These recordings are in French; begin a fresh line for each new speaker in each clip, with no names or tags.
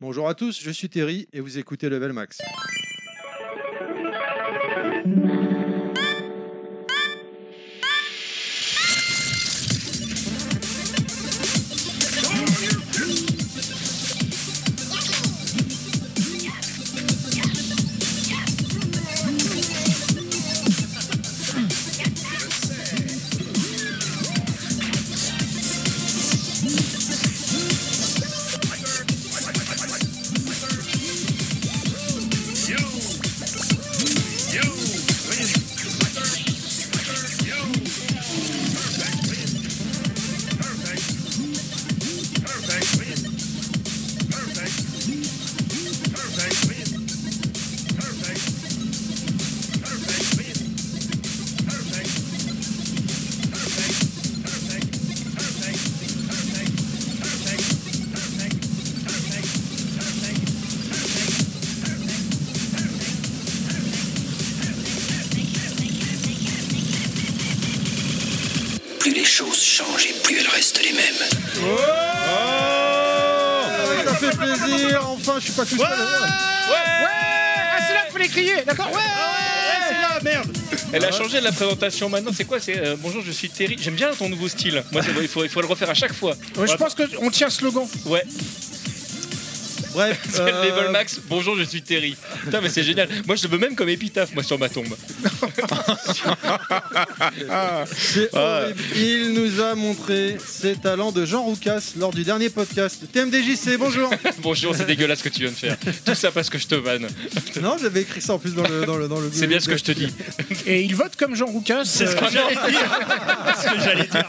Bonjour à tous, je suis Terry et vous écoutez Level Max.
Plus les choses changent et plus elles restent les mêmes.
Ah ça fait plaisir, enfin je suis pas tout seul.
Ah, c'est là qu'il faut les crier, d'accord Ouais, c'est là, merde
Elle a
Bah,
changé la présentation maintenant. C'est quoi C'est euh, bonjour, je suis Terry. J'aime bien ton nouveau style. Moi, c'est- il faut, il faut le refaire à chaque fois.
Je pense qu'on tient le slogan.
Ouais,
Bref,
c'est
euh,
le level max. Bonjour, je suis Terry. Putain, mais c'est génial. Moi, je le veux même comme épitaphe, moi, sur ma tombe.
c'est
Ah
horrible. Il nous a montré ses talents de Jean Roucas lors du dernier podcast. TMDJC, bonjour
bonjour, c'est dégueulasse ce que tu viens de faire. Tout ça parce que je te vanne.
Non, j'avais écrit ça en plus dans le. Dans le, dans le
C'est bien ce que je te dis.
Et il vote comme Jean Roucas.
C'est
euh,
ce que j'allais dire. C'est ce que j'allais dire.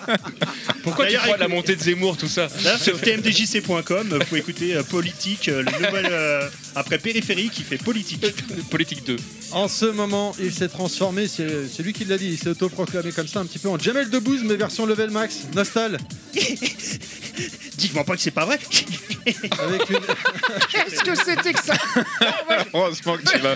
Pourquoi tu
D'ailleurs,
crois la
écoute- Hein
montée de Zemmour, tout ça
Là, sur tmdjc.com, vous pouvez écouter euh, Politique, euh, le nouvel. euh, après Périphérie qui fait Politique.
Politique 2.
En ce moment, il s'est transformé, c'est c'est lui qui l'a dit, il s'est autoproclamé comme ça, un petit peu en Jamel Debbouze, mais version level max, nostal,
Dites-moi pas que c'est pas vrai.
avec une,
Qu'est-ce que c'était que ça
Heureusement que tu vas.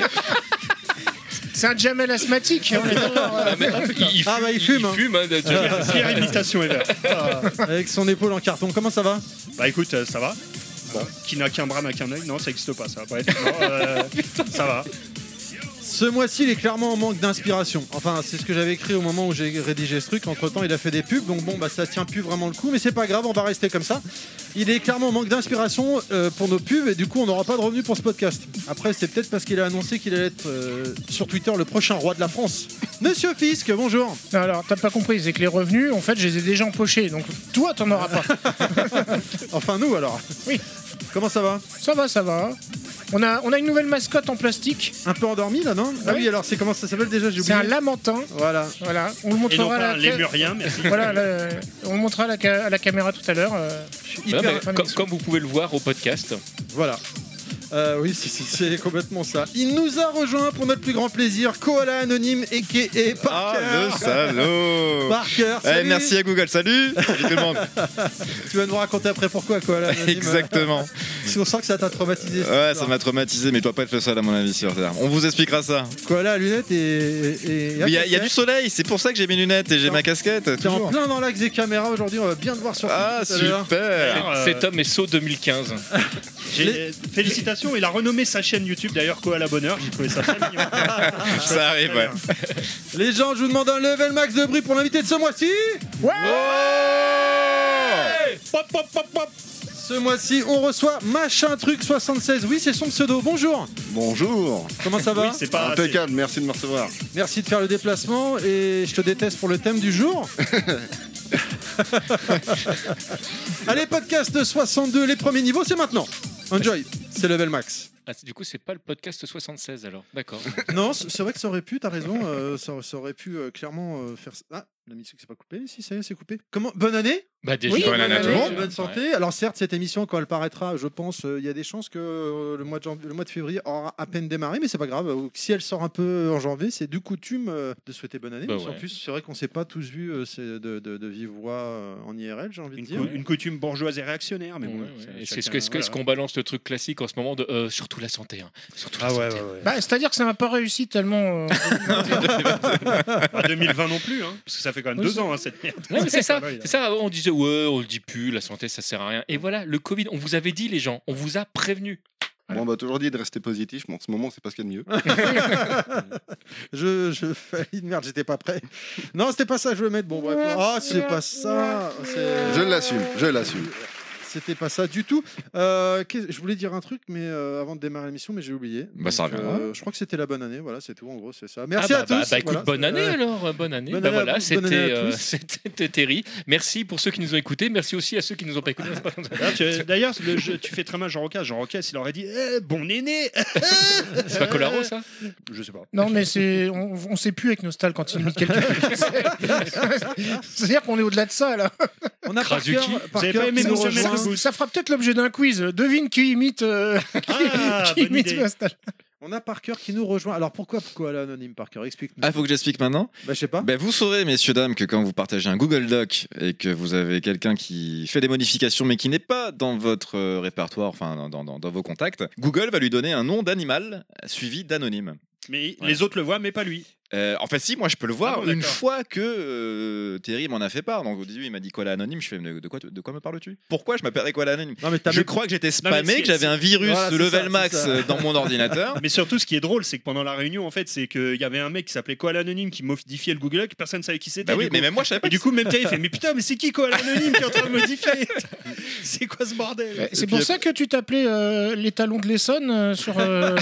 C'est un Jamel asthmatique. on est d'accord, euh.
Ah, mais, il,
Ah, bah, il fume, hein.
Il fume. hein, de- de-
Pire imitation ever. Ah.
avec son épaule en carton. Comment ça va
Bah écoute, euh, ça va. Bon. Qui n'a qu'un bras n'a qu'un œil, non, ça existe pas ça. Bref, non, euh, ça va.
Ce mois-ci, il est clairement en manque d'inspiration. Enfin, c'est ce que j'avais écrit au moment où j'ai rédigé ce truc. Entre temps, il a fait des pubs, donc bon, bah ça tient plus vraiment le coup, mais c'est pas grave, on va rester comme ça. Il est clairement en manque d'inspiration euh, pour nos pubs, et du coup, on n'aura pas de revenus pour ce podcast. Après, c'est peut-être parce qu'il a annoncé qu'il allait être euh, sur Twitter le prochain roi de la France. Monsieur Fisk, bonjour
Non, alors, t'as pas compris, c'est que les revenus, en fait, je les ai déjà empochés. Donc, toi, t'en auras pas.
Enfin, nous alors.
Oui.
Comment ça va
Ça va, ça va. hein. On a, on a une nouvelle mascotte en plastique.
Un peu endormi là, non Ah
Ouais.
oui, alors c'est comment ça s'appelle déjà J'ai
C'est
oublié.
un lamentin.
Voilà.
Voilà, on le
Et non
montrera à
pas
la, ca-
un lémurien, merci.
voilà, le- on le montrera à la, ca- à la caméra tout à l'heure. euh.
Non, mais
Hyper fin
comme,
d'émission.
comme vous pouvez le voir au podcast,
Voilà. Euh, oui, c'est- c'est c'est complètement ça. Il nous a rejoint pour notre plus grand plaisir, Koala Anonyme et K.E.
Ah,
Parker.
le salaud
Parker,
Eh,
salut.
merci à Google, salut Salut tout le monde
Tu vas nous raconter après pourquoi Koala Anonyme.
Exactement.
Si on sent que ça t'a traumatisé. cette
Ouais, ça
histoire.
m'a traumatisé, mais je dois pas être le seul à mon avis sur Terre. On vous expliquera ça.
Koala à lunettes et. et- et-
Il y, a- il y a du soleil, c'est pour ça que j'ai mes lunettes et j'ai ma casquette.
T'es en
toujours.
plein dans l'axe des caméras aujourd'hui, on va bien te voir sur.
Ah,
tout à l'heure.
super
Euh,
cet homme est saut 2015.
j'ai- Félicitations, il a renommé sa chaîne YouTube d'ailleurs Koala Bonheur, j'ai trouvé ça très mignon.
Ça arrive, ouais.
Les gens, je vous demande un level max de bruit pour l'invité de ce mois-ci.
Pop, pop, pop, pop.
Ce mois-ci, on reçoit Machin Truc 76. Oui, c'est son pseudo. Bonjour.
Bonjour
Comment ça
Oui,
va
c'est pas. c'est-
Impeccable, merci de me recevoir.
Merci de faire le déplacement et je te déteste pour le thème du jour. Allez, podcast de 62, les premiers niveaux, c'est maintenant. Enjoy, c'est level max.
Ah, c'est- du coup, c'est pas le podcast 76 alors. D'accord.
Non, c- c'est vrai que ça aurait pu, t'as raison, euh, ça, ça aurait pu euh, clairement euh, faire ça. Ah, la musique s'est pas coupée, si ça y est, c'est coupé. Comment Bonne année
Bah, déjà,
Oui,
bonne année à tout le monde.
Bonne santé. Alors certes, cette émission, quand elle paraîtra, je pense, euh, il y a des chances que euh, le, mois de janv- le mois de février aura à peine démarré, mais c'est pas grave. Ou que Si elle sort un peu euh, en janvier, c'est du coutume euh, de souhaiter bonne année.
Bah
Parce En
ouais.
plus, c'est vrai qu'on s'est pas tous vus euh, c'est de, de, de vive voix euh, en IRL, j'ai envie
Une,
de dire.
cou- une coutume bourgeoise et réactionnaire, mais
Ouais,
bon.
ouais.
ça,
Et
chacun-
C'est ce que- est-ce que- est-ce qu'on
voilà.
balance le truc classique en ce moment de euh, surtout la santé. hein. Surtout la
Ah ouais,
santé.
ouais, ouais.
Bah, C'est-à-dire que ça m'a pas réussi tellement. euh,
Pas 2020 non plus, hein, parce que ça fait fait quand même
Oui,
deux
c'est-
ans hein, cette merde.
Non, mais c'est ça,
Ouais,
c'est ça. Avant, on disait ouais, on le dit plus, la santé ça sert à rien. Et voilà, le Covid, on vous avait dit les gens, on vous a prévenu.
Bon, on m'a toujours dit de rester positif, mais en ce moment, c'est pas ce qu'il y a de mieux.
Je, je valide, merde, j'étais pas prêt. Non, c'était pas ça que je voulais mettre. Bon, bref. Ah, c'est pas ça. c'est-
Je l'assume, je l'assume.
C'était pas ça du tout. Euh, qu'est- je voulais dire un truc, mais euh, avant de démarrer l'émission, mais j'ai oublié.
Bah, ça
Donc,
reviendra.
euh, je crois que c'était la bonne année. Voilà, c'est tout. En gros, c'est ça. Merci
Ah,
à
bah,
tous.
bah, bah, écoute,
Voilà,
bonne
c'est-
année
euh,
alors, euh, bonne année.
bonne
Bah
année à
voilà,
tous, bonne
c'était
année à
euh,
tous.
c'était Terry. Merci pour ceux qui nous ont écoutés, merci aussi à ceux qui nous ont pas écoutés. C'est pas comme ça.
D'ailleurs, tu- D'ailleurs, le jeu- tu fais très mal Jean Roca. Jean Roca, s'il aurait dit Eh, bon aîné,
C'est pas Colaro ça
je sais pas.
Non, mais c'est, on, on sait plus avec Nostal quand il imite quelqu'un. C'est- C'est-à-dire qu'on est au-delà de ça, là.
On a
Krasuki.
Parker, Parker
pas
qui
aimé
nous
nos semaines
rejoint.
de bouche.
Ça fera peut-être l'objet d'un quiz. Devine qui imite, euh,
Ah,
qui
bonne
imite
idée.
Nostal.
On a Parker qui nous rejoint. Alors pourquoi, pourquoi l'anonyme Parker Explique-nous.
Ah, faut que j'explique maintenant
Bah, je sais pas.
Ben, vous saurez, messieurs, dames, que quand vous partagez un Google Doc et que vous avez quelqu'un qui fait des modifications mais qui n'est pas dans votre euh, répertoire, enfin dans, dans- dans- dans vos contacts, Google va lui donner un nom d'animal suivi d'anonyme.
Mais
Ouais.
les autres le voient, mais pas lui.
Euh, en fait, si, moi je peux le
Ah
voir
bon, d'accord.
une fois que euh, Terry m'en a fait part. Donc au début, il m'a dit Koala anonyme. Je fais mais de quoi, de quoi me parles-tu Pourquoi je m'appellerais Koala anonyme
Non, mais t'as
Je
même-
crois que j'étais
Non, mais
spammé,
c'est-
que j'avais un virus
Voilà, c'est ça,
level
c'est
max
ça.
euh, dans mon ordinateur.
Mais surtout, ce qui est drôle, c'est que pendant la réunion, en fait, c'est qu'il y avait un mec qui s'appelait Koala Anonyme qui modifiait le Google Doc, personne ne savait qui c'était.
bah oui,
du
mais
coup.
même moi je savais pas.
Et du coup, même Thierry fait Mais putain, mais c'est qui Koala Anonyme qui est en train de modifier C'est quoi ce bordel
C'est pour ça que tu t'appelais euh, les talons de l'Essonne euh, sur. euh,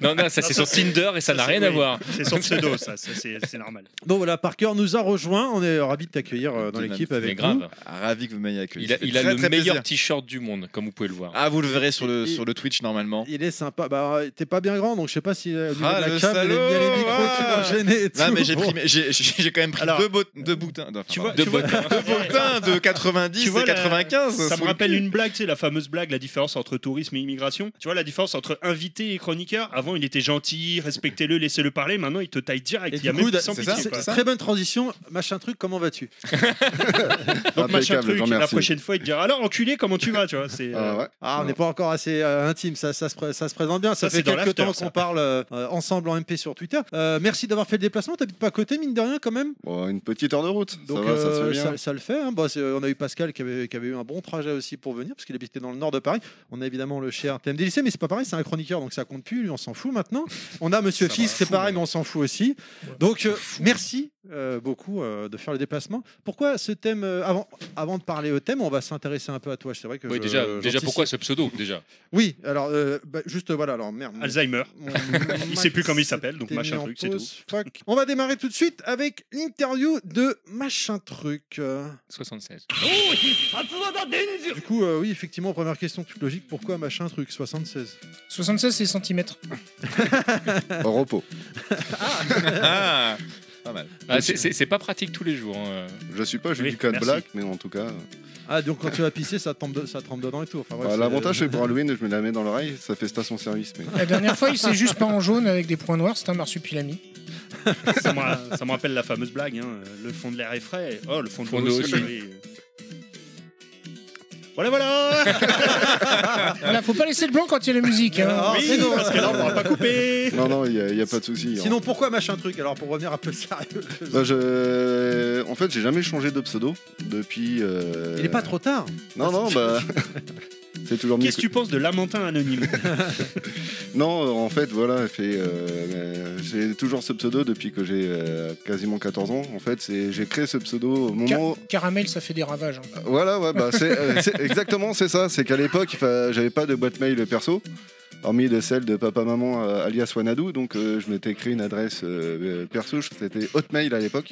Non, non, ça c'est sur Tinder et ça n'a rien à
Oui.
voir.
C'est son pseudo, ça, ça, c'est c'est normal.
Donc voilà, Parker nous a rejoint. On est ravis de t'accueillir euh, dans
Tout de
l'équipe
même,
Mais
avec nous.
grave.
Ah, Ravi que vous m'ayez accueilli.
Il a,
Ça fait
il a
très,
le
très plaisir.
meilleur t-shirt du monde, comme vous pouvez le voir.
Ah, vous le verrez sur le,
Et-
sur le Twitch normalement.
Il est sympa. Bah, t'es pas bien grand, donc je sais pas si euh, au niveau
Ah,
de la
le
cam, il y a- il y a les
salaud,
micros qui
ah.
doivent gêner. et
Non,
tout.
mais j'ai
Bon.
pris, mais j'ai- j'ai j'ai quand même pris
Alors,
deux, bout- deux boutins. Enfin,
Tu vois,
De
tu vois,
bonne-
pardon, deux boutins de 90
Tu vois,
et
la-
95.
Ça
sous
me
le
rappelle
cul.
une blague, tu sais, la fameuse blague, la différence entre tourisme et immigration. Tu vois, la différence entre invité et chroniqueur. Avant, il était gentil, respectez-le, laissez-le parler. Maintenant, il te taille direct.
Et
il y a
du
même
coup,
plus
da-
sans
c'est
pitié,
ça,
C'est-
quoi.
Très bonne transition. Machin truc, comment vas-tu
Donc, machin
Impeccable,
truc,
je vous
la
remercie.
prochaine fois, il te dira Alors, enculé, comment tu vas Tu vois, c'est.
Ah
euh,
ouais.
Ah, on n'est pas encore assez euh, intime, ça, ça, se pré- ça se présente bien. Ça,
Ça,
fait
c'est dans
quelques
l'after,
temps
ça.
qu'on parle euh, euh, ensemble en MP sur Twitter. Euh, merci d'avoir fait le déplacement, t'habites pas à côté, mine de rien, quand même.
Bon, une petite heure de route,
Donc
ça va, ça se
euh,
fait bien.
ça, ça le fait. hein. Bah, c'est- on a eu Pascal qui avait, qui avait eu un bon trajet aussi pour venir, parce qu'il habitait dans le nord de Paris. On a évidemment le cher TMDLC, mais c'est pas pareil, c'est un chroniqueur, donc ça compte plus, lui on s'en fout maintenant. On a Monsieur
Ça
Fils,
va,
c'est
fou,
pareil,
mais-
mais on s'en fout aussi. Donc euh, merci euh, beaucoup euh, de faire le déplacement. Pourquoi ce thème euh, avant, avant de parler au thème, on va s'intéresser un peu à toi. C'est vrai que
Oui,
je-
déjà, déjà
j'anticipe.
pourquoi ce pseudo déjà
Oui, alors euh, bah, juste voilà, alors merde. mon-
Alzheimer.
mon-
Il
mon
sait plus
Max
comment il s'appelle, donc
était
machin
mis en
truc, c'est tout.
pause. Fuck. On va démarrer tout de suite avec l'interview de machin truc. Euh,
76.
Ah,
Du coup, euh, oui, effectivement, première question toute logique, pourquoi machin truc 76
76, c'est centimètres.
Au repos.
Ah, pas mal.
Ah, c'est- c'est c'est pas pratique tous les jours. hein.
Je suis pas, j'ai
Oui,
du code
merci.
black, mais en tout cas. euh,
Ah, donc quand tu vas pisser, ça tombe, de- ça trempe dedans et tout. Enfin, bref,
bah,
c'est- euh,
L'avantage, c'est pour Halloween, je me la mets dans l'oreille, ça fait station-service. Mais...
La dernière fois, il s'est juste peint en jaune avec des points noirs. C'est un marsupilami.
ça, me, ra- ça me rappelle la fameuse blague hein, Le fond de l'air est frais. Oh, le fond de
Fond
l'eau
d'eau
aussi.
aussi.
oui. Voilà, voilà
Voilà, faut pas laisser le blanc quand il y a la musique. hein.
Ah,
Oui,
c'est bon.
parce que là, on pourra pas couper
Non, non, il n'y a, il y a pas de souci.
euh,
hein.
Sinon, pourquoi machin truc Alors, pour revenir un peu sérieux,
Bah, je- En fait, j'ai jamais changé de pseudo depuis. euh,
il n'est pas trop tard.
Non, non, bah. C'est toujours mieux.
Qu'est-ce que tu penses de Lamentin anonyme
Non, euh, en fait, voilà, fait, euh, euh, j'ai toujours ce pseudo depuis que j'ai euh, quasiment 14 ans. En fait, c'est- j'ai créé ce pseudo au
Car-
moment.
Caramel, ça fait des ravages. hein.
Voilà, ouais, bah, c'est euh, c'est- exactement c'est ça. C'est qu'à l'époque, enfin, j'avais pas de boîte mail perso, hormis de celle de papa maman euh, alias Wanadu. Donc, euh, je m'étais créé une adresse euh, euh, perso. C'était Hotmail à l'époque,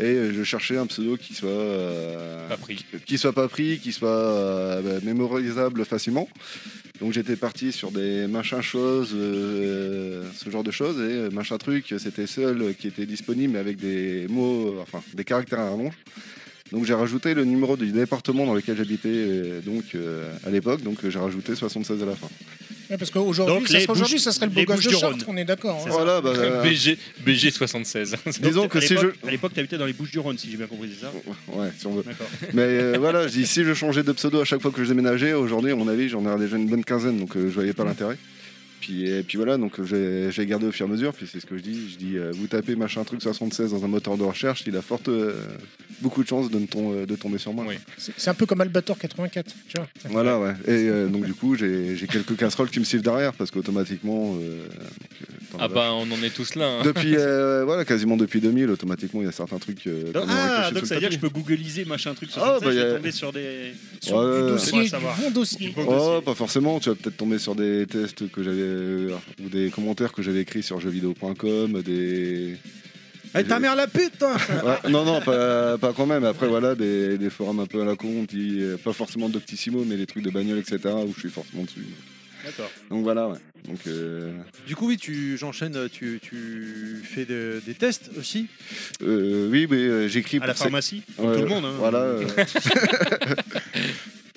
et euh, je cherchais un pseudo qui soit euh,
Pas pris.
qui soit pas pris, qui soit euh, bah, mémorisable facilement. Donc j'étais parti sur des machins choses, euh, ce genre de choses, et euh, machin truc, c'était seul euh, qui était disponible mais avec des mots, euh, enfin des caractères à rallonge. Donc j'ai rajouté le numéro du département dans lequel j'habitais euh, donc euh, à l'époque, donc euh, j'ai rajouté 76 à la fin.
Ouais, parce qu'aujourd'hui,
Donc,
ça,
les
serait-
Bouches-
aujourd'hui, ça serait le beau
les
gosse
Bouches
de
du
Chartres,
Rhône.
on est d'accord. hein.
Voilà, bah, euh,
BG, BG 76.
disons
Donc,
que
à
si je...
l'époque- À l'époque, t'habitais dans les Bouches-du-Rhône, si j'ai bien compris, c'est ça
Ouais, si on veut.
D'accord.
Mais euh, voilà, je dis, si je changeais de pseudo à chaque fois que je déménageais, aujourd'hui, à mon avis, j'en ai déjà une bonne quinzaine, donc euh, je voyais pas l'intérêt. Puis, et puis voilà, donc euh, j'ai j'ai gardé au fur et à mesure. Puis c'est ce que je dis. Je dis, euh, vous tapez machin truc 76 dans un moteur de recherche, il a forte, euh, beaucoup de chances de, ne tom- euh, de tomber sur moi.
Oui.
C'est c'est un peu comme Albator 84, tu vois.
Voilà, ouais. Et euh, donc du coup, j'ai j'ai quelques casseroles qui me suivent derrière parce qu'automatiquement. euh, donc, euh, attends,
Ah bah on en est tous là. hein.
Depuis, euh, voilà, quasiment depuis 2000, automatiquement, il y a certains trucs. euh, qu'on aurait
Ah,
caché
donc
sous
ça veut
le
dire que je
tapis.
peux googliser machin truc sur
Ah,
ça,
bah,
je
y
vais
a-
tomber sur des.
Sur
Ouais, ouais,
du
ouais.
Faut
dossier,
le
du
savoir.
bon dossier.
Bon
Oh,
dossier.
pas forcément. Tu vas peut-être tomber sur des tests que j'avais euh, ou des commentaires que j'avais écrits sur jeuxvideo.com, des.
Eh, ta mère la pute, toi
Ouais, non, non, pas, pas quand même. Après, voilà, des, des forums un peu à la con, qui, euh, pas forcément d'Optissimo, mais des trucs de bagnole, etc., où je suis forcément dessus.
D'accord.
Donc voilà, ouais. Donc, euh,
Du coup, oui, tu j'enchaîne, tu, tu fais de- des tests aussi.
euh, oui, mais euh, j'écris
À la
pour
pharmacie,
sec-
comme
Ouais,
tout le monde. hein.
Voilà. euh.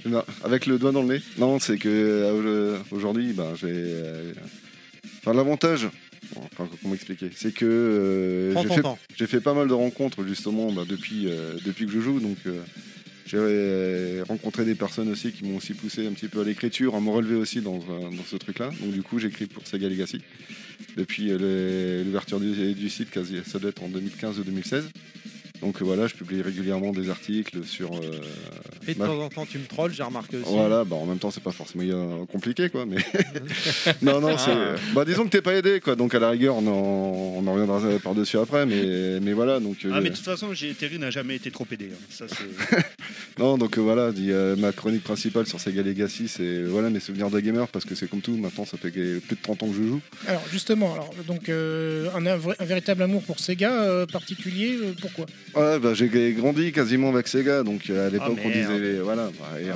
Non, avec le doigt dans le nez. Non, c'est que euh, aujourd'hui, ben, j'ai. euh, Enfin, l'avantage. bon, enfin, comment expliquer C'est que euh,
Prends
j'ai
ton
fait
temps.
J'ai fait pas mal de rencontres justement bah, depuis, euh, depuis que je joue, donc euh, j'ai euh, rencontré des personnes aussi qui m'ont aussi poussé un petit peu à l'écriture, à me relever aussi dans, euh, dans ce truc-là. Donc du coup j'écris pour Sega Legacy depuis euh, le- l'ouverture du, du site, quasi, ça doit être en 2015 ou 2016. Donc euh, voilà, je publie régulièrement des articles sur... euh,
Et de
Bah.
temps en temps, tu me trolls, j'ai remarqué aussi.
voilà, bah en même temps c'est pas forcément euh, compliqué quoi, mais... non, non, c'est...
Ah.
Bah disons que t'es pas aidé quoi, donc à la rigueur on en, on en reviendra par-dessus après, mais, mais voilà, donc... euh,
Ah, mais de toute façon, j'ai- Terry n'a jamais été trop aidé. hein. Ça, c'est.
Non, donc euh, voilà, dit, euh, ma chronique principale sur Sega Legacy, c'est euh, voilà mes souvenirs de gamer parce que c'est comme tout. Maintenant, ça fait que- plus de 30 ans que je joue.
Alors justement, alors, donc euh, un, un vrai- un véritable amour pour Sega euh, particulier, euh, pourquoi
Ouais, bah, j'ai grandi quasiment avec Sega, donc euh, à l'époque
Ah,
on disait
merde.
voilà. bah, et, euh,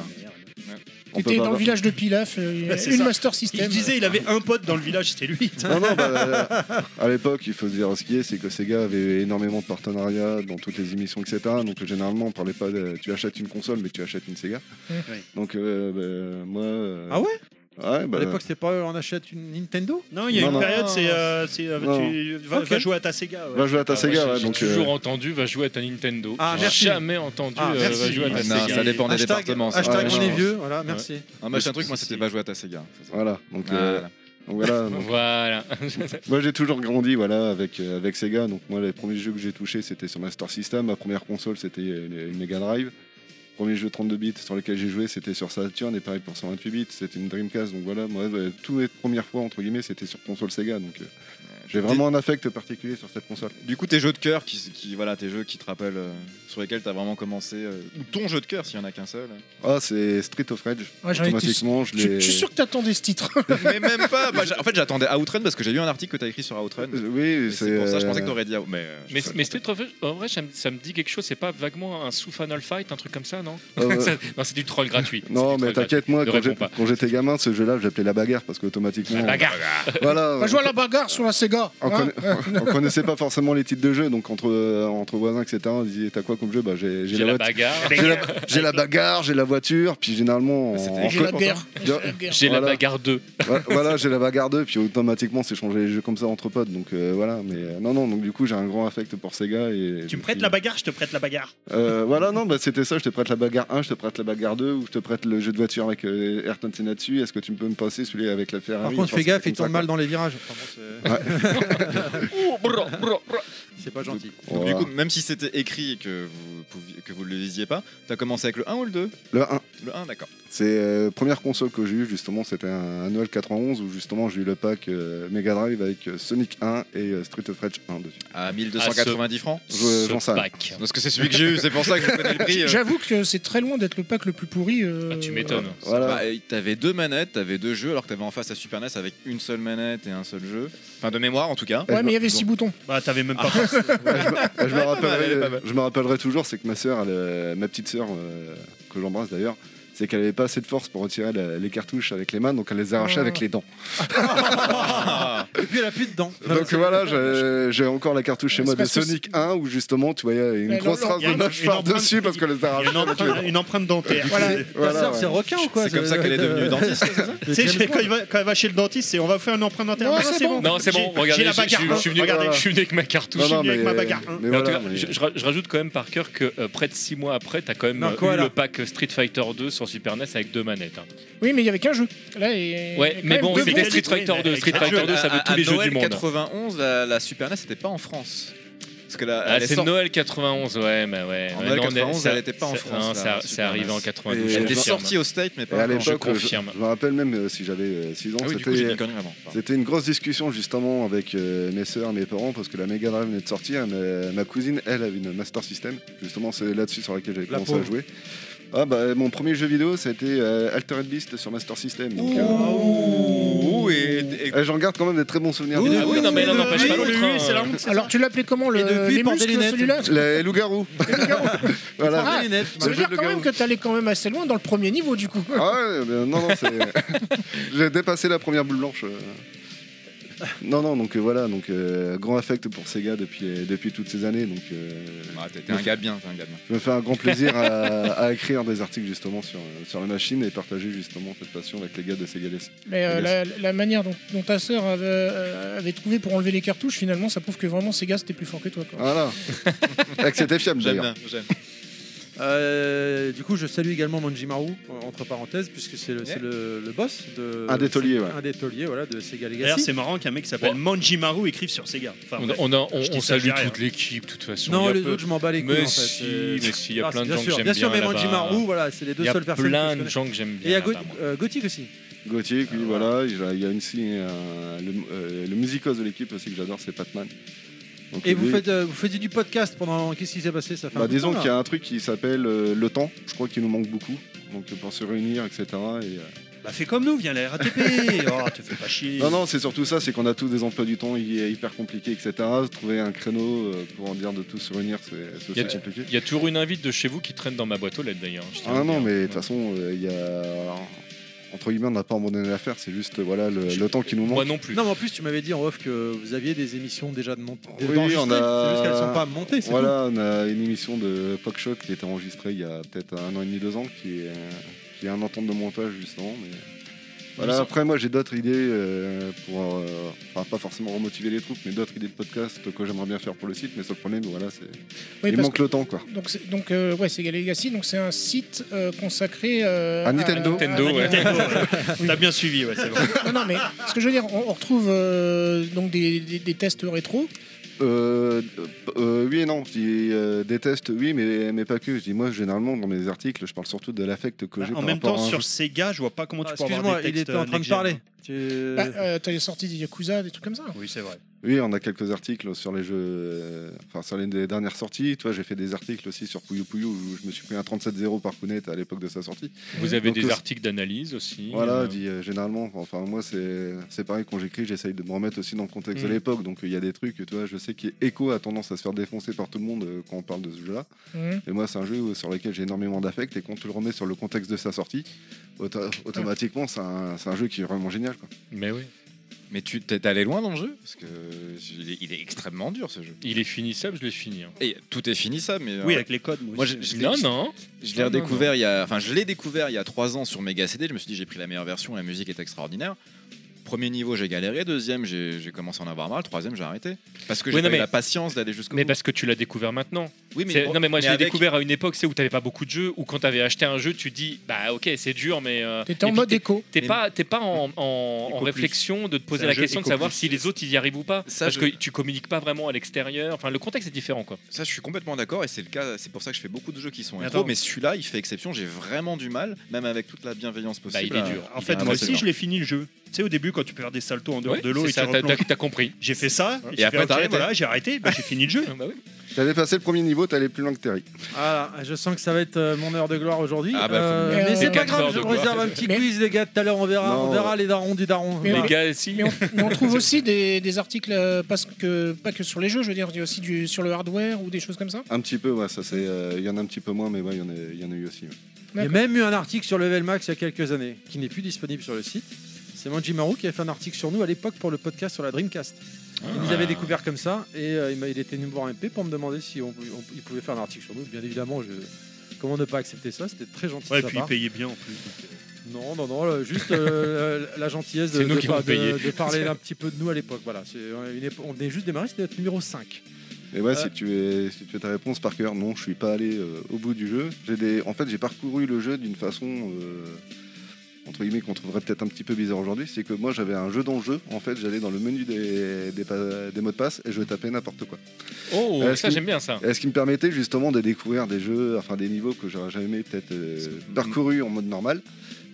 on
T'étais
peut pas
dans le
avoir-
village de Pilaf, euh,
Ouais, c'est
une
ça.
Master
Il
System.
se disait, il avait un pote dans le village, c'était lui.
Non, non, bah, euh, à l'époque, il faut se dire ce qui est, c'est que Sega avait énormément de partenariats dans toutes les émissions, etc. Donc euh, généralement, on parlait pas de tu achètes une console, mais tu achètes une Sega.
Ouais.
Donc euh, bah, moi. euh,
Ah ouais
ouais, bah,
À l'époque, c'était pas euh, on achète une Nintendo
Non, il y a
Non,
une
non.
période, c'est. euh, c'est, euh,
Non.
tu vas,
Ok.
va jouer à ta Sega. ouais.
va jouer bah, à ta
Ah,
Sega,
moi,
ouais,
j'ai-
donc.
j'ai toujours
euh,
entendu, va jouer à ta Nintendo.
Ah,
J'ai
merci.
jamais entendu,
Ah,
euh,
merci.
va jouer à ta
Ah,
Non,
Sega.
ça dépend des
Hashtag,
départements. ça.
hashtag
Ouais,
on est
non.
vieux, voilà, merci.
Un machin truc, moi, c'était pas jouer à ta Sega. ça, Ah. ça.
Voilà, donc, euh,
Ah.
Voilà.
donc voilà. donc,
Voilà.
Moi j'ai toujours grandi voilà avec euh, avec Sega donc moi les premiers jeux que j'ai touchés c'était sur Master System ma première console c'était euh, une Mega Drive premier jeu 32 bits sur lequel j'ai joué c'était sur Saturn et pareil pour 128 bits c'était une Dreamcast donc voilà moi euh, toutes mes premières fois entre guillemets c'était sur console Sega donc euh, j'ai vraiment un affect particulier sur cette console
Du coup, tes jeux de cœur, qui, qui- voilà, tes jeux qui te rappellent, euh, sur lesquels t'as vraiment commencé, euh, ou ton jeu de cœur, s'il y en a qu'un seul.
ah c'est Street of Rage
Ouais, j'en étais sûr.
automatiquement je
Je, je
l'ai
suis sûr que t'attendais ce titre.
mais même pas. moi, j'a- en fait, j'attendais Outrun parce que j'ai lu un article que t'as écrit sur Outrun.
Euh, oui
Et C'est pour ça, je pensais que
euh,
t'aurais dit. Out- Mais, euh,
mais,
je sais
mais Street of Rage, en vrai, ça me, ça me dit quelque chose. C'est pas vaguement un sous Final Fight, un truc comme ça, non
Ah ouais.
Ça- Non, c'est du troll gratuit.
non
C'est du
mais
troll gratuit.
t'inquiète moi
Ne
quand
réponds
j'ai-
pas.
quand j'étais gamin ce jeu là j'appelais la bagarre parce qu'automatiquement
La bagarre.
voilà
On va jouer à la bagarre sur la Sega.
On,
Ah.
hein.
conna- on connaissait pas forcément les titres de jeu, donc entre, euh, entre voisins, etc., on disait T'as quoi comme jeu bah, J'ai j'ai
J'ai
la,
la
voit-
bagarre.
j'ai la- j'ai la bagarre, j'ai la voiture, puis généralement. on-
C'était-
on
J'ai la
co-
guerre. J'ai
Bien.
la guerre.
J'ai la
Voilà.
bagarre 2.
Ouais, voilà, j'ai la bagarre 2, puis automatiquement, c'est changer les jeux comme ça entre potes, donc euh, voilà. Mais euh, non, non, donc du coup, j'ai un grand affect pour Sega. Et,
Tu me prêtes la bagarre, je te prête la bagarre.
Euh, Voilà, non, bah, c'était ça Je te prête la bagarre 1, je te prête la bagarre 2, ou je te prête le jeu de voiture avec euh, Ayrton Senna dessus. Est-ce que tu peux me passer celui avec la Ferrari
Par contre,
Enfin,
fais
c'était
gaffe, il
comme ça,
tourne mal dans les virages. Enfin, bon,
Oh, bro, bro, bro.
c'est- c'est pas gentil.
quoi.
Donc,
Voilà.
du coup, même si c'était écrit et que vous, pouviez- que vous ne le lisiez pas, t'as commencé avec le 1 ou le 2
le 1.
Le 1, d'accord.
C'est euh, première console que j'ai eue, justement, c'était un, un Noël 91 où justement j'ai eu le pack euh, Mega Drive avec euh, Sonic 1 et euh, Street of Rage 1 dessus.
À 1290 francs
Je- j'en
Ce
sais rien.
pack.
Ah, Parce que c'est celui que j'ai eu, c'est pour ça que je connais le prix. euh.
J'avoue que c'est très loin d'être le pack le plus pourri. euh,
Ah, tu m'étonnes.
Voilà.
Bah, et t'avais deux manettes, t'avais deux jeux, alors que t'avais en face à Super NES avec une seule manette et un seul jeu. Enfin, de mémoire en tout cas.
Ouais, mais il y avait six
Bon.
boutons.
Bah, t'avais même pas. pensé.
Euh, je,
Ouais, pas mal,
me
elle est pas
rappellerai,
mal.
je me rappellerai toujours, c'est que ma sœur, elle, euh, ma petite sœur, euh, que j'embrasse d'ailleurs, c'est qu'elle avait pas assez de force pour retirer la- les cartouches avec les mains, donc elle les arrachait
Ah.
avec les dents.
Ah.
Et puis elle a plus de dents.
Donc voilà, j'ai- j'ai encore la cartouche chez
C'est
moi de
parce que
Sonic 1 où justement, tu voyais une
Mais l'empreinte-
grosse trace de
il y a une- une
mâchoire
empreinte-
dessus parce qu'elle les
Il y a
arrachait.
une empreinte, une empreinte dentaire.
Voilà.
Ta
Voilà,
sœur,
ouais.
c'est requin ou quoi
C'est comme ça qu'elle est devenue dentiste. c'est ça
Le
Tu sais,
James
j'ai- quand,
Bond.
il va- quand elle va chez le dentiste, c'est on va faire une empreinte dentaire.
Non,
Ah,
c'est bon.
Non, c'est bon,
J'ai-
regardez,
J'ai la
je- je-
bagarre.
je suis venu-
Regardez.
je suis venu avec ma cartouche.
Ah. Non, non,
J'ai
mais,
avec ma bagarre, hein.
mais
Mais en
voilà,
tout cas,
mais-
je, je ra- je rajoute quand même par cœur que euh, près de 6 mois après, t'as quand même
Non,
euh,
quoi,
eu
là
le pack Street Fighter 2 sur sur Super NES avec deux manettes. hein.
Oui, mais il y avait qu'un jeu. Là, et... il y
Ouais,
a quand
mais
même
bon,
deux
c'était
bons
Street
titres.
Fighter 2. Street
Ah,
Fighter 2, ça
à-
veut
à-
tous
à
les jeux
Noël
du monde.
91, la, la Super NES n'était pas en France. Parce que la,
Ah,
elle est
c'est
sortie-
Noël 91, ouais, mais ouais.
En
Mais
Noël
non, on est-
91,
ça-
elle était pas en
ça-
France,
non,
la
ça- C'est
Super
arrivé
NES.
en 92.
Et
je
Elle
elle
était
est
confirme.
sortie aux States, mais
Et
pas
à
en France.
je
l'époque, euh, je,
confirme.
je me rappelle même euh, si j'avais 6 ans,
Ah oui, du coup, j'ai
c'était
dit conneries avant. pardon.
C'était une grosse discussion justement avec euh, mes sœurs, mes parents, parce que la Mega Drive venait de sortir. Ma, ma cousine, elle, avait une Master System. Justement, c'est là-dessus sur laquelle j'avais
La
commencé
pauvre.
à jouer. Ah bah, mon premier jeu vidéo, ça a été euh, Altered Beast sur Master System. Donc, euh,
Oh. Ouh, et, et-
euh, j'en garde quand même des très bons souvenirs.
Ouh,
des
Ah oui,
Mega
non, mais elle
Drive.
en empêche pas
Oui,
l'autre.
oui,
hein.
c'est la honte, c'est
Alors, tu l'appelais comment le,
Et depuis,
les
porter les
muscles,
lunettes.
celui-là
Les loups-garous. voilà.
Ah,
Les lunettes.
Ça veut
Le jeu
dire
de
quand même
Garou.
que t'allais quand même assez loin dans le premier niveau, du coup.
Ah ouais, ben non, non, c'est. J'ai dépassé la première boule blanche. euh. Non, non, donc euh, voilà, donc euh, grand affect pour Sega depuis, euh, depuis toutes ces années. Donc euh,
Ah, t'es t'es un gars bien, t'es un gars bien.
je me fais un grand plaisir à, à écrire des articles justement sur, euh, sur la machine et partager justement cette passion avec les gars de Sega Less.
Mais euh, la, la manière dont, dont ta sœur avait, euh, avait trouvé pour enlever les cartouches, finalement, ça prouve que vraiment Sega c'était plus fort que toi. Quoi.
Voilà. et que c'était fiable
J'aime
d'ailleurs.
bien, j'aime.
Euh, du coup, je salue également Manjimaru, euh, entre parenthèses, puisque c'est le, c'est le- le boss de.
Un des tauliers, ouais.
Un des tauliers, voilà, de Sega
D'ailleurs,
Legacy.
c'est marrant qu'un mec qui s'appelle Manjimaru écrive sur Sega. Enfin,
On,
bref.
on, a- on-
Je dis
on
ça,
salue
je dis rien.
toute l'équipe, de toute façon. Il y
Non,
a
les
peu-
autres, je m'en bats les couilles.
Mais
en fait.
si,
Euh,
mais si, il y a
ah,
plein de
bien
gens que
sûr,
j'aime
bien.
bien.
sûr, mais
là-bas.
Manjimaru, voilà, c'est les deux
Il y a
seules personnes. que je
plein de
connais.
gens que j'aime
Et il y
bien.
a Go-
là-bas, moi.
euh, Gothic aussi.
Gothic,
Ah,
oui, voilà. Il y a- il y a une si- un- le, euh, le musicos de l'équipe aussi que j'adore, c'est Patman. Donc,
Et vous
lui-
faites, euh, vous faisiez du podcast pendant. Qu'est-ce qui s'est passé Ça fait un
Bah,
bout de
disons
temps,
qu'il y
là.
a un truc qui s'appelle euh, le temps. Je crois qu'il nous manque beaucoup. Donc euh, pour se réunir, etc. Et, euh,
Bah, fais comme nous, viens à la RATP. oh, te fais pas chier.
Non, non, c'est surtout ça, c'est qu'on a tous des emplois du temps hy- hyper compliqués, etc. Trouver un créneau euh, pour en dire de tous se réunir, c'est c'est
Y a
aussi
du-
compliqué.
Il y a toujours une invite de chez vous qui traîne dans ma boîte aux lettres d'ailleurs. je tiens à
Ah
le dire.
non, mais de toute façon, euh, il y a. Entre guillemets, on n'a pas abandonné l'affaire, c'est juste euh, voilà, le, le temps qui nous
Moi
manque.
non plus.
Non, mais en plus, tu m'avais dit en off que vous aviez des émissions déjà de montée.
Oui, on a-
C'est juste qu'elles sont pas montées. c'est tout.
Voilà, on a une émission de Poc Shock qui a été enregistrée il y a peut-être un an et demi, deux ans, qui est, euh, qui est un entente de montage, justement. Mais... Voilà, après, moi, j'ai d'autres idées euh, pour. euh, Enfin, pas forcément remotiver les troupes, mais d'autres idées de podcast que j'aimerais bien faire pour le site, mais ça, le problème, voilà, c'est.
Oui,
il
parce
manque le temps, quoi.
que- donc, c'est- donc euh, ouais, Sega Legacy, donc c'est un site euh, consacré euh,
À Nintendo.
Nintendo, ouais.
T'as bien suivi, ouais, c'est vrai.
non, non, mais ce que je veux dire, on, on retrouve euh, donc des, des- des tests rétro.
Euh, euh, oui et non. Je dis euh, des tests, oui, mais, mais pas que. Je dis, moi, généralement, dans mes articles, je parle surtout de l'affect que j'ai.
Bah, en
par
même
rapport
temps,
à un
sur
jeu.
Sega, je vois pas comment
Ah,
tu peux avoir
Excuse-moi,
des
il
textes euh,
était en train de
next-gen.
parler. Tu-
Bah, euh, T'as les sorties des Yakuza, des trucs comme ça.
Oui, c'est vrai.
Oui, on a quelques articles sur les jeux. euh, Enfin, sur les des dernières sorties. Toi, j'ai fait des articles aussi sur Puyo Puyo où je me suis pris un 37-0 par Kounet à l'époque de sa sortie.
Vous avez
Donc,
des
euh,
articles d'analyse aussi.
Voilà,
euh,
dit euh, généralement. Enfin, moi, c'est c'est pareil quand j'écris, j'essaye de me remettre aussi dans le contexte de
Mm.
l'époque. Donc, il y a des trucs, tu vois, je sais qu'Echo a tendance à se faire défoncer par tout le monde euh, quand on parle de ce jeu-là.
Hum.
Mhm.
Et moi, c'est un jeu où- sur lequel j'ai énormément d'affect. Et quand tu le remets sur le contexte de sa sortie, auto- automatiquement, c'est un, c'est un jeu qui est vraiment génial. quoi.
Mais oui.
Mais tu t'es allé loin dans le jeu Parce que il est, il est extrêmement dur ce jeu.
Il est finissable, je l'ai fini. hein.
Et tout est fini ça, mais.
Oui,
euh,
avec les codes. Moi,
Moi,
aussi.
j'ai- j'ai-
Non, non.
Je
Ah,
l'ai
non,
redécouvert il y a, enfin je l'ai découvert il y a trois ans sur Mega CD. Je me suis dit j'ai pris la meilleure version, la musique est extraordinaire. Premier niveau j'ai galéré, deuxième j'ai j'ai commencé à en avoir marre, le troisième j'ai arrêté parce que j'ai
Oui, non,
pas eu
mais-
la patience d'aller jusqu'au
Mais
bout.
parce que tu l'as découvert maintenant.
oui
C'est- non mais moi je l'ai
avec-
découvert à une époque c'est où t'avais pas beaucoup de jeux ou quand t'avais acheté un jeu tu dis bah ok c'est dur mais euh,
T'étais en
et puis
mode
t'es-
écho.
t'es
Mais-
pas t'es pas en, en- en
Éco plus.
réflexion de te
C'est
poser
un
la
jeu
question de
éco
savoir
plus.
si les autres ils y arrivent ou pas
Ça,
parce
je-
que tu communiques pas vraiment à l'extérieur enfin le contexte est différent quoi
Ça, je suis complètement d'accord, et c'est le cas. C'est pour ça que je fais beaucoup de jeux qui sont
Mais
rétro,
attends.
mais celui-là, il fait exception. J'ai vraiment du mal, même avec toute la bienveillance
bah
possible.
il est dur
En
Il
fait,
est
moi
vraiment
aussi,
dur.
je l'ai fini le jeu. Tu sais, au début, quand tu peux faire des saltos en dehors
Ouais,
de l'eau
c'est
et tu
ça, t'as-
replantes.
t'as t'as compris
J'ai fait ça,
Et
j'ai
après,
fait,
t'as
ok,
arrêté.
voilà, j'ai arrêté, bah, j'ai fini le jeu.
Ah, bah oui.
T'avais passé le premier niveau, t'allais plus loin que Terry.
Ah, je sens que ça va être euh, mon heure de gloire aujourd'hui.
Ah bah,
Euh,
faut-
mais
C'est
c'est pas
quatre heures
grave, je
de
vous
gloire.
réserve un petit
Mais-
quiz, les gars. Tout à l'heure, on verra,
Non.
on verra les darons du daron.
Mais
Bah,
les
ouais.
gars si
Mais on, mais on trouve aussi des, des articles, euh, parce que, pas que sur les jeux, je veux dire, il y a aussi du, sur le hardware ou des choses comme ça.
Un petit peu, ouais, ça c'est. euh, Il y en a un petit peu moins, mais ouais, il y en a- il y, en a eu aussi. ouais.
Il y a même eu un article sur Level Max il y a quelques années, qui n'est plus disponible sur le site. C'est Manjimaru qui a fait un article sur nous à l'époque pour le podcast sur la Dreamcast. Il nous avait découvert comme ça et euh, il, m'a- il était venu me voir en MP pour me demander si on, on- il pouvait faire un article sur nous. Bien évidemment, je... comment ne pas accepter ça C'était très gentil
Ouais,
de sa
puis il
part.
payait bien en plus.
Non, non, non, euh, juste euh, la gentillesse de,
C'est nous
de
qui
par-
avons payé.
de- de parler un petit peu de nous à l'époque. Voilà, C'est, euh, une épo- on venait juste de démarrer, c'était notre numéro 5.
Et ouais,
Euh.
si tu es, si tu as ta réponse par cœur, non, je suis pas allé euh, au bout du jeu. J'ai des, en fait, j'ai parcouru le jeu d'une façon euh, entre guillemets qu'on trouverait peut-être un petit peu bizarre aujourd'hui. C'est que moi, j'avais un jeu dans le jeu. En fait, j'allais dans le menu des, des, pa- des mots de passe et je tapais n'importe quoi.
Oh,
Est-ce
ça
que-
j'aime bien ça.
Et ce qui me permettait justement de découvrir des jeux, enfin des niveaux que j'aurais jamais peut-être euh,
Mm-hmm.
parcouru en mode normal.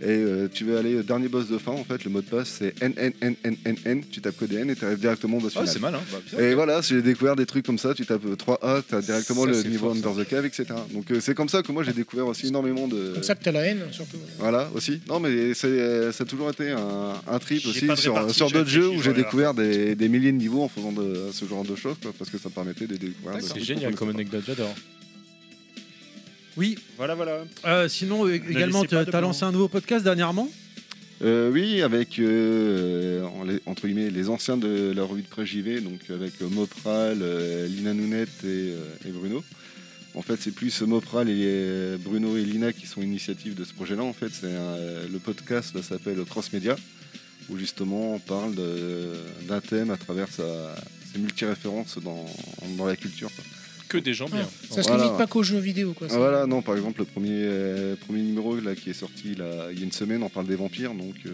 Et euh, tu veux aller au dernier boss de fin, en fait, le mot de passe c'est N N N N N N. Tu tapes code N et tu arrives directement au boss
Ouais,
final.
c'est mal, hein. Bah, putain.
Et voilà, j'ai découvert des trucs comme ça, tu tapes euh, 3A, tu as directement
Ça,
le
c'est
niveau
fort, ça.
Under the Cave, etc. Donc euh, c'est comme ça que moi j'ai découvert aussi énormément de...
Comme ça que t'as la haine, surtout.
Voilà, aussi. Non mais c'est, euh, ça a toujours été un, un trip
J'ai
aussi
pas de
sur,
répartie,
sur
j'ai
d'autres jeux où
réfléchi,
j'ai
voilà.
découvert des, des milliers de niveaux en faisant de, ce genre de choses, quoi, parce que ça me permettait de découvrir... des
C'est
trucs
génial
qu'on
comme
connaissait
anecdote, j'adore.
Oui,
Voilà, voilà.
euh, sinon euh, également,
laissez
tu
pas
as,
de
t'as
blanc.
lancé un nouveau podcast dernièrement.
pas. Euh, oui, avec, euh, en- les- entre guillemets, les anciens de la revue de presse JV, donc avec euh, Mopral, euh, Lina Nounette et, euh, et Bruno. En fait, c'est plus Mopral et euh, Bruno et Lina qui sont initiatives de ce projet-là. En fait, c'est un- le podcast là, s'appelle Cross Media, où justement on parle de- d'un thème à travers sa, ses multi-références dans, dans la culture. quoi.
Que des gens bien.
Ça se
Voilà.
limite pas qu'aux jeux vidéo, quoi. ça.
Ah, voilà, non, par exemple, le premier, euh, premier numéro là, qui est sorti là, il y a une semaine, on parle des vampires, donc euh,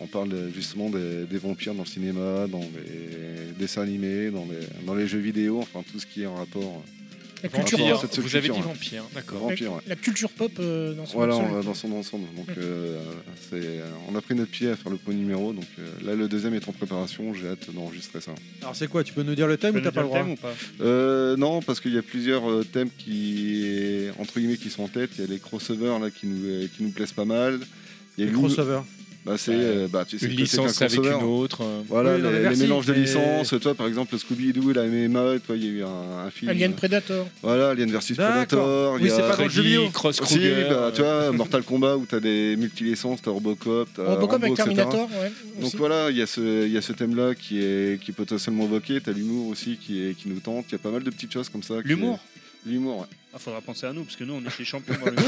on parle euh, justement des, des vampires dans le cinéma, dans les dessins animés, dans les, dans les jeux vidéo, enfin tout ce qui est en rapport
La culture
Vampire,
Vampire,
pop.
cette
vous avez dit
culture, hein.
vampire,
euh,
d'accord.
vampire. ouais.
La culture pop euh, dans son
Voilà,
absolu.
on- dans son ensemble. Donc, euh, c'est, euh, on a pris notre pied à faire le premier numéro, donc euh, là le deuxième est en préparation, j'ai hâte d'enregistrer ça.
Alors c'est quoi Tu peux nous dire le
Tu
thème
peux
ou t'as
nous
pas
dire
le
le
droit
thème ou pas
Euh, non, parce qu'il y a plusieurs euh, thèmes qui, entre guillemets, qui sont en tête. Il y a les crossovers là, qui, nous, euh, qui nous plaisent pas mal. Il y a
Les
l'ou-
crossovers.
Bah, c'est,
Ouais.
euh, bah, tu sais
Une
que c'est qu'un
licence avec une
crossover.
autre. euh,
Voilà,
Oui, non, mais
les, les
merci,
mélanges de
mais-
licences. Toi, par exemple, Scooby-Doo, la MMA, toi, il y a eu un, un film.
Alien Predator.
Voilà, Alien versus
D'accord.
Predator.
Oui,
il y a-
c'est pas dans le jeu vidéo.
Freddy, Cross
Si,
Kruger.
bah, tu vois, Mortal Kombat, où t'as des multi-licences, t'as Robocop, t'as
Robocop
Euh, Rambo,
avec
etc.
Terminator, ouais.
Donc
aussi.
voilà, il y a ce, il y a ce thème-là qui est, qui est potentiellement évoqué. T'as l'humour aussi qui, est, qui nous tente. Il y a pas mal de petites choses comme ça. qui-
L'humour
L'humour, ouais.
Ah, faudra penser à nous, parce que nous, on est les champions dans le monde.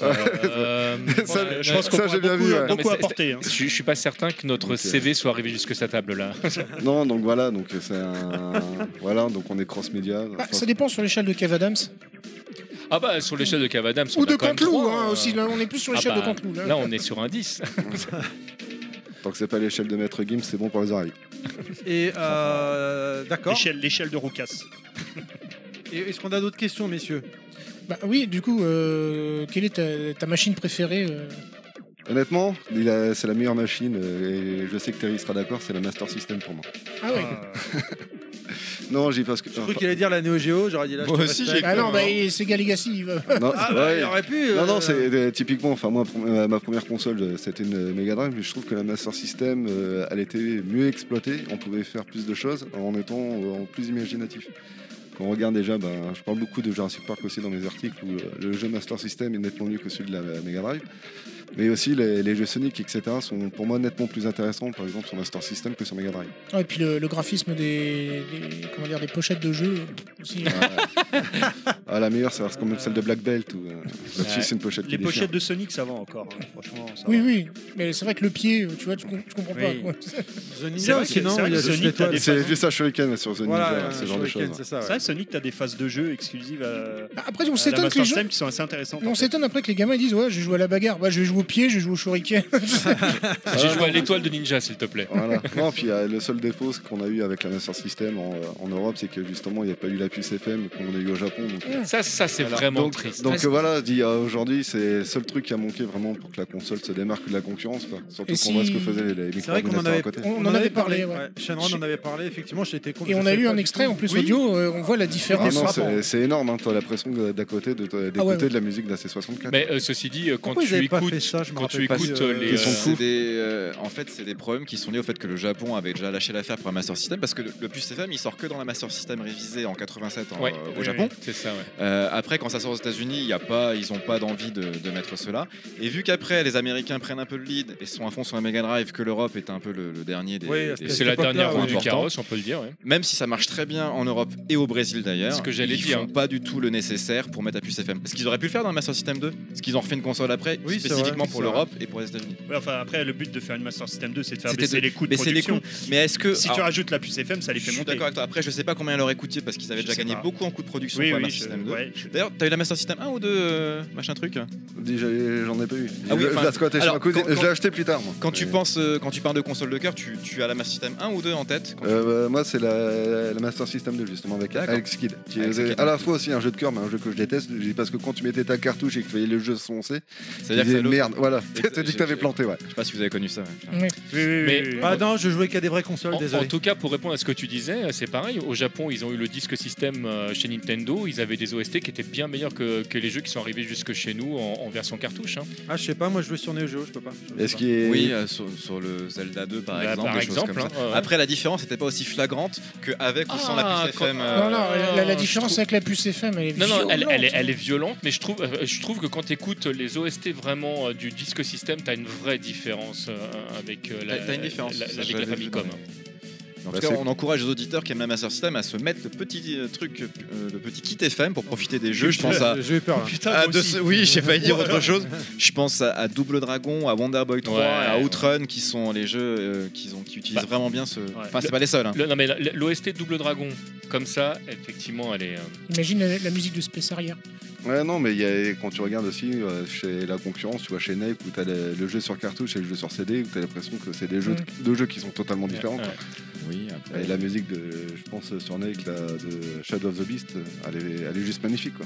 euh,
Ça,
euh,
je pense
non,
qu'on
ça,
pourrait
j'ai bien
beaucoup,
vu,
euh,
ouais.
Non, mais
beaucoup
c'est-
apporter. hein.
Je, je suis pas certain que notre
Donc, euh,
CV soit arrivé jusqu'à cette table là.
Non, donc voilà, donc c'est un. voilà, donc on est cross-média.
Bah, ça dépend sur l'échelle de Kev Adams.
Ah bah sur l'échelle de Cavadam,
Ou de Cantelou,
euh,
hein, aussi. Là, on est plus sur
ah
l'échelle
bah,
de Cantelou. Là.
euh, Là on est sur un 10.
Tant que c'est pas l'échelle de Maître Gims, c'est bon pour les oreilles.
Et euh, d'accord.
L'échelle, l'échelle de Roucas.
Et Est-ce qu'on a d'autres questions, messieurs
Bah oui, du coup, euh, quelle est ta, ta machine préférée euh
Honnêtement, il a- c'est la meilleure machine, euh, et je sais que Terry sera d'accord, c'est la Master System pour moi.
Ah ouais.
Euh,
Non, j'y parce que.
Je crois qu'il allait dire la Neo Geo. J'aurais dit là. je
Moi
te
aussi,
respecte.
Ah non, bah et Sega Legacy. il va-
Non,
Ah bah,
ouais.
il aurait pu.
Non, non,
euh,
c'est euh, typiquement, enfin moi, pro- euh, ma première console, euh, c'était une euh, Mega Drive, mais je trouve que la Master System, euh, elle était mieux exploitée, on pouvait faire plus de choses en étant euh, en plus imaginatif. Quand on regarde déjà, ben, je parle beaucoup de Jurassic Park aussi dans mes articles, où euh, le jeu Master System est nettement mieux que celui de la euh, Mega Drive. Mais aussi les, les jeux Sonic, etc. sont pour moi nettement plus intéressants, par exemple, sur Master System que sur Mega Drive.
Ah, et puis le, le graphisme des, des- comment dire, des pochettes de jeux euh, aussi.
Ah, la meilleure, ça reste comme celle de Black Belt, où euh, là-dessus,
Ouais.
c'est une pochette qui
Les
déchire.
pochettes de Sonic, ça va encore. hein. Franchement, ça
Oui,
va.
oui, mais c'est vrai que le pied, tu vois, tu, com- tu comprends pas.
Oui.
quoi.
The
C'est
Ninja
vrai
aussi,
que-
non
c'est vrai
Il y a
que
juste
Sonic,
l'étoile.
t'as des-
C'est juste un shuriken sur The Ninja,
Voilà,
ce genre de choses.
Shuriken,
ouais.
c'est ça. ouais.
C'est vrai que Sonic, t'as des phases de jeu exclusives à,
Ah, Après, on
à la
s'étonne que
Master
les gens.
System qui sont assez intéressantes. en
On
fait.
s'étonne après que les gamins ils disent ouais je vais jouer à la bagarre, bah, je vais jouer au pied, je vais jouer au shuriken.
Ah,
J'ai joué à l'étoile de ninja s'il te plaît.
Voilà. Non, puis euh, le seul défaut ce qu'on a eu avec la Master System en, euh, en Europe, c'est que justement, il n'y a pas eu la puce FM qu'on a eu au Japon. Donc, euh,
Ça ça c'est
voilà.
vraiment
donc,
triste.
Donc euh, voilà, dit, euh, aujourd'hui, c'est le seul truc qui a manqué vraiment pour que la console se démarque de la concurrence. quoi. Surtout
Et
qu'on
si-
voit ce que faisaient les, les
C'est vrai qu'on en
micro-ordinateurs
avait-
à côté.
on, en avait parlé. ouais.
ouais. Shenron en avait parlé, effectivement, j'étais con-
Et
je
on a
savais
eu
pas
un
du
extrait
tout.
en plus
Oui.
audio, euh, on voit la
Ah
différence.
non,
Frappant.
c'est c'est énorme, hein, t'as l'impression que d'à côté de- d'écouter
ouais.
de la musique d'un C64.
Mais euh, ceci dit euh, quand
Pourquoi ils
tu
avaient pas
écoutes
fait ça Je me
quand tu
rappelle pas
écoutes,
si, euh,
les,
Et
Ils sont
euh,
fous.
c'est des, euh, en fait, c'est des problèmes qui sont liés au fait que le Japon avait déjà lâché l'affaire pour la Master System parce que le, le puce FM il sort que dans la Master System révisée en 87 en-
Ouais,
euh, au
oui,
Japon.
oui, C'est ça ouais.
Euh, après, quand ça sort aux États-Unis, il y a pas, ils ont pas d'envie de, de mettre cela. Et vu qu'après les Américains prennent un peu le lead et sont à fond sur la Mega Drive, que l'Europe est un peu le, le dernier des.
Oui,
des-
c'est
des-
C'est la
pas plat,
dernière roue
ouais.
du
important.
carrosse on peut le dire ouais.
Même si ça marche très bien en Europe et au Brésil d'ailleurs,
C'est ce que j'allais
ils
dire.
font pas du tout le nécessaire pour mettre la puce FM. Ce qu'ils auraient pu le faire dans la Master System 2, ce qu'ils ont refait une console après,
Oui, c'est vrai.
spécifiquement uniquement pour l'Europe et pour les États-Unis.
Ouais, enfin, après, le but de faire une Master System 2, c'est de faire
C'était
baisser
de
les coûts de
baisser les
production.
coûts. Mais est-ce que.
Si tu
alors,
rajoutes la puce FM, ça les
je
fait
suis
monter.
d'accord avec toi. Après, je sais pas combien leur coûtait parce qu'ils avaient
Je
déjà
sais
gagné
pas.
beaucoup en coût de production
Oui,
pour la
oui,
Master
je-
System 2.
ouais, je-
D'ailleurs, t'as eu la Master System 1 ou 2, euh, machin truc
Déjà, J'en ai pas eu.
Ah oui,
Je-
enfin,
la squattais chez
alors,
ma cousine.
quand-
Je l'ai acheté plus tard, moi.
Quand tu
Mais-
penses, euh, quand tu parles de console de cœur, tu, tu as la Master System 1 ou 2 en tête quand tu-
Euh, bah, moi, c'est la, la Master System 2, justement, avec
D'accord.
Alex Kidd. Qui
Alex
est
Kidd.
à la fois aussi un jeu de cœur, mais un jeu que je déteste. je dis Parce que quand tu mettais ta cartouche et que tu voyais le jeu soncer, tu
C'est-à-dire que
disais
c'est l'autre.
merde, voilà. Tu
Exa-
te dis que t'avais
j'ai-
planté, ouais.
Je sais pas si vous avez connu ça. ouais.
Oui, oui, oui,
Mais-
oui, oui.
Ah non, je jouais qu'à des vraies consoles,
En, en
désolé.
tout cas, pour répondre à ce que tu disais, c'est pareil. Au Japon, ils ont eu le disque système euh, chez Nintendo. Ils avaient des OST qui étaient bien meilleurs que, que les jeux qui sont arrivés jusque chez nous en, en version cartouche. hein.
Ah, je sais pas, moi je jouais sur Neo Geo, je peux pas. Je
Est-ce
sais
qu'il est.
Oui, euh, sur, sur le Zelda 2 par
Bah,
exemple.
par
des choses
exemple,
comme
hein,
ça.
ouais, ouais.
Après, la différence n'était pas aussi flagrante qu'avec ou sans
Ah,
la puce
quand-
FM. euh,
Non, non, la, la
je
différence
trouve-
avec la puce FM, elle est
Non, non, elle,
violente.
elle est, elle est violente, mais je trouve, euh, je trouve que quand tu écoutes les OST vraiment euh, du disque système, tu as une vraie différence euh, avec, euh, la,
T'as- t'as une différence,
la-
ça,
la- avec
je
la
l'avais vu
Famicom. hein.
dans En
Bah,
tout cas,
c'est-
on encourage les auditeurs qui aiment la Master System à se mettre le petit euh, truc, euh, le petit kit FM pour profiter des jeux. Je pense à.
pas. J'ai eu peur. là.
Putain,
à
moi
deux-
aussi.
Ah, oui, j'ai failli dire autre chose. Je pense à, à Double Dragon, à Wonder Boy 3,
Ouais.
à Outrun, qui sont les jeux euh, qui, ont, qui utilisent
Bah.
vraiment bien ce. Enfin, c'est pas les seuls. hein.
Le- non, mais la- la- l'OST Double Dragon, comme ça, effectivement, elle est. euh,
Imagine la, la musique de Space Harrier.
Ouais, non, mais il y a- quand tu regardes aussi euh, chez la concurrence, tu vois, chez Nike, où t'as le, le jeu sur cartouche et le jeu sur CD, où t'as l'impression que c'est des jeux, de- deux jeux qui sont totalement différents.
ouais.
quoi.
Oui,
Et la musique de, je pense, euh, sur Nike, la, de Shadow of the Beast, euh, elle est, elle est juste magnifique, quoi.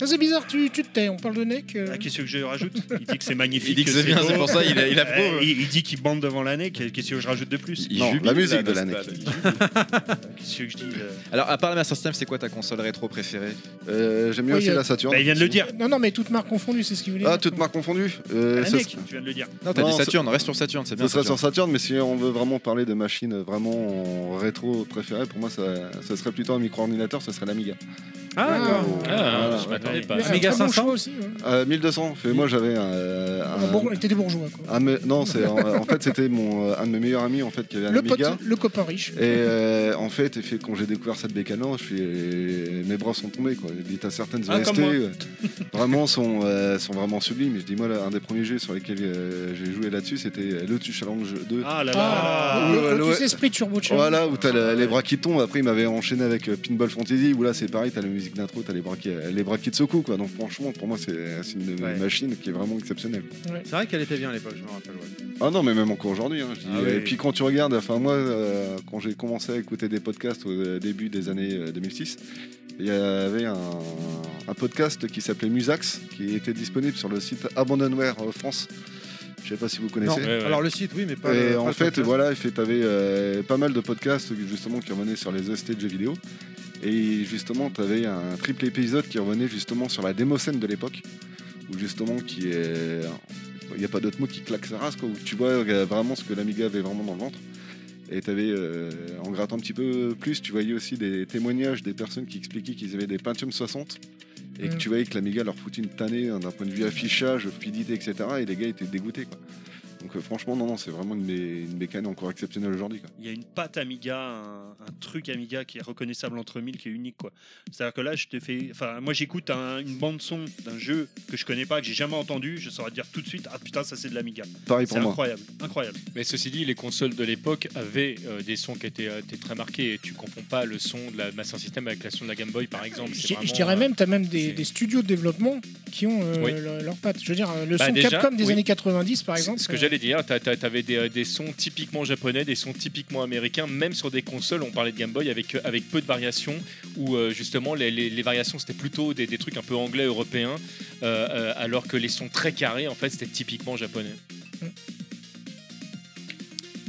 Ça, C'est bizarre, tu, tu te tais, on parle de NEC. euh,
Ah, Qu'est-ce que je rajoute Il dit que c'est magnifique.
Il dit que c'est bien,
beau.
c'est pour ça il, il
Euh,
approuve.
il, il dit qu'il bande devant l'année. Qu'est-ce que je rajoute de plus
Il
Non,
jubile,
la musique
là,
de
dans ce
l'année.
bal.
Qu'est-ce que je dis euh
Alors, à part la Master System, c'est quoi ta console rétro préférée
Euh, J'aime bien
Oui,
aussi
euh,
la Saturn.
Bah, Il vient de le dire.
Non, non, mais toutes marques confondues, c'est ce qu'il voulait
Ah,
dire.
toute marque confondue euh,
L'année,
ce-
tu viens de le dire.
Non, t'as
Non,
dit
c'est-
Saturn, reste sur Saturn, c'est bien.
Ce serait
Saturn.
sur Saturn, mais si on veut vraiment parler de machines vraiment en rétro préférées, pour moi, ça, ce serait plutôt un micro-ordinateur, ce serait l'Amiga.
Ah, d'accord.
Oh,
Ah,
voilà,
je
ouais.
m'attendais pas.
Il y a un
Amiga
très bon
500.
choix aussi. ouais.
Euh, 1200, fait,
Mm.
moi j'avais un. euh,
Ah,
un-
bon, il était des bourgeois, quoi.
un me- non, c'est en, en fait c'était mon euh, un de mes meilleurs amis en fait qui avait un
le,
Amiga.
pote, le copain riche.
Et euh, en fait, et fait, quand j'ai découvert cette bécane, je suis, mes bras sont tombés. Quoi. Il y a certaines
Ah,
OST
comme moi.
euh, vraiment sont, euh, sont vraiment sublimes. Et je dis, moi, là, un des premiers jeux sur lesquels euh, j'ai joué là-dessus, c'était Lotus Challenge 2.
Ah là
Ah,
là.
le,
ouais,
le
ouais.
tous esprit Turbo Challenge.
Voilà, où t'as le- les bras qui tombent. Après, il m'avait enchaîné avec euh, Pinball Fantasy, où là, c'est pareil, t'as la musique d'intro, t'as les bras qui, euh, les bras qui te secouent, quoi. Donc, franchement, pour moi, c'est c'est une
Ouais.
machine qui est vraiment exceptionnelle.
C'est vrai qu'elle était bien à l'époque, je me rappelle. ouais.
Ah non, mais même encore aujourd'hui. hein, je dis.
Ah oui.
Et puis, quand tu regardes, enfin, moi, euh, quand j'ai commencé à écouter des podcasts au euh, début des années euh, 2006, il y avait un, un podcast qui s'appelait Musax, qui était disponible sur le site Abandonware euh, France. Je sais pas si vous
Non,
connaissez.
ouais.
alors le site, oui, mais pas.
Et
le- pas
en
le
fait,
podcast.
voilà, tu avais pas mal de podcasts justement qui revenaient sur les OST de jeux vidéo. Et justement, tu avais un triple épisode qui revenait justement sur la démo scène de l'époque. Où justement, qui est. Il n'y a pas d'autre mot qui claque sa race, quoi. Où tu vois euh, vraiment ce que l'Amiga avait vraiment dans le ventre. Et tu avais, en grattant un petit peu plus, tu voyais aussi des témoignages des personnes qui expliquaient qu'ils avaient des Pentium 60. Et que
Mm.
tu voyais que l'Amiga leur foutait une tannée hein, d'un point de vue affichage, fluidité, etc. Et les gars étaient dégoûtés, quoi. Donc euh, franchement, non, non, c'est vraiment une, bé- une bécane encore exceptionnelle aujourd'hui. quoi.
Il y a une patte Amiga, un, un truc Amiga qui est reconnaissable entre mille, qui est unique quoi. C'est-à-dire que là, je te fais, enfin, moi j'écoute un- une bande son d'un jeu que je connais pas, que j'ai jamais entendu, je saurais dire tout de suite, ah putain, ça c'est de l'Amiga.
Pareil
C'est
pour moi.
incroyable, incroyable.
Mais ceci dit, les consoles de l'époque avaient euh, des sons qui étaient, euh, étaient très marqués et tu confonds pas le son de la Master System avec la son de la Game Boy par exemple.
Je
C'est
di-
vraiment,
je dirais
euh,
même, tu as même des,
c'est-
des studios de développement qui ont euh,
Oui.
le- leur patte. Je veux dire, euh, le
Bah,
son
déjà,
Capcom des
oui.
années 90, par
C'est
exemple.
Ce que
euh,
j'allais dire, t'as- t'as- t'avais des, euh, des sons typiquement japonais, des sons typiquement américains, même sur des consoles, on parlait de Game Boy avec, euh, avec peu de variations, où euh, justement les, les- les variations c'était plutôt des, des trucs un peu anglais, européens, euh, euh, alors que les sons très carrés en fait c'était typiquement japonais.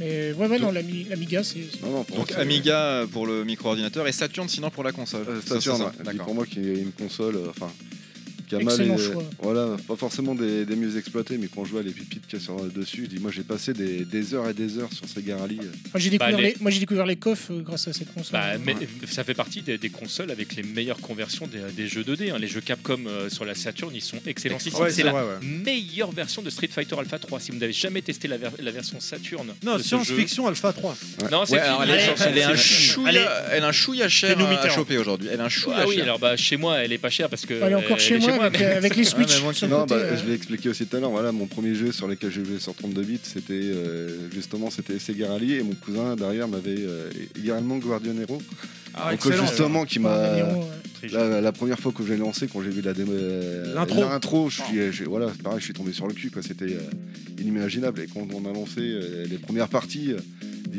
euh, Mais ouais, ouais, non, l'Ami- l'Amiga, c'est.
Non, non, pour
Donc
moi,
Amiga euh, pour le micro-ordinateur et Saturn sinon pour la console.
c'est- euh,
Ça,
Saturn,
c'est ça,
ouais. Puis
d'accord.
pour moi, qui est une console, euh, enfin, qui a
Excellent
mal. euh,
choix.
Voilà, pas forcément des, des mieux exploitées, mais quand je vois les pipites qu'il y a sur- euh, dessus, je dis, moi j'ai passé des, des heures et des heures sur ces Garali. euh.
Moi, j'ai découvert,
les-
Bah, les... moi, j'ai découvert les coffres euh, grâce à cette console.
Bah, mais, ça fait partie des, des consoles avec les meilleures conversions des, des jeux 2D. hein. Les jeux Capcom euh, sur la Saturn ils sont excellents.
Ouais,
c'est
c'est
la
vrai, ouais.
meilleure version de Street Fighter Alpha 3. Si vous n'avez jamais testé la, ver- la version Saturn,
Non,
de ce jeu-
science-fiction Alpha 3.
Non, Ah, c'est fini.
Ouais, alors elle est,
Allez,
elle est
c'est
un
fini.
chouïa,
Allez.
elle a un chouïa cher euh,
Fais-nous
à
Mitterrand.
choper aujourd'hui. Elle a un chouïa
Ah oui,
cher.
alors bah, chez moi, elle est pas chère parce que.
Elle est encore
euh,
chez moi, avec, euh, avec les Switch.
mais moi,
sur le
Non,
côté,
bah,
euh,
je l'ai expliqué aussi tout à l'heure. Voilà, mon premier jeu sur lequel j'ai joué sur 32 bits, c'était euh, justement c'était Sega Rally et mon cousin derrière m'avait euh, également Guardianero.
Ah,
Donc,
excellent.
justement, qui
Guardian
m'a
Hero, ouais.
la, la première fois que j'ai lancé, quand j'ai vu la démo, euh,
L'intro.
l'intro, je suis, je- voilà, c'est pareil, je suis tombé sur le cul, quoi. C'était euh, inimaginable. Et quand on a lancé euh, les premières parties. euh,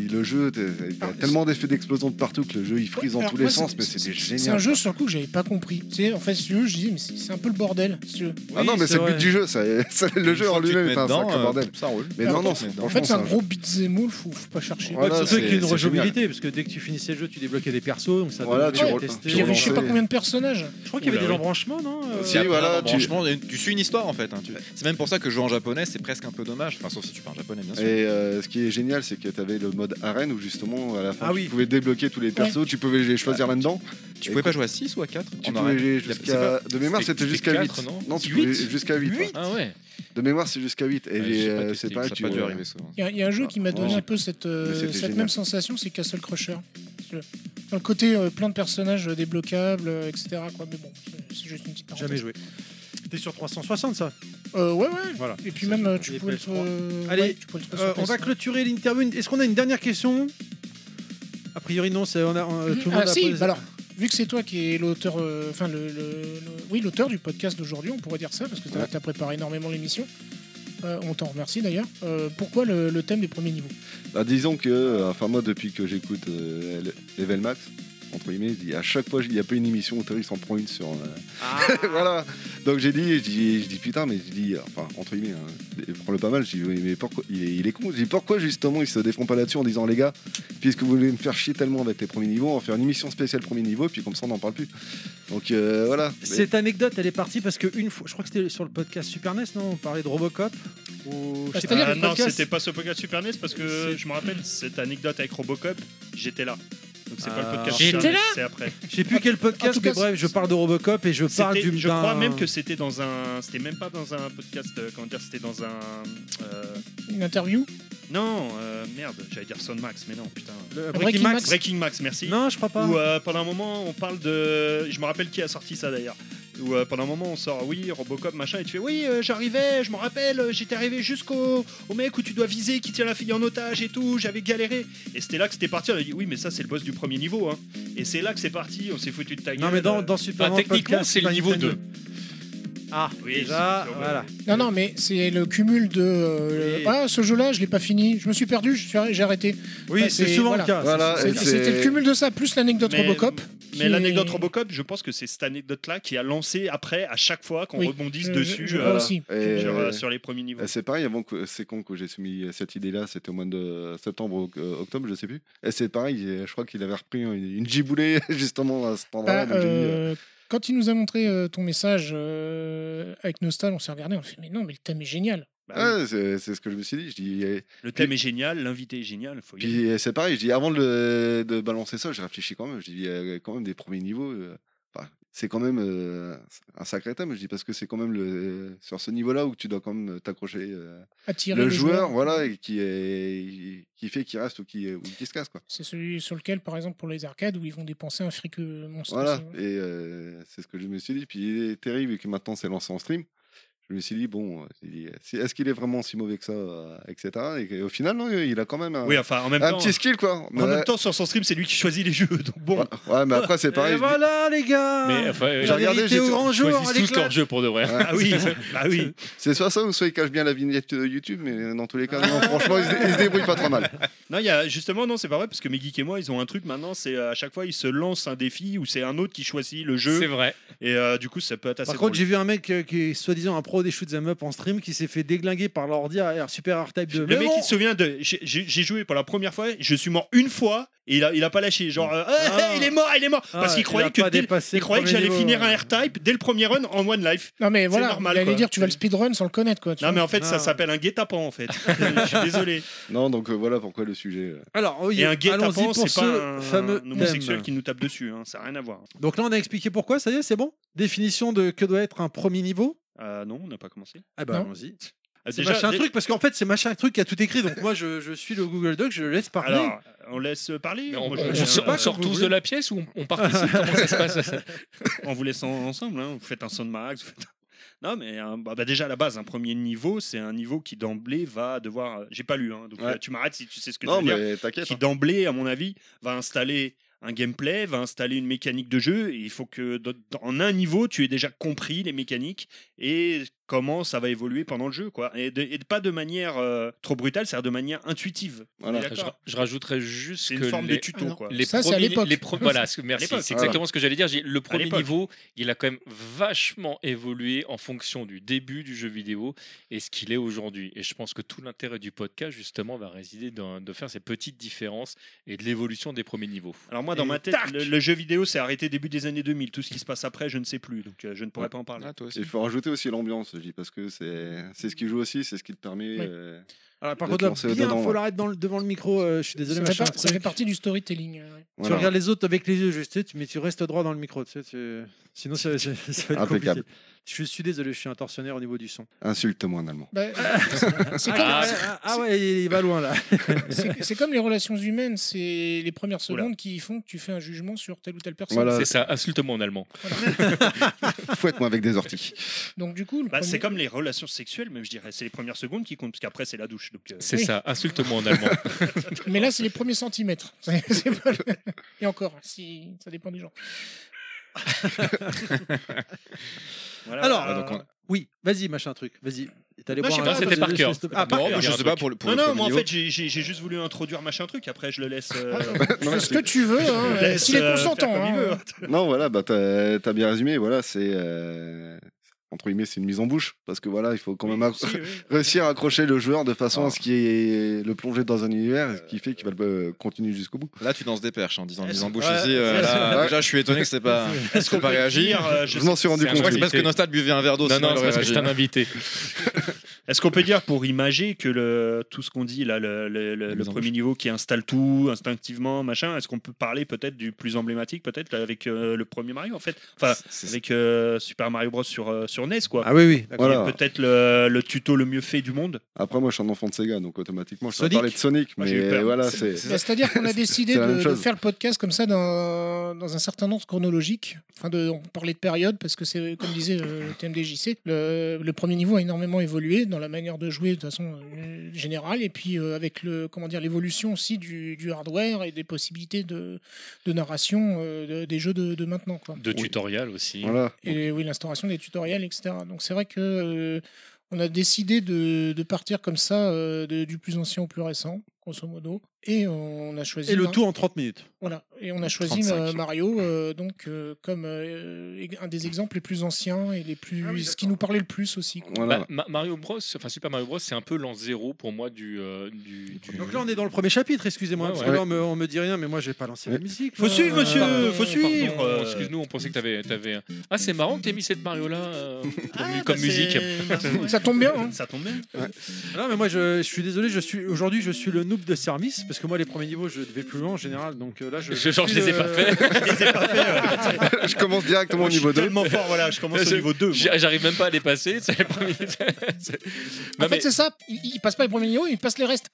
le jeu, t'es- t'as
Alors,
tellement d'effets d'explosion de partout que le jeu il frise dans
Alors,
tous les
moi,
sens,
c'est-
mais c'était génial.
C'est un jeu sur le coup que j'avais pas compris. Tu sais, en fait, si tu veux, je dis, mais c'est c'est un peu le bordel. si tu veux.
ah non, mais c'est le but
vrai.
du jeu, ça, ça- le jeu en lui-même est un sacré bordel.
euh, Ça roule. Ah,
Mais
Alors,
non, non,
tu te
c'est-
mets dedans.
En fait, c'est un
franchement,
gros beat'em all, faut, faut pas chercher.
Ouais, Voilà,
Ouais, surtout
c'est-
qu'il y a une
c'est
rejouabilité, parce que dès que tu finissais le jeu, tu débloquais des persos, donc ça
Voilà,
donnait
tu
envie de
re-
tester.
Il y avait je sais pas
Oui.
combien de personnages.
Je crois qu'il y avait
Oula,
des
oui.
embranchements, non euh,
Si, voilà, tu-
Franchement, tu suis une histoire en fait. hein, tu- C'est même pour ça que jouer en japonais, c'est presque un peu dommage. Enfin, sauf si tu parles japonais, bien sûr.
Et euh, ce qui est génial, c'est que tu avais le mode arène où justement à la fin
Ah
tu
oui.
pouvais débloquer tous les persos, tu pouvais les choisir là-dedans.
Tu pouvais pas jouer à 6 ou à 4
Tu pouvais les jusqu'à. De
c'était-
mémoire, c'était
c'était
jusqu'à 8.
quatre, non
tu pouvais
Huit
jusqu'à 8. ouais.
Ah ouais.
De mémoire, c'est jusqu'à 8. Et
j'ai
euh,
pas testé,
c'est pareil,
ça a
tu
pas dû
euh,
arriver souvent.
Il y a- il y, a un jeu qui m'a donné
Ah, Ouais.
un peu cette, euh,
Mais c'était
cette
génial.
même sensation, c'est Castle Crusher. si tu veux. Dans le côté euh, plein de personnages euh, débloquables, euh, etc. Quoi. Mais bon, c'est- c'est juste une petite parenthèse.
Jamais joué. C'était sur 360, ça.
Euh, ouais, ouais.
Voilà.
Et puis même, euh, tu
Et
pouvais le
PS3.
trouver-
Allez,
ouais, tu pouvais le trouver sur
Euh, on va
PS3.
clôturer l'interview. Est-ce qu'on a une dernière question A priori, non. c'est- On a, on- tout le monde
ah
a
si,
posé-
bah alors, vu que c'est toi qui est l'auteur, euh, enfin le, le- le- oui l'auteur du podcast d'aujourd'hui, on pourrait dire ça parce que tu as,
Ouais.
préparé énormément l'émission. Euh, on t'en remercie d'ailleurs. Euh, pourquoi le, le thème des premiers niveaux
Bah, disons que, euh, enfin moi depuis que j'écoute euh, Le- Level Max, entre guillemets, je dis, à chaque fois il n'y a pas une émission où Terry s'en prend une sur. euh, voilà. Donc j'ai dit, je dis, je dis putain, mais je dis, euh, enfin entre guillemets, hein, prends-le pas mal. Je dis oui, mais pourquoi il est, il est con. Je dis pourquoi justement il se défend pas là-dessus en disant les gars, puisque vous voulez me faire chier tellement avec les premiers niveaux, on va faire une émission spéciale premier niveau, puis comme ça on n'en parle plus. Donc euh, voilà. Mais-
Cette anecdote, elle est partie parce que une fois, je crois que c'était sur le podcast Super NES, non On parlait de Robocop. Ou... je sais
Bah, C'est-à-dire
pas,
Ah
le
non,
podcast.
c'était pas ce podcast Super NES parce que
C'est-
je me rappelle cette anecdote avec Robocop, j'étais là. Donc c'est pas
Ah.
le podcast
J'étais
Super NES, c'est après.
Je sais plus quel
en
podcast,
tout
mais
cas,
bref, je parle de Robocop et je parle
C'était-
du.
je
d'un-
crois même que c'était dans un. C'était même pas dans un podcast. euh, comment dire C'était dans un. euh,
Une interview
non, euh, merde, j'allais dire Son Max, mais non, putain.
Le
Breaking
Breaking euh, Max.
Max.
Breaking Max, merci.
Non, je crois pas.
Où euh, pendant un moment on parle de. Je me rappelle qui a sorti ça d'ailleurs. Où euh, pendant un moment on sort, oui, Robocop, machin, et tu fais, oui, euh, j'arrivais, je me rappelle, euh, j'étais arrivé jusqu'au au mec où tu dois viser, qui tient la fille en otage et tout, j'avais galéré. Et c'était là que c'était parti, on a dit, oui, mais ça c'est le boss du premier niveau. Hein. Et c'est là que c'est parti, on s'est foutu de ta gueule.
Non, mais dans,
euh,
dans Super
Bah,
NES
techniquement,
podcast,
c'est
Super
le niveau
Nintendo.
2.
Ah,
Oui,
déjà,
c'est sûr,
voilà.
ouais.
Non, non, mais c'est le cumul de euh,
Oui.
ah ce jeu-là, je l'ai pas fini, je me suis perdu, je suis- j'ai arrêté.
Oui,
Enfin,
c'est
c'est-
souvent
voilà.
le cas.
Voilà,
c'est-
et
Et
Ah, c'est-
C'était le cumul de ça plus l'anecdote
Mais-
Robocop.
Mais
qui-
l'anecdote Robocop, je pense que c'est cette anecdote-là qui a lancé après, à chaque fois qu'on
Oui,
rebondisse
je-
dessus
je- je
euh,
vois aussi.
Et,
sur,
euh,
euh, sur les premiers niveaux.
Euh, C'est pareil, avant que c'est con que j'ai soumis euh, cette idée-là, c'était au mois de euh, septembre ou euh, octobre, je sais plus. Et c'est pareil, euh, je crois qu'il avait repris une, une giboulée justement à cet endroit-là.
Bah,
donc j'ai dit, euh,
euh, quand il nous a montré euh, ton message euh, avec Nostal, on s'est regardé, on s'est dit mais non, mais le thème est génial.
Bah oui,
ouais, ah, c'est c'est ce que je me suis dit. Je dis, et-
le thème est génial, l'invité est génial, faut y aller.
puis euh, c'est pareil, je dis, avant de, le- de balancer ça, j'ai réfléchi quand même. Je dis, euh, quand même, des premiers niveaux, euh, enfin, c'est quand même euh, un sacré thème. Je dis, parce que c'est quand même le, sur ce niveau-là où tu dois quand même t'accrocher euh,
Attirer
le
les joueurs.
joueur, voilà, et qui, est, qui fait qu'il reste ou qui, ou qui se casse, quoi.
C'est celui sur lequel, par exemple, pour les arcades, où ils vont dépenser un fric euh, monstre.
Voilà,
C'est-
et euh, c'est ce que je me suis dit. Puis terrible, vu que maintenant c'est lancé en stream. Je me suis dit, bon, euh, j'ai dit, si- est-ce qu'il est vraiment si mauvais que ça, euh, etc. Et que- au final, non, il a quand même un,
Oui, enfin, en même
un
temps. euh,
petit skill, quoi. Mais,
En même temps, hein. sur son stream, c'est lui qui choisit les jeux. Donc bon,
ouais, ouais, mais après, c'est
Et
pareil. je dis-
voilà, les gars
Mais enfin, euh,
J'ai
J'ai regardé,
regardé
j'ai
au
tout-
grand jour,
choisissent tous leur jeu pour de vrai.
Ouais,
ah oui, bah oui.
c'est soit ça ou soit il cache bien la vignette euh, YouTube, mais dans tous les cas, non, franchement, il se, il se débrouille pas trop mal.
Non, il y a justement non, c'est pas vrai parce que mes geeks et moi, ils ont un truc maintenant. C'est euh, à chaque fois, ils se lancent un défi ou c'est un autre qui choisit le
C'est
jeu.
vrai.
Et euh, du coup, ça peut être assez.
Par contre,
drôle.
j'ai vu un mec euh, qui est soi-disant un pro des shoot'em up en stream qui s'est fait déglinguer par l'ordi à Super R-Type 2.
le
Mais
mec,
bon,
il se souvient de. J'ai j'ai joué pour la première fois. Je suis mort une fois et il a, il a pas lâché. Genre, euh, Ah,
Ah.
il est mort, il est mort. parce
ah,
qu'il
il a
croyait que
pas
dès-
dépassé
il
le
croyait que
premier
j'allais
niveau,
finir
ouais.
un R-Type dès le premier run en one life.
Non, mais voilà,
normal,
il allait
quoi.
dire, tu vas le speedrun sans le connaître, quoi. tu
Non,
vois.
mais en fait,
Non.
ça s'appelle un guet-apens en fait. Je suis désolé.
Non, donc euh, voilà pourquoi le sujet. euh.
Alors, oui,
Et un
allons-y
guet-apens,
pour
c'est
ce
pas un,
fameux
un homosexuel
thème.
qui nous tape dessus. hein, Ça n'a rien à voir.
Donc là, on a expliqué pourquoi, ça y est, c'est bon Définition de que doit être un premier niveau
Euh, non, on n'a pas commencé.
Ah bah,
Non.
allons-y.
Ah,
C'est
déjà,
machin
dé-
truc, parce qu'en fait, c'est machin truc qui a tout écrit. Donc moi, je, je suis le Google Doc, je le laisse parler.
Alors, on laisse parler.
Mais on,
Moi,
on-
je-
on
je-
sort,
pas
on sort
comment
tous
vous
de la pièce ou on, on participe Comment ça se passe
en vous laissant ensemble. hein. Vous faites un soundmax. vous faites un- Non, mais euh, bah, bah, déjà à la base, un premier niveau, c'est un niveau qui d'emblée va devoir. J'ai pas lu, hein, donc
Ouais.
euh, tu m'arrêtes si tu sais ce que tu
Non,
veux dire.
mais t'inquiète. hein,
Qui d'emblée, à mon avis, va installer un gameplay, va installer une mécanique de jeu. Et il faut que dans- en un niveau, tu aies déjà compris les mécaniques et comment ça va évoluer pendant le jeu, quoi. Et, de- et de- pas de manière euh, trop brutale, c'est-à-dire de manière intuitive.
Voilà.
On est
je,
d'accord
je rajouterais juste
C'est une
que
forme
les,
de tuto,
Ah,
quoi.
les
Ça, c'est à
premiers-
l'époque.
les pro- voilà, ce que- merci.
l'époque.
C'est
Voilà.
exactement ce que j'allais dire. J'ai- Le premier
l'époque.
niveau, il a quand même vachement évolué en fonction du début du jeu vidéo et ce qu'il est aujourd'hui. Et je pense que tout l'intérêt du podcast, justement, va résider dans- de faire ces petites différences et de l'évolution des premiers niveaux.
Alors moi, dans
Et
ma tête, le, le jeu vidéo s'est arrêté début des années 2000. Tout ce qui se passe après, je ne sais plus, donc euh, je ne pourrais
Ouais.
pas en parler.
toi
Il faut rajouter aussi l'ambiance, je dis, parce que c'est c'est ce qui joue aussi, c'est ce qui te permet.
Oui.
euh,
Alors, par
de
contre, là,
te lancer
bien,
dedans,
faut
ouais.
l'arrêter dans le- devant le micro. euh, je suis désolé,
Ça fait,
machin.
par- ça fait partie du storytelling. euh, ouais.
Tu
voilà.
regardes les autres avec les yeux, juste, tu, sais, tu- mais tu restes droit dans le micro. Tu sais, tu- Sinon, ça, ça- ça va être
Impeccable.
compliqué. Je suis désolé, je suis un tortionnaire au niveau du son.
Insulte-moi en allemand.
Bah, c'est comme,
Ah, ah, ah ouais, il- il va loin là.
c'est- c'est comme les relations humaines, c'est les premières
Oula.
secondes qui font que tu fais un jugement sur telle ou telle personne.
Voilà,
C'est ça, insulte-moi en allemand.
fouette-moi avec des orties.
Donc du coup, le
Bah,
premier-
c'est comme les relations sexuelles, même je dirais. C'est les premières secondes qui comptent, parce qu'après c'est la douche. Donc, euh,
C'est
Oui.
ça, insulte-moi en allemand.
mais là c'est les premiers centimètres. C'est- c'est pas le- Et encore, si ça dépend des gens.
voilà. Euh,
Alors,
Ah, donc on-
oui, vas-y, machin truc, vas-y. euh, T'es allé
Non, je sais
un
pas,
verre,
c'était
je-
par
je-
cœur.
je- Ah, par
Non,
cœur.
mais je sais pas pour le pour
non,
le
non,
premier
moi en
niveau.
fait j'ai- j'ai j'ai juste voulu introduire machin truc. Après je le laisse. euh,
Tu fais ce que tu veux, hein,
je le laisse,
s'il est
euh, faire
consentant.
comme il
hein.
veut.
Non, voilà, bah, t'as t'as bien résumé. Voilà, c'est. euh, entre guillemets, c'est une mise en bouche. Parce que voilà, il faut quand même accro-
Si, oui. Ah.
réussir à accrocher le joueur de façon à ce qu'il ait- le plonger dans un univers, ce qui fait qu'il va le euh, continuer jusqu'au bout.
Là, tu danses des perches hein, en disant
Est-ce-
mise en bouche
Ouais,
ici.
c'est-
euh, là,
ouais.
déjà, je suis étonné que c'est pas,
Est-ce
c'est
qu'on
pas
peut
réagi.
dire, euh, je
Je
sais-
m'en suis rendu
c'est un
Je crois
compte.
que c'est parce que Nostal buvait un verre d'eau.
non,
sinon
non,
il
c'est
aurait
parce que je
réagi.
t'ai invité.
Est-ce qu'on peut dire pour imager que le, tout ce qu'on dit là, le, le- le-
La
le
mise en
premier niveau qui installe tout instinctivement, machin, est-ce qu'on peut parler peut-être du plus emblématique, peut-être là, avec euh, le premier Mario en fait, enfin avec euh, Super Mario Bros sur euh, sur NES quoi.
Ah oui, oui. d'accord.
Voilà.
Et Peut-être le, le tuto le mieux fait du monde.
Après, moi, je suis un enfant de Sega, donc automatiquement, je
Sonic.
parler de Sonic,
Moi,
mais
j'ai eu peur.
voilà, c'est.
Bah, C'est-à-dire qu'on a décidé
C'est la
de,
même
de
chose.
faire le podcast comme ça dans, dans un certain ordre chronologique. Enfin, de, on parlait de période parce que c'est, comme disait euh, le TMDJC, le, le premier niveau a énormément évolué dans la manière de jouer de façon euh, générale et puis euh, avec le comment dire l'évolution aussi du, du hardware et des possibilités de, de narration euh, de- des jeux de, de maintenant. Quoi.
De tutoriel aussi.
Voilà.
Et oui, l'instauration des tutoriels, etc. Donc c'est vrai que euh, on a décidé de, de partir comme ça, euh, de- du plus ancien au plus récent, grosso modo. Et on a choisi.
Et le
Mar-
tout en 30 minutes.
Voilà. Et on a choisi
35.
euh, Mario, euh, donc euh, comme euh, un des exemples les plus anciens et les plus,
Ah oui,
ce qui nous parlait le plus aussi. quoi.
Voilà.
Bah, Ma- Mario Bros, enfin Super Mario Bros, c'est un peu l'an zéro pour moi du. euh, du, du-
Donc là, on est dans le premier chapitre, excusez-moi.
Ouais,
parce
ouais.
que là, on me, on me dit rien, mais moi, j'ai pas lancé la
Ouais.
musique.
Faut
là.
suivre, monsieur,
Pardon.
faut suivre.
Pardon,
euh,
Excuse-nous, on pensait que t'avais, t'avais. Ah, c'est marrant que t'aies mis cette Mario là
Ah,
comme
bah,
musique.
c'est-
Ça tombe bien, hein.
Ça tombe bien.
Non, mais moi, je, je suis désolé. Je suis aujourd'hui, je suis le noob de service parce que moi, les premiers niveaux, je devais plus loin en général. Donc euh, là, je.
Je- genre, je
suis
les ai
le-
pas faits.
je commence directement
Moi,
au
je suis
niveau 2.
tellement fort, voilà, je commence
Je-
au niveau 2. moi.
J'a- J'arrive même pas à les passer. C'est les premiers. C'est-
En
Non,
fait,
mais-
c'est ça. Il, il passe pas les premiers niveaux, il passe les restes.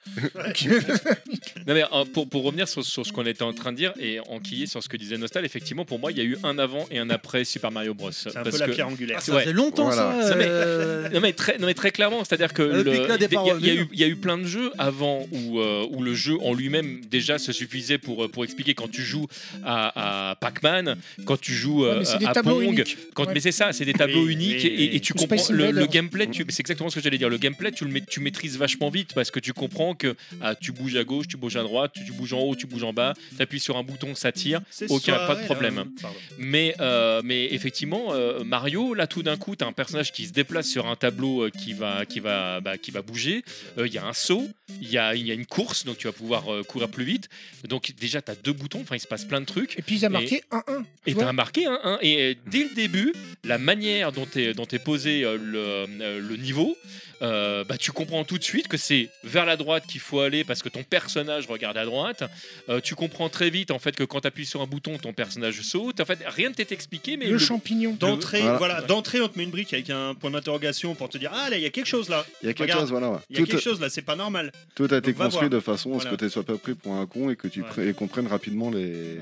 Non mais euh, pour, pour revenir sur, sur ce qu'on était en train de dire et enquiller sur ce que disait Nostal, effectivement pour moi il y a eu un avant et un après Super Mario Bros.
C'est un peu la pierre angulaire.
Ah, ça
Ouais.
faisait longtemps
Voilà.
ça.
Ça, mais-
euh,
Non mais très, non mais très clairement, c'est-à-dire que
Le
le-
pic, là, des
il y a- il y, a
paroles.
eu- il y a eu plein de jeux avant où, euh, où le jeu en lui-même déjà se suffisait pour, euh, pour expliquer quand tu joues à, à Pac-Man, quand tu joues
Ouais,
euh,
mais c'est des
à
tableaux
Pong,
uniques.
quand,
Ouais.
mais c'est ça, c'est des tableaux
Oui,
uniques
oui,
et, et
oui.
tu
Ou
comprends
Space
le,
Invaders.
le gameplay, tu- c'est exactement ce que j'allais dire, le gameplay tu, le, ma- tu maîtrises vachement vite parce que tu comprends que ah, tu bouges à gauche, tu bouges à droite, tu, tu bouges en haut, tu bouges en bas, tu appuies sur un bouton, ça tire,
C'est
aucun,
soirée,
pas de
là.
problème.
Pardon.
mais, euh, mais effectivement, euh, Mario, là tout d'un coup, t'as un personnage qui se déplace sur un tableau euh, qui va, qui va, bah, qui va bouger. Euh, Il y a un saut, il y a, il y a une course, donc tu vas pouvoir euh, courir plus vite. Donc déjà, tu as deux boutons, enfin, il se passe plein de trucs.
Et puis il a marqué 1-1. tu
Et
vois.
t'as marqué un 1. Et euh, dès le début, la manière dont est dont est posé euh, le, euh, le niveau, euh, bah, tu comprends tout de suite que c'est vers la droite qu'il faut aller parce que ton personnage regarde à droite. Euh, tu comprends très vite en fait que quand tu appuies sur un bouton, ton personnage saute. En fait, rien ne t'est expliqué, mais
le,
le-
champignon.
D'entrée,
Voilà.
voilà. d'entrée, on te met une brique avec un point d'interrogation pour te dire Ah là, il y a quelque chose là.
Il y a quelque
Regarde,
chose, voilà. ouais.
Il y a
Tout,
quelque chose là, c'est pas normal.
tout a été
va
construit
voir.
de façon à ce que
Voilà.
tu ne sois pas pris pour un con et que tu
Ouais.
pr- et comprennes rapidement les,
Ouais.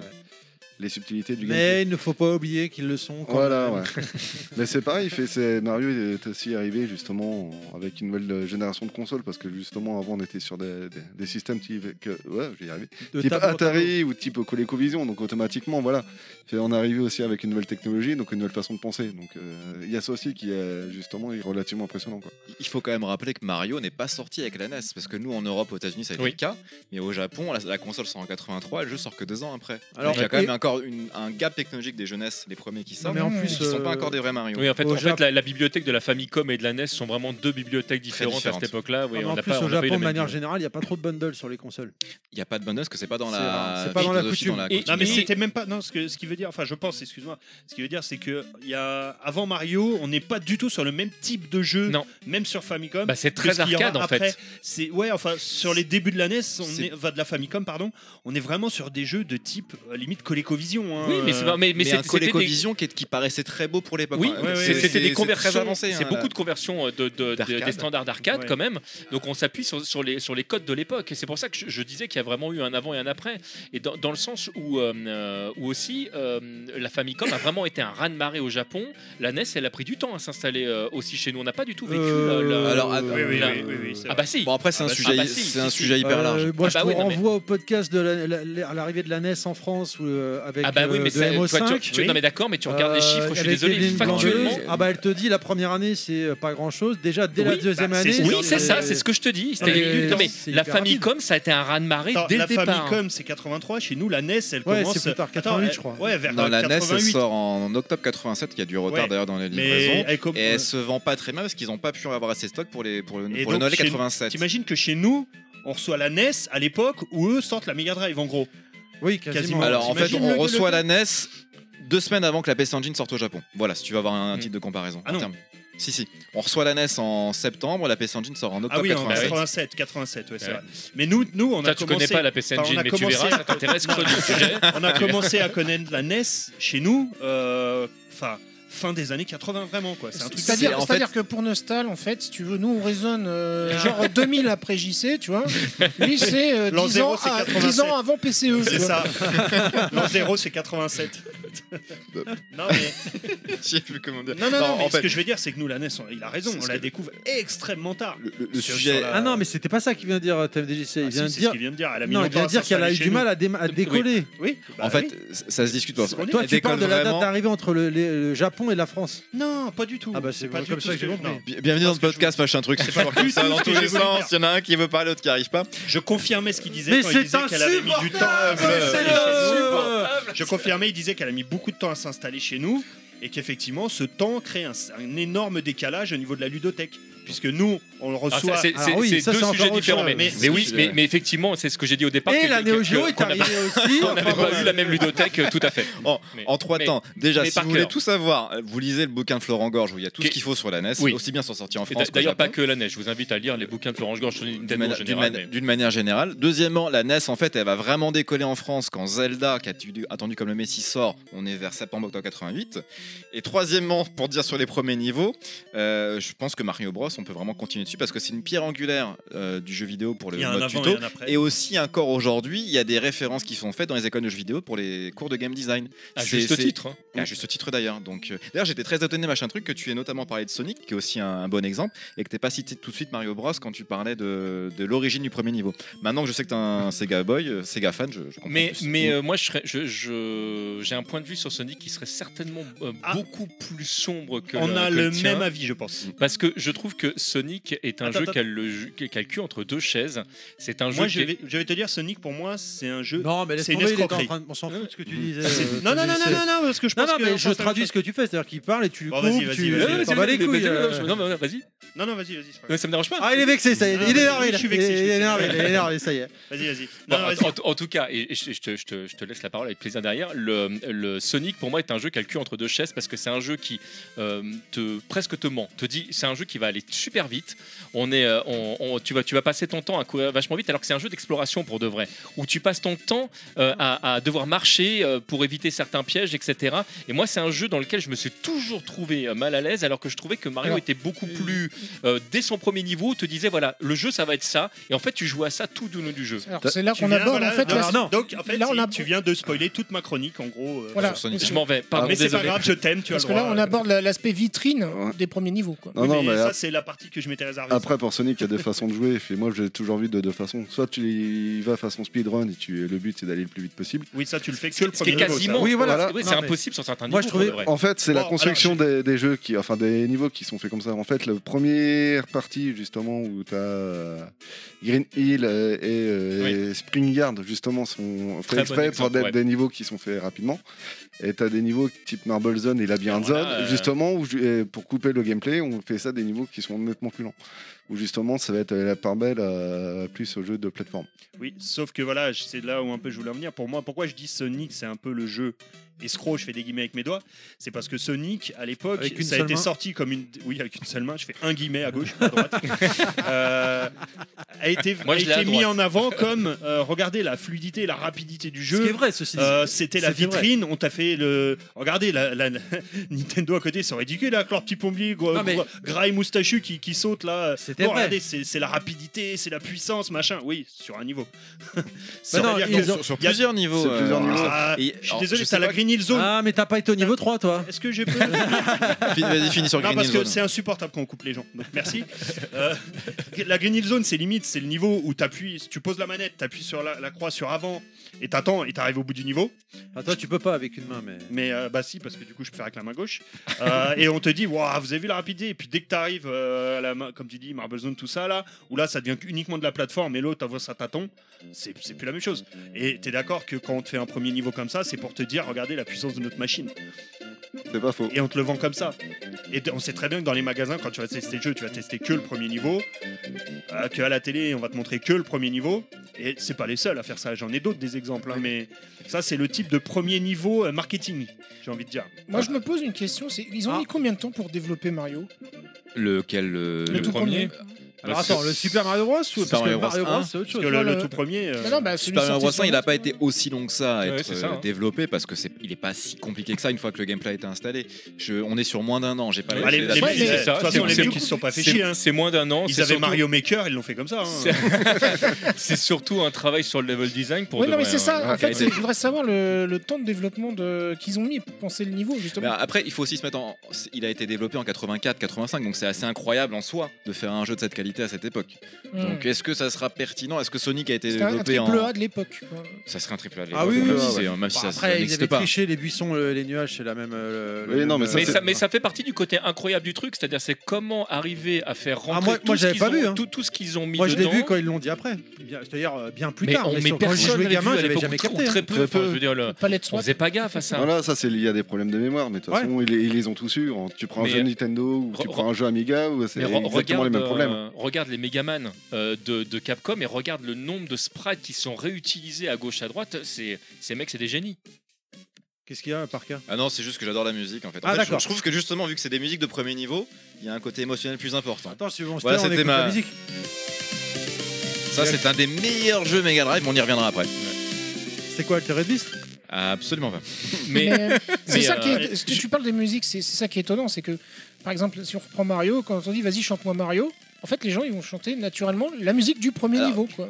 les subtilités du gameplay.
Mais il ne faut pas oublier qu'ils le sont. Quand
Voilà,
même.
ouais. Mais c'est pareil, il fait, c'est- Mario est aussi arrivé justement avec une nouvelle euh, génération de consoles parce que justement avant on était sur des, des- des systèmes type, que, ouais, j'y arrivais,
De
type
tableau en tableau.
Atari ou type ColecoVision, donc automatiquement voilà. C'est- On est arrivé aussi avec une nouvelle technologie, donc une nouvelle façon de penser. Donc euh, il y a ça aussi qui est justement est relativement impressionnant. Quoi.
Il faut quand même rappeler que Mario n'est pas sorti avec la NES, parce que nous en Europe, aux États-Unis, ça a été
Oui.
le cas, mais au Japon, la, la console sort en 83, le jeu sort que deux ans après.
Alors,
Alors il y a quand même
et-
encore une- un gap technologique des jeunesses, les premiers qui
Non,
sortent,
mais en
et
plus,
qui sont pas
euh,
encore des vrais Mario.
Oui, en fait,
Au
en fait,
Japon-
la, la bibliothèque de la Famicom et de la NES sont vraiment deux bibliothèques différentes,
différentes.
à cette époque-là.
Non,
Oui,
mais
on
Ah, en
n'a
plus,
pas- on
au
n'a pas eu
Japon,
la
de
même
manière
idée.
génale, il n'y a pas trop de bundles sur les consoles.
Il n'y a pas de bonus parce que c'est pas dans
C'est rare,
la
c'est pas dans la
philosophie,
coutume.
Et-
Non, mais
Et-
c'était même pas. Non, ce que ce qui veut dire. Enfin, je pense. Excuse-moi. Ce qui veut dire, c'est que il y a avant Mario, on n'est pas du tout sur le même type de jeu.
Non.
Même sur Famicom.
Bah, c'est
que
très
ce qu'il y aura
arcade en
après.
fait.
C'est ouais. Enfin, sur les débuts de la NES, on
C'est-
est- va de la Famicom, pardon. On est vraiment sur des jeux de type euh, limite ColecoVision. hein,
Oui, mais c'est
euh,
pas- mais, mais
mais,
c'est-
un
c'était des-
ColecoVision qui, est- qui paraissait très beau pour l'époque.
Oui,
Enfin,
ouais, ouais,
c'est-
c'est-
c'est-
c'était des
c'est très
conversions.
avancé,
C'est
hein,
beaucoup
là.
de conversions euh, de, de- de-
D'arcade.
des standards d'arcade
Ouais.
quand même. Donc on s'appuie sur, sur les, sur les codes de l'époque. Et c'est pour ça que je, je disais qu'il y a vraiment eu un avant et un après. Et dans, dans le sens où, euh, euh, où aussi euh, la Famicom a vraiment été un raz-de-marée au Japon. La NES, elle a pris du temps à s'installer euh, aussi chez nous. On n'a pas du tout vécu
Euh,
la- la-
Alors, ah,
Oui, oui,
la-
oui, oui, oui, c'est
Ah
vrai.
bah si
Bon après c'est
Ah
un
bah,
sujet,
ah bah, si, si,
c'est un
si.
sujet hyper large.
Euh, moi,
Ah bah
je
oui,
vous
non, mais-
renvoie au podcast de la- la- la- à l'arrivée de la NES en France ou, euh, avec
Ah bah oui,
euh,
mais
de
ça- toi, tu-
MO5.
tu, non mais d'accord, mais tu regardes les
Euh,
chiffres, je suis
avec
désolé,
Evelyne
factuellement. euh,
Blancheux, Ah bah elle te dit la première année c'est euh, pas grand chose. Déjà dès la
Oui,
deuxième
bah, c'est-
année.
Oui,
Non,
c'est
mais-
ça, c'est ce que je te dis. C'était-
Non, mais-
non, mais
c'est
la
hyper rapide.
Famicom, ça a été un raz-de-marée
Attends,
dès
la
le départ. hein.
Famicom, c'est 83. Chez nous, la NES, elle
Ouais,
commence. euh,
c'est plus tard,
Attends,
88,
elle-
je crois.
Ouais, vers
Dans la NES, elle
88.
sort en octobre 87, il y a du retard
Ouais.
d'ailleurs dans les livraisons.
Mais elle com-
Et elle se vend pas très mal parce qu'ils n'ont pas pu avoir assez de stock pour, les, pour, le,
Et
pour le
donc,
Noël
chez-
87.
T'imagines que chez nous, on reçoit la NES à l'époque où eux sortent la Mega Drive en gros.
Oui, quasiment.
Quasiment.
Alors en fait,
T'imagines
on
le-
reçoit
le-
la NES deux semaines avant que la PS Engine sorte au Japon. Voilà, si tu veux avoir un, un
Hmm.
titre de comparaison.
Ah
en
non.
termes. Si, si. On reçoit la NES en septembre, la PS Engine sort en octobre
Ah oui, en 87,
87.
87, ouais, c'est
Ouais.
vrai. Mais nous, nous, on
Toi,
a
tu
commencé.
connais pas la PC
enfin, on
Engine,
a
mais tu
commencé-
verras, ça t'intéresse, creuse le sujet.
on a commencé à connaître la NES chez nous, euh, enfin fin des années 80 vraiment quoi. C'est un truc.
C'est-
C'est-à-dire
en
c'est-à-dire que pour Nostal, en fait, si tu veux, nous on raisonne euh, genre 2000 après JC, tu vois. Lui c'est euh,
L'an
10,
zéro,
ans
c'est
à-
87.
10 ans avant PCE. tu
C'est
vois.
ça. L'an zéro, c'est 87. non mais
Je sais plus comment dire.
non non,
Non,
non, mais
en
ce
fait-
que je veux dire, c'est que nous la NES, on- il a raison,
C'est
on
ce
la
que-
découvre extrêmement tard.
Le, le- le
Sur-
sujet.
sur la-
Ah non, mais c'était pas ça qu'il vient de dire euh, TMDJC. Il
Ah, si,
vient de
c'est
dire.
ce qu'il vient de dire. Elle a mis
Non, il
longtemps
vient
à
de dire qu'elle a eu
s'installer
du
chez
mal à, dé- à
Oui.
décoller.
nous. Oui. bah
en fait,
oui.
ça se discute. parce
C'est ce qu'on
que
dit.
Toi,
elle
tu parles de
décolle
la date
vraiment-
d'arrivée entre le, les- le Japon et la France.
Non, pas du tout.
Ah bah, c'est
pas du
comme
tout
ça que
ce
j'ai
je-
compris.
non.
Bi- Bienvenue dans
Parce
le
que
podcast, machin truc. C'est toujours comme
du
ça
tout
dans
ce que
tous
je
les
voulais
sens. Il y en a un qui veut parler, l'autre qui arrive pas.
Je confirmais ce qu'il disait
Mais
quand
c'est
il disait qu'elle avait mis du temps. euh, à
insupportable,
s'installer
c'est
chez
insupportable.
nous. Je confirmais, il disait qu'elle a mis beaucoup de temps à s'installer chez nous et qu'effectivement ce temps crée un, un énorme décalage au niveau de la ludothèque puisque nous on le
Ah,
reçoit.
ça, C'est
Alors
c'est-
oui,
c'est
ça, c'est
deux
encore
sujets
autre
différents,
chose.
mais,
Mais-
mais oui, mais, mais effectivement, c'est ce que j'ai dit au
euh,
départ.
Et
que-
la
que-
Neo
que-
Geo est
qu'on n'a pas-
arrivée aussi.
On n'avait
enfin,
pas
bon.
eu la même ludothèque, euh, tout à fait.
En-
Mais-
En trois
mais-
temps. Déjà,
mais
si
par
vous voulez
cœur.
tout savoir, vous lisez le bouquin de Florent Gorge où il y a tout
Qui-
ce qu'il faut sur la NES,
Oui.
aussi bien s'en sortir en
Et
France. qu'au
D'ailleurs, pas
Japon,
que la neige. Je vous invite à lire les bouquins de Florence Gorge sur
d'une
Nintendo en
mani- d'une
général.
mani-
mais-
d'une manière générale. Deuxièmement, la NES, en fait, elle va vraiment décoller en France quand Zelda, qui a tu- attendu comme le Messi, sort. On est vers septembre-octobre 88. Et troisièmement, pour dire sur les premiers niveaux, euh, je pense que Mario Bros, on peut vraiment continuer dessus parce que c'est une pierre angulaire euh, du jeu vidéo pour le
il y a un
mode
avant
tuto.
et un après.
Et aussi encore aujourd'hui, il y a des références qui sont faites dans les écoles de jeux vidéo pour les cours de game design.
À
C'est-
juste
c'est-
titre. hein.
et À juste titre d'ailleurs. Donc, euh, d'ailleurs, j'étais très étonné, machin truc, que tu aies notamment parlé de Sonic, qui est aussi un, un bon exemple, et que t'aies pas cité tout de suite Mario Bros quand tu parlais de, de l'origine du premier niveau. Maintenant que je sais que t'es un Sega boy, euh, Sega fan, je, je comprends.
Mais,
plus.
mais euh, moi, je serais- je- je- j'ai un point de vue sur Sonic qui serait certainement euh,
Ah.
beaucoup plus sombre que
on
le-
a
que
le
tien.
même avis, je pense.
Parce que je trouve que que Sonic est un
Attends,
jeu
attends.
qui a, le, ju- qui a le cul entre deux chaises. C'est un jeu.
Moi,
qui
je
est-
vais, je vais te dire, Sonic, pour moi, c'est un jeu.
Non, mais laisse
C'est une
tomber, il est en
escroquerie.
train de- On s'en fout de ce que tu disais.
C'est-
euh,
non, non, non,
Tony,
non,
c'est-
non, non, parce que je
Non,
pense
non,
que.
mais
on
je
pense à la
traduis
même
ce que tu fais, c'est-à-dire qu'il parle et tu le
Bon,
coupes,
vas-y, vas-y,
tu
vas-y,
Non, mais
vas-y.
t'en bats les
Mais- mais-
couilles. euh.
Non, mais Ah, vas-y.
chose. Non, non, vas-y, vas-y. c'est pas
Non,
grave.
Ça me dérange pas. hein.
Ah, il est vexé, ça y est,
Ah,
il est énervé.
je suis
là.
vexé, je
Il
suis
est
vexé.
énervé, il est énervé, ça y est.
Vas-y, vas-y.
Bon,
Non, non,
en,
vas-y.
en- en tout cas, et, et je, je te, je te- je te laisse la parole avec plaisir derrière. Le, le Sonic, pour moi, est un jeu calcul entre deux chaises parce que c'est un jeu qui euh, te presque te ment. Te dit, c'est un jeu qui va aller super vite. On est, euh, on- on- tu vas, tu vas passer ton temps à courir vachement vite, alors que c'est un jeu d'exploration pour de vrai, où tu passes ton temps euh, à, à devoir marcher euh, pour éviter certains pièges, etc. Et moi, c'est un jeu dans lequel je me suis toujours trouvé euh, mal à l'aise, alors que je trouvais que Mario
Alors,
était beaucoup
euh,
plus euh, dès son premier niveau, te disait voilà, le jeu, ça va être ça. Et en fait, tu joues à ça tout le long du jeu.
Alors, c'est là
Tu
qu'on
viens,
aborde
voilà,
en fait
non,
la
Alors, non.
Donc, en fait,
Là, on
si-
a-
tu viens de spoiler toute ma chronique, en gros. euh,
Voilà.
Sur Sonic.
Je m'en vais, pardon,
Mais c'est pas
désolé.
grave, je t'aime, tu as le
Parce que
droit. euh,
là, on aborde la- l'aspect vitrine hein,
Ouais.
des premiers niveaux. Quoi.
Non,
Oui,
non,
mais
mais
ça, c'est la partie que je m'étais réservée.
Après, pour Sonic, il y a deux façons de jouer. Et moi, j'ai toujours envie de deux façons. Soit tu y vas façon speedrun et tu, le but, c'est d'aller le plus vite possible.
Oui, ça, tu le fais que le
Ce qui est
premier hein. niveau, ça.
quasiment.
Oui, voilà.
c'est- oui, c'est
Non, mais-
impossible sur certains
Moi,
niveaux,
je trouvais-
pour de vrai.
En fait, c'est
Bon,
la construction des, des jeux, qui, enfin des niveaux qui sont faits comme ça. En fait, la première partie, justement, où tu as Green Hill euh, et, euh, et Spring Yard, justement, sont faits
bon
exprès
exemple,
pour être
ouais.
des niveaux qui sont faits rapidement. Et tu as des niveaux type Marble Zone et Labyrinth
Alors
Zone,
là, euh,
justement, où, ju- euh, pour couper le gameplay, on fait ça des niveaux qui sont nettement plus lents. Où justement, ça va être la part belle euh, plus au jeu de plateforme.
Oui, sauf que voilà, je- c'est là où un peu je voulais en venir. Pour moi, pourquoi je dis Sonic, c'est un peu le jeu escroc, je fais des guillemets avec mes doigts, c'est parce que Sonic, à l'époque,
Avec une
ça a
seule
été
main.
sorti comme une. Oui, avec une seule main, je fais un guillemet à gauche, pas à droite. Euh, a été,
Moi,
a
je l'ai
été
à
mis
droite.
en avant comme euh, regardez la fluidité et la rapidité du
Ce qui est
jeu.
vrai, ceci. dit.
Euh, c'était la
C'était vrai.
vitrine, on t'a fait le. Regardez, la, la- la- Nintendo à côté, c'est ridicule hein, avec leur petit pommier gros,
Non, mais-
gros- gras et moustachu qui, qui saute là.
C'était
Bon,
vrai.
regardez, c'est c'est la rapidité, c'est la puissance, machin. Oui, sur un niveau.
Bah non,
C'est-à-dire
ils
que-
ont-
Sur, sur
il euh, y a-
plusieurs niveaux. euh,
sur plusieurs
alors,
niveaux.
ça-
Ah,
Et-
je suis
alors,
désolé,
je
t'as
sais
la
pas-
Green Hill Zone.
Ah, mais t'as pas été au niveau 3, toi.
Est-ce que je peux.
Fin- Vas-y, finis sur
non,
Green
parce
Hill
que
Zone.
c'est insupportable qu'on coupe les gens. Donc merci. Euh, la Green Hill Zone, c'est limite, c'est le niveau où t'appuies- tu poses la manette, t'appuies sur la, la croix sur avant et t'attends et t'arrives au bout du niveau.
Ah, toi, tu peux pas avec une main, mais.
Mais euh, bah si, parce que du coup, je peux faire avec la main gauche. Euh, et on te dit, waouh, vous avez vu la rapidité. Et puis dès que t'arrives, euh, à la main- comme tu dis, Marble Zone, tout ça là, où là, ça devient uniquement de la plateforme et l'autre, voit ça tâton, c'est c'est plus la même chose. Et t'es d'accord que quand on te fait un premier niveau comme ça, c'est pour te dire, regardez la puissance de notre machine.
C'est pas faux.
Et on te le vend comme ça. Et t- on sait très bien que dans les magasins, quand tu vas tester le jeu, tu vas tester que le premier niveau. Euh, que à la télé, on va te montrer que le premier niveau. Et c'est pas les seuls à faire ça. J'en ai d'autres des exemples, hein, mais ça, c'est le type de premier niveau euh, marketing, j'ai envie de dire.
Moi, je me pose une question c'est ils ont
Ah.
mis combien de temps pour développer Mario
Lequel euh,
Le tout premier.
bah,
Alors, attends, le Super Mario Bros ou
Super
parce que
Mario Bros.
Mario Bros,
un.
c'est autre
Parce
chose.
que le,
vois,
le
le-
tout premier. euh,
Bah non, bah, celui
Super Mario
sorti
Bros
sur
1, il n'a
Wii.
pas été aussi long que ça à
Ouais,
être
c'est ça,
euh,
hein.
développé parce que c'est, il n'est pas si compliqué que ça une fois que le gameplay a été installé. Je, on est sur moins d'un an, j'ai pas
bah, les,
les
les-
Ouais,
les-
mais-
de toute façon,
c'est-
les mecs, ils se sont pas fait chier. hein.
C'est- C'est moins d'un an.
Ils
c'est
avaient
surtout-
Mario Maker, ils l'ont fait comme ça. hein.
C'est- C'est surtout un travail sur le level design pour.
Ouais,
de
non, mais
vrai,
c'est
hein.
ça. En
Ouais,
fait,
qualité.
je voudrais savoir le, le temps de développement de, qu'ils ont mis pour penser le niveau,
Mais
Bah,
justement.
après, il faut aussi se mettre en. Il a été développé en 84-85, donc c'est assez incroyable en soi de faire un jeu de cette qualité à cette époque.
Hmm.
euh,
Donc est-ce que ça sera pertinent Est-ce que Sonic a été
C'était un, un
développé
triple
en.
A de l'époque. quoi.
Ça serait un triple A.
Ah oui,
même
oui,
si,
oui,
c'est- même si
Bah,
ça- ça
après, ils avaient
n'existe pas.
triché les buissons, le- les nuages, c'est la même. euh, le-
Oui,
le
non,
même,
mais ça,
euh,
Mais
c'est-
ça, mais ça fait partie du côté incroyable du truc, c'est-à-dire c'est comment arriver à faire rentrer
Ah, moi-
tout,
moi,
ce
j'avais
qu'ils
pas
ont,
vu, hein.
tout, tout ce qu'ils ont mis
Moi, je l'ai
dedans.
vu quand ils l'ont dit après. Bien- C'est-à-dire euh, bien plus
mais
tard.
on-
mais
mais
sur- quand j'y
personne
jouais
n'avait vu
gamin,
à
j'avais
l'époque,
jamais
ou très- ou
capté.
Très
hein.
peu.
Très peu.
Enfin, je veux dire, le-
Palette
on
swap.
faisait pas gaffe à ça.
Voilà, ça c'est lié à des problèmes de mémoire, mais de toute
Ouais.
façon, ils, les- ils les ont tous eu. En- Tu prends un
Mais,
jeu Nintendo ou tu
re-
prends un jeu Amiga, ou c'est
Mais re-
exactement
regarde,
les mêmes problèmes.
euh, regarde les Megaman euh, de, de Capcom et regarde le nombre de sprites qui sont réutilisés à gauche à droite. C'est ces mecs, c'est des génies.
Qu'est-ce qu'il y a, Parker
Ah non, c'est juste que j'adore la musique en fait. En
Ah,
fait,
d'accord.
je, je trouve que justement, vu que c'est des musiques de premier niveau, il y a un côté émotionnel plus important.
Attends, si on se
Voilà,
tait, on
c'était
écoute
ma-
la musique.
Ça, c'est un des meilleurs jeux Mega Drive, mais on y reviendra après.
C'est quoi, Altered Beast
Absolument pas.
Mais
Mais c'est
mais,
ça qui est-
euh,
ce que tu parles des musiques, c'est c'est ça qui est étonnant, c'est que par exemple, si on reprend Mario, quand on dit vas-y chante-moi Mario, en fait les gens ils vont chanter naturellement la musique du premier
Alors,
niveau quoi.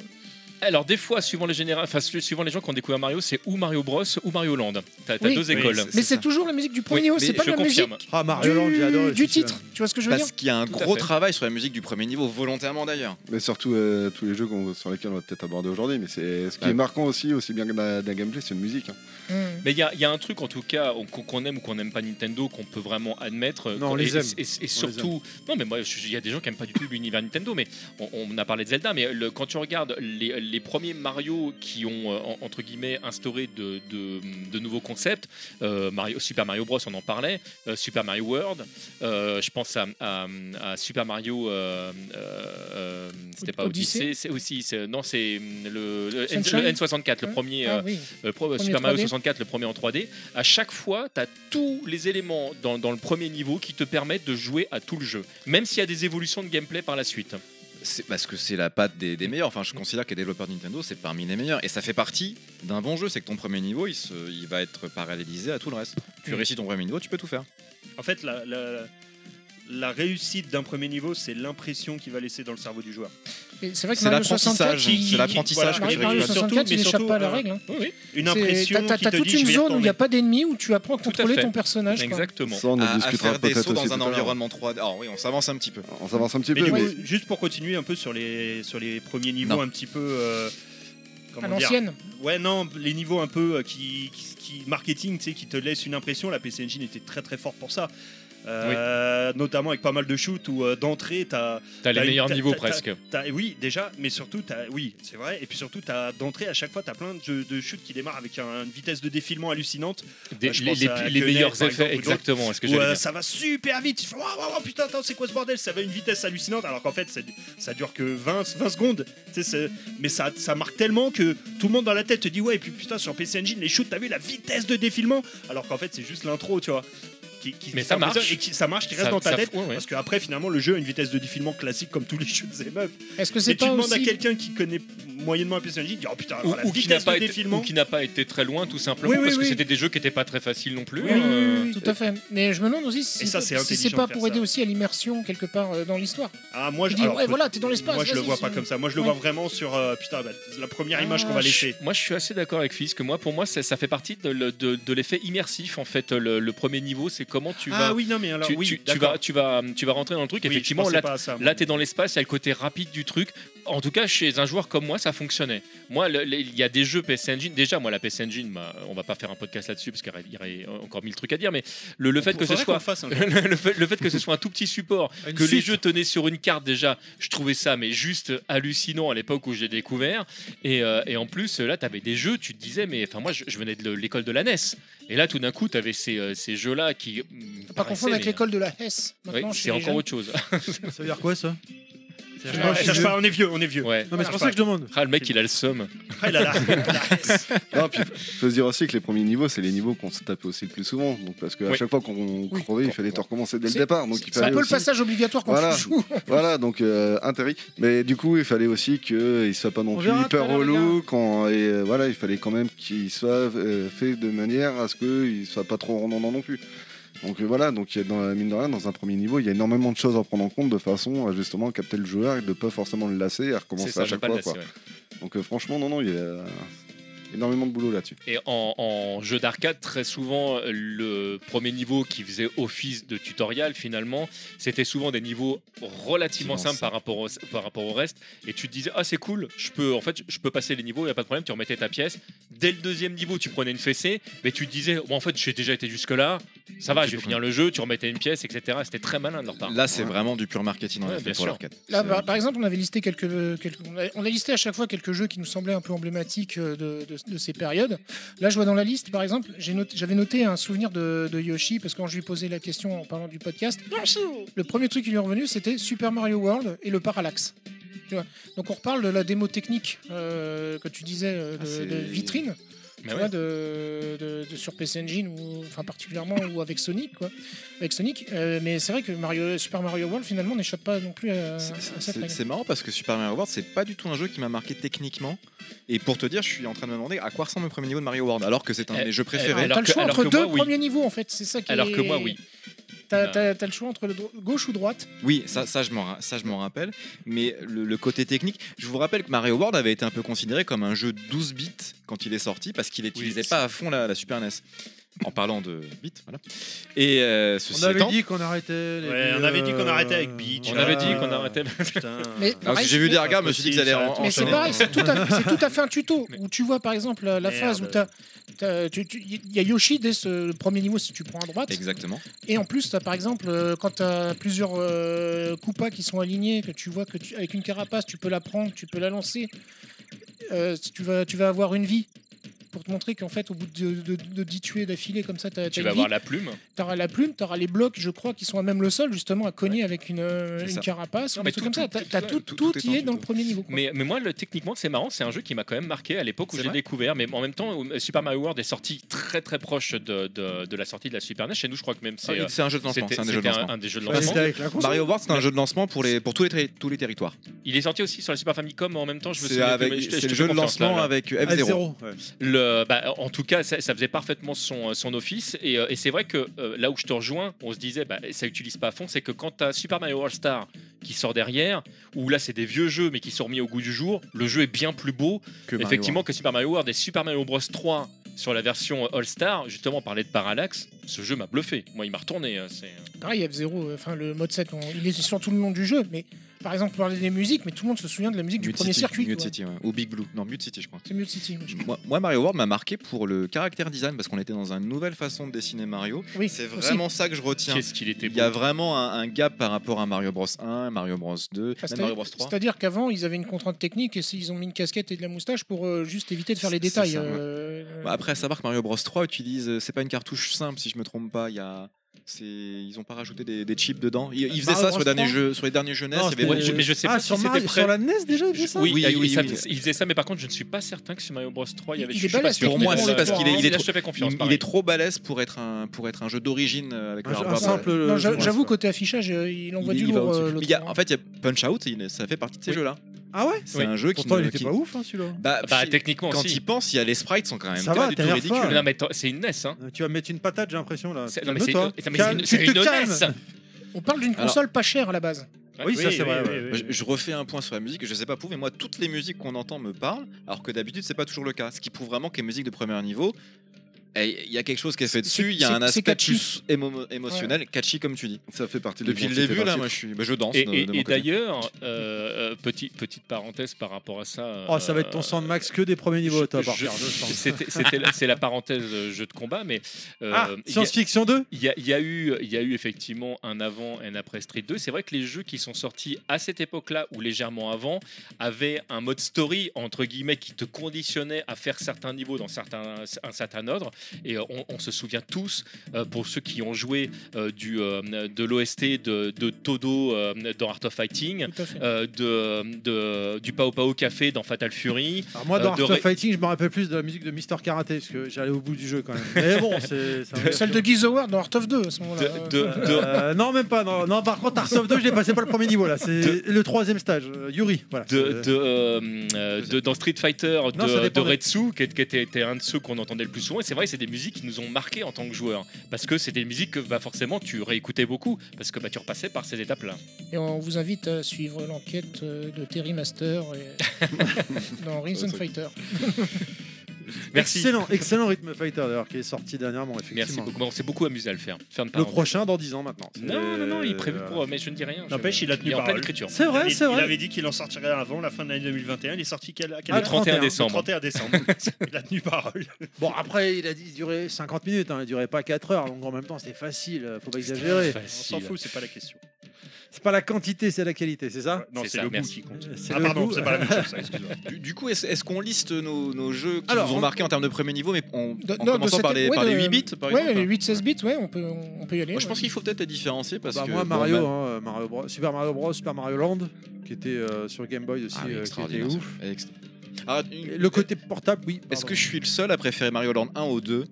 Alors, des fois, suivant les, généra- enfin, su- suivant les gens qui ont découvert Mario, c'est ou Mario Bros ou Mario Land. T'as t'as
Oui.
deux
Oui,
écoles.
c'est-
Mais c'est toujours la musique du premier
Oui,
niveau,
mais
c'est pas
je
la
confirme.
musique
Ah, Mario Land, j'ai adoré.
du,
ce
du
festival.
titre. Tu vois ce que je veux dire
Parce qu'il y a un
Tout à
gros
fait.
travail sur la musique du premier niveau, volontairement d'ailleurs.
Mais surtout, euh, tous les jeux qu'on- sur lesquels on va peut-être aborder aujourd'hui. Mais c'est ce qui
Ouais.
est marquant aussi, aussi bien que d'un d'un gameplay, c'est une musique. hein.
Hmm.
Mais il y, a- il y a un truc en tout cas on- qu'on qu'on aime ou qu'on n'aime pas Nintendo qu'on peut vraiment admettre. euh,
Non, on
qu'on-
les
et,
aime.
et- et surtout, non mais moi je- il y a des gens qui aiment pas du tout l'univers Nintendo, mais on, on a parlé de Zelda, mais le- quand tu regardes les, les premiers Mario qui ont euh, en- entre guillemets instauré de, de- de nouveaux concepts, euh, Mario, Super Mario Bros on en parlait, euh, Super Mario World, euh, je pense à, à- à Super Mario, euh, euh, c'était pas
Odyssey.
Odyssey, c'est aussi c'est- non c'est mm, le, le N-
Sunshine
le N64 le
Hein
premier. euh,
Ah oui.
euh, pro-
Premier
Super Mario
3D.
64, le premier en 3D, à chaque fois, tu as tous les éléments dans, dans le premier niveau qui te permettent de jouer à tout le jeu, même s'il y a des évolutions de gameplay par la suite.
C'est parce que c'est la patte des, des meilleurs. Enfin, je considère que les développeurs de Nintendo, c'est parmi les meilleurs. Et ça fait partie d'un bon jeu. C'est que ton premier niveau, il, se- il va être parallélisé à tout le reste. Tu
Mm.
réussis ton premier niveau, tu peux tout faire.
En fait, la, la- la réussite d'un premier niveau, c'est l'impression qu'il va laisser dans le cerveau du joueur.
Et C'est vrai que
C'est
Mario
l'apprentissage.
64, il-
C'est l'apprentissage
voilà,
que
Mario
tu
Mario
Mario
récoltes.
surtout-
64, il
mais
échappe
surtout,
pas à la
euh,
règle. hein.
Une
C'est-
impression
T'as t'as-
qui te
t'as toute
dit, je
une
vais y
zone où il n'y
retourner.
a pas d'ennemis, où tu apprends à contrôler
fait.
ton personnage. quoi.
Exactement.
Ça, on en
À, à
discutera
faire des
peut-être
sauts
aussi
dans un
tout à l'heure.
environnement 3D. Alors oui, on s'avance un petit peu.
On s'avance un petit
Mais
peu,
du
mais
coup, juste pour continuer un peu sur les, sur les premiers niveaux,
Non.
un petit peu. euh,
À
comment dire
l'ancienne.
Ouais, non, les niveaux un peu euh, qui, qui, qui- marketing, tu sais, qui te laissent une impression. La PC Engine était très très forte pour ça. Euh, Notamment avec pas mal de shoots où euh, d'entrée, t'as.
T'as les
T'as-
meilleurs
t'as-
niveaux
t'as-
presque.
T'as- oui, déjà, mais surtout, t'as- oui, c'est vrai. Et puis surtout, t'as- d'entrée, à chaque fois, tu as plein de, jeux- de chutes qui démarrent avec un- une vitesse de défilement hallucinante.
Des-
je
les
pense
les-
à
les
Pioneer,
meilleurs
par exemple, ou
effets,
d'autres.
exactement. Est-ce que
où,
j'allais
euh,
dire
ça va super vite. Tu fais, Waouh, waouh, waouh, putain, attends, c'est quoi ce bordel Ça va à une vitesse hallucinante. Alors qu'en fait, ça, ça dure que 20, 20 secondes. Tu sais, c'est- mais ça, ça marque tellement que tout le monde dans la tête te dit, ouais, et puis putain, sur PC Engine, les shoots, t'as vu la vitesse de défilement Alors qu'en fait, c'est juste l'intro, tu vois. Qui, qui-
Mais
qui
ça
t'impressionne
marche.
Et qui, ça marche, qui reste
Ça-
dans ta
ça-
tête.
ouais, ouais.
Parce qu'après, finalement, le jeu a une vitesse de défilement classique comme tous les jeux de Zem Up.
Est-ce que
Mais
c'est
tu
pas
demandes à
aussi-
quelqu'un qui connaît moyennement un PC Engine, il dit oh putain,
Ou,
alors la
ou qui n'a
vitesse
pas
de
été, ou
défilement.
qui n'a pas été très loin, tout simplement,
Oui, oui,
parce que
oui.
c'était des jeux qui n'étaient pas très faciles non plus.
Oui,
hein.
oui, oui, oui.
Tout à fait. Mais je me demande aussi si,
Et ça, c'est
si c'est
intelligent
pas
de
pour
faire
aider
ça.
aussi à l'immersion quelque part euh, dans l'histoire.
Ah, moi,
Il dit, ouais,
peut-
voilà, t'es dans l'espace,
Moi, je le
vas-y,
vois
c'est-
pas comme ça. Moi, je le
Ouais.
vois vraiment sur euh, putain, bah, la première
Ah,
image qu'on va
je-
laisser.
Moi, je suis assez d'accord avec Fils que moi, pour moi, ça, ça fait partie de, le- de- de l'effet immersif. En fait, le, le premier niveau, c'est comment tu vas,
Ah oui, non, mais alors,
tu,
oui,
tu- tu
d'accord.
vas, tu vas, tu vas rentrer dans le truc.
Oui, je
effectivement,
pensais
là,
pas à ça.
Là, t'es dans l'espace, il y a le côté rapide du truc. En tout cas, chez un joueur comme moi, ça fonctionnait. Moi, le- le- il y a des jeux PC Engine. Déjà, moi, la PC Engine, bah, on va pas faire un podcast là-dessus parce qu'il y aurait- il y aurait encore mille trucs à dire, mais le, le fait que ce
Faudrait qu'on
soit.
fasse un jeu.
le, fait, le fait que ce soit un tout petit support,
Une
que les
suite.
jeux tenaient sur une carte déjà, je trouvais ça mais juste hallucinant à l'époque où j'ai découvert. Et, euh, et en plus, là, t'avais des jeux, tu te disais, mais enfin moi, je, je venais de le- l'école de la NES. Et là, tout d'un coup, t'avais ces, euh, ces jeux-là qui...
Faut Pas confondre avec l'école de la Hesse. Maintenant, chez
c'est
les
encore
jeunes.
autre chose.
Ça veut dire quoi ça
Je
Ah,
Moi, je suis
cherche
vieux.
pas, on est vieux, on est vieux.
ouais.
Non, mais c'est pour ça que je demande.
Ah, le mec, il a le somme.
Ah, il a la-
Non, puis faut se dire aussi que les premiers niveaux, c'est les niveaux qu'on se tapait aussi le plus souvent. Donc, parce qu'à
Oui.
chaque fois qu'on
Oui.
crevait, il fallait te recommencer dès le
C'est-
départ. Donc, il
C'est un
fallait
peu le
aussi-
passage obligatoire quand
Voilà.
tu joues.
Voilà, donc euh, interdit. Mais du coup, il fallait aussi qu'il soit pas non
On
plus
verra tout à
hyper
l'heure, les
relou. Quand, et euh, voilà, il fallait quand même qu'il soit euh, fait de manière à ce qu'il soit pas trop redondant non plus. Donc euh, voilà, donc il y a dans, mine de rien, dans un premier niveau, il y a énormément de choses à prendre en compte de façon à justement capter le joueur et de pas forcément le lasser et à recommencer
C'est ça,
à
je veux
chaque
pas
fois.
le
quoi.
lasser, ouais.
Donc euh, franchement, non, non, il y a énormément de boulot là-dessus.
Et en, en jeu d'arcade, très souvent, le premier niveau qui faisait office de tutoriel, finalement, c'était souvent des niveaux relativement
Relativement
simples par rapport, au, par rapport au reste. Et tu te disais, ah, c'est cool, je peux, en fait, je peux passer les niveaux, il n'y a pas de problème, tu remettais ta pièce. Dès le deuxième niveau, tu prenais une fessée, mais tu te disais, bon, en fait, j'ai déjà été jusque-là, ça va, je
Tu
vais
peux
finir le jeu, tu remettais une pièce, etc. C'était très malin de leur part.
Là, c'est vraiment du pur marketing en
Ouais, bien
effet pour
sûr.
l'arcade.
Là,
C'est-
par, par exemple, on avait listé quelques, quelques- on, a, on a listé à chaque fois quelques jeux qui nous semblaient un peu emblématiques euh, de, de- de ces périodes. Là, je vois dans la liste, par exemple, j'ai noté- j'avais noté, un souvenir de, de Yoshi parce que quand je lui posais la question en parlant du podcast, le premier truc qui lui est revenu, c'était Super Mario World et le parallaxe. Tu vois. Donc on reparle de la démo technique euh, que tu disais euh,
Ah,
de,
c'est-
de vitrine.
Mais
tu
ouais.
vois, de, de- de- sur PC Engine ou enfin particulièrement ou avec Sonic quoi avec Sonic euh, mais c'est vrai que Mario, Super Mario World finalement n'échappe pas non plus à,
euh,
C'est-
à cette
C'est
règle.
c'est marrant parce que Super Mario World, c'est pas du tout un jeu qui m'a marqué techniquement. Et pour te dire, je suis en train de me demander à quoi ressemble le premier niveau de Mario World, alors que c'est un
Eh,
de mes jeux
eh,
préférés.
alors
T'as le
que-
choix
alors
entre
que
deux
moi, oui.
premiers niveaux en fait, c'est ça qui
Alors
est-
que moi, oui.
T'as
Non.
t'as- t'as le choix entre le dro- gauche ou droite.
Oui, ça, ça, je m'en, ra- ça, je m'en rappelle. Mais le, le côté technique, je vous rappelle que Mario World avait été un peu considéré comme un jeu 12 bits quand il est sorti parce qu'il n'utilisait pas à fond la, la Super NES. En parlant de bits, voilà. Et euh,
On
ceci
avait
étant-
dit qu'on arrêtait. les
Ouais, on
vieux,
avait dit qu'on arrêtait avec
euh,
Peach.
On
Ah.
avait dit qu'on arrêtait.
euh,
Putain.
Mais
Ah, parce que
pareil,
j'ai vu des regards,
pas
je me suis dit que ça
possible, ça va
allait en-
être-
Mais c'est
enchaîner.
pareil, c'est tout, à- c'est tout à fait intuitif. Où tu vois par exemple la, la
Merde.
phase où t'as- t'as- tu- tu- il y a Yoshi dès ce, le premier niveau si tu prends à droite.
Exactement.
Et en plus, t'as, par exemple, euh, quand tu as plusieurs euh, Koopas qui sont alignés, que tu vois que tu- avec une carapace, tu peux la prendre, tu peux la lancer, euh, tu, vas, tu vas avoir une vie. Pour te montrer qu'en fait, au bout de, de, de 10 tués d'affilée, comme ça, t'as,
Tu
t'as
vas
une vie.
avoir la plume.
T'auras la plume, t'auras les blocs, je crois, qui sont à même le sol, justement, à cogner avec une, euh,
C'est
une
ça.
carapace.
Non,
ou
mais
des trucs
tout-
comme ça.
tout-
T'as- t'as
tout-
tout,
tout-
tout,
tout est
y est dans
dans tout.
le premier niveau. quoi.
Mais, mais moi, le, techniquement, c'est marrant. C'est un jeu qui m'a quand même marqué à l'époque où
C'est
j'ai
vrai
découvert. Mais en même temps, euh, Super Mario World est sorti très très proche de, de, de la sortie de la Super NES. Chez nous, je crois que même c'est. euh,
Ah, C'est un jeu de lancement.
C'était
C'est un des jeux de
c'était un,
lancement.
un des jeux de
Ouais,
lancement.
c'était avec la console.
Mario World, c'est un jeu de lancement pour, les, pour tous, les, ter- tous les territoires.
Il est sorti aussi sur la Super Famicom en même temps. Je me
C'est,
souviens
avec-
que- mais je te-
c'est
je
le
te
jeu de
fais confiance,
lancement
là, là.
avec
à
F0.
zéro.
Le, bah, en tout cas, ça, ça faisait parfaitement son, son office. Et, euh, et c'est vrai que euh, là où je te rejoins, on se disait, bah, ça utilise pas à fond. C'est que quand t'as Super Mario All Star qui sort derrière, où là c'est des vieux jeux mais qui sont remis au goût du jour, le jeu est bien plus beau.
Que Mario
effectivement, que Super Mario World et Super Mario Bros 3 sur la version All Star, justement, on parlait de Parallax. Ce jeu m'a bluffé. Moi, il m'a retourné. euh, c'est-
Pareil, F0, euh, enfin le mode 7, on- il est sur tout le long du jeu, mais par exemple, parler des musiques, mais tout le monde se souvient de la musique
World.
du
Mute
premier
City,
circuit.
Mute
quoi.
City, ouais. Ou Big Blue. Non, Mute City, je crois.
C'est Mute City. moi, je-
Moi, moi, Mario World m'a marqué pour le caractère design parce qu'on était dans une nouvelle façon de dessiner Mario.
Oui,
C'est
aussi.
vraiment ça que je retiens.
Qu'est-ce qu'il était
Il
beau.
y a vraiment un, un gap par rapport à Mario Bros 1, Mario Bros
Ah,
2,
Parce
même
que-
Mario Bros 3.
C'est-à-dire qu'avant, ils avaient une contrainte technique et ils ont mis une casquette et de la moustache pour euh, juste éviter de faire les
C'est- c'est
détails.
ça, ouais.
euh,
Bah, après, à savoir que Mario Bros 3 utilise, euh, c'est pas une cartouche simple si je me trompe pas. Il y a, c'est, ils ont pas rajouté des, des chips dedans. Ils, ils faisaient
Mario
ça sur les
Bros
derniers
3?
jeux, sur les derniers jeux NES.
Non,
il y avait-
c'était-
Ouais, je- mais je sais
ah,
pas si
sur,
c'était
Mario-
prêt.
sur la NES déjà, il faisait ça
Oui,
Oui,
il- il,
oui,
ça-
oui.
il faisait ça, mais par contre, je ne suis pas certain que sur Mario Bros 3, il y avait
Il
je
est
suis pas
balèze,
sûr.
pour moi,
Mais,
c'est
euh,
parce qu'il est- il est
là,
trop-
je te fais
il,
confiance.
il
pareil.
est trop balèze pour être un, pour être un jeu d'origine euh, avec
Un,
le
jeu- un
hardware.
simple.
Non, j'a-
jeu-
j'avoue, côté affichage, euh, il envoie
euh, Il-
du
il va
lourd.
au-dessus.
euh, l'autre.
Il y a- en fait, il y a Punch Out, il, est- ça fait partie de ces jeux-là.
Ah ouais
C'est
Oui.
un jeu qui.
Pourtant,
ne-
il était
qui-
pas ouf hein, celui-là.
Bah,
Bah,
fi-
techniquement,
quand
si.
il pense, il y a les sprites sont quand même
Ça
pas
va,
du
t'as
tout
l'air
ridicules.
fort.
Mais Non, mais attends, c'est une NES, hein.
Euh, Tu vas me mettre une patate, j'ai l'impression
Ah,
là.
C'est- non, mais c'est
Calme-toi.
une- mais c'est
Calme-
une-
tu
c'est
te
une
calmes.
NES.
On parle d'une
Alors-
console pas chère à la base.
Oui, ça c'est vrai.
oui,
ouais.
oui,
Moi,
oui.
je, je refais un point sur la musique. Je sais pas pour, vous, mais moi, toutes les musiques qu'on entend me parlent, alors que d'habitude, c'est pas toujours le cas. Ce qui prouve vraiment que les musiques de premier niveau, eh, il y a quelque chose qui est fait dessus. Il y a
c'est-
un
c'est
aspect
catchy.
plus émo- émotionnel, catchy comme tu dis.
Ça fait partie de
Depuis le
l'identité
début, là,
graphique.
moi, je suis, bah, je danse.
Et,
de-
et-
de mon
et
côté.
d'ailleurs, euh, euh, petit- petite parenthèse par rapport à ça. euh,
Oh, ça va être ton
sang de
Sandmax que des premiers niveaux, toi, par contre.
C'était c'était la- c'est la parenthèse euh, jeu de combat, mais euh,
Ah,
il y a-
Science-fiction 2
il y, a, il y a eu, il y a eu effectivement un avant et un après Street 2. C'est vrai que les jeux qui sont sortis à cette époque-là ou légèrement avant avaient un mode story entre guillemets qui te conditionnait à faire certains niveaux dans certains, un certain ordre. Et euh, on, on se souvient tous, euh, pour ceux qui ont joué euh, du, euh, de l'OST de, de Todo euh, dans Art of Fighting,
Tout à fait.
euh, de, de- du Pao Pao Café dans Fatal Fury.
Alors moi, dans
Euh,
Art
de
of
Ray-
Fighting, je me rappelle plus de la musique de Mister Karaté, parce que j'allais au bout du jeu quand même. Mais bon, c'est... c'est un autre
Celle de Geese Howard dans Art of 2 à ce moment-là.
de- de-
Euh, euh, non, même pas. Non, non par contre, Art of 2, je l'ai passé pas le premier niveau là. C'est le troisième stage. Euh, Yuri, voilà.
de,
Euh,
de, euh, euh, de- dans Street Fighter de,
Non, ça
de
dépend des-
Retsu qui, est- qui était, était un de ceux qu'on entendait le plus souvent et c'est vrai c'est des musiques qui nous ont marqué en tant que joueurs parce que c'est des musiques que bah, forcément tu réécoutais beaucoup parce que bah, tu repassais par ces étapes là
Et on vous invite à suivre l'enquête euh, de Terry Master et- dans Rings and Fighter.
merci
Excellent, excellent Rhythm Fighter d'ailleurs, qui est sorti dernièrement,
merci
effectivement.
beaucoup on s'est beaucoup amusé à le faire Ferme
Le
parenthèse.
prochain dans 10 ans maintenant.
non non non il est prévu
Euh,
pour mais je ne dis rien
N'empêche, il a tenu
est en pleine
parole.
écriture
C'est
Il
vrai,
avait-
c'est
Il
vrai.
avait dit qu'il en sortirait avant la fin de l'année 2021. Il est sorti quel, à quel
Ah,
le
date
31
31
Le
décembre
31 décembre. il a tenu parole.
Bon, après, il a dit il durait 50 minutes, hein, il durait pas 4 heures, donc en même temps, c'était facile, euh, faut pas exagérer.
On s'en
Facile.
fout, c'est pas la question.
C'est pas la quantité, c'est la qualité, c'est ça
Non,
Ah, C'est
c'est
ça,
le goût
merci.
qui compte.
C'est
Ah,
le
pardon,
goût.
c'est pas la même chose, ça, excuse-moi.
Du, du coup, est-ce est-ce qu'on liste nos, nos jeux qui
Alors,
nous ont
on-
marqué en termes de premier niveau, mais
De- non,
on, en
de
commençant
cette-
par les,
ouais,
par les
de-
8 bits, par
Ouais,
exemple hein.
les 8-16 bits, ouais, on peut, on peut y aller.
Moi, je
ouais.
pense qu'il faut peut-être les différencier parce
Bah,
que
moi,
bon,
Mario,
même-
hein, Mario Bros, Super Mario Bros, Super Mario Land, qui était euh, sur Game Boy aussi,
Ah
euh, qui
oui,
était
extraordinaire,
ouf.
ça. Ext- Ah, une-
Et Le côté portable, oui.
Est-ce
pardon.
que je suis le seul à préférer Mario Land 1 au 2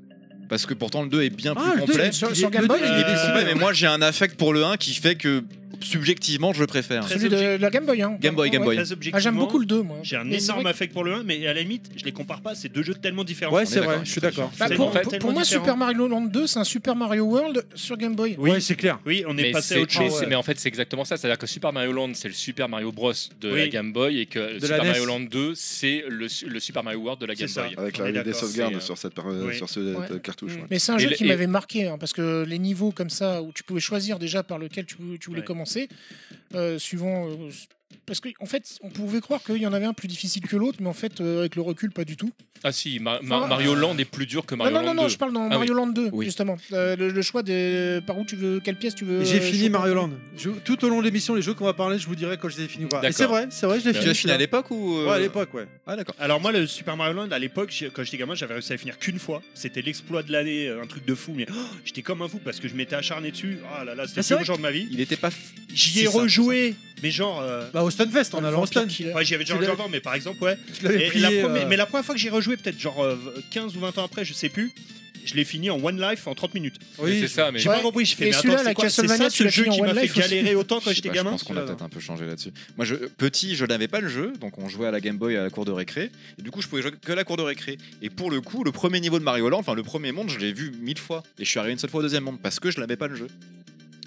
Parce que pourtant le 2 est bien
Ah,
plus
le deux,
complet.
il-
Sur-
il-
sur Game
le
Boy,
deux,
Il est
il est
plus
complet,
complet, mais moi j'ai un affect pour le 1 qui fait que subjectivement, je préfère.
Très
Celui de, de la Game Boy. Hein.
Game Boy, Game
Ouais.
Boy.
Très
Ah,
objectivement,
J'aime beaucoup le 2, moi.
J'ai un
Mais c'est
énorme
vrai que-
affect pour le 1, mais à la limite, je les compare pas. C'est deux jeux tellement différents.
Ouais,
est
c'est vrai,
d'accord,
je suis d'accord.
Bah,
C'est
pour,
vrai.
pour- pour
Tellement
moi,
différent.
Super Mario Land 2, c'est un Super Mario World sur Game Boy.
Ouais, c'est clair.
Oui, on est
mais
passé
c'est-
à autre
mais
chose.
c'est- mais en fait, c'est exactement ça. C'est-à-dire que Super Mario Land, c'est le Super Mario Bros de la
Oui.
Game Boy et que
la
Super
NES.
Mario Land 2, c'est le, su- le Super Mario World de la
E C'est
Game
ça.
Boy.
Avec
On est
l'arrivée des
d'accord,
sauvegardes
c'est, euh,
sur cette, par- euh,
oui.
sur cette
Ouais.
euh, cartouche. ouais.
Mais c'est un
Et
jeu
le-
qui
et-
m'avait marqué, hein, parce que les niveaux comme ça, où tu pouvais choisir déjà par lequel tu, tu voulais
Ouais.
commencer, euh, suivant. euh, parce qu'en en fait, on pouvait croire qu'il y en avait un plus difficile que l'autre, mais en fait, euh, avec le recul, pas du tout.
Ah si, Ma- Ma-
Ah.
Mario Land est plus dur que Mario
non, non,
Land
non,
2.
je parle dans
Ah
Mario Land 2,
Oui.
justement. Euh, le, le choix de par où tu veux, quelle pièce tu veux.
J'ai
euh,
fini
choper.
Mario Land. Je- tout au long de l'émission, les jeux qu'on va parler, je vous dirai quand je les ai finis ou pas. Et
D'accord.
c'est vrai, c'est vrai, je les
Tu l'as fini à l'époque ou euh,
Ouais, à l'époque, ouais.
Ah d'accord.
Alors moi, le Super Mario Land, à l'époque, j'ai- quand j'étais gamin, j'avais réussi à le finir qu'une fois. C'était l'exploit de l'année, euh, un truc de fou. Mais oh, j'étais comme un fou parce que je m'étais acharné dessus. Ah là là,
Ah,
c'était le
c'est
plus
vrai
beau jour de ma vie.
Il était pas.
J'y ai
C'est ça,
rejoué, mais genre. euh,
Bah, au Stunfest, on
Le
a le
Vampire
Stun.
Killer.
ouais, j'y avais déjà
Tu l'as-
regardé, mais par exemple, ouais.
Je l'avais
Et
plié,
la
euh,
première- Mais la première fois que j'ai rejoué, peut-être genre euh, 15 ou 20 ans après, je sais plus, je l'ai fini en One Life en 30 minutes.
Oui,
c'est ça, mais
J'ai
Ouais.
pas compris, j'ai fait,
Et
mais
celui-là,
attends,
la
c'est quoi C'est
Castlevania,
ça
tu
ce
l'as
jeu
fini
qui
en
m'a
One
fait
Life aussi
galérer autant
Je
quand
sais
j'étais
pas,
gamin
Je pense qu'on a
Voilà.
peut-être un peu changé là-dessus. Moi, je, petit, je n'avais pas le jeu, donc on jouait à la Game Boy à la cour de récré. Et du coup, je pouvais jouer que à la cour de récré. Et pour le coup, le premier niveau de Mario Land, enfin le premier monde, je l'ai vu mille fois. Et je suis arrivé une seule fois au deuxième monde parce que je n'avais pas le jeu.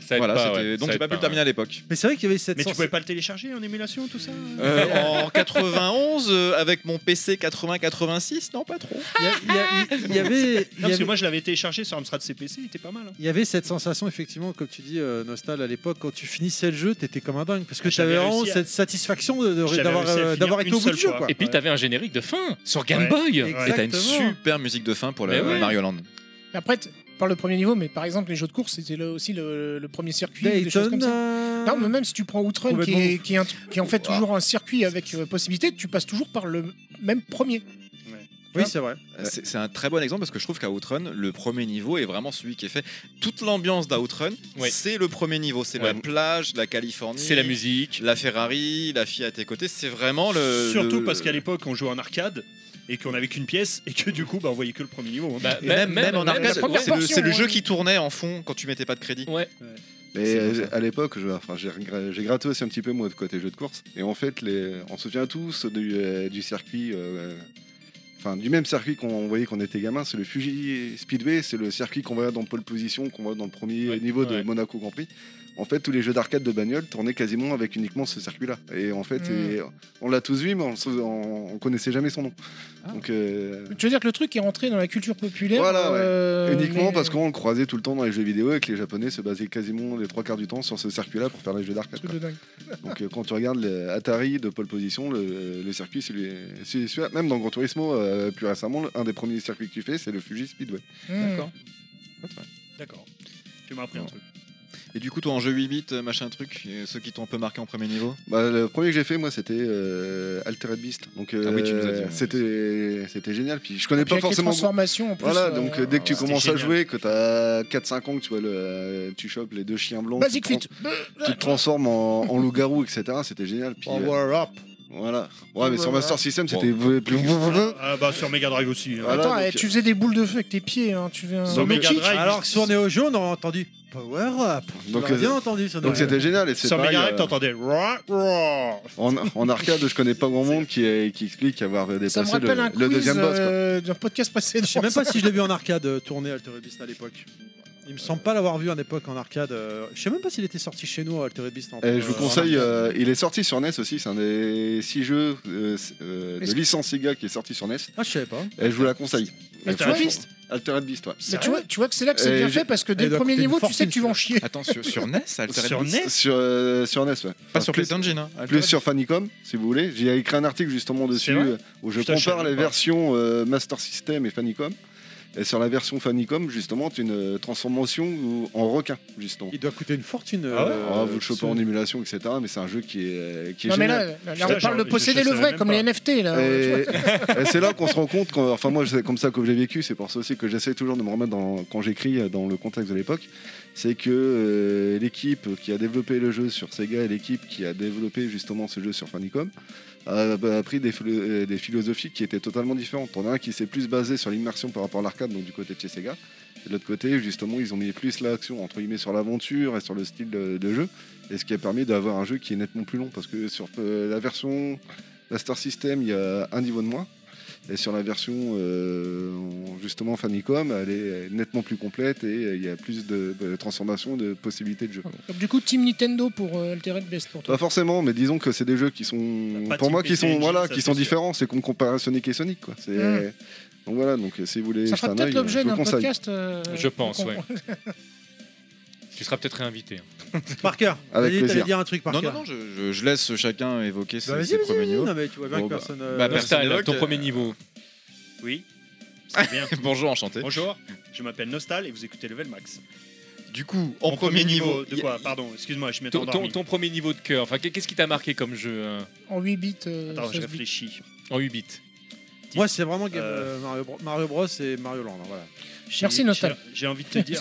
ça aide
voilà,
pas,
c'était-
ouais,
donc
ça
j'ai
aide
pas pu le terminer à l'époque.
Mais c'est vrai qu'il y avait cette
Mais tu
sens-
pouvais pas le télécharger en émulation, tout ça
Euh, en 91, euh, avec mon PC 80-86, non pas trop.
Il y a- il y a- il y avait- il y
Non, parce que
avait-
moi je l'avais téléchargé sur Amstrad CPC, il était pas mal. hein.
il y avait cette sensation, effectivement, comme tu dis, euh, Nostal, à l'époque, quand tu finissais le jeu, t'étais comme un dingue. Parce que
J'avais
t'avais vraiment
réussi à-
cette satisfaction de- de-
J'avais
d'avoir
réussi à
euh,
finir
d'avoir été
une
au bout du
seule
jeu,
fois.
quoi.
Et puis t'avais un générique de fin sur Game
Ouais.
Boy.
euh,
Exactement.
Et t'as une super musique de fin pour la
Mais ouais.
Mario Land.
Après, t- par le premier niveau, mais par exemple, les jeux de course, c'était là aussi le, le premier circuit, des choses
Dayton.
comme ça.
euh,
Non, mais même si tu prends Outrun, qui
Complètement
est, qui est un tr- qui est en fait
Ouah.
toujours un circuit avec euh, possibilité, tu passes toujours par le même premier.
Oui, c'est vrai.
C'est c'est un très bon exemple parce que je trouve qu'à Outrun, le premier niveau est vraiment celui qui est fait. Toute l'ambiance d'Outrun,
Ouais.
c'est le premier niveau. C'est la
Ouais.
plage, la Californie.
C'est la musique.
La Ferrari, la fille à tes côtés, c'est vraiment le.
Surtout
le-
parce qu'à l'époque on jouait en arcade et qu'on avait qu'une pièce et que du coup bah, on voyait que le premier niveau. hein.
Bah,
Et Même, même en
même la
arcade,
première
c'est le,
portion,
c'est le
ouais.
jeu qui tournait en fond quand tu mettais pas de crédit.
Ouais.
Mais euh, à l'époque, je- enfin, j'ai regr- j'ai gratté aussi un petit peu moi de côté jeu de course. Et en fait, les, on se souvient tous du, euh, du circuit, euh, enfin du même circuit qu'on voyait quand on était gamin, c'est le Fuji Speedway, c'est le circuit qu'on voit dans pole position, qu'on voit dans le premier
Ouais,
niveau de
ouais.
Monaco Grand Prix. En fait, tous les jeux d'arcade de bagnole tournaient quasiment avec uniquement ce circuit-là. Et en fait,
Mm.
et on l'a tous vu, mais on, se- on- on connaissait jamais son nom.
Ah.
Donc euh,
Tu veux dire que le truc est rentré dans la culture populaire
Voilà, ouais.
euh,
uniquement
mais-
parce qu'on le croisait tout le temps dans les jeux vidéo et que les Japonais se basaient quasiment les trois quarts du temps sur ce circuit-là pour faire les jeux d'arcade.
euh, Truc
quoi.
de dingue.
Donc euh, quand tu regardes le Atari de pole position, le, le circuit, c'est lui- c'est celui-là. Même dans Gran Turismo, euh, plus récemment, le- un des premiers circuits que tu fais, c'est le Fuji Speedway.
Hmm.
D'accord. Tu m'as appris un
Non.
truc.
Et du coup, toi en jeu 8 bits, euh, machin truc, euh, ceux qui t'ont un peu marqué en premier niveau
Bah, le premier que j'ai fait, moi, c'était euh, Altered Beast. Donc euh,
Ah oui, tu nous as dit, ouais.
c'était c'était génial. Puis je
Et
connais
puis
pas
avec les
forcément.
transformations en plus.
Voilà,
euh,
donc euh, dès que tu
c'était
commences à
génial.
jouer, que t'as 4-5 ans, que tu vois le, euh, tu chopes les deux chiens blancs, tu
Basic
te,
Fit. Euh,
trans- tu te transformes en, en loup-garou, etc. C'était génial. Puis, euh,
Power up.
voilà. Ouais, mais sur Master System, c'était plus.
Ah, bah, sur Mega Drive aussi. hein.
Voilà,
Attends,
donc- euh,
eh, tu faisais des boules de feu avec tes pieds. Hein. Tu faisais un-
Sur Mega
Kick.
Drive.
Alors que sur Neo Geo, on aurait entendu Power up.
Donc,
Donc,
euh,
bien entendu, ça.
Donc
aurait-
c'était génial. Et c'est
Sur
pareil,
Mega Drive,
euh,
t'entendais. Roar, roar.
En, en arcade, je connais pas grand monde qui, est- qui explique avoir
Ça me
dépassé le,
rappelle un
le
quiz
deuxième boss. quoi.
euh, d'un podcast précédent.
Je sais même pas si je l'ai vu en arcade euh, tourner Altered Beast à l'époque. Il me semble pas l'avoir vu en époque en arcade. euh, Je sais même pas s'il était sorti chez nous Altered Beast. En,
Et Eh, je vous
euh,
conseille,
en arcade.
euh, il est sorti sur NES aussi, c'est un des six jeux euh, c- euh, de
Est-ce que-
licence Sega qui est sorti sur NES.
Ah, je savais pas.
Et je vous la conseille.
Mais tu
Franchement,
vois-
Altered Beast, ouais.
Mais tu vois, tu vois que c'est là que c'est
Et
bien
je-
fait parce que
Et
dès
il doit
le premier
coûter une
niveau, tu sais que tu vas en
fortune,
chier.
Attends, sur, sur NES Altered
Sur E
Beast
NES
Sur, euh, sur NES, ouais.
Pas sur
plus,
PlayStation Engine, hein Altered
plus sur Famicom, si vous voulez. J'ai écrit un article justement dessus
vrai
euh, où je
Putain, je
compare
savais
les
pas.
versions euh, Master System et Famicom. Et sur la version Famicom, justement, tu as une euh, transformation où- en requin, justement.
Il doit coûter une fortune.
Ah ouais
euh,
Ah, vous le chopez
ce-
en émulation, etc. Mais c'est un jeu qui est, euh, qui est
Non mais
génial.
là, là,
Putain,
on parle de
je-
posséder
je
le
savais
vrai,
même
comme
pas.
les NFT là. Tu vois.
Et, et c'est là qu'on se rend compte, qu'on- enfin moi c'est comme ça que j'ai vécu, c'est pour ça aussi que j'essaie toujours de me remettre dans, quand j'écris euh, dans le contexte de l'époque, c'est que euh, l'équipe qui a développé le jeu sur Sega et l'équipe qui a développé justement ce jeu sur Famicom, a, bah, a pris des, philo- euh, des philosophies qui étaient totalement différentes. On a un qui s'est plus basé sur l'immersion par rapport à l'arcade, donc du côté de chez Sega. Et de l'autre côté, justement, ils ont mis plus l'action, entre guillemets, sur l'aventure et sur le style de, de jeu. Et ce qui a permis d'avoir un jeu qui est nettement plus long. Parce que sur euh, la version Master System, il y a un niveau de moins. Et sur la version euh, en- justement Famicom, elle est nettement plus complète et euh, il y a plus de, de transformations, de possibilités de jeu.
Donc, du coup, Team Nintendo pour euh, Altered Best pour toi.
Pas forcément, mais disons que c'est des jeux qui sont,
Pas
pour
type
moi, qui
PC
sont
Engine,
voilà,
ça,
qui
c'est
sont
sûr.
différents. C'est qu'on compare à Sonic et Sonic, quoi. C'est-
Mm.
Donc voilà, donc euh, si vous voulez,
Ça
jeter
fera
un
peut-être
œil,
l'objet
je vous
d'un
conseille.
podcast. euh,
Je pense,
qu'on-
ouais. Tu seras peut-être réinvité. hein.
Parker,
Avec
vas-y, t'allais
plaisir.
dire un truc, Parker.
Non, non, non, je, je- je laisse chacun évoquer ses,
Bah,
ses
vas-y, vas-y,
premiers
vas-y.
niveaux.
Non, mais tu vois bien
Bon,
que
bah.
personne. euh,
Bah,
personne
Nostal,
n'évoque,
ton
euh,
premier niveau.
Oui, c'est bien.
Bonjour, enchanté.
Bonjour, je m'appelle Nostal et vous écoutez Level Max.
Du coup, en
Mon
premier niveau,
De quoi Pardon, excuse-moi, je m'étais
Ton, ton-
endormi.
ton premier niveau de cœur, enfin, qu'est-ce qui t'a marqué comme jeu hein,
En 8 bits. euh,
Attends, je
16 bits.
réfléchis.
en 8 bits
Moi, c'est vraiment Game-
Euh,
euh, Mario, Bro- Mario Bros et Mario Land. hein, Voilà.
Merci,
J'ai-
Nostal.
j'ai- J'ai envie de te dire.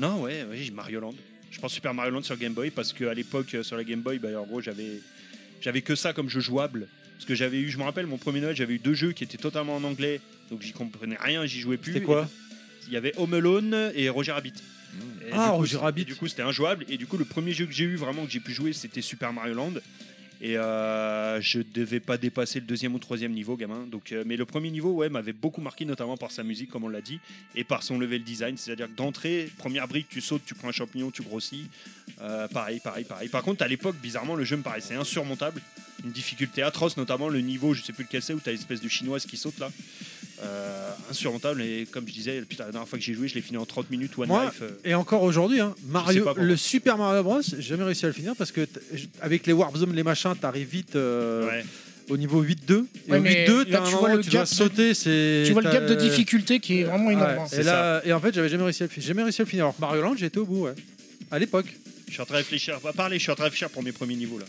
non, ouais, ouais, j'ai Mario Land. Je pense Super Mario Land sur Game Boy parce qu'à l'époque, euh, sur la Game Boy, bah, en gros, j'avais j'avais que ça comme jeu jouable. Parce que j'avais eu, je me rappelle, mon premier Noël, j'avais eu deux jeux qui étaient totalement en anglais. Donc j'y comprenais rien, j'y jouais plus.
C'était quoi
Et Il y avait Home Alone et Roger Rabbit. Et
Ah,
du coup,
Roger
c'est-
Rabbit.
et Du coup, c'était injouable. Et du coup, le premier jeu que j'ai eu vraiment que j'ai pu jouer, c'était Super Mario Land. Et euh, je devais pas dépasser le deuxième ou troisième niveau, gamin. Donc, euh, mais le premier niveau, ouais, m'avait beaucoup marqué, notamment par sa musique, comme on l'a dit, et par son level design. C'est-à-dire que d'entrée, première brique, tu sautes, tu prends un champignon, tu grossis. Euh, pareil, pareil, pareil. Par contre, à l'époque, bizarrement, le jeu me paraissait insurmontable. Une difficulté atroce, notamment le niveau, je sais plus lequel c'est, où t'as l'espèce de chinoise qui saute là. Euh, insurmontable. Et comme je disais, putain, la dernière fois que j'ai joué, je l'ai fini en 30 minutes, One
Moi,
Life. euh,
Et encore aujourd'hui, hein, Mario,
pas pourquoi.
le Super Mario Bros, j'ai jamais réussi à le finir parce que t- j- avec les Warp Zones, les machins, t'arrives vite euh,
ouais.
au niveau 8-2. Et
Ouais,
au
mais
8-2,
là,
t'as un
tu
moment
vois
où
le
tu dois
gap de-
sauter. c'est-
Tu vois le
t'as-
gap de difficulté qui est vraiment énorme.
Ouais,
hein.
et,
C'est
là, et en fait, j'avais jamais réussi à le finir. J'ai jamais réussi à le finir. Alors que Mario Land, j'étais au bout, ouais. À l'époque.
Je suis en train de réfléchir, pas parler, je suis en train de réfléchir pour mes premiers niveaux là.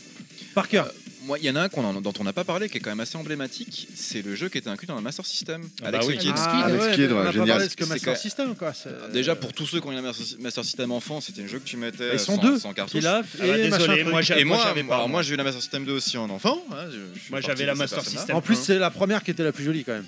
Parker.
Moi, il y en a un qu'on en- dont on n'a pas parlé, qui est quand même assez emblématique. C'est le jeu qui était inclus dans le Master System.
Ah
avec
bah
ce
oui.
kid.
Ah,
Alex
ouais,
Kidd,
on a
ouais,
pas
génial.
parlé de ce que
C'est
Master
que-
System, quoi. c'est-
euh, Déjà, pour tous ceux qui ont eu la Master Master System enfant, c'était un jeu que tu mettais
Ils
euh,
sont
sans,
deux.
sans cartouche.
Pilaf
Ah bah,
et machin
désolé,
truc.
moi j'a-
Et moi,
j'avais
alors,
pas.
moi, j'ai eu la Master System 2 aussi en enfant. hein, je- je suis
Moi,
parti
j'avais
de
la
cette
Master
personne-là.
System.
En plus,
Hein.
c'est la première qui était la plus jolie quand même.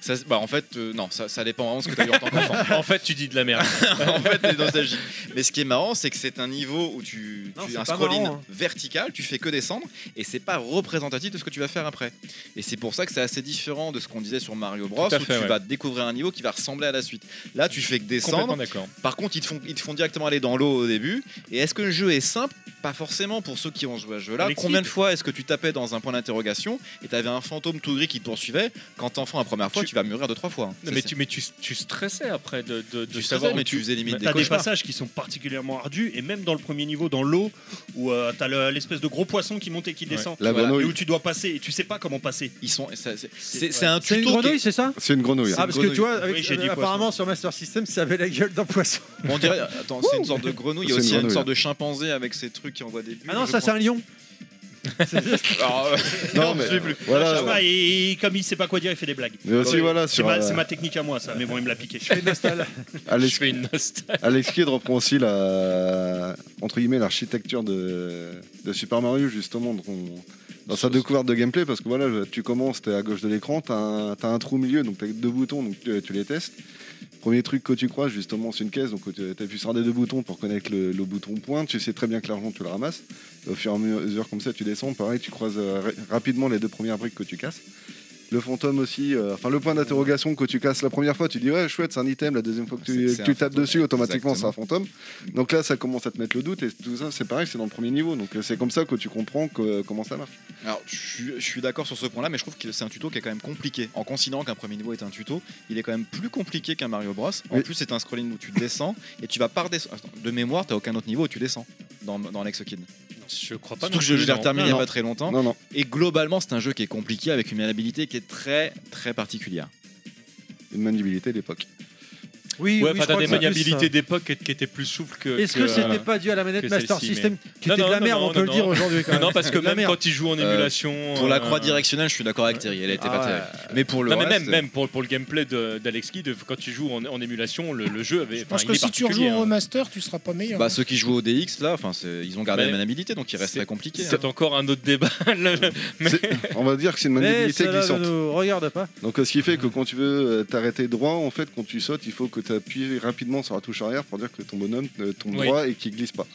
Ça, bah, en fait, euh, non, ça, ça dépend vraiment de ce que tu as eu en tant qu'enfant.
En fait, tu dis de la merde.
en fait, t'es nostalgique. Mais ce qui est marrant, c'est que c'est un niveau où tu,
Non,
tu
c'est
as un
pas
scrolling
marrant, hein.
vertical, tu fais que descendre, et c'est pas représentatif de ce que tu vas faire après. Et c'est pour ça que c'est assez différent de ce qu'on disait sur Mario Bros, où
Tout à fait,
tu
ouais.
vas découvrir un niveau qui va ressembler à la suite. Là, tu fais que descendre,
Complètement d'accord.
par contre, ils te font, ils te font directement aller dans l'eau au début. Et est-ce que le jeu est simple Pas forcément pour ceux qui ont joué à ce jeu-là.
Alexis.
Combien de fois est-ce que tu tapais dans un point d'interrogation et t'avais un fantôme tout gris qui te poursuivait Quand t'es enfant la première fois,
Tu-
tu, vas mûrir deux trois fois. hein.
Non,
Ça,
mais
c'est-
tu, mais tu, tu stressais après de, de, de
tu
savoir.
savais, mais tu faisais limite
Mais
des
T'as des
cauchemars.
passages qui sont particulièrement ardus, et même dans le premier niveau, dans l'eau, où euh, t'as le- l'espèce de gros poisson qui monte et qui descend.
La
Voilà.
Et
grenouille,
où tu dois passer, et tu sais pas comment passer.
Ils sont. ça- C'est
C'est-
c'est- c'est un
C'est une
tuto. qui
grenouille,
est-
c'est ça
c'est une grenouille.
Ah,
hein.
parce que tu vois, avec-
Oui, j'ai dit
euh, apparemment sur Master System, ça avait la gueule d'un poisson.
On dirait. Attends, c'est une sorte de grenouille. Il y a
C'est une
aussi une
grenouille,
sorte de chimpanzé avec ses trucs qui envoient des bulles.
Ah non,
je
ça c'est
crois.
un lion.
Alors, euh,
Non,
je
mais-
sais plus.
Ah, je
Voilà.
sais pas, et, et comme il sait pas quoi dire, il fait des blagues.
Mais aussi,
Ouais.
voilà,
C'est
sur,
ma,
euh,
c'est ma technique à moi, ça, mais bon, il me l'a piqué.
Je
Alex,
fais une nostalgie.
Alex Kidd reprend aussi la, entre guillemets, l'architecture de, de Super Mario, justement, dont- dans sa découverte de gameplay, parce que voilà, tu commences, t'es à gauche de l'écran, t'as un, t'as un trou au milieu, donc t'as deux boutons, donc tu, tu les testes. Premier truc que tu crois, justement, c'est une caisse, donc tu appuies sur un des deux boutons pour connaître le, le bouton point, tu sais très bien que l'argent, tu le ramasses. Et au fur et à mesure, comme ça, tu descends, pareil, tu croises euh, ra- rapidement les deux premières briques que tu casses. Le fantôme aussi, euh, enfin le point d'interrogation que tu casses la première fois, tu dis ouais chouette c'est un item, la deuxième fois que tu,
C'est- c'est
que tu
un
tapes
fantôme.
dessus automatiquement c'est un fantôme. Donc là ça commence à te mettre le doute et tout ça c'est pareil c'est dans le premier niveau donc euh, c'est comme ça que tu comprends que- comment ça marche.
Alors, je suis- je suis d'accord sur ce point-là, mais je trouve que c'est un tuto qui est quand même compliqué. En considérant qu'un premier niveau est un tuto, il est quand même plus compliqué qu'un Mario Bros. En
Oui.
plus, c'est un scrolling où tu descends et tu vas par descendre. De mémoire, t'as aucun autre niveau où tu descends dans, dans Alex Kidd.
Je crois pas.
Surtout
non
que je
plus,
l'ai
non.
terminé il n'y a
Non.
pas très longtemps.
Non non
Et globalement, c'est un jeu qui est compliqué avec une maniabilité qui est très très particulière.
une maniabilité d'époque.
Oui, oui,
Ouais, enfin,
je crois
t'as des
que c'est plus
maniabilités
ça.
d'époque qui qui étaient plus souples que. euh,
Est-ce que, c'était pas dû à la manette
que celle-ci,
Master
mais-
System qui
Non,
était de
non,
la
non,
merde,
non,
on peut
non,
le dire
non.
aujourd'hui quand
Non,
même.
non, parce que
De la
même
merde.
quand il joue en
Euh,
émulation.
Pour la
euh,
croix directionnelle, je suis d'accord avec Thierry, elle était
Ah
pas
ouais.
terrible. Mais pour le
Non, mais
reste,
même, même pour, pour le gameplay de- d'Alex Kidd, quand tu joues en, en émulation, le, le jeu avait.
Je pense
enfin,
que
il est
si tu
particulier,
rejoues en
hein.
remaster, tu seras pas meilleur.
bah, ceux qui jouent au DX, là, enfin, c'est- ils ont gardé
Mais
la maniabilité, donc il reste
c'est-
très compliqué. hein.
C'est encore un autre débat. Le-
C'est- On va dire que c'est une
Mais
maniabilité
cela ne
glissante.
nous regarde pas.
Donc euh, ce qui fait que quand tu veux euh, t'arrêter droit, en fait, quand tu sautes, il faut que tu appuies rapidement sur la touche arrière pour dire que ton bonhomme euh, tombe
Oui.
droit et qu'il glisse pas.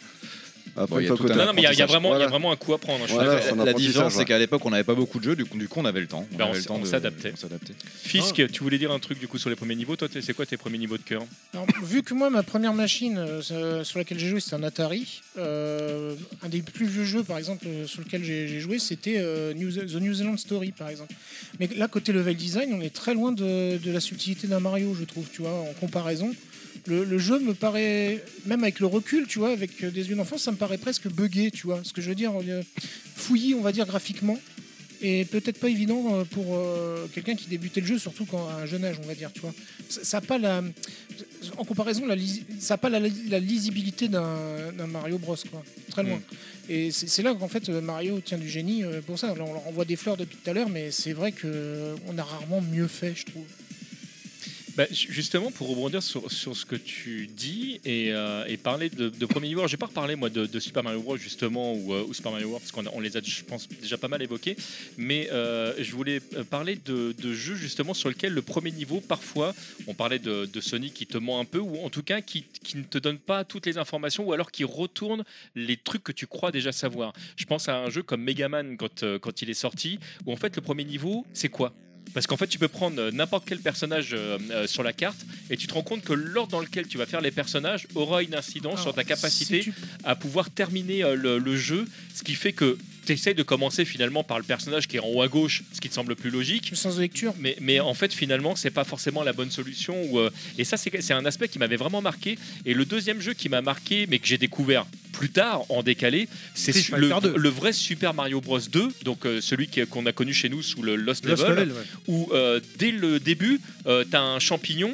Bon, il y a
une fois
tout
que
un
t'as
Non, non, mais il y a- il y, a
l'apprentissage,
vraiment- il y
voilà.
a vraiment un coup à prendre. hein, je suis
Voilà,
d'accord.
c'est un
la différence,
apprentissage,
c'est qu'à l'époque, on n'avait pas beaucoup de jeux, du coup, du coup, on avait le temps.
Ben, on
avait le
s-
temps
on
de-
s'adaptait.
on s'adaptait.
Fisk, tu voulais dire un truc du coup sur les premiers niveaux. Toi, t'es- c'est quoi tes premiers niveaux de cœur
Alors, vu que moi, ma première machine euh, euh, sur laquelle j'ai joué, c'était un Atari. euh, un des plus vieux jeux, par exemple, euh, sur lequel j'ai j'ai joué, c'était euh, New- The New Zealand Story, par exemple. Mais là, côté level design, on est très loin de, de la subtilité d'un Mario, je trouve, tu vois, en comparaison. Le, le jeu me paraît, même avec le recul, tu vois, avec euh, des yeux d'enfant, ça me paraît presque buggé, tu vois. Ce que je veux dire, euh, fouillis, on va dire, graphiquement. Et peut-être pas évident euh, pour euh, quelqu'un qui débutait le jeu, surtout quand, à un jeune âge, on va dire, tu vois. Ça ça a pas la, en comparaison, la lisi- ça n'a pas la, la lisibilité d'un d'un Mario Bros. Quoi. Très loin.
Mm.
Et c'est c'est là qu'en fait euh, Mario tient du génie euh, pour ça. Là, on leur envoie des fleurs depuis tout à l'heure, mais c'est vrai qu'on a rarement mieux fait, je trouve.
Bah, ju- justement, pour rebondir sur, sur ce que tu dis et, euh, et parler de, de premier niveau, alors, j'ai pas reparlé moi de, de Super Mario Bros justement ou, euh, ou Super Mario World parce qu'on a- on les a, je pense, déjà pas mal évoqués, mais euh, je voulais euh, parler de, de jeux justement sur lequel le premier niveau, parfois, on parlait de, de Sony qui te ment un peu ou en tout cas qui, qui ne te donne pas toutes les informations ou alors qui retourne les trucs que tu crois déjà savoir. Je pense à un jeu comme Mega Man quand, euh, quand il est sorti où en fait le premier niveau, c'est quoi parce qu'en fait, tu peux prendre euh, n'importe quel personnage euh, euh, sur la carte et tu te rends compte que l'ordre dans lequel tu vas faire les personnages aura une incidence sur ta
Alors,
capacité
si tu-
à pouvoir terminer euh, le, le jeu, ce qui fait que tu essaies de commencer finalement par le personnage qui est en haut à gauche, ce qui te semble plus logique.
Le sens de lecture.
Mais, mais en fait, finalement, c'est pas forcément la bonne solution. ou, euh, et ça, c'est c'est un aspect qui m'avait vraiment marqué. Et le deuxième jeu qui m'a marqué, mais que j'ai découvert plus tard en décalé, c'est
Street
le,
Fighter 2.
le vrai Super Mario Bros 2, donc euh, celui qui- qu'on a connu chez nous sous le Lost,
Lost
Level
Level, ouais.
où euh, dès le début, euh, t'as un champignon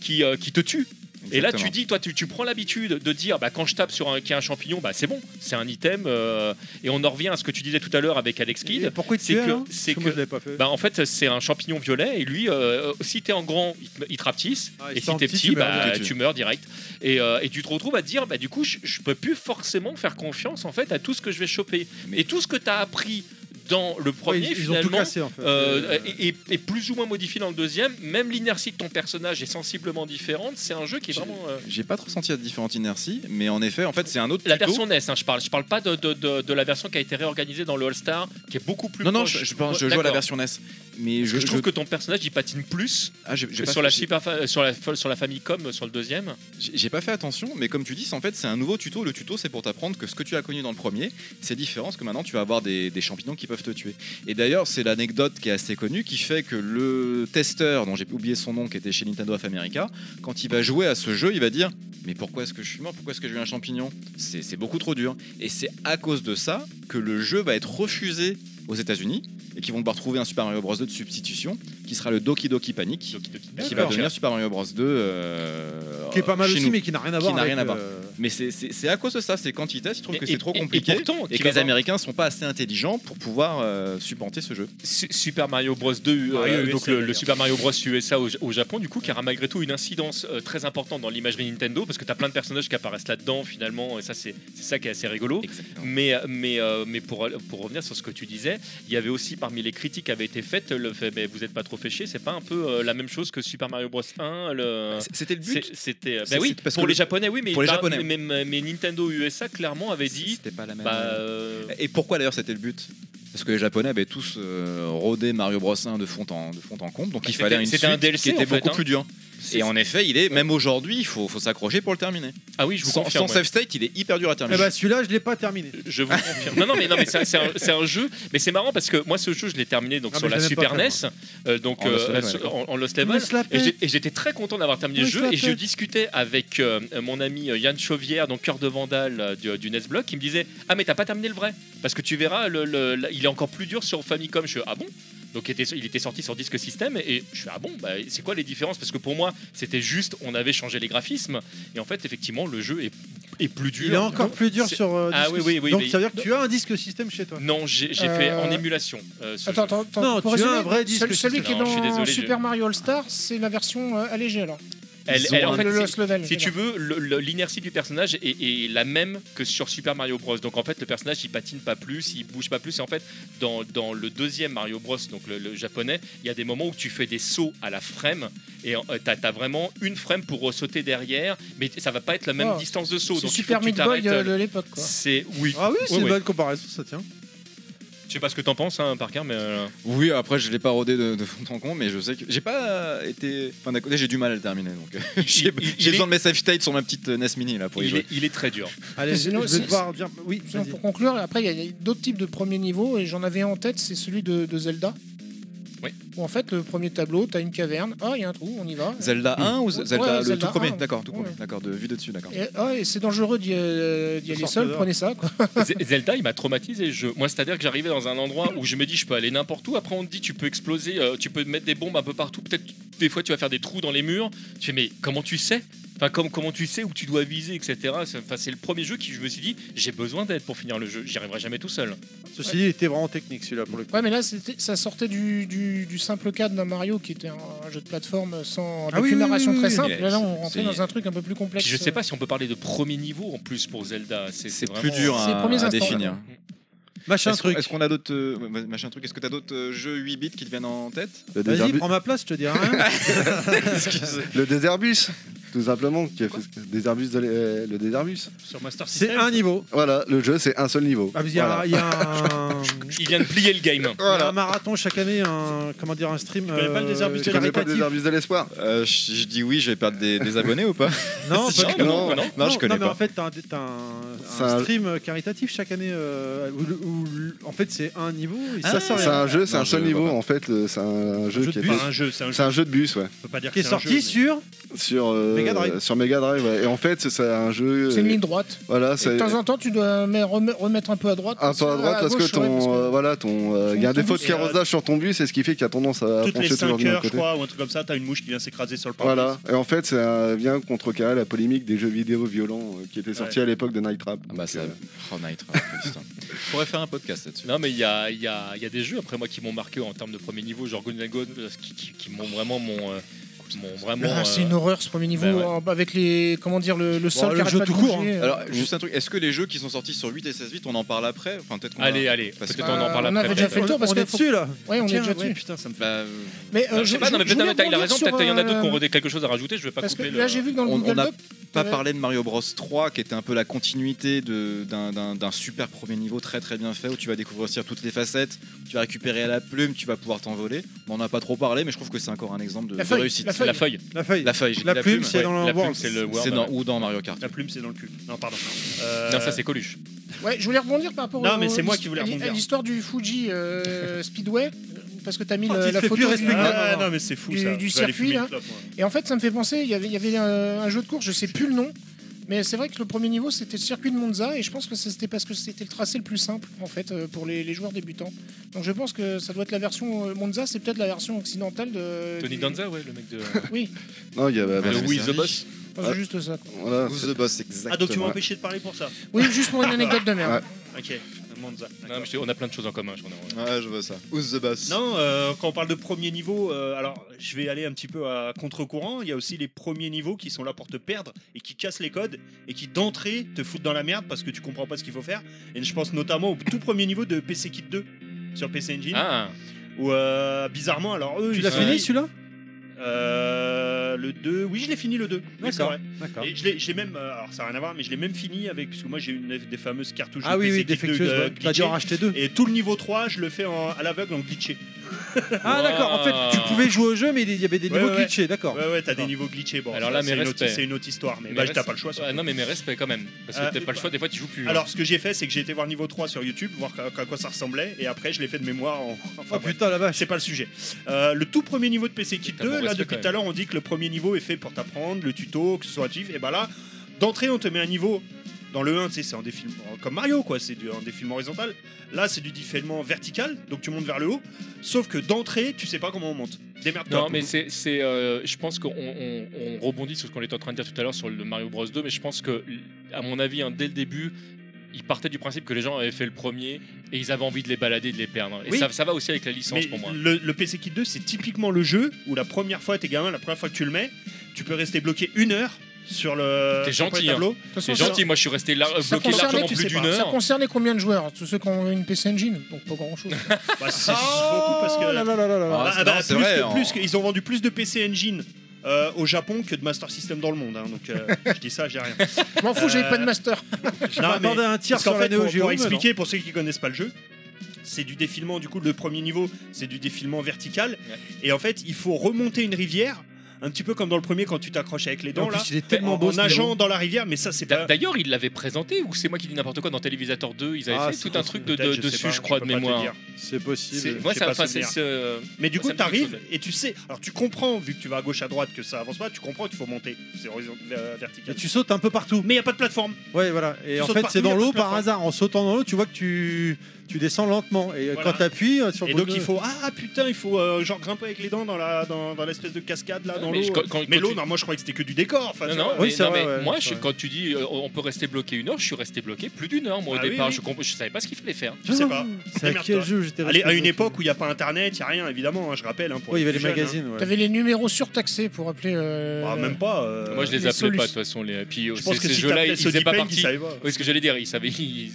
qui, euh, qui te tue. Et là, tu
Exactement.
dis, toi, tu, tu prends l'habitude de dire, bah, quand je tape sur un, qui est un champignon, bah, c'est bon, c'est un item. euh, et on en revient à ce que tu disais tout à l'heure avec Alex
Et
Kidd.
Pourquoi tu
c'est
es
que-
alors
c'est
Parce moi,
que-
je l'ai pas fait.
Bah, en fait, c'est un champignon violet, et lui, euh, si t'es en grand, il te, il te rapetisse,
Ah, et
et
si t'es
si t'es
en petit,
petit,
tu meurs
bah,
direct.
tu meurs direct. Et, euh, et tu te retrouves à te dire, bah, du coup, je, je peux plus forcément faire confiance en fait à tout ce que je vais choper.
Mais-
Et tout ce que t'as appris dans le premier,
Ouais, ils, ils ont tout
finalement,
cassé en fait.
euh, et, et- et plus ou moins modifié dans le deuxième. Même l'inertie de ton personnage est sensiblement différente. C'est un jeu qui est vraiment. euh,
J'ai pas trop senti la différente inertie, mais en effet, en fait, c'est un autre.
la
tuto.
version NES, hein, je parle. Je parle pas de, de- de- de la version qui a été réorganisée dans le All-Star, qui est beaucoup plus.
Non, non,
proche.
je, je pense- je joue à la
D'accord.
version NES. Mais je,
Je trouve que ton personnage il patine plus
ah, j'ai-
que
j'ai pas
sur
fait-
la,
j'ai-
super, fa- sur, la, fol- sur la famille Com, sur le deuxième.
J'ai j'ai pas fait attention, mais comme tu dis, c'est- en fait, c'est un nouveau tuto. Le tuto, c'est pour t'apprendre que ce que tu as connu dans le premier, c'est différent, parce que maintenant, tu vas avoir des, des champignons qui peuvent te tuer. Et d'ailleurs, c'est l'anecdote qui est assez connue, qui fait que le testeur, dont j'ai oublié son nom, qui était chez Nintendo of America, quand il va jouer à ce jeu, il va dire Mais pourquoi est-ce que je suis mort Pourquoi est-ce que j'ai eu un champignon C'est c'est beaucoup trop dur. Et c'est à cause de ça que le jeu va être refusé aux États-Unis, et qu'ils vont devoir trouver un Super Mario Bros. 2 de substitution, qui sera le Doki Doki Panic.
Doki Doki
Qui
Panic.
va devenir Super Mario Bros 2 euh,
qui est pas mal
chez
aussi,
nous.
mais qui n'a rien à
Qui
voir.
n'a
avec,
rien à voir.
euh,
Mais c'est- c'est c'est à cause de ça, c'est quand ils testent, ils trouvent que
Et-
c'est trop
et- et
compliqué. Et,
pourtant, tu
que
vas
les
voir-
Américains sont pas assez intelligents pour pouvoir euh, supporter ce jeu.
Su- Super Mario Bros 2, euh,
Mario USA,
donc le, le
d'ailleurs.
Super Mario Bros USA au, au Japon, du coup, qui aura malgré tout une incidence euh, très importante dans l'imagerie Nintendo, parce que tu as plein de personnages qui apparaissent là-dedans finalement, et ça c'est c'est ça qui est assez rigolo.
Exactement.
Mais, mais, euh, mais pour, pour revenir sur ce que tu disais, il y avait aussi parmi les critiques qui avaient été faites le fait mais vous n'êtes pas trop fait chier, c'est pas un peu euh, la même chose que Super Mario Bros 1 le...
C'était le but.
C'est- C'était.
Euh, C'est-
Bah oui,
c'est parce
pour
que
les
le-
Japonais, oui, mais,
pour les
bah,
Japonais.
mais, mais- mais Nintendo USA clairement avait dit.
C'était pas la même.
Bah, euh,
Et pourquoi d'ailleurs c'était le but Parce que les Japonais avaient tous euh, rodé Mario Bros 1 de fond en, de fond en comble, donc il
C'était-
fallait une
c'était
suite
un DLC,
qui était
en fait,
beaucoup
hein.
plus dur.
c'est-
Et en effet, il est même aujourd'hui, il faut, faut s'accrocher pour le terminer.
ah oui, je vous
sans
confirme.
sans
ouais.
save state, il est hyper dur à
Eh
terminer.
bah celui-là, je l'ai pas terminé.
Je vous confirme. Non, non, mais, non, mais c'est un- c'est un, c'est un jeu. Mais c'est marrant parce que moi, ce jeu, je l'ai terminé donc,
Ah,
sur
mais
la
je l'avais
Super
pas fait,
NES, euh, donc
En
euh,
Lost Level,
sur-
ouais.
en, en Lost Level.
Laisse la
Et
paix.
j'ai- et j'étais très content d'avoir terminé le
Laisse
jeu.
la
Et je
paix.
discutais avec euh, mon ami euh, Yann Chauvière, donc cœur de vandale euh, du, du Nesblock, qui me disait Ah, mais t'as pas terminé le vrai Parce que tu verras, le- le- la- il est encore plus dur sur Famicom. Je suis Ah bon Donc était- il était sorti sur disque système et je suis ah bon bah, c'est quoi les différences parce que pour moi c'était juste on avait changé les graphismes et en fait effectivement le jeu est, est plus dur.
Il est encore plus dur
c'est-
sur. euh,
Ah
disque-
oui, oui, oui,
Donc
mais-
ça veut dire que tu as un disque système chez toi.
Non j'ai j'ai fait
Euh,
en émulation. euh, ce
Attends,
jeu.
attends, attends.
Non,
pour
tu as
résumer,
un vrai disque
celui, celui
système.
qui est
Non, je suis
dans
désolé,
Super
je-
Mario All-Star, c'est la version euh, allégée alors.
Elle-
Ils
elle,
ont
en
un-
fait,
le
c'est-
Lost Level.
Si tu veux, le- le- l'inertie du personnage est, est la même que sur Super Mario Bros. Donc en fait, le personnage il patine pas plus, il bouge pas plus. Et en fait, dans, dans le deuxième Mario Bros, donc le, le japonais, il y a des moments où tu fais des sauts à la frame et euh, t'as as vraiment une frame pour euh, sauter derrière, mais ça va pas être la même
Oh,
distance de saut.
C'est
Donc il
Super
faut que tu
Meat Boy
t'arrêtes.
euh,
euh,
de l'époque quoi.
C'est oui.
Ah oui, c'est
Ouais,
une
ouais.
bonne comparaison, ça tient.
Je sais pas ce que t'en penses, hein, Parker, mais euh,
Oui, après je l'ai pas rodé de, de fond en comble, mais je sais que j'ai pas été. Enfin, d'un côté, j'ai du mal à le terminer, donc euh, j'ai
il- il
j'ai besoin
est-
de mes save states sur ma petite euh, NES Mini là pour y
il,
jouer.
est, il est très dur.
Allez, je
Sinon,
je vais
si-
devoir dire. Oui,
Sinon,
vas-y.
pour conclure, après il y a- il y a d'autres types de premiers niveaux et j'en avais un en tête, c'est celui de, de Zelda.
Oui.
Où en fait le premier tableau, t'as une caverne, ah il y a un trou, on y va.
Zelda 1 ou
Ouais,
Zelda, le
Zelda
tout premier
1.
D'accord, tout premier.
Ouais.
D'accord, de vue de dessus, d'accord.
Et, ah, et c'est dangereux d'y euh, d'y
Ça
aller
sort
seul,
dehors.
prenez ça. Quoi.
Z- Zelda, il m'a traumatisé. Je... Moi, c'est-à-dire que j'arrivais dans un endroit où je me dis, je peux aller n'importe où. Après, on te dit, tu peux exploser, euh, tu peux mettre des bombes un peu partout. Peut-être des fois, tu vas faire des trous dans les murs. Tu fais, mais comment tu sais Enfin, comme, comment tu sais où tu dois viser, etc. C'est- Enfin, c'est le premier jeu qui je me suis dit, j'ai besoin d'aide pour finir le jeu. J'y arriverai jamais tout seul.
Ceci dit, il était vraiment technique celui-là pour le coup.
Ouais mais là c'était- ça sortait du, du- du simple cadre d'un Mario qui était un, un jeu de plateforme sans
Ah
avec
oui,
une
oui,
narration
oui,
très
oui.
simple.
Mais
Là, là, on
c'est-
rentrait dans un truc un peu plus complexe. euh,
Puis, je sais pas si on peut parler de premier niveau en plus pour Zelda. C'est
C'est
vraiment-
plus dur
C'est les
à,
premiers
à
instants,
définir.
Machin
Est-ce qu'on-
truc.
est-ce qu'on a d'autres euh, ouais, machin truc Est-ce que t'as d'autres euh, jeux 8 bits qui te viennent en tête
Le
Vas-y,
Deserbu-
prends ma place, je te dis rien.
le Deserbus, tout simplement. Qui a fait ce- Deserbus de l'é- euh, le Deserbus.
Sur Master
C'est
System.
un niveau.
Voilà, le jeu, c'est un seul niveau.
Ah, parce qu'il y a-
Voilà.
il y a un-
Il vient de plier le game.
il y a un marathon chaque année, un comment dire, un stream.
connais pas le Deserbu,
euh,
tu
Tu connais pas le
caritatif.
Deserbus de l'espoir
Euh, je, je dis oui, je vais perdre des, des abonnés ou pas
Non,
Si,
parce
non,
que-
non, non, non, je connais
mais en
pas.
fait, t'as un, t'as un-
C'est
un
un-
stream caritatif chaque année euh, où, le- où le- en fait c'est un niveau. Et ça sort
C'est un jeu, c'est
Non,
un seul
je
niveau.
vois pas.
En fait, euh, c'est un jeu
jeu de
qui est
bus.
pas-
Enfin, un jeu, c'est un
C'est
jeu.
un jeu de bus, ouais.
On peut pas dire
qui
que
est
c'est un
sorti
jeu. mais-
sur.
Sur euh,
Mega Drive.
sur Mega Drive, ouais. Et en fait, c'est c'est un jeu.
C'est une
euh,
ligne droite.
Voilà,
Et
c'est
de temps en temps, tu dois mais rem- remettre un peu à droite.
un peu à droite parce que
gauche, ouais, parce
ton euh, voilà ton euh, il y a un
ton
défaut de
bus, euh,
carrossage sur ton bus, c'est ce qui fait qu'il y a tendance à
Toutes les
pencher
5
toujours du même
heures, je
côté.
crois, ou un truc comme ça, t'as une mouche qui vient s'écraser sur le pare
Voilà, et en fait, ça vient contrecarrer la polémique des jeux vidéo violents euh, qui étaient sortis à l'époque de Night Trap.
Ah bah ça.
Donc, euh,
Oh, Night Trap, putain. Je pourrais faire un podcast là-dessus.
Non mais il y a, il y a- il y a des jeux après moi qui m'ont marqué en termes de premier niveau, genre Golden Gun, euh, qui, qui- qui m'ont vraiment mon, euh, m'ont vraiment.
Ah, c'est
euh,
une horreur ce premier niveau
bah ouais.
en- avec les comment dire le, le sol
le
qui arrête
jeu
pas de
tout court,
bouger, euh.
hein. Alors, juste un truc, est-ce que les jeux qui sont sortis sur 8 et 16 bits, on en parle après Enfin, peut-être qu'on va-
Allez, allez, parce
Parce
que
que-
on en parle
Ah, on
après.
avait déjà
peut-être.
fait le tour parce
on est
que
dessus là.
ouais, on est
Tiens,
déjà
ouais,
dessus.
putain, ça me
Bah, euh,
Mais euh,
Alors, Ah, je sais pas, non, mais
voulais
peut-être Nathan, il a
rebondir
raison,
sur,
peut-être il y en a d'autres
euh,
qui ont redé quelque chose à rajouter, je vais pas
Parce que
couper.
là,
le-
j'ai vu que dans le
on-
Google
on a
Doc,
pas
Ouais.
parlé de Mario Bros 3, qui était un peu la continuité de- d'un- d'un d'un super premier niveau très très bien fait, où tu vas découvrir aussi toutes les facettes, tu vas récupérer à la plume, tu vas pouvoir t'envoler. On n'en a pas trop parlé, mais je trouve que c'est encore un exemple de,
La
de
feuille,
réussite.
la
la feuille.
La feuille.
La feuille, j'ai dit
La
la
plume,
plume,
c'est
ouais.
dans le
la
World.
plume, c'est le
C'est
World.
dans, ou dans Mario Kart.
La plume, c'est dans le cul. Non, pardon. Euh,
Non, ça c'est Coluche.
ouais, je voulais rebondir par rapport
Non,
au-
mais c'est moi qui voulais
à l'hi- à
rebondir.
L'histoire du Fuji euh, Speedway parce que t'as mis
Oh,
le-
tu te
la
fais
photo
plus
du-
respecter.
Ah, non, mais c'est fou
Du-
ça.
du
Je vais aller
circuit, hein.
fumer une
là.
clope, moi. Ah,
Et en fait, ça me fait penser, il y avait, il y avait euh, un jeu de course, je sais plus le nom, mais c'est vrai que le premier niveau, c'était le circuit de Monza, et je pense que c'était parce que c'était le tracé le plus simple, en fait, euh, pour les, les joueurs débutants. Donc je pense que ça doit être la version euh, Monza, c'est peut-être la version occidentale de.
Tony
du-
Danza, ouais, le mec de.
Oui,
Non, il y a bah,
de
bah,
Who is the Boss
je pense
Ah.
juste ça. quoi.
voilà,
Who's
c'est-
the boss, exactement.
Ah, donc tu m'as empêché de parler pour ça.
Oui, juste pour une anecdote de merde.
Ok, Monza.
Non,
d'accord.
mais je- on a plein de choses en commun. je crois.
Ouais, Ah, je vois ça. Who's the boss
Non, euh, quand on parle de premier niveau, euh, alors je vais aller un petit peu à contre-courant. Il y a aussi les premiers niveaux qui sont là pour te perdre et qui cassent les codes et qui d'entrée te foutent dans la merde parce que tu comprends pas ce qu'il faut faire. Et je pense notamment au tout premier niveau de PC Kit 2 sur PC Engine.
Ah,
Où euh, bizarrement, alors eux,
Tu
ils
l'as
sont-
fini celui-là
Euh, Le 2, oui, je l'ai fini le 2. Oui, c'est
D'accord.
vrai.
D'accord.
Et je l'ai- je l'ai même, euh, alors ça n'a rien à voir, mais je l'ai même fini avec, parce que moi j'ai eu une des fameuses cartouches
Ah
de
oui, oui,
PC Kit 2
défectueuse. bah,
euh,
ouais. T'as dû en
glitchées.
racheter deux.
Et tout le niveau 3, je le fais en- à l'aveugle en glitché.
Ah, d'accord. En fait, tu pouvais jouer au jeu, mais il y avait des
Ouais,
niveaux
ouais.
glitchés. D'accord.
Ouais, ouais, t'as des
D'accord.
niveaux glitchés. Bon,
Alors
ça,
là, mes
c'est une, autre,
respects.
c'est une autre histoire, mais
Mes
bah, t'as
respects.
pas le choix. surtout.
Ouais, non, mais mes respects quand même. Parce
Ah,
Euh,
que t'as pas le
bah-
choix, des fois tu joues plus. hein.
Alors, ce que j'ai fait, c'est que j'ai été voir niveau 3 sur YouTube, voir à, à quoi ça ressemblait, et après, je l'ai fait de mémoire. En... Enfin,
Oh
bref,
putain, la vache.
c'est pas le sujet. Euh, le tout premier niveau de PC Kit
Putain,
2,
bon
là,
respect
depuis
quand
tout à l'heure, on ben dit que le premier niveau est fait pour t'apprendre, le tuto, que ce soit actif, et bah là, d'entrée, on te met un niveau Dans le 1, tu sais, c'est en défilement comme Mario, quoi. C'est du- en défilement horizontal. Là, c'est du défilement vertical, donc tu montes vers le haut. Sauf que d'entrée, tu sais pas comment on monte. Démerde-toi.
Non, mais c'est, c'est, euh, je pense qu'on on- on rebondit sur ce qu'on était en train de dire tout à l'heure sur le Mario Bros 2, mais je pense que, à mon avis, hein, dès le début, ils partaient du principe que les gens avaient fait le premier et ils avaient envie de les balader, de les perdre. Et
Oui.
ça, ça va aussi avec la licence
Mais
pour moi.
Le, le PC Kit 2, c'est typiquement le jeu où la première fois, t'es gamin, la première fois que tu le mets, tu peux rester bloqué une heure sur le,
T'es
sur le
gentil,
tableau.
De toute façon,
C'est
ça-
gentil, moi je suis resté là, euh,
ça
bloqué
concernait,
largement
tu
plus
sais
d'une
pas,
Ça
heure.
concernait combien de joueurs Tous ceux qui ont une PC Engine Donc pas grand chose.
Bah, c'est beaucoup parce que.
Oh là là là là là là.
Bah,
Ah, c'est-
bah,
non, c'est
plus
vrai,
que-
en-
plus que- ils ont vendu plus de PC Engine euh, au Japon que de Master System dans le monde. hein, donc euh, je dis ça, j'ai rien.
Je m'en fous, j'avais pas de master.
Ah, Non, mais-
Attendez un tir
parce qu'en
sur
fait,
la Neo
pour,
Geo.
pour
mais non.
expliquer pour ceux qui connaissent pas le jeu, c'est du défilement. Du coup, le premier niveau, c'est du défilement vertical.
Ouais.
Et en fait, il faut remonter une rivière, un petit peu comme dans le premier quand tu t'accroches avec les
En
dents là.
plus, il est tellement
en,
beau.
en
ce
nageant
niveau.
dans la rivière, mais ça c'est
D'a-
pas.
D'ailleurs, ils l'avaient présenté ou c'est moi qui dis n'importe quoi dans Télévisateur 2 Ils avaient
Ah, c'est
fait tout un truc de, de-
Peut-être, sais
dessus,
pas,
je crois,
peux
de
pas te
mémoire.
dire.
C'est
C'est-
possible.
Moi,
je
ça,
sais pas
enfin, c'est-
souvenir.
c'est, euh,
Mais du
Ça
coup,
me dit quelque
t'arrives
chose.
et tu sais. Alors, tu comprends vu que tu vas à gauche à droite que ça avance pas. Tu comprends qu'il faut monter. C'est horizontal, euh,
Et
vertical.
tu sautes un peu partout.
Mais il y a pas de plateforme.
Ouais, voilà. Et
Tu
en
sautes
fait,
partout,
c'est dans
y a
l'eau
pas de
par
plafond.
hasard. En sautant dans l'eau, tu vois que tu, tu descends lentement. Et euh,
Voilà.
quand t'appuies euh, sur le
Et
bout
donc
de-
il faut ah putain il faut euh, genre grimper avec les dents dans la dans, dans l'espèce de cascade là Ah, dans
mais
l'eau.
quand- quand-
Mais
quand
l'eau
tu-
non moi je croyais que c'était que du décor. Enfin,
Non,
tu
non,
vois.
mais,
Oui, c'est
non,
vrai,
mais
ouais,
moi,
c'est
je-
vrai.
quand tu dis euh, on peut rester bloqué une heure, je suis resté bloqué plus d'une heure, moi,
Ah
au
oui,
départ.
oui.
Je, comp- je savais pas ce qu'il fallait faire.
je sais pas.
C'est à quel
Démerde-toi.
jeu j'étais
Allez,
resté
à une
bloqué.
époque où il n'y a pas internet, il n'y a rien évidemment, hein, je rappelle. hein, pour
Oui, il y avait les
plus jeunes,
magazines. ouais.
T'avais les numéros surtaxés pour appeler.
hein.
Ah,
euh,
Bah, même pas. euh,
moi, je les
les
appelais
solus.
pas, de toute façon. Les... Puis, euh,
je
ces-
pense que
ces
si
jeux-là,
t'appelais
ils faisaient
Sony
pas
Pain,
partie.
ils savaient pas.
Oui, ce que j'allais dire, ils savaient. ils-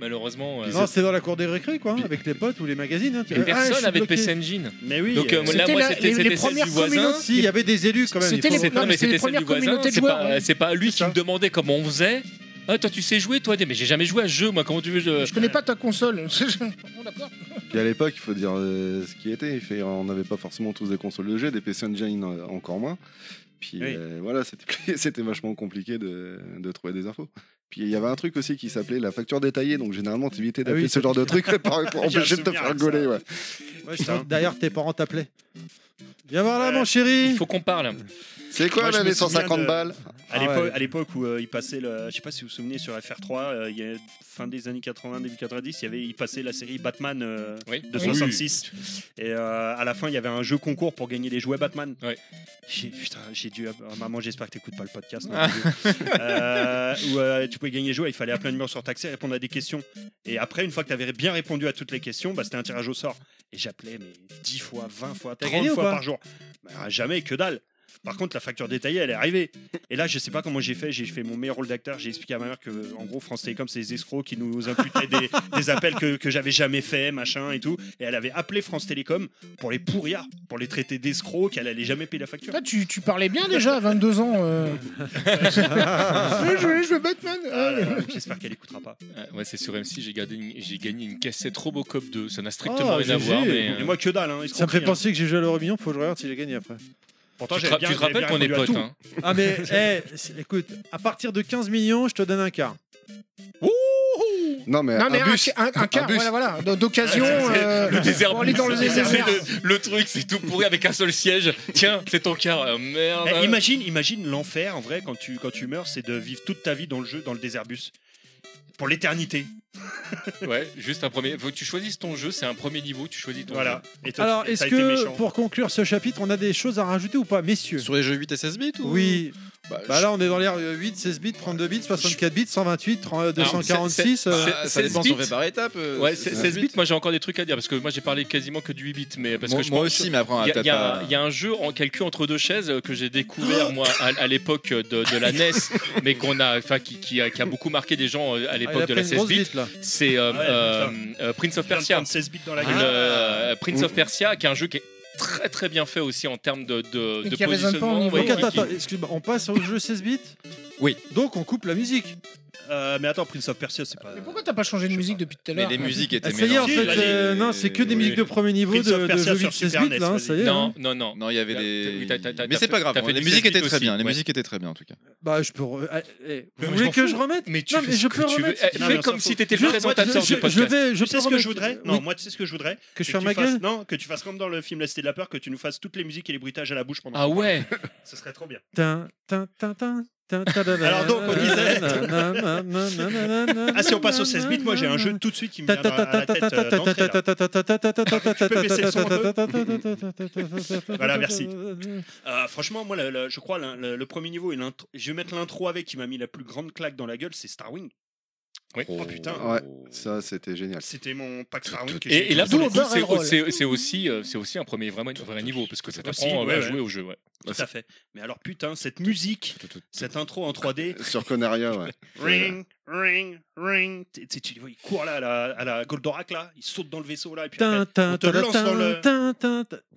Malheureusement. euh,
Non, c'était dans la cour des récré, quoi, hein, avec les potes ou les magazines. hein, tu vois. Ah, je
Personne
suis
avait de
bloqué.
PC Engine.
Mais oui.
Donc, euh,
euh,
c'était
là, moi,
la- les-
c'était
les
c'était celle
premières
du voisin.
communes-
Si, il y avait des élus quand même.
C'était
il faut-
les-
C'est-
non,
Non,
mais
mais
c'est les
c'était celle
premières
du voisin.
communautés de
C'est
joueurs,
pas,
ouais.
c'est pas lui qui
ça.
me demandait comment on faisait. Ah, toi, tu sais jouer, toi Mais j'ai jamais joué à ce jeu, moi. Comment tu veux je-
Je connais pas ta console. Bon, d'accord.
Puis à l'époque, il faut dire euh, ce qui était. Il fait- on n'avait pas forcément tous des consoles de jeu, des PC Engine euh, encore moins. Puis
Oui.
euh, voilà, c'était c'était vachement compliqué de, de trouver des infos. Puis il y avait un truc aussi qui s'appelait la facture détaillée, donc généralement tu évitais
Ah oui,
d'appeler ce
ça-
genre de truc pour, pour
J'ai
empêcher
un
de te
souvenir
faire
avec ça.
gauler. ouais.
Ouais, je crois que D'ailleurs, tes parents t'appelaient. Viens voir là,
Ouais.
mon chéri.
Il faut qu'on parle.
C'est quoi
Moi, je
là,
me
les
souviens
150
de-
balles
À
Ah
l'époque,
ouais.
à l'époque où euh, il passait, le, je sais pas si vous vous souvenez, sur FR3, euh, il y a fin des années 80, début 90, il y avait, il passait la série Batman euh,
Oui.
de 66. Et euh, à la fin, il y avait un jeu concours pour gagner les jouets Batman.
Ouais.
J'ai, putain, j'ai dû. ah, maman, j'espère que t'écoutes pas le podcast. non, euh, où euh, tu pouvais gagner les jouets, il fallait appeler un numéro surtaxé, répondre à des questions. Et après, une fois que t'avais bien répondu à toutes les questions, bah, c'était un tirage au sort. Et j'appelais mais 10 fois, 20 fois,
T'as
30
gagné ou
fois
pas
par jour. Bah, jamais, que dalle. Par contre, la facture détaillée, elle est arrivée. Et là, je sais pas comment j'ai fait. J'ai fait mon meilleur rôle d'acteur. J'ai expliqué à ma mère que, en gros, France Télécom, c'est des escrocs qui nous imputaient des, des appels que, que j'avais jamais fait, machin et tout. Et elle avait appelé France Télécom pour les pourrir, pour les traiter d'escrocs, qu'elle allait jamais payer la facture.
Toi, tu, tu parlais bien déjà à 22 ans. euh. je jouais, je jouais Batman.
Ah
euh.
là là, J'espère qu'elle écoutera pas.
Ah, Ouais, c'est sur MC, j'ai gardé une- j'ai gagné une cassette Robocop 2. Ça n'a strictement
Oh,
rien à
GG.
voir, mais.
Et
euh,
moi, que dalle. Hein,
Ça me
escroquerie,
fait
hein.
penser que j'ai joué à l'euro million, faut que je regarde si j'ai gagné après.
Pourtant,
tu, te,
j'avais
ra-
bien-
tu te
j'avais
rappelles
bien
qu'on est
répondu à
potes,
tout.
hein
Ah mais eh, c'est- écoute, à partir de 15 millions, je te donne un quart.
Non mais,
Non, mais
un
un,
bus.
un- un quart,
bus.
voilà, voilà, d- d'occasion. euh,
Le désert
pour aller dans le
bus, c'est-
désert.
Le, le truc, c'est tout pourri avec un seul siège. Tiens, c'est ton quart. euh, merde.
Eh, imagine, imagine l'enfer en vrai quand tu quand tu meurs, c'est de vivre toute ta vie dans le jeu, dans le désert bus, pour l'éternité.
Ouais, juste un premier. Faut que tu choisisses ton jeu, c'est un premier niveau, tu choisis ton
Voilà. Et toi,
Alors
t'as
est-ce
été
que
méchant.
pour conclure ce chapitre, on a des choses à rajouter ou pas, messieurs
Sur les jeux 8 et 16 bits ou...
Oui.
euh,
Bah,
Bah là on est dans l'ère euh, 8, 16 bits, 32 bits, 64 bits, 128, 30, euh,
Alors, c'est-
246.
c'est-
euh,
je- bah, ça
16
dépend si on
bits.
fait par étape.
jeu.
euh,
Ouais,
c'est-
16 bits, moi j'ai encore des trucs à dire parce que moi j'ai parlé quasiment que du 8 bits, mais parce
moi,
que je
moi
pense-
aussi, mais après on va
Il y, a-
peut-être
il y a un-
pas-
il y a un jeu en calcul entre deux chaises euh, que j'ai découvert moi à, à l'époque de, de la NES, mais qu'on a, enfin qui, qui a, qui a beaucoup marqué des gens euh,
elle
à
ah, a
l'époque
pris
de la
une grosse
16 bits.
bite là.
C'est euh,
Ah ouais,
euh, euh, Prince of
Tu viens de
Persia.
prendre 16 bits dans la
Le,
gueule.
euh, Prince of Persia, qui est un jeu qui est très très bien fait aussi en termes de, de,
Et
de
qui résonne pas au
positionnement.
niveau.
Ouais,
Donc
qui-
attends,
qui-
attends, excuse-moi, on passe au jeu 16 bits
Oui.
Donc on coupe la musique.
Euh, mais attends, Prince of Persia, c'est pas.
Mais pourquoi t'as pas changé de
Je sais
musique
pas.
depuis tout à
Mais
l'heure
les musiques étaient
Ah, ça y est en
mélangées.
fait,
vas-y.
euh, non c'est que des
Oui.
musiques de premier niveau
Prince
de,
of
de
Persia
jeux
sur
8, 16
Super
bits là,
NES,
hein, ça y est. hein.
Non, non, non.
Non, il y avait des.
Oui, t'as- t'as- t'as-
mais c'est
t'as
pas
fait-
grave.
t'as fait
Les
du
musiques
16 bits
étaient très
aussi,
bien. Les
ouais.
musiques étaient très bien en tout cas.
Bah je peux. re- eh, eh,
Mais
vous
moi,
voulez
je m'en
que
fous.
je remette
Mais tu
Non,
fais
mais
ce
je
que
peux
tu veux.
remettre.
Eh,
Non, mais
Fais
on
comme
s'en
si
fout.
t'étais
Je-
le présentateur
je-
du
je-
podcast.
Je vais, je
Tu sais
peux
ce que
remettre-
je voudrais
Oui.
Non, moi, tu sais ce que je voudrais
Que je
C'est
ferme
tu
ma gueule
fasses- Non, que tu fasses comme dans le film La Cité de la Peur, que tu nous fasses toutes les musiques et les bruitages à la bouche pendant.
Ah ouais
Ce serait trop bien.
Tin, tin, tin, tin, Alors
donc, on disait- Ah, si on passe au 16 bits, moi j'ai un jeu tout de suite qui me vient à la tête euh, d'entrée, là. baisser le son un Voilà, merci. Euh, franchement, moi, le- le- je crois le, le- le premier niveau, et l'intro- je vais mettre l'intro avec qui m'a mis la plus grande claque dans la gueule, c'est Starwing.
Oui.
Oh putain,
Ouais, ça c'était génial.
c'était mon pack Starwing que j'ai
Et, et là, pour
trouvé.
le
D'où
coup,
le barrel roll.
c'est- c'est c'est aussi, euh, c'est aussi un premier vraiment, vrai niveau parce que ça
Aussi,
t'apprend euh,
ouais,
à
ouais.
jouer au jeu. ouais.
tout à fait. Mais alors putain, cette musique, cette intro en 3D,
Sur Conaria, ouais.
ring, ring, ring, tu tu- tu les vois, ils courent là à la, à la Goldorak là, ils sautent dans le vaisseau là, et puis après, on te lance dans le...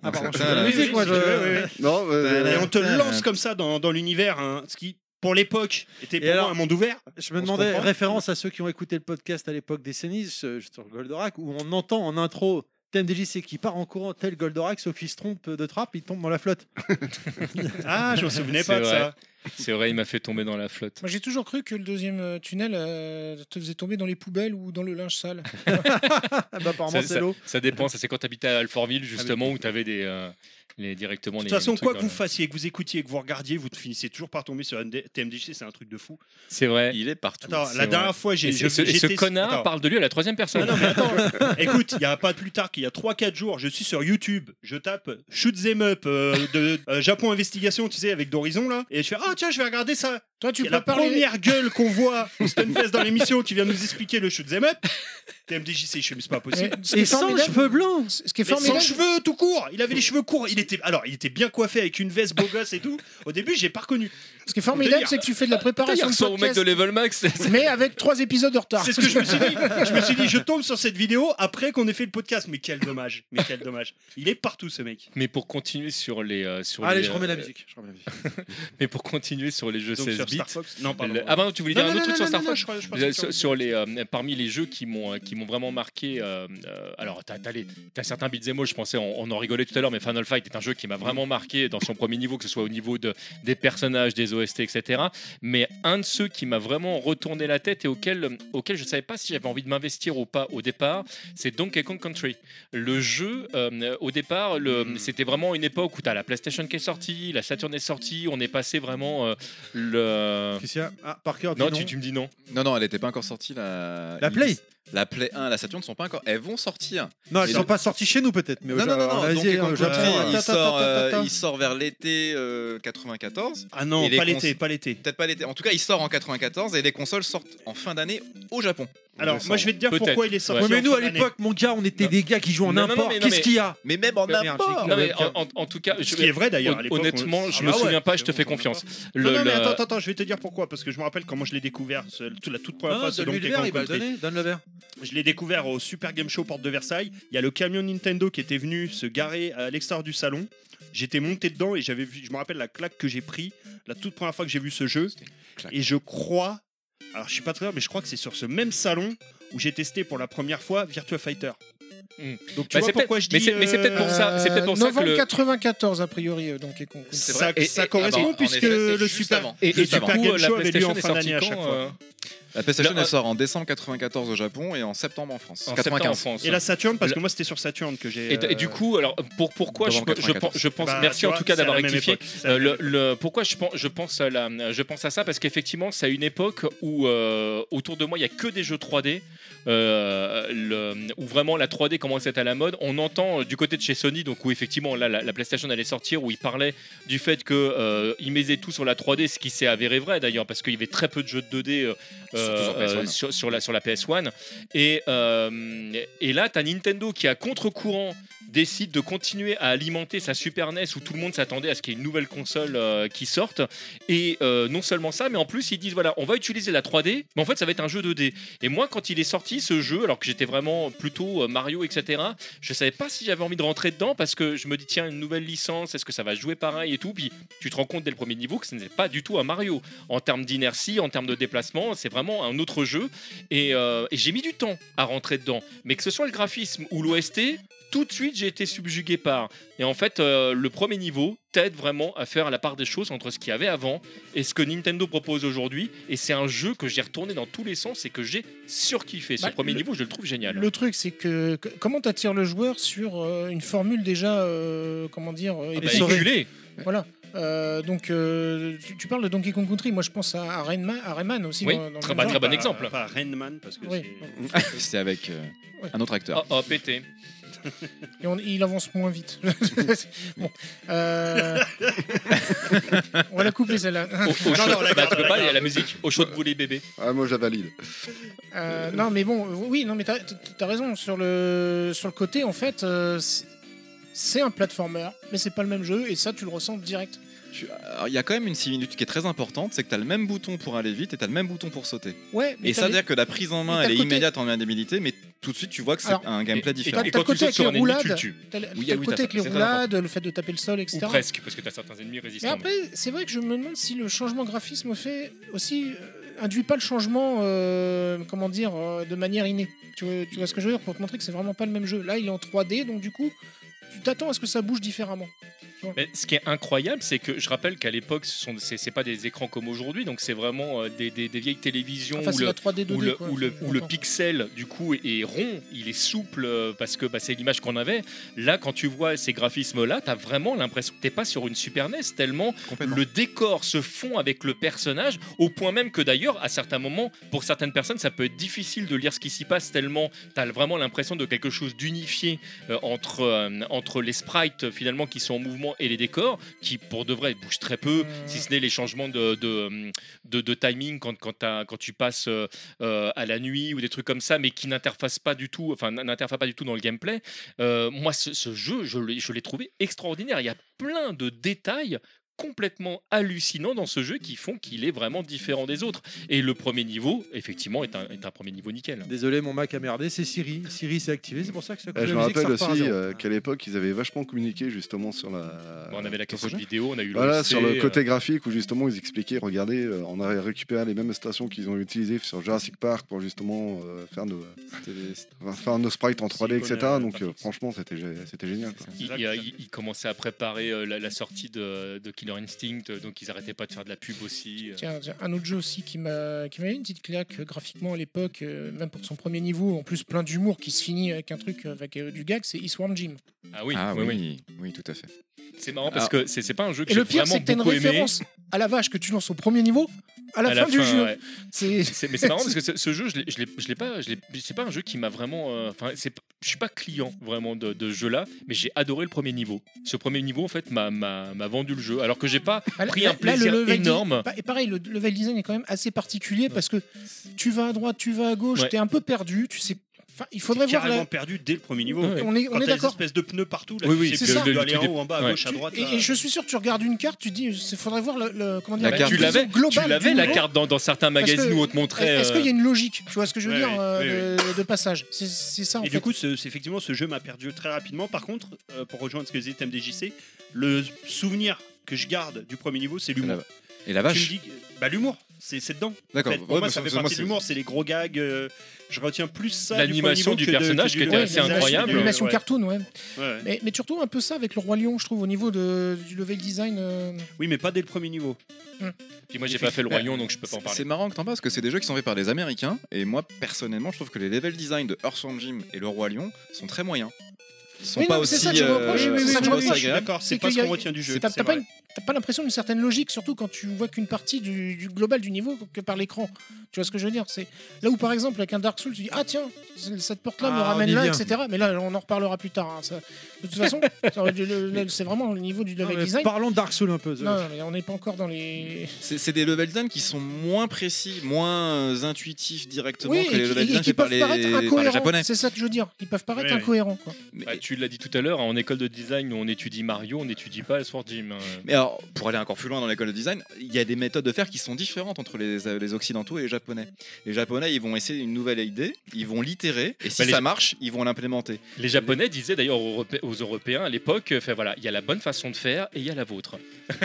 Ah, pardon, je fais
Ah,
de la
là,
musique,
oui,
moi.
si tu veux, oui,
je-
oui.
Non, euh,
Bah,
Et on te lance comme ça dans, dans l'univers, hein, ce qui, pour l'époque, était pour
Et
moi
alors-
un monde ouvert.
Je me
On se
demandais,
comprend
référence à ceux qui ont écouté le podcast à l'époque des Cénis sur Goldorak, où on entend en intro TMDJC qui part en courant tel Goldorak, sauf qu'il se trompe de trappe, il tombe dans la flotte.
Ah, je me souvenais
C'est
pas de
vrai.
ça.
C'est vrai, il m'a fait tomber dans la flotte.
Moi, j'ai toujours cru que le deuxième euh, tunnel euh, te faisait tomber dans les poubelles ou dans le linge sale.
Ah bah, apparemment,
Ça-
c'est l'eau.
Ça dépend, ça c'est quand t'habitais à Alfortville justement où t'avais des euh, les directement
De
les.
toute façon,
les
quoi
trucs
que
dans
vous
le-
fassiez, que vous écoutiez, que vous regardiez, vous finissez toujours par tomber sur MD TMDJC, c'est un truc de fou.
C'est vrai.
Il est partout.
Attends,
c'est
la
vrai.
dernière fois,
Et
j'ai.
ce,
je-
et ce
j'étais-
connard
Attends. Ah,
parle de lui à la troisième personne.
Non, non, mais attends. Écoute, il n'y a pas plus tard qu'il y a 3-4 jours, je suis sur YouTube, je tape Shoot Them Up euh, de euh, Japon Investigation, tu sais, avec d'Horizon là, et je fais Ah tiens, je vais regarder ça.
Toi, tu
Et la
peux parler.
première gueule qu'on voit au Stunfest dans l'émission qui vient nous expliquer le Shoot Them Up, TMDJC, je fais, mais c'est pas
Mais
possible.
ce qui est
Et sans
formidable-
cheveux blancs
Ce qui est
Mais sans
formidable,
cheveux tout court, il avait les cheveux courts, il était alors il était bien coiffé avec une veste beau gosse et tout. Au début, j'ai pas reconnu.
ce qui est formidable,
D'ailleurs-
c'est que tu fais de la
Putain, il
préparation de
ressemble au mec
podcast,
de Level Max.
mais avec trois épisodes de retard.
C'est ce que je me suis dit. Je me suis dit, je tombe sur cette vidéo après qu'on ait fait le podcast. Mais quel dommage. Mais quel dommage. Il est partout ce mec.
mais pour continuer sur les euh, sur
Allez,
les,
je remets la
euh,
musique. je remets la musique.
Mais pour continuer sur les jeux
Donc
16
sur
bits.
Star Fox. Non, pardon.
le- Ah bah non, tu voulais
Non,
dire un
non,
autre truc sur
non, non,
Star
non,
Fox
je crois- je crois que
Euh,
c'est
sur, sur les euh, parmi les jeux qui m'ont euh, qui m'ont vraiment marqué euh, euh, alors t'as as les t'as certains beat'em all je pensais on, on en rigolait tout à l'heure mais Final Fight est un jeu qui m'a vraiment marqué dans son premier niveau que ce soit au niveau de des personnages des OST etc mais un de ceux qui m'a vraiment retourné la tête et auquel auquel je savais pas si j'avais envie de m'investir ou pas au départ c'est Donkey Kong Country le jeu euh, au départ le c'était vraiment une époque où t'as la PlayStation qui est sortie la Saturn est sortie on est passé vraiment euh, le
Qu'est-ce qu'il y a Ah, Parker, dis
non, tu, tu me dis non.
Non, non, elle n'était pas encore sortie. La,
La Play
La Play 1, la Saturn ne sont pas encore. Elles vont sortir.
Non, elles
Et
sont
donc-
pas sorties chez nous peut-être, mais au
non, non, non, non.
Japon,
Donkey
vas-y,
Kong
au
Country,
Japon.
il,
ta, ta,
sort,
ta, ta,
euh,
ta.
il sort vers l'été euh, 94.
Ah non,
Il est
pas l'été,
cons-
pas l'été.
Peut-être pas l'été. En tout cas, il sort en 94 et les consoles sortent en fin d'année au Japon.
Alors, moi, je vais te dire
Peut-être.
pourquoi il est sorti.
Ouais.
Ouais, mais nous
en fin
à
d'année.
l'époque, mon gars, on était
Non.
des gars qui jouent en
Non, non, non,
import.
mais non,
Qu'est-ce
mais-
qu'il y a
Mais même en
Merde,
import.
j'ai-
Non, mais en, en- en tout cas, je
Ce qui est vrai d'ailleurs. à l'époque,
honnêtement,
on-
je
Ah
me
bah ouais,
souviens pas, je te
on
fais
s'en rend
confiance.
pas.
Le-
non, non, mais
le-
attends, attends, attends, je vais te dire pourquoi. Parce que je me rappelle comment je l'ai découvert. ce- tout- la toute première
Non,
fois,
non,
ce
donne-lui
Donkey
le verre,
Kong
il va le
Country.
donner, donne le verre.
Je l'ai découvert au Super Game Show Porte de Versailles. Il y a le camion Nintendo qui était venu se garer à l'extérieur du salon. J'étais monté dedans et j'avais vu, je me rappelle la claque que j'ai pris la toute première fois que j'ai vu ce jeu.
claque.
Et je crois, alors je suis pas très sûr, mais je crois que c'est sur ce même salon où j'ai testé pour la première fois Virtua Fighter.
Hmm.
Donc tu
Bah,
vois
c'est
pourquoi
peut-être-
je dis.
mais c'est- mais c'est peut-être pour
hein.
ça- c'est peut-être pour
Euh,
ça que
novembre
le-
94 a priori euh, Donkey Kong.
C'est
ça-
vrai.
ça
Et- et-
correspond
ah bah, en
puisque
effet,
le
c'est juste
Super-
avant.
Et,
Le
et du
Super
coup,
Game
euh, la
Show avait lieu
PlayStation
en
est
fin d'année
sortie
à
quand
chaque fois.
euh,
La PlayStation
Là,
elle sort en décembre 94 au Japon et en septembre en France.
en septembre en
95.
France.
Et la Saturn, parce
Le-
que moi c'était sur Saturn que j'ai.
Et, et du
euh,
coup, alors pour pourquoi je,
Novembre
je pense,
94.
je pense-
bah,
merci
tu
en
vois,
tout cas
c'est à la
d'avoir
même
rectifié.
époque. C'est à la
Euh,
même
le,
époque.
le- pourquoi je pense, je pense à la, je pense à ça parce qu'effectivement, c'est à une époque où euh, autour de moi il y a que des jeux 3D, euh, le- où vraiment la 3D commence à être à la mode. On entend euh, du côté de chez Sony, donc où effectivement là, la, la PlayStation allait sortir, où ils parlaient du fait que euh, ils misaient tout sur la 3D, ce qui s'est avéré vrai d'ailleurs parce qu'il y avait très peu de jeux de 2D euh,
Surtout sur
euh,
PS1.
sur, sur la sur la PS 1 et euh, et là t'as Nintendo qui à contre-courant décide de continuer à alimenter sa Super NES où tout le monde s'attendait à ce qu'il y ait une nouvelle console euh, qui sorte. Et euh, non seulement ça, mais en plus ils disent voilà, on va utiliser la 3D, mais en fait ça va être un jeu 2D. Et moi quand il est sorti ce jeu, alors que j'étais vraiment plutôt euh, Mario, etc., je savais pas si j'avais envie de rentrer dedans parce que je me dis tiens une nouvelle licence, est-ce que ça va jouer pareil et tout. Puis tu te rends compte dès le premier niveau que ce n'est pas du tout un Mario en termes d'inertie, en termes de déplacement, c'est vraiment un autre jeu. Et, euh, et j'ai mis du temps à rentrer dedans, mais que ce soit le graphisme ou l'OST, tout de suite j'ai été subjugué par. Et en fait, euh, le premier niveau t'aide vraiment à faire la part des choses entre ce qu'il y avait avant et ce que Nintendo propose aujourd'hui. Et c'est un jeu que j'ai retourné dans tous les sens et que j'ai surkiffé. Ce
Bah,
premier
le-
niveau, je le trouve génial. Bah,
Le truc, c'est que que- comment t'attires le joueur sur euh, une formule déjà, euh, comment dire, euh,
Ah bah,
éprouvée.
éculé.
Voilà. Euh, donc, euh, tu, tu parles de Donkey Kong Country. Moi, je pense à, à Rayman, à Rayman aussi.
Oui,
dans, dans le
très
même
bon,
genre.
très bon
Pas-
exemple.
Pas Rainman, Bah, parce que
Oui.
c'est.
C'est avec euh,
Ouais.
un autre acteur.
Oh, oh, pété.
Et on- il avance moins vite. bon. Euh, on va la couper celle-là.
Au, au chaud-
non, la
bah,
garde,
tu peux pas,
la garde.
il y a la musique. Au chaud de boulet bébé.
Ah, moi, je la valide.
Euh, non, mais bon, oui, non, mais t'as as raison. Sur le, sur le côté, en fait, euh, c'est- c'est un platformer, mais c'est pas le même jeu, et ça, tu le ressens direct.
Tu- alors, Il y a quand même une similitude qui est très importante, c'est que tu as le même bouton pour aller vite et tu as le même bouton pour sauter.
Ouais, mais
Et
t'as
ça veut
les-
dire que la prise en main,
mais t'as
elle est
le côté-
immédiate en maniabilité, mais tout de suite, tu vois que c'est
Alors,
un gameplay différent.
et-
quand
le
tu
côté
sautes
avec
sur un
les
ennemi, tu le
roulades.
tues.
t'as le-
oui,
t'as
ah
le
oui,
côté
t'as-
avec les
c'est très important.
roulades, le fait de taper le sol, etc.
Ou presque, parce que t'as certains ennemis
Et
résistants.
après, c'est vrai que je me demande si le changement graphisme fait aussi euh, induit pas le changement, euh, comment dire, euh, de manière innée. Tu vois, tu vois ce que je veux dire pour te montrer que c'est vraiment pas le même jeu. Là, il est en 3D, donc du coup, tu t'attends à ce que ça bouge différemment.
Mais ce qui est incroyable, c'est que je rappelle qu'à l'époque, ce sont c'est c'est pas des écrans comme aujourd'hui, donc c'est vraiment euh, des, des- des vieilles télévisions
Enfin,
où
c'est
le,
la 3D 2D.
où le,
quoi,
où le-
je
où le
comprends.
pixel du coup est, est rond, il est souple euh, parce que bah, c'est l'image qu'on avait. Là, quand tu vois ces graphismes-là, t'as vraiment l'impression que t'es pas sur une Super NES tellement
Complètement.
le décor se fond avec le personnage au point même que d'ailleurs à certains moments, pour certaines personnes, ça peut être difficile de lire ce qui s'y passe tellement t'as vraiment l'impression de quelque chose d'unifié euh, entre euh, entre les sprites euh, finalement qui sont en mouvement et les décors qui pour de vrai bougent très peu,
Mhm.
si ce n'est les changements de de, euh, de- de timing quand quand, t'as- quand tu passes euh, euh, à la nuit ou des trucs comme ça, mais qui n'interfacent pas du tout, enfin n- n'interfacent pas du tout dans le gameplay. Euh, moi, ce, ce jeu, je l'ai je l'ai trouvé extraordinaire. Il y a plein de détails complètement hallucinants dans ce jeu qui font qu'il est vraiment différent des autres. Et le premier niveau, effectivement, est un, est un premier niveau nickel.
Désolé, mon Mac a merdé, c'est Siri. Siri s'est activé, c'est pour ça que ça coupe
Eh, je
la
me
musique, ça
rappelle
repart à
aussi
zéro.
euh, qu'à l'époque, ils avaient vachement communiqué justement sur la.
on avait la
sur ce
cassette
jeu.
vidéo, on a eu le
Euh, Voilà,
OC,
sur le
euh,
côté graphique où justement ils expliquaient, regardez, euh, on a récupéré les mêmes stations qu'ils ont utilisées sur Jurassic Park pour justement euh, faire, nos, enfin, faire nos sprites en 3D, etc.
Silicone, euh,
Donc euh,
graphique.
franchement, c'était gé- c'était génial. quoi.
Il, il- il- il commençait à préparer euh, la, la sortie de, de Killer Instinct, euh, donc ils arrêtaient pas de faire de la pub aussi. euh.
Tiens, tiens, un autre jeu aussi qui m'a qui m'a eu une petite claque euh, graphiquement à l'époque, euh, même pour son premier niveau, en plus plein d'humour qui se finit avec un truc euh, avec euh, du gag, c'est Eastworm Jim.
Ah oui,
ah
oui, oui.
oui, oui, tout à fait.
c'est marrant
Ah.
parce que c'est c'est pas un jeu que
Et
j'ai
le pire,
vraiment
c'est que t'as une
beaucoup aimé.
référence à la vache que tu lances au premier niveau à la,
À
fin, du jeu.
ouais.
C'est
C'est- mais c'est marrant parce que ce, ce jeu, je l'ai- je l'ai je l'ai pas, je l'ai- c'est pas un jeu qui m'a vraiment. euh, Enfin, c'est p- je suis pas client vraiment de, de ce jeu-là, mais j'ai adoré le premier niveau. Ce premier niveau, en fait, m'a- m'a m'a vendu le jeu, alors que j'ai pas
Ah, là-
pris
là-
un
là, le
plaisir
level di-
énorme.
pa- Et pareil, le level design est quand même assez particulier parce que tu vas à droite, tu vas à gauche,
Ouais.
t'es un peu perdu, tu sais. Enfin, il faudrait
T'es
voir
carrément
la.
perdu dès le premier niveau.
Ouais.
On est, on
Quand
est
t'as des
d'accord.
espèces de pneus partout, là,
Oui,
tu
oui,
sais
c'est
plus
ça.
si tu dois
Le-
aller en
le-
haut, en bas,
ouais.
à gauche, à
Tu-
droite. euh. là.
et, et je suis sûr, tu regardes une carte, tu dis, il faudrait voir le, le- comment dire,
La carte.
tu
vision
l'avais, tu
globale
l'avais
bah, du
la
jeu.
carte dans, dans certains magazines
que-
où on te montrait.
Est-ce
euh,
qu'il y a une logique Tu vois ce que je veux
Ouais,
dire
ouais,
euh,
ouais,
de, de passage C'est c'est ça en
Et
fait.
du coup, ce- c'est effectivement, ce jeu m'a perdu très rapidement. Par contre, euh, pour rejoindre ce que disait MDJC, le souvenir que je garde du premier niveau, c'est l'humour.
Et la
Tu me
vache
dis, que- bah l'humour, c'est c'est dedans.
D'accord.
En fait, pour
Ouais,
moi,
bah,
ça fait
moi,
partie
c'est-
de l'humour, c'est les gros gags. euh, je retiens plus ça.
L'animation du
premier niveau que de-
personnage
que
qui
du-
était
ouais,
assez
l'animation-
incroyable.
L'animation
ouais.
cartoon, ouais.
Ouais.
Mais, mais tu retrouves un peu ça avec le Roi Lion, je trouve, au niveau de, du level design. euh,
Oui, mais pas dès le premier niveau.
Puis moi, j'ai pas fait le royaume, donc je peux pas en
C'est
parler.
marrant que t'en parles parce que c'est des jeux qui sont faits par des Américains et moi personnellement je trouve que les level design de Earthworm Jim et le Roi Lion sont très moyens. Ils sont
Oui, non,
pas
mais c'est
aussi.
ça que je reproche, oui, oui, oui,
ils sont
ça, je
pas
reproche,
aussi
Je suis
agréables.
d'accord,
C'est
c'est pas
qu'il
ce
y a-
qu'on retient du jeu.
T'as
c'est
t'as pas,
vrai.
une- t'as pas l'impression d'une certaine logique, surtout quand tu vois qu'une partie du, du global du niveau que par l'écran. Tu vois ce que je veux dire C'est là où par exemple avec un Dark Souls, tu dis ah tiens c- cette porte-là me
Ah, on
ramène
y
là,
vient.
etc. Mais là on en reparlera plus tard. hein, ça- De toute façon, ça aurait dû- le- le- c'est vraiment au niveau du
Non,
level
mais
design.
Parlons de Dark Souls un peu. The-
Non, mais on n'est pas encore dans les.
C'est c'est des level design qui sont moins précis, moins euh, intuitifs directement
Oui,
que
et
les
qui,
level
et
design
qui
faits par
peuvent
les,
paraître
par les japonais.
incohérents. C'est ça que je veux dire. Ils peuvent paraître
Oui, oui.
incohérents. Quoi.
Mais-
Bah, tu l'as dit tout à l'heure, hein, en école de design, on étudie Mario, on n'étudie pas Sword Gym. hein.
Mais alors, pour aller encore plus loin dans l'école de design, il y a des méthodes de faire qui sont différentes entre les, euh, les Occidentaux et les Japonais. Les Japonais, ils vont essayer une nouvelle idée, ils vont l'itérer, et si
Bah, les-
ça marche, ils vont l'implémenter.
Euh, Les Japonais disaient d'ailleurs aux, Europé- aux Européens à l'époque, euh, fait, voilà, il y a la bonne façon de faire et il y a la vôtre.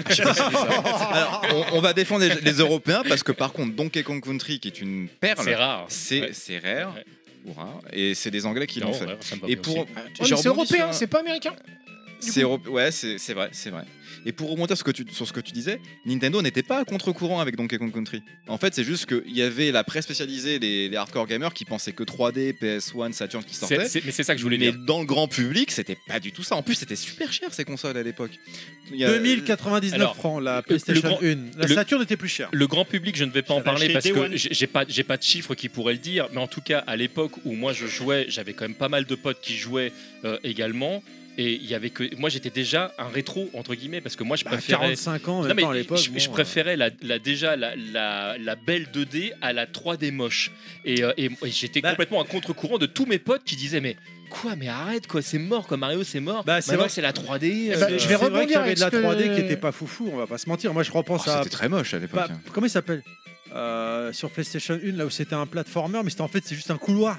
Je sais pas si c'est ça. Alors, on, on va défendre les, les Européens parce que par contre, Donkey Kong Country, qui est une
C'est
perle,
rare.
c'est
Ouais.
c'est rare,
Ouais.
ou rare, et c'est des Anglais qui
Non,
l'ont fait.
ouais, Ah, ça me va
Et
bien
pour,
aussi.
Ouais, Oh, mais
j'ai
c'est
rebondi sur
européen,
un-
c'est pas américain. du
C'est
coup.
europé- ouais, c'est c'est vrai, c'est vrai. Et pour remonter sur ce que tu, sur ce que tu disais, Nintendo n'était pas à contre-courant avec Donkey Kong Country. En fait, c'est juste qu'il y avait la presse spécialisée, les, les hardcore gamers qui pensaient que 3D, PS1, Saturn qui sortaient.
C'est- c'est- Mais c'est ça que je voulais
Mais
dire.
dans le grand public, c'était pas du tout ça. En plus, c'était super cher ces consoles à l'époque. Il y a-
2099
euh, Alors,
francs la
le- le
PlayStation
grand-
1. La
le-
Saturn était plus chère.
Le grand public, je ne vais pas en
J'avais
parler
acheté
parce
Day
que
One.
j'ai j'ai pas, j'ai pas de chiffres qui pourraient le dire, mais en tout cas, à l'époque où moi je jouais, j'avais quand même pas mal de potes qui jouaient euh, également. Et il y avait que. Moi j'étais déjà un rétro, entre guillemets, parce que moi je
Bah,
préférais.
45 ans, en
Non,
même
mais
temps, à l'époque.
je, je
bon, euh,
préférais la, la- déjà la, la- la belle 2D à la 3D moche. Et, euh, et- et j'étais
Bah-
complètement à contre-courant de tous mes potes qui disaient Mais quoi, mais arrête quoi, c'est mort quoi, Mario c'est mort.
Bah, c'est
Maintenant
vrai.
c'est la 3D.
Eh
euh,
ben,
c'est-
je
c'est
vais
vrai
rebondir
qu'il y avait
avec
de la
ce que-
3D qui était pas foufou, on va pas se mentir. Moi, je repense
Oh,
à.
c'était très moche à l'époque.
bah,
hein.
comment il s'appelle Euh, Sur PlayStation 1, là où c'était un platformer, mais c'était en fait, c'est juste un couloir.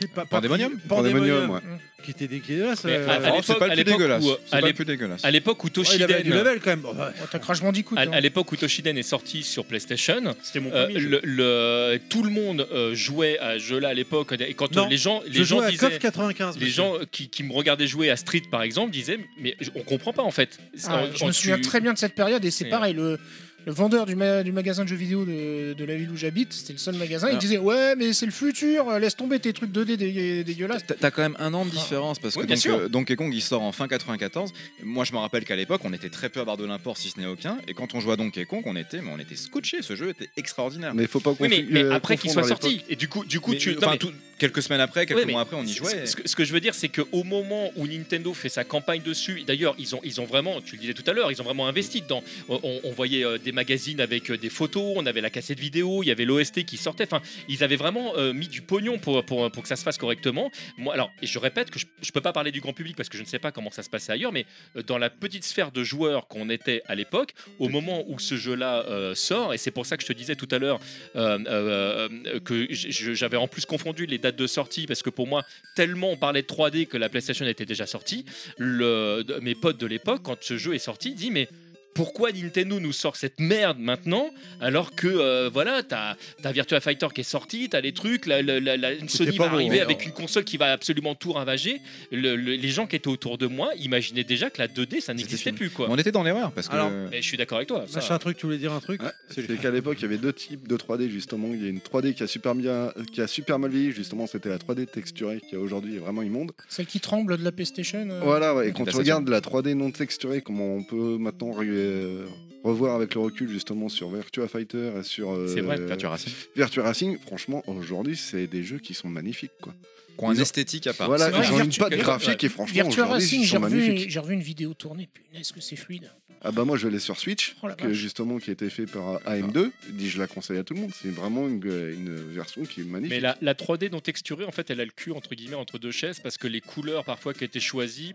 C'est pas, pas-
Pandemonium
Pandemonium, ouais.
Qui était dégueulasse.
Mais
euh,
à- à
ouais,
Alors, c'est
l'époque-
pas le
à
plus
l'époque
dégueulasse.
où, euh,
C'est
à
pas le
l'é-
plus dégueulasse.
À l'époque où
il avait du
Toshiden.
level quand même. Bon, bah,
Oh, T'as Crash Bandicoot.
à,
hein.
à l'époque où Toshiden est sorti sur PlayStation,
C'était mon
euh,
premier. jeu.
le, le- tout le monde euh, jouait à ce jeu-là à l'époque. Et quand euh,
Non,
les gens, les
je
gens
jouais à
disaient,
KOF 95.
les
monsieur.
gens qui, qui me regardaient jouer à Street par exemple disaient, mais je- on comprend pas en fait.
Ah,
On-
je
on-
me
tu-
souviens très bien de cette période et c'est
Et,
pareil, le, le vendeur du, ma- du magasin de jeux vidéo de, de la ville où j'habite, c'était le seul magasin, il
Ah.
Alors.
disait Ouais, mais c'est le futur, euh, laisse tomber tes trucs 2D dé- dégueulasses.
T'as- T'as quand même un an de différence parce que
Oui, bien
donc,
sûr.
euh, Donkey Kong il sort en fin 94. Moi je me rappelle qu'à l'époque on était très peu à barre de l'import si ce n'est aucun. Et quand on jouait à Donkey Kong on était mais on était scotché. Ce jeu était extraordinaire.
Mais faut pas
Oui, mais,
confu-
mais
euh,
après qu'il soit
confondre à l'époque.
sorti. Et du coup, du coup,
Mais,
tu. non,
enfin,
mais-
tout- quelques semaines après, quelques
Ouais, mais
mois après on y
c'est-
jouait.
c'est- Ce que, ce que je veux dire, c'est qu'au moment où Nintendo fait sa campagne dessus, et d'ailleurs, ils ont, ils ont vraiment, tu le disais tout à l'heure, ils ont vraiment investi dedans. On, on- on voyait euh, des magazines avec euh, des photos, on avait la cassette vidéo, il y avait l'OST qui sortait. Enfin, ils avaient vraiment euh, mis du pognon pour, pour, pour que ça se fasse correctement. Moi, alors, et je répète que je ne peux pas parler du grand public parce que je ne sais pas comment ça se passait ailleurs, mais euh, dans la petite sphère de joueurs qu'on était à l'époque, au moment où ce jeu-là euh, sort, et c'est pour ça que je te disais tout à l'heure euh, euh, euh, que j- j- j'avais en plus confondu les dates de sortie parce que pour moi, tellement on parlait de 3D que la PlayStation était déjà sortie, le, de- mes potes de l'époque, quand ce jeu est sorti, disent mais pourquoi Nintendo nous sort cette merde maintenant alors que euh, voilà t'as as Virtua Fighter qui est sorti, t'as les trucs, la, la- la- la- Sony
pas
va
bon,
arriver
hein.
avec une console qui va absolument tout ravager. Le- le- les gens qui étaient autour de moi imaginaient déjà que la 2D ça n'existait
fini.
plus quoi.
Mais On était dans l'erreur parce que
Alors,
Mais je suis d'accord avec toi. ça.
Machin truc, tu voulais dire un truc
Ouais,
C'est
C'est qu'à l'époque, il y avait deux types de 3D justement. Il y a une 3D qui a super bien, qui a super mal vieilli justement. C'était la 3D texturée qui aujourd'hui est vraiment immonde.
Celle qui tremble de la PlayStation.
Ah.
euh,
Voilà, ouais. Et
Et
quand
la
tu regardes la 3D non texturée, comment on peut maintenant re- euh, revoir avec le recul justement sur Virtua Fighter et sur euh,
C'est vrai,
Virtua Racing.
Virtua Racing, franchement, aujourd'hui, c'est des jeux qui sont magnifiques, quoi.
Qu'on a
Ils
une
ont-
esthétique à part.
voilà,
c'est vrai,
ils ont une
Virtua-
patte graphique et franchement,
Virtua
aujourd'hui,
Racing,
ils
j'ai
sont
revu,
magnifiques.
j'ai revu une vidéo tournée, punaise que c'est fluide.
Ah bah moi, je l'ai sur Switch,
Oh la
que
vache.
justement qui a été fait par AM2. Dis, je la conseille à tout le monde. C'est vraiment une, une version qui est magnifique.
Mais la, la 3D non texturée, en fait, elle a le cul entre guillemets entre deux chaises parce que les couleurs parfois qui étaient choisies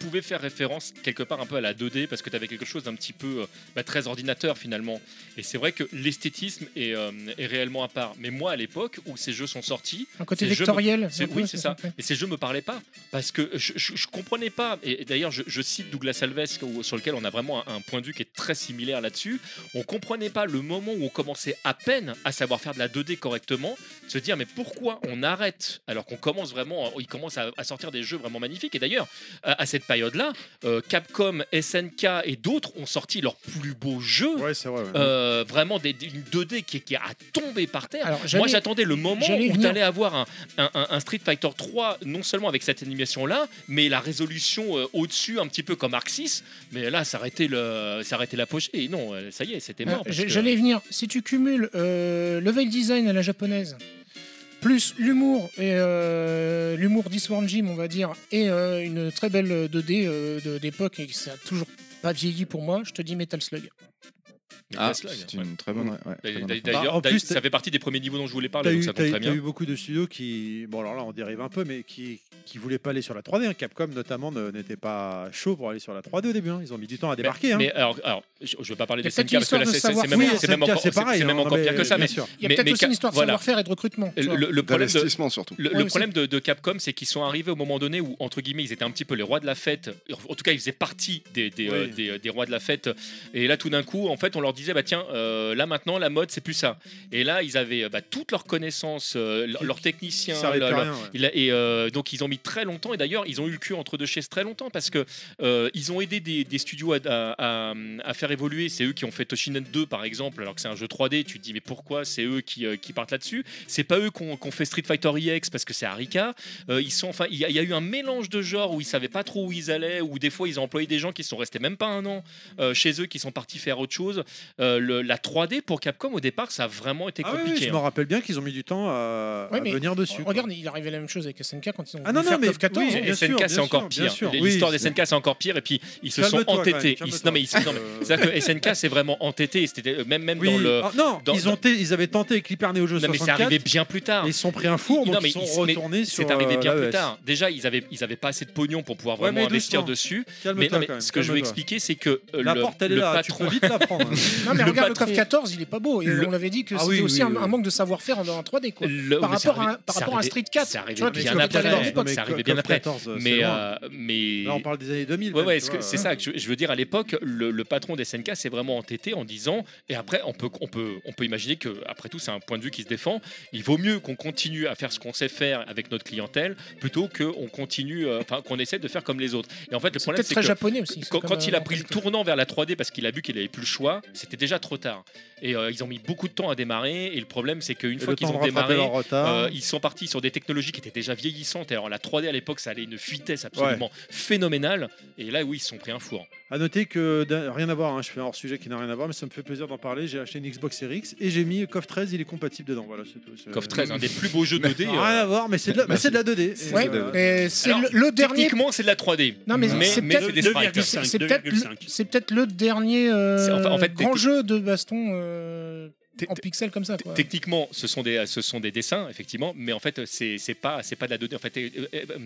pouvaient faire référence quelque part un peu à la 2D parce que tu avais quelque chose d'un petit peu euh, bah, très ordinateur finalement. Et c'est vrai que l'esthétisme est, euh, est réellement à part. Mais moi, à l'époque où ces jeux sont sortis,
Un côté
C'est jeu-
vectoriel.
c'est-
un peu,
oui, c'est ça.
ouais.
Et ces jeux me parlaient pas parce que je, je, je comprenais pas. Et, et d'ailleurs, je, je cite Douglas Alves où- sur lequel on a vraiment un, un point de vue qui est très similaire là-dessus. On comprenait pas le moment où on commençait à peine à savoir faire de la 2D correctement, se dire mais pourquoi on arrête alors qu'on commence vraiment, il commence à, à sortir des jeux vraiment magnifiques. Et d'ailleurs, à, à cette période-là, euh, Capcom, SNK et d'autres ont sorti leurs plus beaux jeux.
Ouais, c'est vrai. ouais.
euh, vraiment des, des- une 2D qui, qui a tombé par terre
Alors,
moi
j'allais-
j'attendais le moment
j'allais
où
venir.
t'allais avoir un, un- un- un Street Fighter 3 non seulement avec cette animation là mais la résolution euh, au-dessus un petit peu comme Arc 6 mais là s'arrêter le s'arrêter la poche et non euh, ça y est c'était mort
Ah,
parce
j'ai-
que-
J'allais y venir. Si tu cumules euh, level design à la japonaise, plus l'humour et euh, l'humour d'Iswan Jim, on va dire, et euh, une très belle 2D euh, de- d'époque et que ça a toujours pas vieilli pour moi, je te dis Metal Slug.
Mais
Ah,
Tesla,
c'est
ouais.
une très bonne. ouais, ouais, très bonne
D'ailleurs,
référence.
Bah, en
d'ailleurs,
plus,
ça fait partie des premiers niveaux dont je voulais
T'as
parler, Ah, donc
eu,
ça
t'as
tombe
eu-
très
t'as
bien.
eu beaucoup de studios qui, bon alors là on dérive un peu, mais qui, qui voulaient pas aller sur la 3D. hein. Capcom notamment ne- n'était pas chaud pour aller sur la 3D au début. hein. Ils ont mis du temps à
Mais-
débarquer. hein.
Mais alors, alors, je ne vais pas parler
Il y a
des
peut-être
SNK parce que
l'histoire
là,
de
c'est- c'est
savoir-
c'est même,
oui,
encore- c'est même
SNK,
encore, c'est- c'est
hein.
même
Non,
encore pire
mais-
que ça.
bien
Mais
sûr.
Il y a
Mais-
peut-être
mais
aussi une
ca-
histoire de
voilà.
savoir-faire et de recrutement. tu
le,
vois.
le- le problème de,
D'investissement surtout.
Le, le
Ouais, mais
problème de, de Capcom, c'est qu'ils sont arrivés au moment donné où, entre guillemets, ils étaient un petit peu les rois de la fête. En tout cas, ils faisaient partie des, des, euh,
Oui.
des- des rois de la fête. Et là, tout d'un coup, en fait, on leur disaient bah tiens euh, là maintenant la mode c'est plus ça et là ils avaient euh, bah, toutes leurs connaissances euh, leur- leurs techniciens
Ça servait
leur-
plus à
leur-
rien, ouais.
il a- et euh, donc ils ont mis très longtemps et d'ailleurs ils ont eu le cul entre deux chaises très longtemps parce que euh, ils ont aidé des, des studios à, à- à- à faire évoluer. C'est eux qui ont fait Toshinen 2 par exemple, alors que c'est un jeu 3D. Tu te dis mais pourquoi c'est eux qui, euh, qui partent là-dessus C'est pas eux qu'on fait Street Fighter EX parce que c'est Arika. Euh, ils sont enfin il y, a- il y a eu un mélange de genres où ils savaient pas trop où ils allaient, où des fois ils ont employé des gens qui sont restés même pas un an euh, chez eux, qui sont partis faire autre chose. Euh, le- la 3D pour Capcom au départ ça a vraiment été
Ah oui, oui,
compliqué.
je
hein.
me rappelle bien qu'ils ont mis du temps à,
Ouais,
à
mais
venir dessus. quoi.
Oh, Regarde, il arrivait la même chose avec SNK quand ils ont
Ah non,
voulu
non,
faire
mais
KOF 14.
oui,
hein.
bien sûr,
SNK c'est
bien
encore
sûr, bien
pire.
sûr. Oui,
L'histoire des
c'est-
SNK c'est encore pire et puis ils se sont
Calme-toi, quand même,
entêtés. Ils
calme-toi.
se-
Euh,
non mais ils se- non, mais- c'est-à-dire que SNK c'est vraiment entêté. C'était euh, même même
Oui.
dans le
Ah, non,
dans-
ils, ont t- ils avaient tenté avec l'hyper Neo Geo
non mais c'est
64
arrivé bien plus tard.
et ils se sont pris un four donc
Non, mais
ils sont
ils- mais
retournés sur
C'est arrivé
euh,
bien
la
plus
ES.
tard. Déjà, ils avaient, ils avaient pas assez de pognon pour pouvoir
Ouais,
vraiment
mais
investir
doucement.
dessus. Mais,
Calme-toi
non, mais
quand même,
ce que je veux
calme-toi.
expliquer, c'est que euh,
La
le,
porte elle est
le
là, tu
patron,
peux vite la prendre.
Non, mais
Le
regarde, le
patron-
KOF 14, il est pas beau. Et
Le-
on l'avait dit que
Ah
c'était
oui,
aussi
oui,
un,
oui.
un manque de savoir-faire en, en 3D. Quoi.
le-
Par
mais c'est
rapport à-
arrivé-
par
c'est
rapport à
arrivé-
Street 4,
c'est
tu vois,
arrivé
parce
bien
que
après.
Capcom,
Non, mais C'est arrivé bien après. Mais euh, mais
Là, on parle des années 2000.
Ouais,
même,
ouais,
tu
est-ce que-
vois. hein.
c'est ça que je, je veux dire à l'époque, le, le patron des SNK s'est vraiment entêté en disant, et après on peut, on peut, on peut imaginer que après tout c'est un point de vue qui se défend, il vaut mieux qu'on continue à faire ce qu'on sait faire avec notre clientèle plutôt qu'on continue, euh, enfin qu'on essaie de faire comme les autres. Et en fait le
C'est
problème
peut-être
c'est
très
que
japonais aussi. c'est
quand,
comme,
quand il
euh,
a pris le tournant vers la 3D parce qu'il a vu qu'il n'avait plus le choix, c'était déjà trop tard. Et euh, ils ont mis beaucoup de temps à démarrer. Et le problème, c'est qu'une
Et
fois
le
qu'ils
temps de
ont
rattraper
démarré,
leur retard.
euh, ils sont partis sur des technologies qui étaient déjà vieillissantes. Et Alors la 3D à l'époque, ça allait une vitesse absolument phénoménale. Et là, oui, ils se sont pris un four.
À noter que d'un- rien à voir, hein, je fais un hors sujet qui n'a rien à voir, mais ça me fait plaisir d'en parler. J'ai acheté une Xbox Series X et j'ai mis CoF 13, il est compatible dedans. Voilà, c'est tout. C'est-
KOF 13, un des plus beaux jeux 2D.
Non,
euh,
Rien à voir, Euh, mais ah, c'est de la, mais c'est de la 2D. Et,
Ouais,
euh,
mais c'est
Alors,
le, le dernier.
Techniquement, c'est de la 3D.
Non, mais
mais
c'est
mais
peut-être-
c'est des sprites. hein.
2,5.
C'est c'est peut-être le,
2,5.
c'est peut-être le dernier euh,
C'est- enfin, en fait,
grand
t'es-
jeu de baston euh,
T'es-
en pixels comme ça.
T-
Quoi.
Techniquement, ce sont des, ce sont des dessins, effectivement, mais en fait, c'est c'est pas, c'est pas de la 2D. En fait, euh, euh, euh,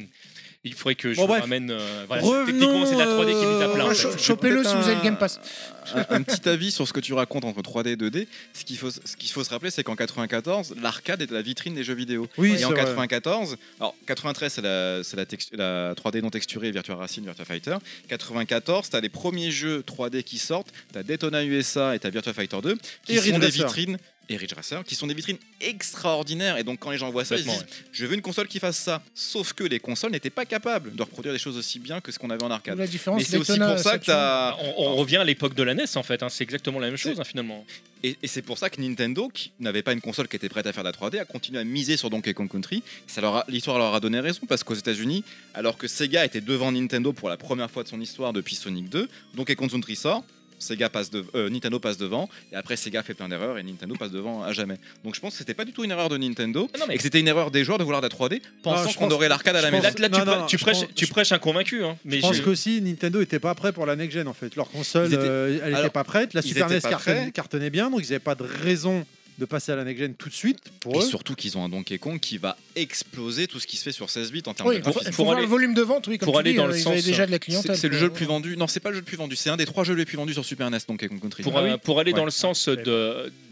il faudrait que je
Bon, bref.
ramène. euh, voilà,
Revenons, euh,
techniquement, c'est de la 3D qui est mise à plat. en
Enfin,
fait.
cho-
c'est
Chopez-le
peut-être
si vous avez
un-
le Game Pass.
un, un petit avis sur ce que tu racontes entre 3D et 2D. Ce qu'il faut, ce qu'il faut se rappeler, c'est qu'en 94, l'arcade est la vitrine des jeux vidéo.
Oui,
et
c'est
en
vrai.
94, alors 93, c'est la, c'est la, textu- la 3D non texturée, Virtua Racing, Virtua Fighter. 94, t'as les premiers jeux 3D qui sortent. T'as Daytona USA et t'as Virtua Fighter 2, qui
Et
sont
Ridge
des
Racer.
vitrines. Et Ridge Racer, qui sont des vitrines extraordinaires. Et donc, quand les gens voient ça, ils se
Complètement,
disent Je veux une console qui fasse ça. Sauf que les consoles n'étaient pas capables de reproduire des choses aussi bien que ce qu'on avait en
D'où
arcade.
La différence,
Mais c'est aussi
Daytona,
pour ça que
Inception.
t'as.
Ah, On, on revient à l'époque de la NES en fait, hein, c'est exactement la même chose hein, finalement.
Et, et c'est pour ça que Nintendo, qui n'avait pas une console qui était prête à faire de la 3D, a continué à miser sur Donkey Kong Country. Ça leur a- L'histoire leur a donné raison parce qu'aux États-Unis, alors que Sega était devant Nintendo pour la première fois de son histoire depuis Sonic 2, Donkey Kong Country sort. Sega passe de, euh, Nintendo passe devant et après Sega fait plein d'erreurs et Nintendo passe devant à jamais. Donc je pense que c'était pas du tout une erreur de Nintendo
Ah, non, mais-
et que c'était une erreur des joueurs de vouloir de la 3D pensant
Non, je
qu'on
pense-
aurait l'arcade à la
je
Mais
maison.
là,
pense-
là, tu,
non,
prê-
non,
tu
je
prêches,
pense-
tu prêches un convaincu. Hein, mais
Je pense
j'ai-
qu'aussi Nintendo était pas prêt pour la next gen en fait. Leur console,
Ils étaient-
euh, elle était
Alors,
pas prête. La
ils
Super
étaient
NES
pas
cartonnait,
prêts.
cartonnait bien, donc ils n'avaient pas de raison de passer à la next gen tout de suite pour
Et
eux.
surtout qu'ils ont un Donkey Kong qui va exploser tout ce qui se fait sur 16 bits en termes
Oui,
de
pour,
graphisme.
faut
pour
voir
aller-
le volume de vente, oui, comme
pour
tu
aller
dis,
dans
euh,
le
ils avaient
sens,
déjà de la clientèle.
C'est c'est le
quoi.
jeu le plus vendu. Non, c'est pas le jeu le plus vendu. C'est un des trois jeux les plus vendus sur Super E NES, Donkey Kong Country.
pour,
Ah oui.
euh, pour aller
Ouais.
dans le sens de,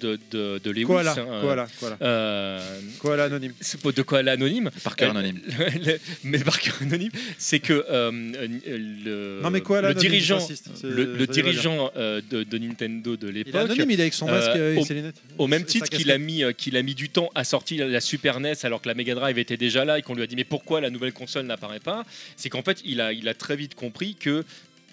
de, de, de Lewis,
Koala,
hein,
koala, koala,
euh,
koala anonyme.
c'est pas de Koala Anonyme,
Par cœur
Euh,
anonyme.
le- mais par cœur anonyme, c'est que euh, le,
non mais koala
le
anonyme,
dirigeant,
j'insiste, c'est-
le,
ça
le
y va bien.
dirigeant euh, de, de Nintendo de
Il est
l'époque,
anonyme, il est avec son
Euh,
masque euh, et
au-
ses lunettes.
Au même
Sa
titre
casquette.
qu'il a, mis, euh, qu'il a mis du temps à sortir la Super NES alors que la Mega Drive était déjà là et qu'on lui a dit mais pourquoi la nouvelle console n'apparaît pas, c'est qu'en fait il a, il a très vite compris que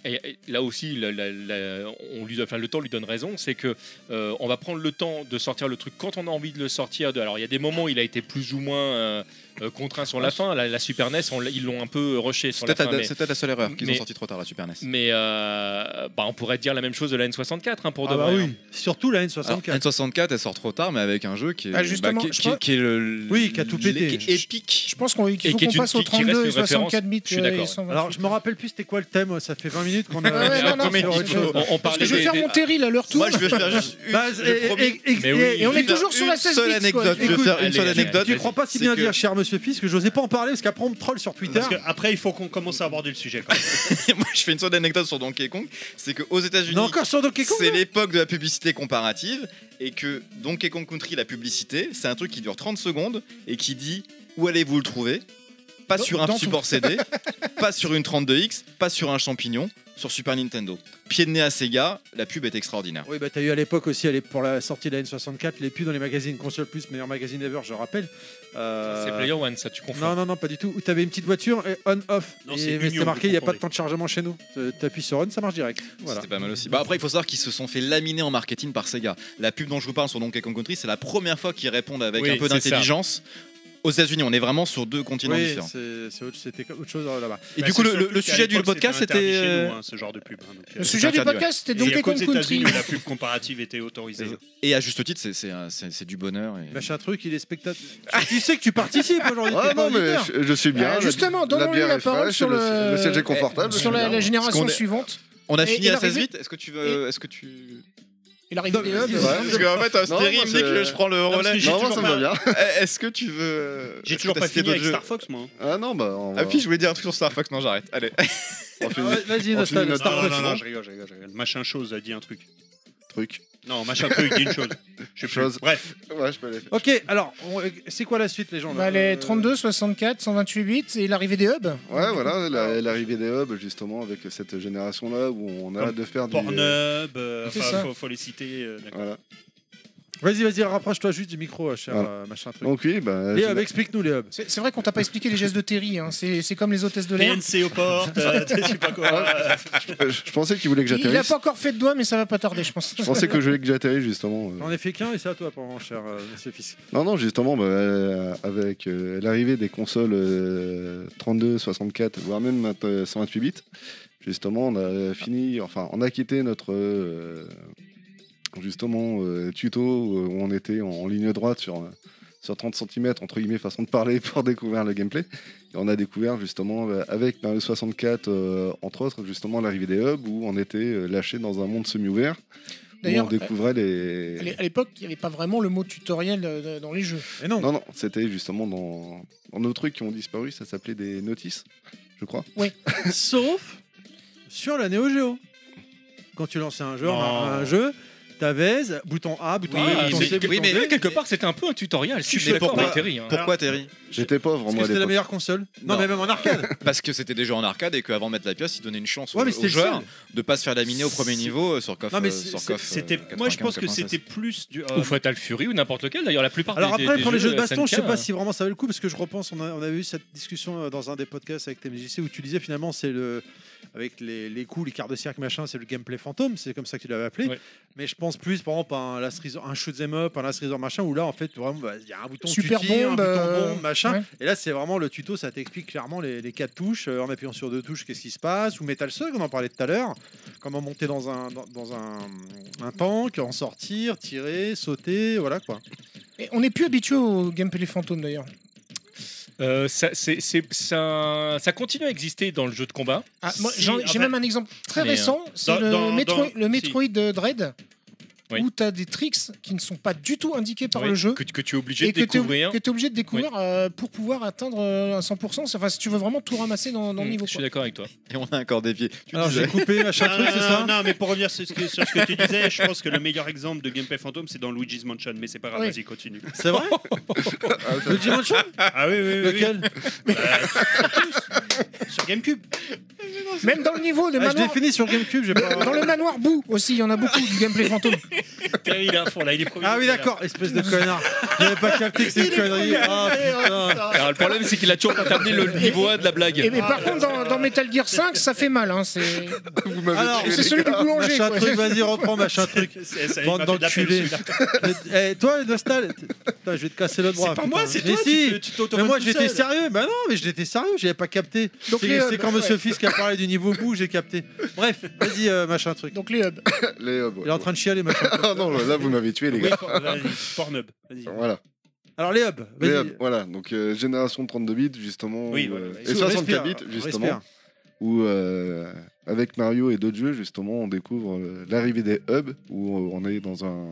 et- et là aussi la- la- la- on lui, enfin, le temps lui donne raison, c'est que euh, on va prendre le temps de sortir le truc quand on a envie de le sortir. De, alors il y a des moments où il a été plus ou moins euh, euh, contraint sur la fin. La, la Super NES, on l'a- ils l'ont un peu rushé
C'est
sur la
peut-être
fin.
la,
mais-
c'est peut-être la seule erreur qu'ils
mais-
ont sorti trop tard la Super NES.
Mais euh, bah, on pourrait dire la même chose de la N64 hein, pour
Ah
de
bah
vrai, hein.
oui, surtout la
Alors,
N64.
N64, elle sort trop tard, mais avec un jeu qui est, bah,
Ah, justement,
qui, est-
je
qui est-
crois-
qui est le,
Oui, qui a tout
le-
pété.
qui est épique.
Je pense qu'on qu'il
Et
faut
qui est
qu'on
une-
passe au
qui- qui reste
32 et
une référence.
64 bits.
Je suis d'accord,
euh, et
ouais.
128.
Alors je me rappelle plus c'était quoi le thème, ça fait 20 minutes qu'on a.
Ouais, ouais, non, non,
on est sur
mais
autre
il
chose.
faut-
On, on
Parce
parlait
que je vais
des-
faire
des-
mon terril à leur tour.
Moi, je vais faire juste une.
Bah,
je
et-
promets,
et- et-
Mais oui,
et-
Et on est
Écoute,
toujours sur la
une
16
seule
bits, quoi.
anecdote. Je vais
Écoute,
faire une
allez,
seule
allez,
anecdote.
allez.
Tu crois pas si
C'est
bien
que-
dire, cher monsieur Fils, que j'osais pas en parler parce qu'après on me troll sur Twitter.
Parce que après, il faut qu'on commence à avoir du sujet. quoi.
Moi, je fais une seule anecdote sur Donkey Kong. C'est qu'aux
On est
États-Unis,
encore sur Donkey Kong.
C'est
là
l'époque de la publicité comparative et que Donkey Kong Country, la publicité, c'est un truc qui dure 30 secondes et qui dit où allez-vous le trouver pas
Dans-
sur un
dans
support CD, pas sur une 32X, pas sur un champignon, sur Super Nintendo. Pied de nez à Sega, la pub est extraordinaire.
Oui, bah, t'as eu à l'époque aussi, à l'é- pour la sortie de la N64, les pubs dans les magazines Console Plus, meilleur magazine ever, je rappelle. Euh,
C'est Player One, ça, tu confonds.
Non, non, non, pas du tout. Où t'avais une petite voiture et on-off.
Non, c'est
Et mais
Union,
c'était marqué, il n'y a
vous
pas de temps de chargement chez nous. Euh, T'appuies sur on, ça marche direct. Voilà.
C'était pas mal aussi. Bah après, il faut savoir qu'ils se sont fait laminer en marketing par Sega. La pub dont je vous parle sur Donkey Kong Country, c'est la première fois qu'ils répondent avec
Oui,
un peu
c'est ça.
d'intelligence. Aux États-Unis, on est vraiment sur deux continents
Oui,
différents.
c'est- c'est autre- c'était autre chose euh, là-bas.
Et
Bah,
du coup,
c'est
le,
surtout
le- le
qu'à
sujet du
l'époque,
podcast,
interdit
c'était.
chez nous,
euh,
hein, ce genre de pub. hein, donc, euh,
Le sujet du
interdit,
podcast, c'était
et il y a
Donkey
qu'aux
Kong Country.
États-Unis où la pub comparative était autorisée.
Et à juste titre, c'est- c'est un- c'est c'est du bonheur. et-
Machin truc, il est spectateur. tu, tu sais que tu participes aujourd'hui.
Ah
t'es pas
non, mais
auditeur.
je, je suis bien.
Euh,
la-
justement,
la
donnons-lui
bière
la
est
parole
fraîche,
sur
le,
le, euh,
le CG confortable.
sur la,
je suis
la
bien.
Parce
génération
qu'on est-
suivante
on a
Et-
fini
et
à
l'arrivée-
16 vite Est-ce que tu veux. Est-ce que tu.
et l'arrivée des hubs.
Ouais.
Parce qu'en fait,
Non,
Stérie
moi,
me dit que
c'est-
je prends le
parce
relais.
que j'ai
Non, moi,
toujours
ça me
pas-
va bien.
Eh, Est-ce que tu veux.
J'ai
est-ce
toujours
que t'as
pas
cité
fini avec
d'autres jeux
Star Fox, moi. hein.
Ah non, bah. On va-
Ah, puis je voulais dire un truc sur Star Fox, non, j'arrête. Allez.
on fait
Ah ouais,
une-
Vas-y,
on
Nostal,
finit notre-
Star
Non,
Fox.
non, non, je rigole, je rigole, je rigole. Machin chose a dit un truc.
truc.
Non, machin truc dit une chose. Je sais plus.
Chose.
Bref,
Ouais, je peux aller.
Ok, alors, on- euh, c'est quoi la suite, les gens là
Bah, les
Euh,
32, 64, 128 bits et l'arrivée des hubs.
Ouais, voilà, la- l'arrivée des hubs, justement, avec cette génération-là où on a
Comme
de faire du.
Pornhub, euh,
C'est
enfin,
ça.
faut, faut les citer. euh, d'accord.
Voilà.
Vas-y, vas-y, rapproche-toi juste du micro, euh, cher
Voilà.
euh, machin truc.
Donc, oui, bah.
les hubs, explique-nous les hubs.
C'est c'est vrai qu'on t'a pas expliqué les gestes de Terry. hein. C'est c'est comme les hôtesses de l'air.
PNC aux portes, euh, je sais pas quoi. euh,
je, je pensais qu'il voulait que
Il a
j'atterrisse.
pas encore fait de doigt, mais ça va pas tarder, je pense.
Je pensais que je voulais que j'atterrisse, justement. euh.
J'en ai fait qu'un et c'est à toi, apparemment, cher euh, monsieur Fisk.
Non, non, justement, bah, euh, avec euh, l'arrivée des consoles euh, 32, 64, voire même vingt- euh, 128 bits, justement, on a fini, enfin, on a quitté notre euh, justement euh, tuto où on était en, en ligne droite sur, euh, sur 30 cm, entre guillemets, façon de parler, pour découvrir le gameplay. Et on a découvert justement euh, avec Mario 64, euh, entre autres, justement l'arrivée des hubs où on était euh, lâché dans un monde semi-ouvert. Où on
D'ailleurs, euh,
découvrait les.
À l'é- à l'époque, il n'y avait pas vraiment le mot tutoriel euh, dans les jeux.
Et non,
Non, non, c'était justement dans, dans nos trucs qui ont disparu, ça s'appelait des notices, je crois.
sauf sur la Neo Geo. Quand tu lançais un jeu, un,
Non.
un jeu, t'avais z- bouton A, bouton
Oui,
B, bouton
c'est-
C, bouton
oui, mais-
D.
Mais quelque part, c'était un peu un tutoriel. Je
Mais
suis d'accord
pourquoi-
avec Terry. hein.
Pourquoi, Terry
J'étais pauvre,
Parce
moi,
que
à
c'était la
l'époque.
meilleure console. Non,
Non.
mais même en arcade.
Parce que c'était des jeux en arcade et qu'avant de mettre la pièce, ils donnaient une chance
Ouais, mais
aux, aux
c'était
joueurs
le
de pas se faire laminer au premier
C'est-
niveau euh, sur KOF.
Non, mais
euh,
c'est-
sur
c'est-
KOF, euh,
C'était, moi, je
95,
pense que
96.
c'était plus du. euh,
Ou Fatal Fury ou n'importe lequel d'ailleurs, la plupart
Alors
des,
après,
des-
pour
des
les jeux de baston, je sais
SNK,
pas si vraiment ça vaut le coup, parce que je repense, on, a- on avait eu cette discussion euh, dans un des podcasts avec TMJC où tu disais finalement c'est le avec les, les coups, les quarts de cirque, machin, c'est le gameplay fantôme, c'est comme ça que tu l'avais appelé.
Ouais.
Mais je pense plus, par exemple, à un, Last Resort- un shoot'em up, un last resort machin, où là en fait vraiment bah, il y a un bouton
Super
tu tires,
bombe,
un bouton
euh,
bombe, machin.
ouais.
Et là c'est vraiment le tuto, ça t'explique clairement les, les quatre touches, euh, en appuyant sur deux touches, qu'est-ce qui se passe, ou Metal Slug, on en parlait tout à l'heure, comment monter dans un dans, dans un, un tank, en sortir, tirer, sauter, voilà quoi.
Et on n'est plus habitué au gameplay fantôme d'ailleurs.
euh, ça, c'est- c'est- ça- ça continue à exister dans le jeu de combat.
Ah, moi,
Si,
j'en-
en
J'ai
fait- euh,
même un exemple très
Mais,
récent, c'est
dans-
le,
dans-
Metroid-
dans-
le Metroid euh, Dread,
Oui.
où tu as des tricks qui ne sont pas du tout indiqués par
Ouais,
le jeu.
que, que tu es obligé
et
de
que t'es-
découvrir.
que t'es obligé de découvrir euh, pour pouvoir atteindre euh, un 100%. Enfin, si tu veux vraiment tout ramasser dans, dans le
Hmm,
niveau.
je suis
quoi.
d'accord avec toi.
Et on a encore dévié. Tu
Alors
disais-
j'ai coupé machin
non,
truc,
non,
c'est ça
Ah, non, mais pour revenir sur ce, que, sur ce que tu disais, je pense que le meilleur exemple de gameplay fantôme, c'est dans Luigi's Mansion, mais c'est pas grave,
Oui.
vas-y, continue.
C'est vrai Le Dimension
Ah oui, oui, oui.
Lequel
Sur GameCube.
Même dans le niveau, le
Ah, Je l'ai
manoir.
fini sur Gamecube, j'ai pas.
Dans le manoir boue aussi, il y en a beaucoup du gameplay fantôme.
Terry, il est à fond, là, il est premier.
Ah oui, d'accord, espèce de connard. J'avais pas capté que c'était une connerie. Ah putain.
Alors le problème, c'est qu'il a toujours pas terminé le niveau A de la blague.
Et, Eh, mais par contre, dans, dans Metal Gear 5, ça fait mal. Hein, c'est
Vous m'avez
Alors,
tué,
c'est
les
celui
gars.
du boulanger.
Machin
quoi.
truc, vas-y, reprends machin truc.
C'est ça, il
Bande
m'a fait de la peine,
d'enculés.
celui-là.
Eh, toi, Nostal, t- putain, je vais te casser le bras.
C'est pas moi,
Oh, putain.
c'est
Mais
toi.
si.
tu te- tu t'auto-vannes
mais moi
tout
j'étais
seul. euh,
sérieux, bah non, mais j'étais sérieux, j'avais pas capté.
Donc les
C'est
hubs,
c'est quand
bah,
ouais.
monsieur Fisk a parlé du niveau bout, j'ai capté. Bref, vas-y, euh, machin truc.
Donc les hubs.
Les hubs, ouais.
Il est en train de chialer, machin.
Ah non, là, vous m'avez tué, les
Oui,
gars.
por- vas-y, Pornhub. Vas-y.
Voilà.
Alors, les hubs,
Les
vas-y.
hubs, voilà. Donc, euh, génération 32 bits, justement.
Oui,
où,
voilà.
euh,
Et
Et
Respire,
64 bits, justement.
respire.
Où, euh, avec Mario et d'autres jeux, justement, on découvre euh, l'arrivée des hubs, où euh, on est dans un.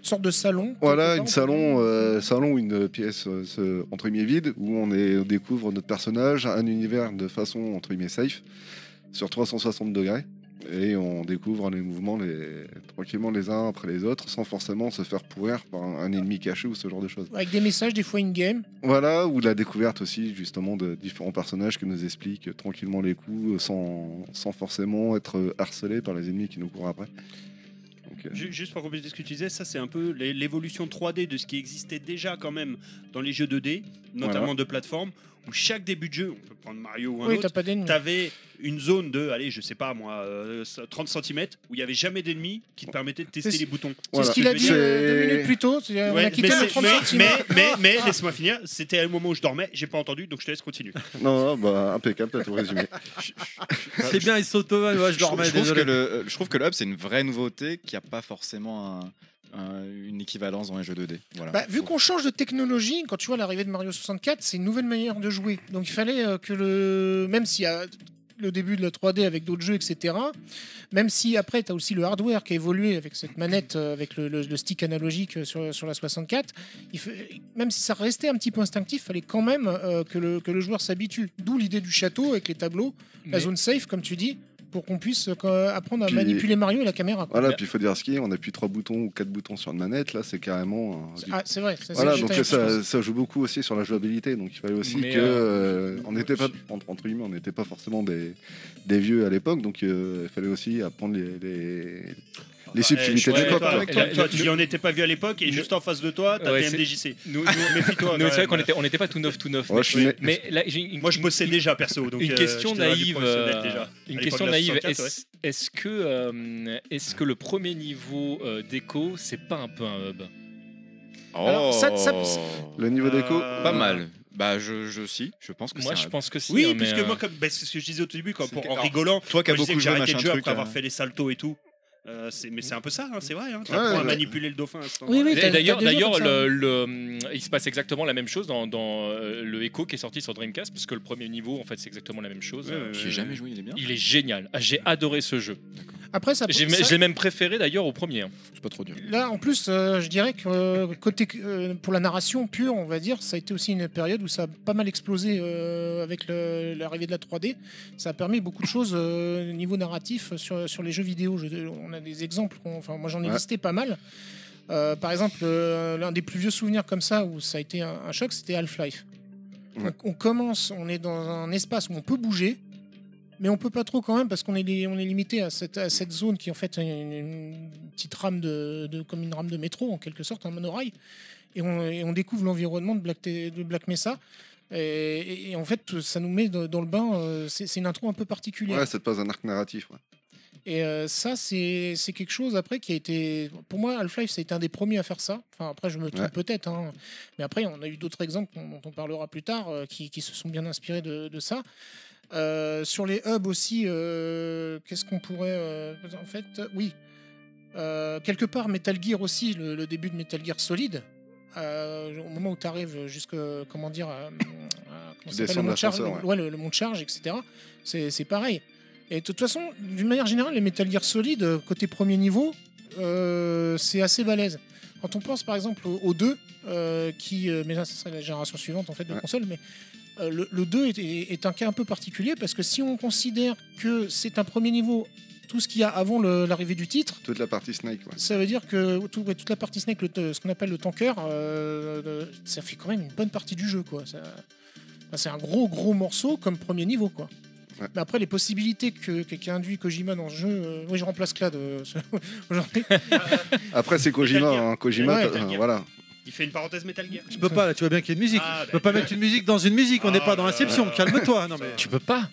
Une sorte de salon.
Voilà,
quelque
une
part.
salon, euh, salon, une pièce euh, se- entre guillemets vide où on, est, on découvre notre personnage, un univers de façon entre guillemets safe sur 360 degrés. et on découvre les mouvements les... tranquillement les uns après les autres sans forcément se faire pourrir par un un ennemi caché ou ce genre de choses.
Avec des messages, des fois in-game.
Voilà, ou la découverte aussi justement de différents personnages qui nous expliquent tranquillement les coups sans, sans forcément être harcelés par les ennemis qui nous courent après. Donc, euh,
Ju- Juste pour compléter ce que tu disais, ça c'est un peu l'é- l'évolution 3D de ce qui existait déjà quand même dans les jeux 2D, notamment
Voilà.
de plateforme, où chaque début de jeu, on peut prendre Mario ou un
Oui,
autre,
t'as pas d'ennemis.
t'avais une zone de, allez, je sais pas moi, euh, 30 cm où il y avait jamais d'ennemis qui te permettait de tester
C'est-
les boutons.
C'est
voilà.
ce qu'il a dit
C'est-
euh, deux minutes plus tôt. c'est- on
Ouais,
a
mais
quitté le Ah,
c'est-
30
mais-
centimes.
mais, mais- mais laisse-moi finir, c'était le moment où je dormais, j'ai pas entendu, donc je te laisse continuer.
Non, non, bah, impeccable, t'as tout résumé.
C'est bien, il saute au ouais, je
je, trouve-
dormais,
je trouve que
désolé.
le, euh, je trouve que le hub, c'est une vraie nouveauté qui n'a pas forcément un- un- une équivalence dans les jeux 2D. Voilà.
Bah, vu qu'on change de technologie, quand tu vois l'arrivée de Mario 64, c'est une nouvelle manière de jouer. Donc il fallait euh, que le. Même s'il y a le début de la 3D avec d'autres jeux, etc. Même si après, tu as aussi le hardware qui a évolué avec cette manette, euh, avec le, le- le stick analogique euh, sur, sur la 64, il fa- même si ça restait un petit peu instinctif, il fallait quand même euh, que, le, que le joueur s'habitue. D'où l'idée du château avec les tableaux, la
Mais-
zone safe, comme tu dis, pour qu'on puisse euh, quand- apprendre à
Puis-
manipuler Mario et la caméra. quoi.
Voilà, puis il faut dire ce qu'il y a, on appuie trois boutons ou quatre boutons sur une manette, là c'est carrément. un-
Ah, c'est vrai. ça, c'est-
Voilà,
je
donc
t'avais- je pense.
ça, ça joue beaucoup aussi sur la jouabilité. Donc il fallait aussi
Mais,
que.
euh,
euh, on n'était pas, entre, entre guillemets, on n'était pas forcément des, des vieux à l'époque. Donc euh, il fallait aussi apprendre les, les, les subtilités
Eh,
de
je-
l'époque.
toi,
quoi.
avec
toi,
toi.
toi, tu dis on n'était pas vu à l'époque et
Le-
juste en face de toi, t'as
Ouais,
des
c'est-
MDJC.
Nous, nous- nous,
Méfie-toi. quand
c'est vrai
même.
qu'on était, on n'était pas tout neuf, tout neuf.
Ouais,
mais-
je suis né-
mais là, j'ai une,
Moi, je bossais déjà perso. Donc,
une
euh,
question
j'étais dans la vie
naïve.
professionnelle
euh,
déjà.
Une
À
question
l'époque de la
naïve.
64,
Est-ce est-ce que, euh, est-ce que le premier niveau euh, d'écho, c'est pas un peu un hub
Alors, ça- ça-
Le niveau déco.
Euh,
Oh. Pas mal. Bah, je, je si, je pense que
Moi,
c'est
je
un-
pense que si.
Oui,
hein, mais,
puisque
euh,
moi, comme, bah, c'est ce que je disais au tout début, quoi,
C'est
pour,
que-
en
alors,
rigolant.
Toi qui as
moi, je disais
beaucoup
que
joué,
j'ai arrêté
machin
le jeu
truc.
après avoir
euh,
fait les saltos et tout. Euh, c'est- mais c'est un peu ça, hein, c'est vrai. Hein, t'apprends
Ouais,
à
ouais.
manipuler le dauphin à ce
Oui, oui,
moment-là.
t'as- t'as
D'ailleurs,
des jeux
d'ailleurs,
comme ça.
le, le- il se passe exactement la même chose dans, dans, euh, le Echo qui est sorti sur Dreamcast, parce que le premier niveau, en fait, c'est exactement la même chose.
Ouais, ouais, ouais.
J'y ai jamais joué, il est bien.
Il est génial. Ah, J'ai adoré ce jeu.
Après,
Ah,
ça,
J'ai-
ça-
Je l'ai même préféré d'ailleurs au premier. hein.
C'est pas trop dur.
Là, en plus, euh, je dirais que euh, côté euh, pour la narration pure, on va dire, ça a été aussi une période où ça a pas mal explosé euh, avec le- l'arrivée de la 3D. Ça a permis beaucoup de choses euh, niveau narratif sur, sur les jeux vidéo. Je- on a des exemples, qu'on- enfin moi j'en ai
Ouais.
listé pas mal. Euh, par exemple, euh, l'un des plus vieux souvenirs comme ça où ça a été un, un choc, c'était Half-Life.
Ouais.
On, on commence, on est dans un espace où on peut bouger, mais on peut pas trop quand même parce qu'on est, li- on est limité à cette, à cette zone qui est en fait une, une petite rame de, de- comme une rame de métro en quelque sorte, un monorail, et on, et on découvre l'environnement de Black, Te- de Black Mesa. Et, et- et en fait, ça nous met dans, dans le bain. euh, C'est c'est une intro un peu particulière.
Ouais, ça te pose un arc narratif. ouais.
Et euh, ça, c'est c'est quelque chose après qui a été. Pour moi, Half-Life, ça a été un des premiers à faire ça. Enfin, après, je me trompe
Ouais.
peut-être. hein. Mais après, on a eu d'autres exemples dont dont on parlera plus tard euh, qui, qui se sont bien inspirés de, de ça. Euh, sur les hubs aussi, euh, qu'est-ce qu'on pourrait. euh, en fait, oui. Euh, quelque part, Metal Gear aussi, le, le début de Metal Gear Solid. euh, au moment où tu arrives jusque. Comment dire. euh, à- à- comment
Tu
ça s'appelle,
descends
le
de
mont de charge,
l'ascenseur,
le- ouais, le- le mont de charge, etc. C'est c'est pareil. Et de toute façon, d'une manière générale, les Metal Gear Solid, euh, côté premier niveau, euh, c'est assez balèze. Quand on pense par exemple au, au 2, euh, qui, euh, mais là, ce serait la génération suivante en fait de
Ouais.
console, mais euh, le, le 2 est, est- est un cas un peu particulier parce que si on considère que c'est un premier niveau, tout ce qu'il y a avant le- l'arrivée du titre,
Toute la partie Snake. ouais.
ça veut dire que tout- ouais, toute la partie Snake, le t- ce qu'on appelle le tanker, euh, le- ça fait quand même une bonne partie du jeu. quoi. Ça- enfin, c'est un gros, gros morceau comme premier niveau. quoi.
Ouais.
Mais après, les possibilités que, que- qu'a induit Kojima dans ce jeu. euh, oui, je remplace Clad euh, ce- aujourd'hui.
Après, c'est Kojima.
Metal Gear.
hein, Kojima,
Ouais,
t'as-
Metal Gear.
voilà.
Il fait une parenthèse Metal Gear.
Je peux pas, là, tu vois bien qu'il y a une musique.
Ah,
Je peux pas mettre une musique dans une musique, on n'est pas dans
Ah,
Inception,
là, là.
calme-toi. Non, mais...
Tu
peux pas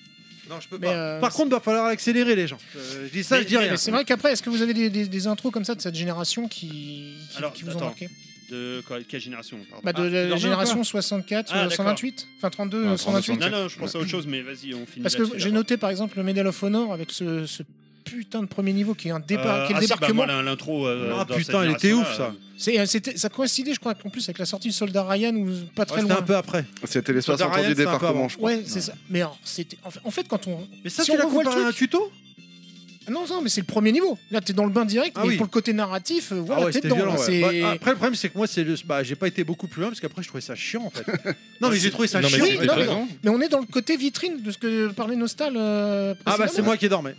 Non, je peux
Mais,
pas.
euh,
Par contre, va falloir accélérer les gens. Euh, je dis ça,
Mais-
je dis
mais-
rien.
Mais c'est vrai qu'après, est-ce que vous avez des, des- des intros comme ça de cette génération qui, qui-
Alors,
qui vous ont
attends.
marqué
De quoi- quelle génération pardon
bah, De
Ah,
la
dormez
génération 64,
Ah,
euh, 128 Enfin, 32,
Ouais,
128
Non, non, je pense à autre chose, mais vas-y, on finit.
Parce que
là-dessus
j'ai
d'abord.
noté par exemple le Medal of Honor avec ce, ce putain de premier niveau qui est un débar-
Euh,
qui est
ah
le
si, bah,
débarquement.
voilà, l'intro. euh,
Ah,
dans cette
putain, elle était
génération-là,
ouf, ça.
euh,
C'est- c'était- ça coïncidait, je crois, en plus avec la sortie de Soldat Ryan ou pas
Ouais,
très
C'était un
loin.
peu après.
C'était les
Soldat
60 ans
Ryan,
du
c'est un peu avant.
département, je crois.
Ouais, c'est ça. Mais alors, c'était en fait- en fait quand on
Mais ça,
Si
tu
on
l'as
revoit le
comparé à un
truc-
tuto
non non mais c'est le premier niveau. Là t'es dans le bain direct.
Ah
mais
oui.
pour le côté narratif, euh,
Ah
voilà
ouais,
t'es
c'était
dedans.
violent.
là,
ouais.
c'est-
Bah, après, le problème, c'est que moi, c'est le... bah, j'ai pas été beaucoup plus loin parce qu'après, je trouvais ça chiant en fait. non, mais j'ai trouvé ça
Non, mais
chiant.
c'est-
Oui, non, mais on est dans le côté vitrine de ce que parlait Nostal. euh,
Ah bah, c'est
précédemment.
moi qui ai dormi.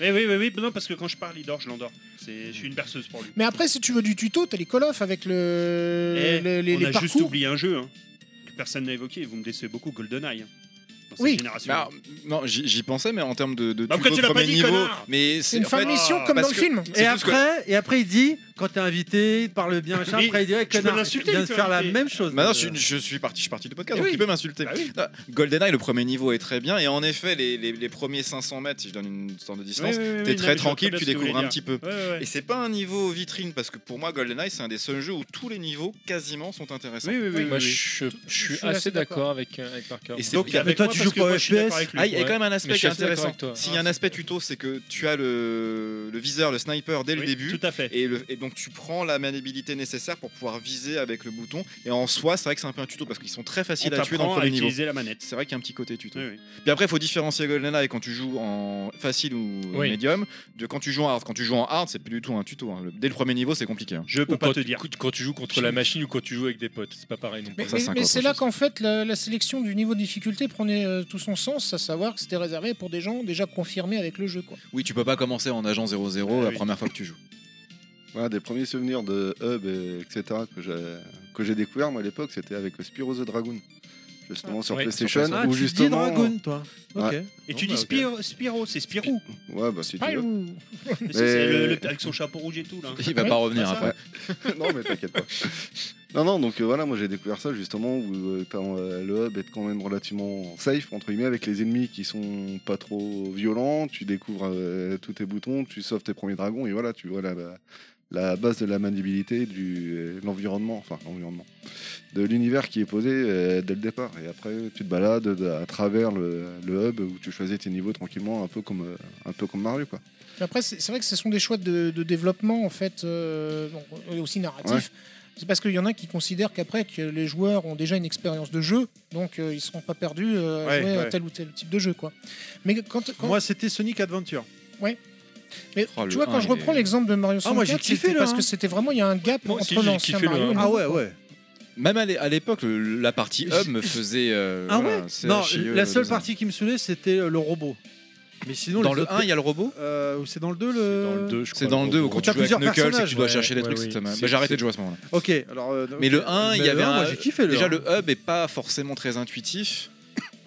Oui, oui, oui, oui, non, parce que quand je parle, il dort, je l'endors. C'est- Je suis une berceuse pour lui.
Mais après, si tu veux du tuto, t'as les call of avec le,
Eh,
le- les,
on
les
a juste
parcours.
oublié un jeu hein, que personne n'a évoqué. Vous me décevez beaucoup, GoldenEye. hein, dans cette
Oui.
génération.
Mais Bah, alors, non, j'y j'y pensais, mais en termes de, de
Bah, pourquoi
tuto
tu l'as pas
premier
dit,
niveau,
connard
mais
C'est
c'est
une
en
fin
fait,
de
fait-
mission comme
parce
dans le
que-
film.
Et
c'est tout ce que-
après, et après, il dit, quand t'es invité, il te parle bien, machin,
Oui,
après il dit, ouais,
peux
connard, tu
l'insulter,
viens de
il peut
faire la
l'insulter.
même chose. Euh,
Maintenant, je, suis- je suis parti, je suis parti du podcast,
Eh
donc
oui.
il peut m'insulter.
Bah oui.
Ah, GoldenEye, le premier niveau est très bien, et en effet, les, les- les premiers 500 mètres, si je donne une sorte de distance,
Oui, oui, oui, oui,
t'es
non,
très
mais je
tranquille,
reconnais
tu
ce que vous
découvres
voulez
un petit peu.
dire. Ouais, ouais.
Et c'est pas un niveau vitrine, parce que pour moi, GoldenEye, c'est un des seuls jeux où tous les niveaux, quasiment, sont intéressants.
Oui, oui, oui,
Moi,
oui, oui.
je, je suis
suis assez
assez d'accord avec, euh, avec Parker.
Et c'est-
Donc,
il y a-
avec
toi,
moi,
tu
parce
joues pas
que moi,
au
je suis d'accord
FPS.
avec lui.
Ah, il y a
Ouais.
quand même un aspect
Mais je
qui
suis
est
assez d'accord
intéressant.
avec toi.
Ah,
S'il y a un aspect tuto, c'est que tu as le, le viseur, le sniper dès le
Oui,
début.
Tout à fait.
Et, le- et donc tu prends la maniabilité nécessaire pour pouvoir viser avec le bouton. Et en soi, c'est vrai que c'est un peu un tuto parce qu'ils sont très
On
faciles à tuer dans le
t'apprend à
premier niveau.
utiliser la manette.
C'est vrai qu'il y a un petit côté tuto.
Oui, oui.
Puis après, il faut différencier GoldenEye quand tu joues en facile ou
Oui.
médium de quand tu joues en hard. Quand tu joues en hard, c'est plus du tout un tuto. hein. Le- dès le premier niveau, c'est compliqué. hein.
Je peux
Ou
pas
quand
te
tu-
dire.
Quand tu joues contre la machine ou quand tu joues avec des potes, c'est pas pareil non plus.
Mais,
Ça,
mais-
c'est
mais
encore
c'est
autre
là
chose.
qu'en fait la, la sélection du niveau de difficulté prenait euh, tout son sens, à savoir que c'était réservé pour des gens déjà confirmés avec le jeu. Quoi.
Oui, tu peux pas commencer en agent 00
Ah
la
oui.
première fois que tu joues.
Voilà, des premiers souvenirs de Hub, euh, etc., que j'ai- que j'ai découvert, moi, à l'époque, c'était avec Spyro the Dragon, justement, sur
ouais, sur
PlayStation,
Ah,
où
tu dis
justement...
Dragoon, toi. Ok.
Et
Bon,
tu
bah,
dis
ok.
Spiro, Spiro, Oh, c'est Spirou.
Ouais, bah, si tu veux.
Spyro.
Mais c'est- c'est
Mais-
le- le- Avec son chapeau rouge et tout, là.
Il va
Oui,
pas revenir
c'est ça.
après.
non, mais t'inquiète pas. Non, non, donc euh, voilà, moi j'ai découvert ça justement où euh, quand, euh, le hub est quand même relativement safe, entre guillemets, avec les ennemis qui sont pas trop violents, tu découvres euh, tous tes boutons, tu sauves tes premiers dragons, et voilà, tu vois la, la- la base de la maniabilité, du euh, l'environnement, enfin l'environnement, de l'univers qui est posé euh, dès le départ. Et après, tu te balades à travers le, le hub où tu choisis tes niveaux tranquillement, un peu comme, euh, un peu comme Mario, quoi.
Mais Après, c'est c'est vrai que ce sont des choix de, de développement, en fait, euh, bon, euh, aussi narratif.
Ouais.
C'est parce qu'il y en a qui considèrent qu'après, que les joueurs ont déjà une expérience de jeu, donc euh, ils ne seront pas perdus euh, à
Ouais,
jouer à
ouais.
tel ou tel type de jeu. Quoi. Mais quand, quand-
Moi, c'était Sonic Adventure.
mais
Oh, le
tu vois, quand
un,
je
il est-
reprends l'exemple de Mario
Ah, moi, j'ai
64,
kiffé,
c'était
là,
parce
hein.
que c'était vraiment, il y a un gap
Moi aussi,
entre
j'ai
l'ancien
kiffé le
Mario et
un.
le
Ah
nouveau,
ouais,
quoi.
ouais.
Même à l'é- à l'époque, le- la partie hub me faisait. euh,
Ah
voilà, euh,
ouais Non,
CHIE,
la seule
deux ans.
partie qui me saoulait, c'était euh, le robot. Mais sinon,
Dans
les
le
autres-
1, il y a le robot
Euh, c'est dans le 2
C'est
le.
dans le 2, je crois.
C'est dans le 2 où
gros.
quand
t'as
tu joues avec
plusieurs
Knuckles et
personnages,
tu dois
ouais,
chercher les
ouais,
trucs.
oui.
ça m'a-
C'est-
Bah, J'ai arrêté
c'est-
de jouer à ce moment-là.
Ok, alors. euh,
Mais le
ok.
un, il y
Mais
avait
le
un-
moi, j'ai kiffé le
Déjà,
un.
le hub est pas forcément très intuitif.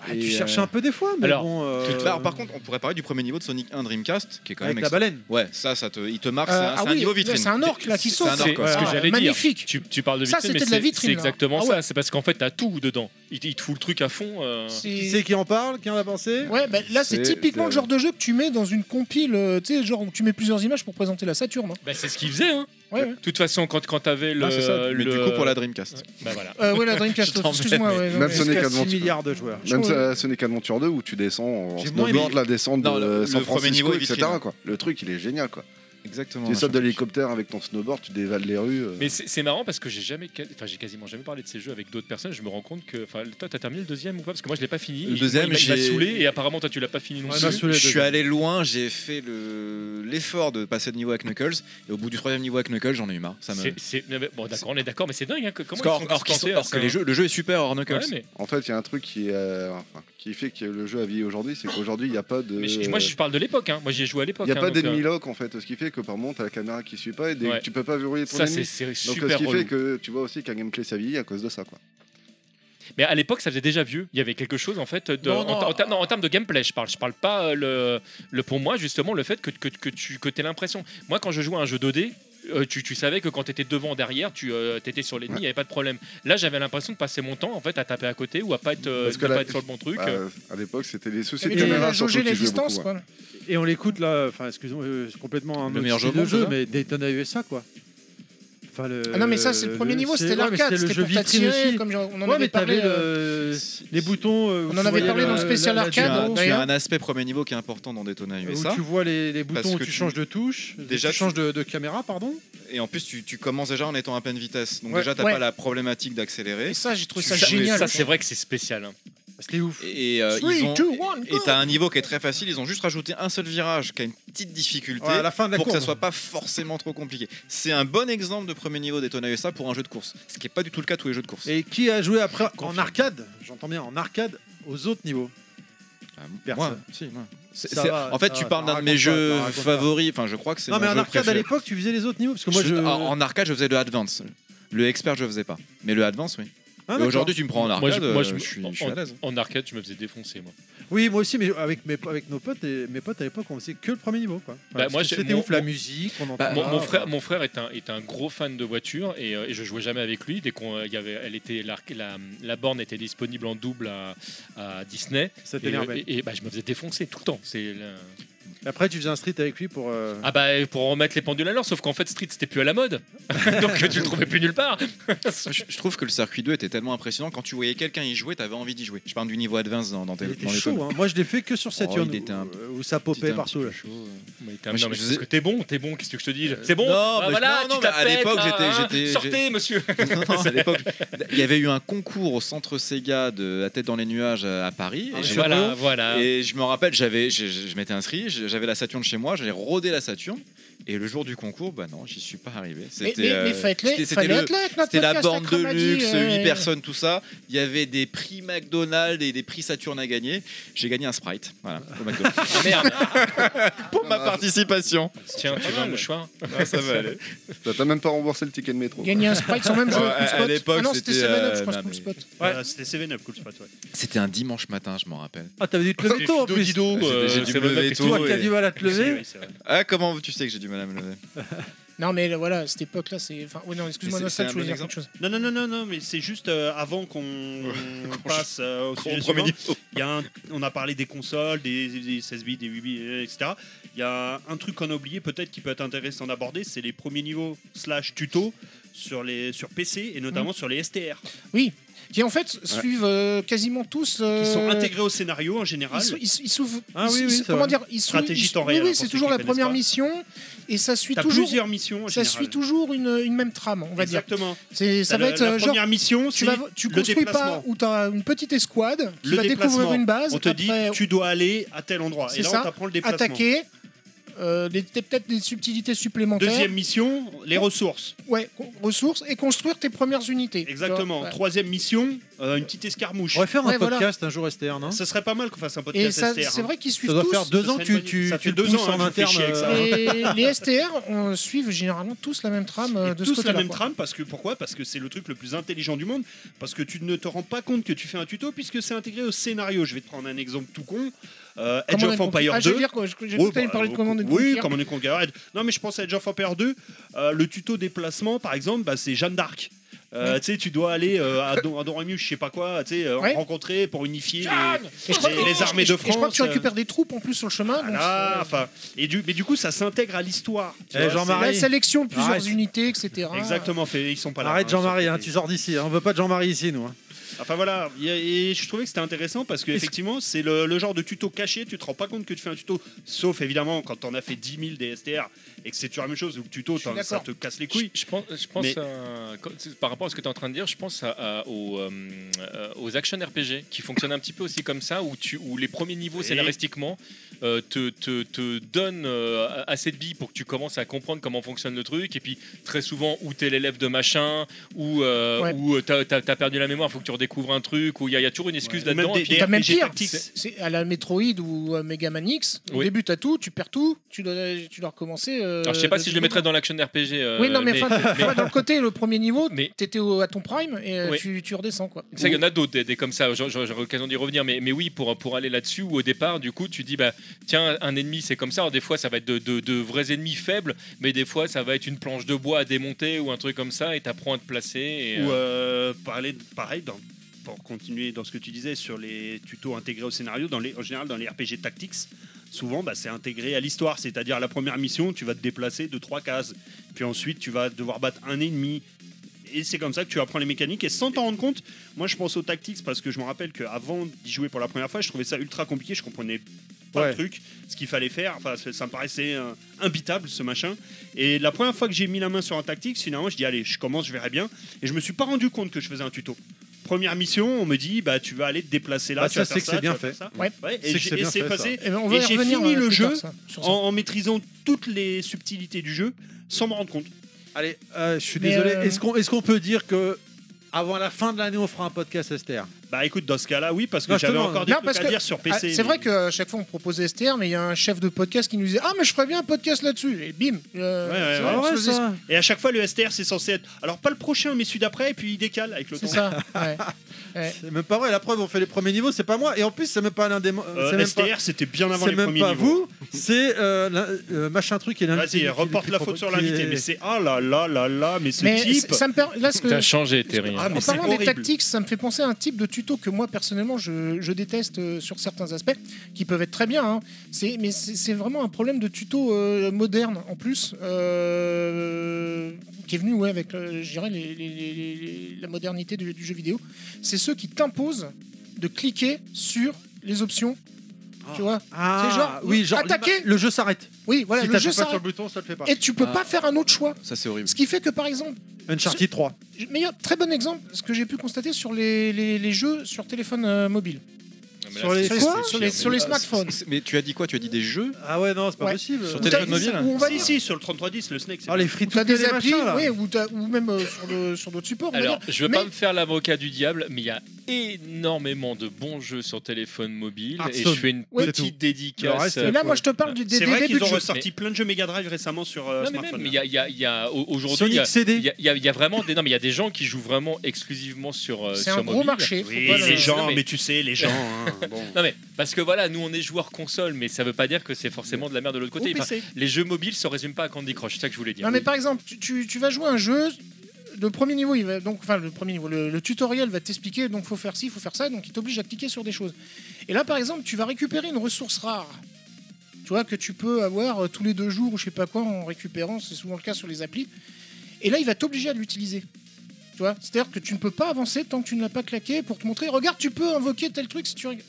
Ah, tu
Et,
cherches
euh,
un peu des fois, mais
alors,
bon. euh,
Bah, alors, par contre, on pourrait parler du premier niveau de Sonic 1 Dreamcast, qui est quand
avec
même
la
extra-
baleine.
Ouais, ça, ça te, il te marque.
Euh,
c'est un-
ah
c'est un
oui,
niveau vitrine.
c'est un orque, là, qui saute.
C'est un
C'est
orque, ouais.
ce que
Ah,
j'allais dire.
magnifique.
Tu, tu parles de
Ça,
vitrine,
c'était
mais
de la
c'est-
vitrine,
C'est
là.
exactement
Ah
ça. C'est parce qu'en fait, t'as tout dedans. Il, te- il te fout le truc à fond. euh.
Qui
C'est-
c'est qui en parle Qui en a pensé
Ouais, bah, là c'est
C'est
typiquement
de-
le genre de jeu que tu mets dans une compile, euh, tu sais, genre où tu mets plusieurs images pour présenter la Saturne. hein.
Bah, c'est ce qu'il faisait. Hein.
Ouais, ouais.
De toute façon, quand, quand t'avais le.
Ah, c'est ça. Mais
le-
du coup, pour la Dreamcast.
Bah voilà.
Euh, ouais, la Dreamcast,
Je t'en
excuse-moi.
vais,
ouais, non,
Même
mais-
Sonic
Jusqu'à 6
Adventure.
milliards de joueurs.
Je
Même euh,
trouve-
ça, Sonic Adventure 2 où tu descends en
J'ai moins
snowboard
aimé.
la descente de
Non, le-
euh,
le
San
premier niveau
Francisco,
est
etc.
vitrine.
Quoi. Le truc, il est génial. Quoi.
Exactement.
tu
machin.
sautes de l'hélicoptère avec ton snowboard, tu dévales les rues. euh.
Mais c'est c'est marrant parce que j'ai jamais, ca- enfin j'ai quasiment jamais parlé de ces jeux avec d'autres personnes. Je me rends compte que, enfin, toi, t'as terminé le deuxième ou pas Parce que moi, je l'ai pas fini.
Le
Il- moi,
deuxième,
il m'a- il m'a
j'ai-
saoulé et apparemment, toi, tu l'as pas fini non
Ouais,
plus.
il m'a saoulé.
Je suis
deux.
allé loin, j'ai fait le- l'effort de passer de niveau avec Knuckles, et au bout du troisième niveau avec Knuckles, j'en ai eu marre. Ça me...
C'est- c'est- mais Bon, d'accord, on est d'accord, mais c'est dingue. Hein, que- comment
Parce
ils
que,
sont
or- or- qu'ils
tentés
sont-
à
or
ça,
que
hein.
les jeux- le jeu est super hors
Ouais,
Knuckles.
mais-
En fait, il y a un truc qui, est, euh, enfin, qui fait que le jeu a vieilli aujourd'hui, c'est qu'aujourd'hui, il n'y a pas de.
mais je- moi, je parle de l'époque. hein. Moi, j'y ai joué à
Il
l'époque.
n'y a
hein,
pas
donc, euh,
d'ennemi lock en fait, ce qui fait que par moment t'as la caméra qui suit pas et dès que
Ouais.
tu peux pas verrouiller ton
Ça, c'est
ennemi.
euh,
c'est
Donc
super
ce qui
relou.
fait que tu vois aussi qu'un gameplay ça vieillit à cause de ça quoi.
Mais à l'époque, ça faisait déjà vieux. Il y avait quelque chose en fait. de-
Non,
en,
non.
ter- en ter- non, en termes de gameplay, je parle. Je parle pas euh, le, le. Pour moi, justement, le fait que, que, que tu que aies l'impression. Moi, quand je jouais à un jeu 2D. euh, tu, tu savais que quand t'étais devant, derrière, tu étais sur l'ennemi, il n'y avait pas de problème. Là, j'avais l'impression de passer mon temps en fait à taper à côté ou à pas être, euh,
Parce que
de
la-
pas être sur le bon truc.
Bah, à l'époque c'était les soucis
Mais
de
tu
Et-
caméra
vas
surtout
jauger la
qui jouaient
distance,
beaucoup. ouais.
quoi.
Et on l'écoute là, enfin, excusez-moi, euh, c'est complètement un
Le
autre
meilleur jeu
style
au
de
monde,
jeu,
ça
mais Dayton a eu ça quoi. Enfin, le,
Ah non, mais ça, c'est le premier niveau,
Euh, c'est-
c'était
ouais, mais
l'arcade,
le
c'était
jeu
pour
vitrine
t'attirer,
aussi.
comme genre, on en
ouais,
avait
mais
parlé.
t'avais
euh,
le- les boutons. euh,
On
tu
en avait
voyais
parlé
le-
dans le spécial
la- la-
Tu
arcade,
as,
hein,
où
tu as
d'ailleurs.
un aspect premier niveau qui est important dans Daytona USA.
tu vois les, les
Parce
boutons où
que
tu,
tu-
changes de touche,
Déjà,
tu
tu-
changes de, de caméra, pardon.
Et en plus, tu, tu commences déjà en étant à peine vitesse. Donc
Ouais,
déjà, t'as
ouais.
pas la problématique d'accélérer.
Et ça, j'ai trouvé
Tu
ça
sais,
génial.
Ça, c'est vrai que c'est spécial. hein.
C'était ouf.
Et euh, ils
3,
ont-
2, 1,
et t'as un niveau qui est très facile. Ils ont juste rajouté un seul virage qui a une petite difficulté
Ouais, à la fin de la
pour que ça
courbe.
soit pas forcément trop compliqué. C'est un bon exemple de premier niveau Daytona USA pour un jeu de course, ce qui est pas du tout le cas de tous les jeux de course.
Et qui a joué après en arcade J'entends bien en arcade aux autres niveaux.
Euh, Moi,
Personne.
si, moi. C'est-
Ça
c'est-
va,
en fait,
ça
tu
va,
parles d'un de
raconte
mes
pas,
jeux
raconte pas.
favoris. Enfin, je crois que c'est
Non,
mon
mais en
jeu
arcade à
préféré.
l'époque, tu faisais les autres niveaux parce que moi
Je- ah,
je. Ah,
en, en arcade, je faisais le Advance. Le Expert, je faisais pas. Mais le Advance, oui.
Ah,
Et
d'accord.
Aujourd'hui, tu me prends en
Moi,
arcade.
je,
euh, je,
moi, je me-
suis,
en,
je suis à l'aise.
en arcade, je me faisais défoncer, moi.
Oui, moi aussi, mais avec, mes, avec nos potes, et, mes potes à l'époque, on faisait que le premier niveau. Quoi.
Bah,
Parce
moi,
que
j'ai-
c'était
mon-
ouf, la
mon-
musique, on
Bah,
entendait.
Mon, mon
Ah,
frère, mon frère est, un, est un gros fan de voitures et, euh, et je jouais jamais avec lui. Dès qu'on euh, il y avait, elle était la, la, la borne était disponible en double à, à Disney.
Ça
Et,
t'énervait.
et- et, bah, je me faisais défoncer tout le temps. C'est la-
Après, tu faisais un street avec lui pour. euh,
ah bah et pour remettre les pendules à l'heure. Sauf qu'en fait Street c'était plus à la mode, donc tu le trouvais plus nulle part.
Je, je trouve que le circuit 2 était tellement impressionnant. Quand tu voyais quelqu'un y jouer, t'avais envie d'y jouer. Je parle du niveau Advance dans, dans tes
Il
dans
était
les
chaud,
tomes.
hein. moi je l'ai fait que sur Saturn
Oh, il était un
où- où, ça
C'était
popait
un
partout.
petit peu
là.
chaud, ouais.
Mais t'as-
Moi, je-
non, mais
je-
parce que t'es bon, t'es bon. Qu'est-ce que je te dis C'est bon.
non,
Ah,
mais je-
voilà,
non,
tu
non, mais à
t'appelles,
l'époque,
ah,
j'étais-
ah,
j'étais- Ah,
Sortez, monsieur.
Non, à l'époque, il y avait eu un concours au centre Sega de La tête dans les nuages à à Paris.
mais
Et je-
voilà.
voilà,
Ah.
voilà.
Et je me rappelle, j'avais, je, je- je m'étais inscrit, je- j'avais la Saturne chez moi, j'allais rôder la Saturne. Et le jour du concours, bah non, j'y suis pas arrivé.
Mais,
C'était,
mais,
euh,
mais faites-les,
c'était- c'était
fallait
le-
être là avec notre
c'était la
podcast,
borne de
Akram l'a dit,
luxe, 8
euh,
personnes, tout ça. Il y avait des prix McDonald's et des prix Saturne à gagner. J'ai gagné un Sprite, voilà, au McDo.
Ah, merde.
pour ma participation.
Tiens, tu veux un mouchoir
ça va aller.
T'as- T'as même pas remboursé le ticket de métro.
Gagner un sprite sans même jouer
Ouais,
à Cool
à
Spot.
l'époque,
ah non, c'était
c'était,
7
euh,
je crois,
non,
Cool
mais-
Spot.
Voilà, C'était CV9, cool spot. Ouais.
C'était un dimanche matin, je m'en rappelle.
Ah, t'avais dû te lever tôt en
Fido,
plus.
Dido, euh,
J'ai dû
c'est
me
le mec
lever
qui-
Toi
tôt.
qui as
et-
du mal à te
C'est-
lever.
oui, c'est vrai.
Ah, comment tu sais que j'ai du mal à me lever
Non, mais euh, voilà, cette époque-là, c'est. Enfin, oui, non, excuse-moi,
Mais c'est-
Nostal,
c'est
je
un
voulais
bon
dire quelque chose.
Non, non, non, non, non, mais c'est juste euh, avant qu'on passe euh, au sujet suivant, il y a un- on a parlé des consoles, des, des 16 bits, des 8 bits, euh, etc. Il y a un truc qu'on a oublié, peut-être qui peut être intéressant d'aborder, c'est les premiers niveaux slash tuto sur, les, sur PC et notamment
Mm.
sur les STR,
Qui en fait suivent euh, quasiment tous. euh,
qui sont intégrés au scénario en général.
Ils sou- ils sou- ils s'ouvrent.
Ah
ils
oui,
sou-
oui,
ils-
c'est
Comment
vrai.
dire ils sou-
Stratégie
ils sou-
temps
Oui,
réel,
oui,
pour
c'est
ceux
toujours
qui
la
connaissent
première
pas.
mission et ça suit
T'as
toujours.
plusieurs missions en
Ça
général.
suit toujours une, une même trame, on va dire.
Exactement.
C'est- Ça
T'as
va
la-
être
la
euh, genre
première mission,
tu,
c'est
vas, tu
le
construis pas
déplacement.
où tu as une petite escouade qui
Le
va découvrir
déplacement.
une base.
on te dit
après,
tu dois aller à tel endroit.
C'est
Et là,
ça.
on t'apprend le déplacement.
attaquer. euh, des- des- peut-être des subtilités supplémentaires,
Deuxième mission, les ressources.
ouais, con- ressources et construire tes premières unités.
Exactement.
Tu vois, ouais.
Troisième mission, euh, une petite escarmouche.
On va faire un
Ouais, voilà.
podcast un jour STR, non
Ce serait pas mal qu'on fasse un
hein. Et
podcast
ça,
STR.
c'est
hein.
vrai qu'ils suivent
Ça doit
tous.
faire deux
ça
ans que
serait
tu,
une
tu,
bonne- ça
tu
fait deux
pousses
ans, hein,
en
je me fais
interne.
chier avec ça.
euh,
Les, les STR on, suivent généralement tous la même trame euh,
Et
de ce
tous la
côté-là,
même
quoi.
trame parce que pourquoi Parce que c'est le truc le plus intelligent du monde parce que tu ne te rends pas compte que tu fais un tuto puisque c'est intégré au scénario. Je vais te prendre un exemple tout con. Euh, Edge
Command
of
and Conquer.
Empire
Ah,
2.
j'allais dire quoi, j'ai j'ai
Oui,
peut-être
bah,
parlé de Command and
Oui,
Conquer.
Command and Conquer. Non, mais je pense à Age of Empire 2. euh, le tuto déplacement, par exemple, bah, c'est Jeanne d'Arc. Euh, Tu sais, tu dois aller euh, à, Don, à Dorémus, je sais pas quoi, tu sais, euh,
Ouais.
rencontrer pour unifier les-
Et je crois-
les,
et-
les
et-
armées
et je-
de
et
France.
je crois que tu
euh,
récupères des troupes en plus sur le chemin. donc
voilà,
c'est-
enfin, et du, mais du coup, ça s'intègre à l'histoire. tu
Eh,
vois,
Jean-Marie,
la sélection de plusieurs
Arrête.
unités, etc.
c'est- Exactement, fait, ils sont pas là.
Arrête
hein,
Jean-Marie,
ils sont-
hein, tu sors d'ici. hein. On veut pas de Jean-Marie ici, nous. hein.
Enfin voilà, il y a- et je trouvais que c'était intéressant parce que
Est-ce-
effectivement c'est le, le genre de tuto caché, tu te rends pas compte que tu fais un tuto, sauf évidemment quand t'en as fait 10 000 des STR et que c'est toujours la même chose, ou le tuto
suis
t'en-
d'accord.
ça te casse les couilles.
Je, je pense, je pense
Mais-
à- quand- c'est- par rapport à ce que tu es en train de dire, je pense à- à- aux, euh, euh, aux action RPG qui fonctionnent un petit peu aussi comme ça, où, tu, où les premiers niveaux
Oui.
scénaristiquement euh, te, te, te donnent euh, assez de billes pour que tu commences à comprendre comment fonctionne le truc. Et puis très souvent, où t'es l'élève de machin, ou euh,
Ouais.
où t'as as, perdu la mémoire, faut que tu redécouvres un truc, où il y, a- il y a toujours une excuse
Ouais.
là-dedans.
Même
et puis-
des-
T'as même
RPG
pire,
tactics.
c'est c'est à la Metroid ou à Mega Man X. Au
Oui.
début, t'as tout, tu perds tout, tu dois, tu dois recommencer. euh,
alors je sais pas
de-
si je le mettrais dans l'action RPG. euh,
Oui, non, mais, enfin, tu- tu
mais-
vois, dans le côté, le premier niveau,
Mais-
t'étais au- à ton prime et euh,
Oui.
tu, tu redescends, quoi.
Ça, il y en a d'autres, des, des comme ça. J'aurai j'aurai l'occasion d'y revenir. Mais, mais oui, pour, pour aller là-dessus, où au départ, du coup, tu dis, bah, tiens, un ennemi, c'est comme ça. Alors, des fois, ça va être de, de- de vrais ennemis faibles, mais des fois, ça va être une planche de bois à démonter ou un truc comme ça, et t'apprends à te placer. et, euh,
Ou euh, parler, pareil, dans- pour continuer dans ce que tu disais sur les tutos intégrés au scénario, dans les, en général dans les RPG Tactics, souvent bah, c'est intégré à l'histoire, c'est-à-dire la première mission, tu vas te déplacer de trois cases, puis ensuite tu vas devoir battre un ennemi. Et c'est comme ça que tu apprends les mécaniques et sans t'en rendre compte, moi je pense aux tactics parce que je me rappelle qu'avant d'y jouer pour la première fois, je trouvais ça ultra compliqué, je comprenais pas
Ouais.
le truc, ce qu'il fallait faire, enfin ça ça me paraissait euh, imbitable ce machin. Et la première fois que j'ai mis la main sur un tactique, finalement je dis allez, je commence, je verrai bien. Et je me suis pas rendu compte que je faisais un tuto. Première mission, on me dit bah tu vas aller te déplacer là,
Bah,
tu
ça,
vas faire
c'est que c'est
tu
bien
vas faire
fait.
ça.
Ouais.
Ouais,
C'est
et
que
j'ai-
c'est
et
bien
c'est
fait,
passé
Eh ben, on va
Et
y
j'ai
revenir,
fini
euh,
le
plus
jeu
tard, ça, sur
en,
ça.
en maîtrisant toutes les subtilités du jeu sans me rendre compte.
Allez, euh, je suis
Mais,
désolé.
euh,
Est-ce qu'on est-ce qu'on peut dire que Avant la fin de l'année, on fera un podcast STR.
Bah écoute, dans ce cas-là, oui, parce que
Non,
j'avais
justement.
encore des
Non,
trucs
parce
à
que-
dire sur
Ah,
PC.
c'est
mais-
vrai qu'à chaque fois on proposait STR, mais il y a un chef de podcast qui nous disait Ah, mais je ferais bien un podcast là-dessus. Et bim euh,
Ouais, ouais,
Ah
c'est-
ouais.
on se faisait-
Et à chaque fois, le STR, c'est censé être. Alors, pas le prochain, mais celui d'après, et puis il décale avec le temps.
C'est ça. ouais.
C'est même pas vrai, la preuve, on fait les premiers niveaux, c'est pas moi. Et en plus, c'est même pas l'un des. mo-
Euh,
c'est même
STR, c'était bien
pas,
avant
c'est
les
même
premiers
pas
niveaux.
vous, c'est euh, la- euh, machin truc et l'invité.
Vas-y,
qui-
reporte
qui-
la
qui-
faute sur
qui-
l'invité. Mais c'est. Ah là là là là, mais ce
Mais
type.
c- ça me per- là, ce que-
T'as changé, Terry.
Ah, mais
en
c'est
parlant
horrible.
des tactics, ça me fait penser à un type de tuto que moi personnellement je, je déteste euh, sur certains aspects, qui peuvent être très bien. hein. C'est, mais c'est, c'est vraiment un problème de tuto euh, moderne en plus, euh, qui est venu ouais, avec euh, je dirais, les- les- les- les- la modernité du, du jeu vidéo. C'est ceux qui t'imposent de cliquer sur les options. Tu vois
Ah,
C'est genre,
oui, genre.
attaquer.
l'ima- Le jeu s'arrête.
Oui, voilà,
si
le
t'appuies
jeu
pas sur le
s'arrête.
bouton, ça le fait pas.
Et tu peux
Ah.
pas faire un autre choix.
Ça, c'est horrible.
Ce qui fait que par exemple,
Uncharted 3.
meilleur, très bon exemple, ce que j'ai pu constater sur les, les- les jeux sur téléphone euh, mobile.
Sur les-
Sur les,
quoi
sur les- sur les smartphones.
Euh, C'est- c'est- Mais tu as dit quoi Tu as dit des jeux
Ah ouais, non, c'est pas
Ouais.
possible.
Sur
Où
téléphone
t'as-
mobile
où on va
Si,
dire.
si, sur le 3310, le Snake, c'est.
Ah, les free to play,
T'as des
les
applis,
machins là.
oui, ou, t'as- ou même euh, sur, le- sur d'autres supports. on va
Alors,
dire.
je veux
Mais-
pas me faire l'avocat du diable, mais il y a énormément de bons jeux sur téléphone mobile et
Hearthstone.
je fais une
Ouais.
petite
Le
dédicace.
reste,
euh,
mais là, moi, je te parle du, des,
C'est
des
vrai
débuts
qu'ils
de
ont
jeu.
ressorti plein de jeux Mega Drive récemment sur euh,
Non, mais même,
smartphone.
mais il y a, il y a- il y a- au- aujourd'hui, il y
Sonic
a-
CD.
il y a, il y a- il y a vraiment des, non, mais il y a des gens qui jouent vraiment exclusivement sur, euh,
C'est
sur
un
mobile.
gros marché.
Oui,
faut pas
les
le-
gens,
Non,
mais...
mais-
tu sais, les gens. hein, bon.
Non mais parce que voilà, nous on est joueurs console, mais ça veut pas dire que c'est forcément de la merde de l'autre côté.
Au
Enfin,
PC.
les jeux mobiles se résument pas à Candy Crush, c'est ça que je voulais dire.
Non, mais par exemple, tu, tu- tu vas jouer à un jeu. Le premier niveau, il va donc, enfin le premier niveau, le, le tutoriel va t'expliquer donc faut faire ci, faut faire ça, donc il t'oblige à cliquer sur des choses. Et là, par exemple, tu vas récupérer une ressource rare, tu vois que tu peux avoir euh, tous les deux jours ou je sais pas quoi en récupérant, c'est souvent le cas sur les applis. Et là, il va t'obliger à l'utiliser. Tu vois, c'est-à-dire que tu ne peux pas avancer tant que tu ne l'as pas claqué pour te montrer. Regarde, tu peux invoquer tel truc si tu. reg-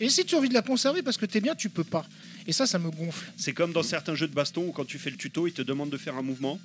Et si tu as envie de la conserver parce que t'es bien, tu peux pas. Et ça, ça me gonfle.
C'est comme dans certains jeux de baston où quand tu fais le tuto, ils te demandent de faire un mouvement,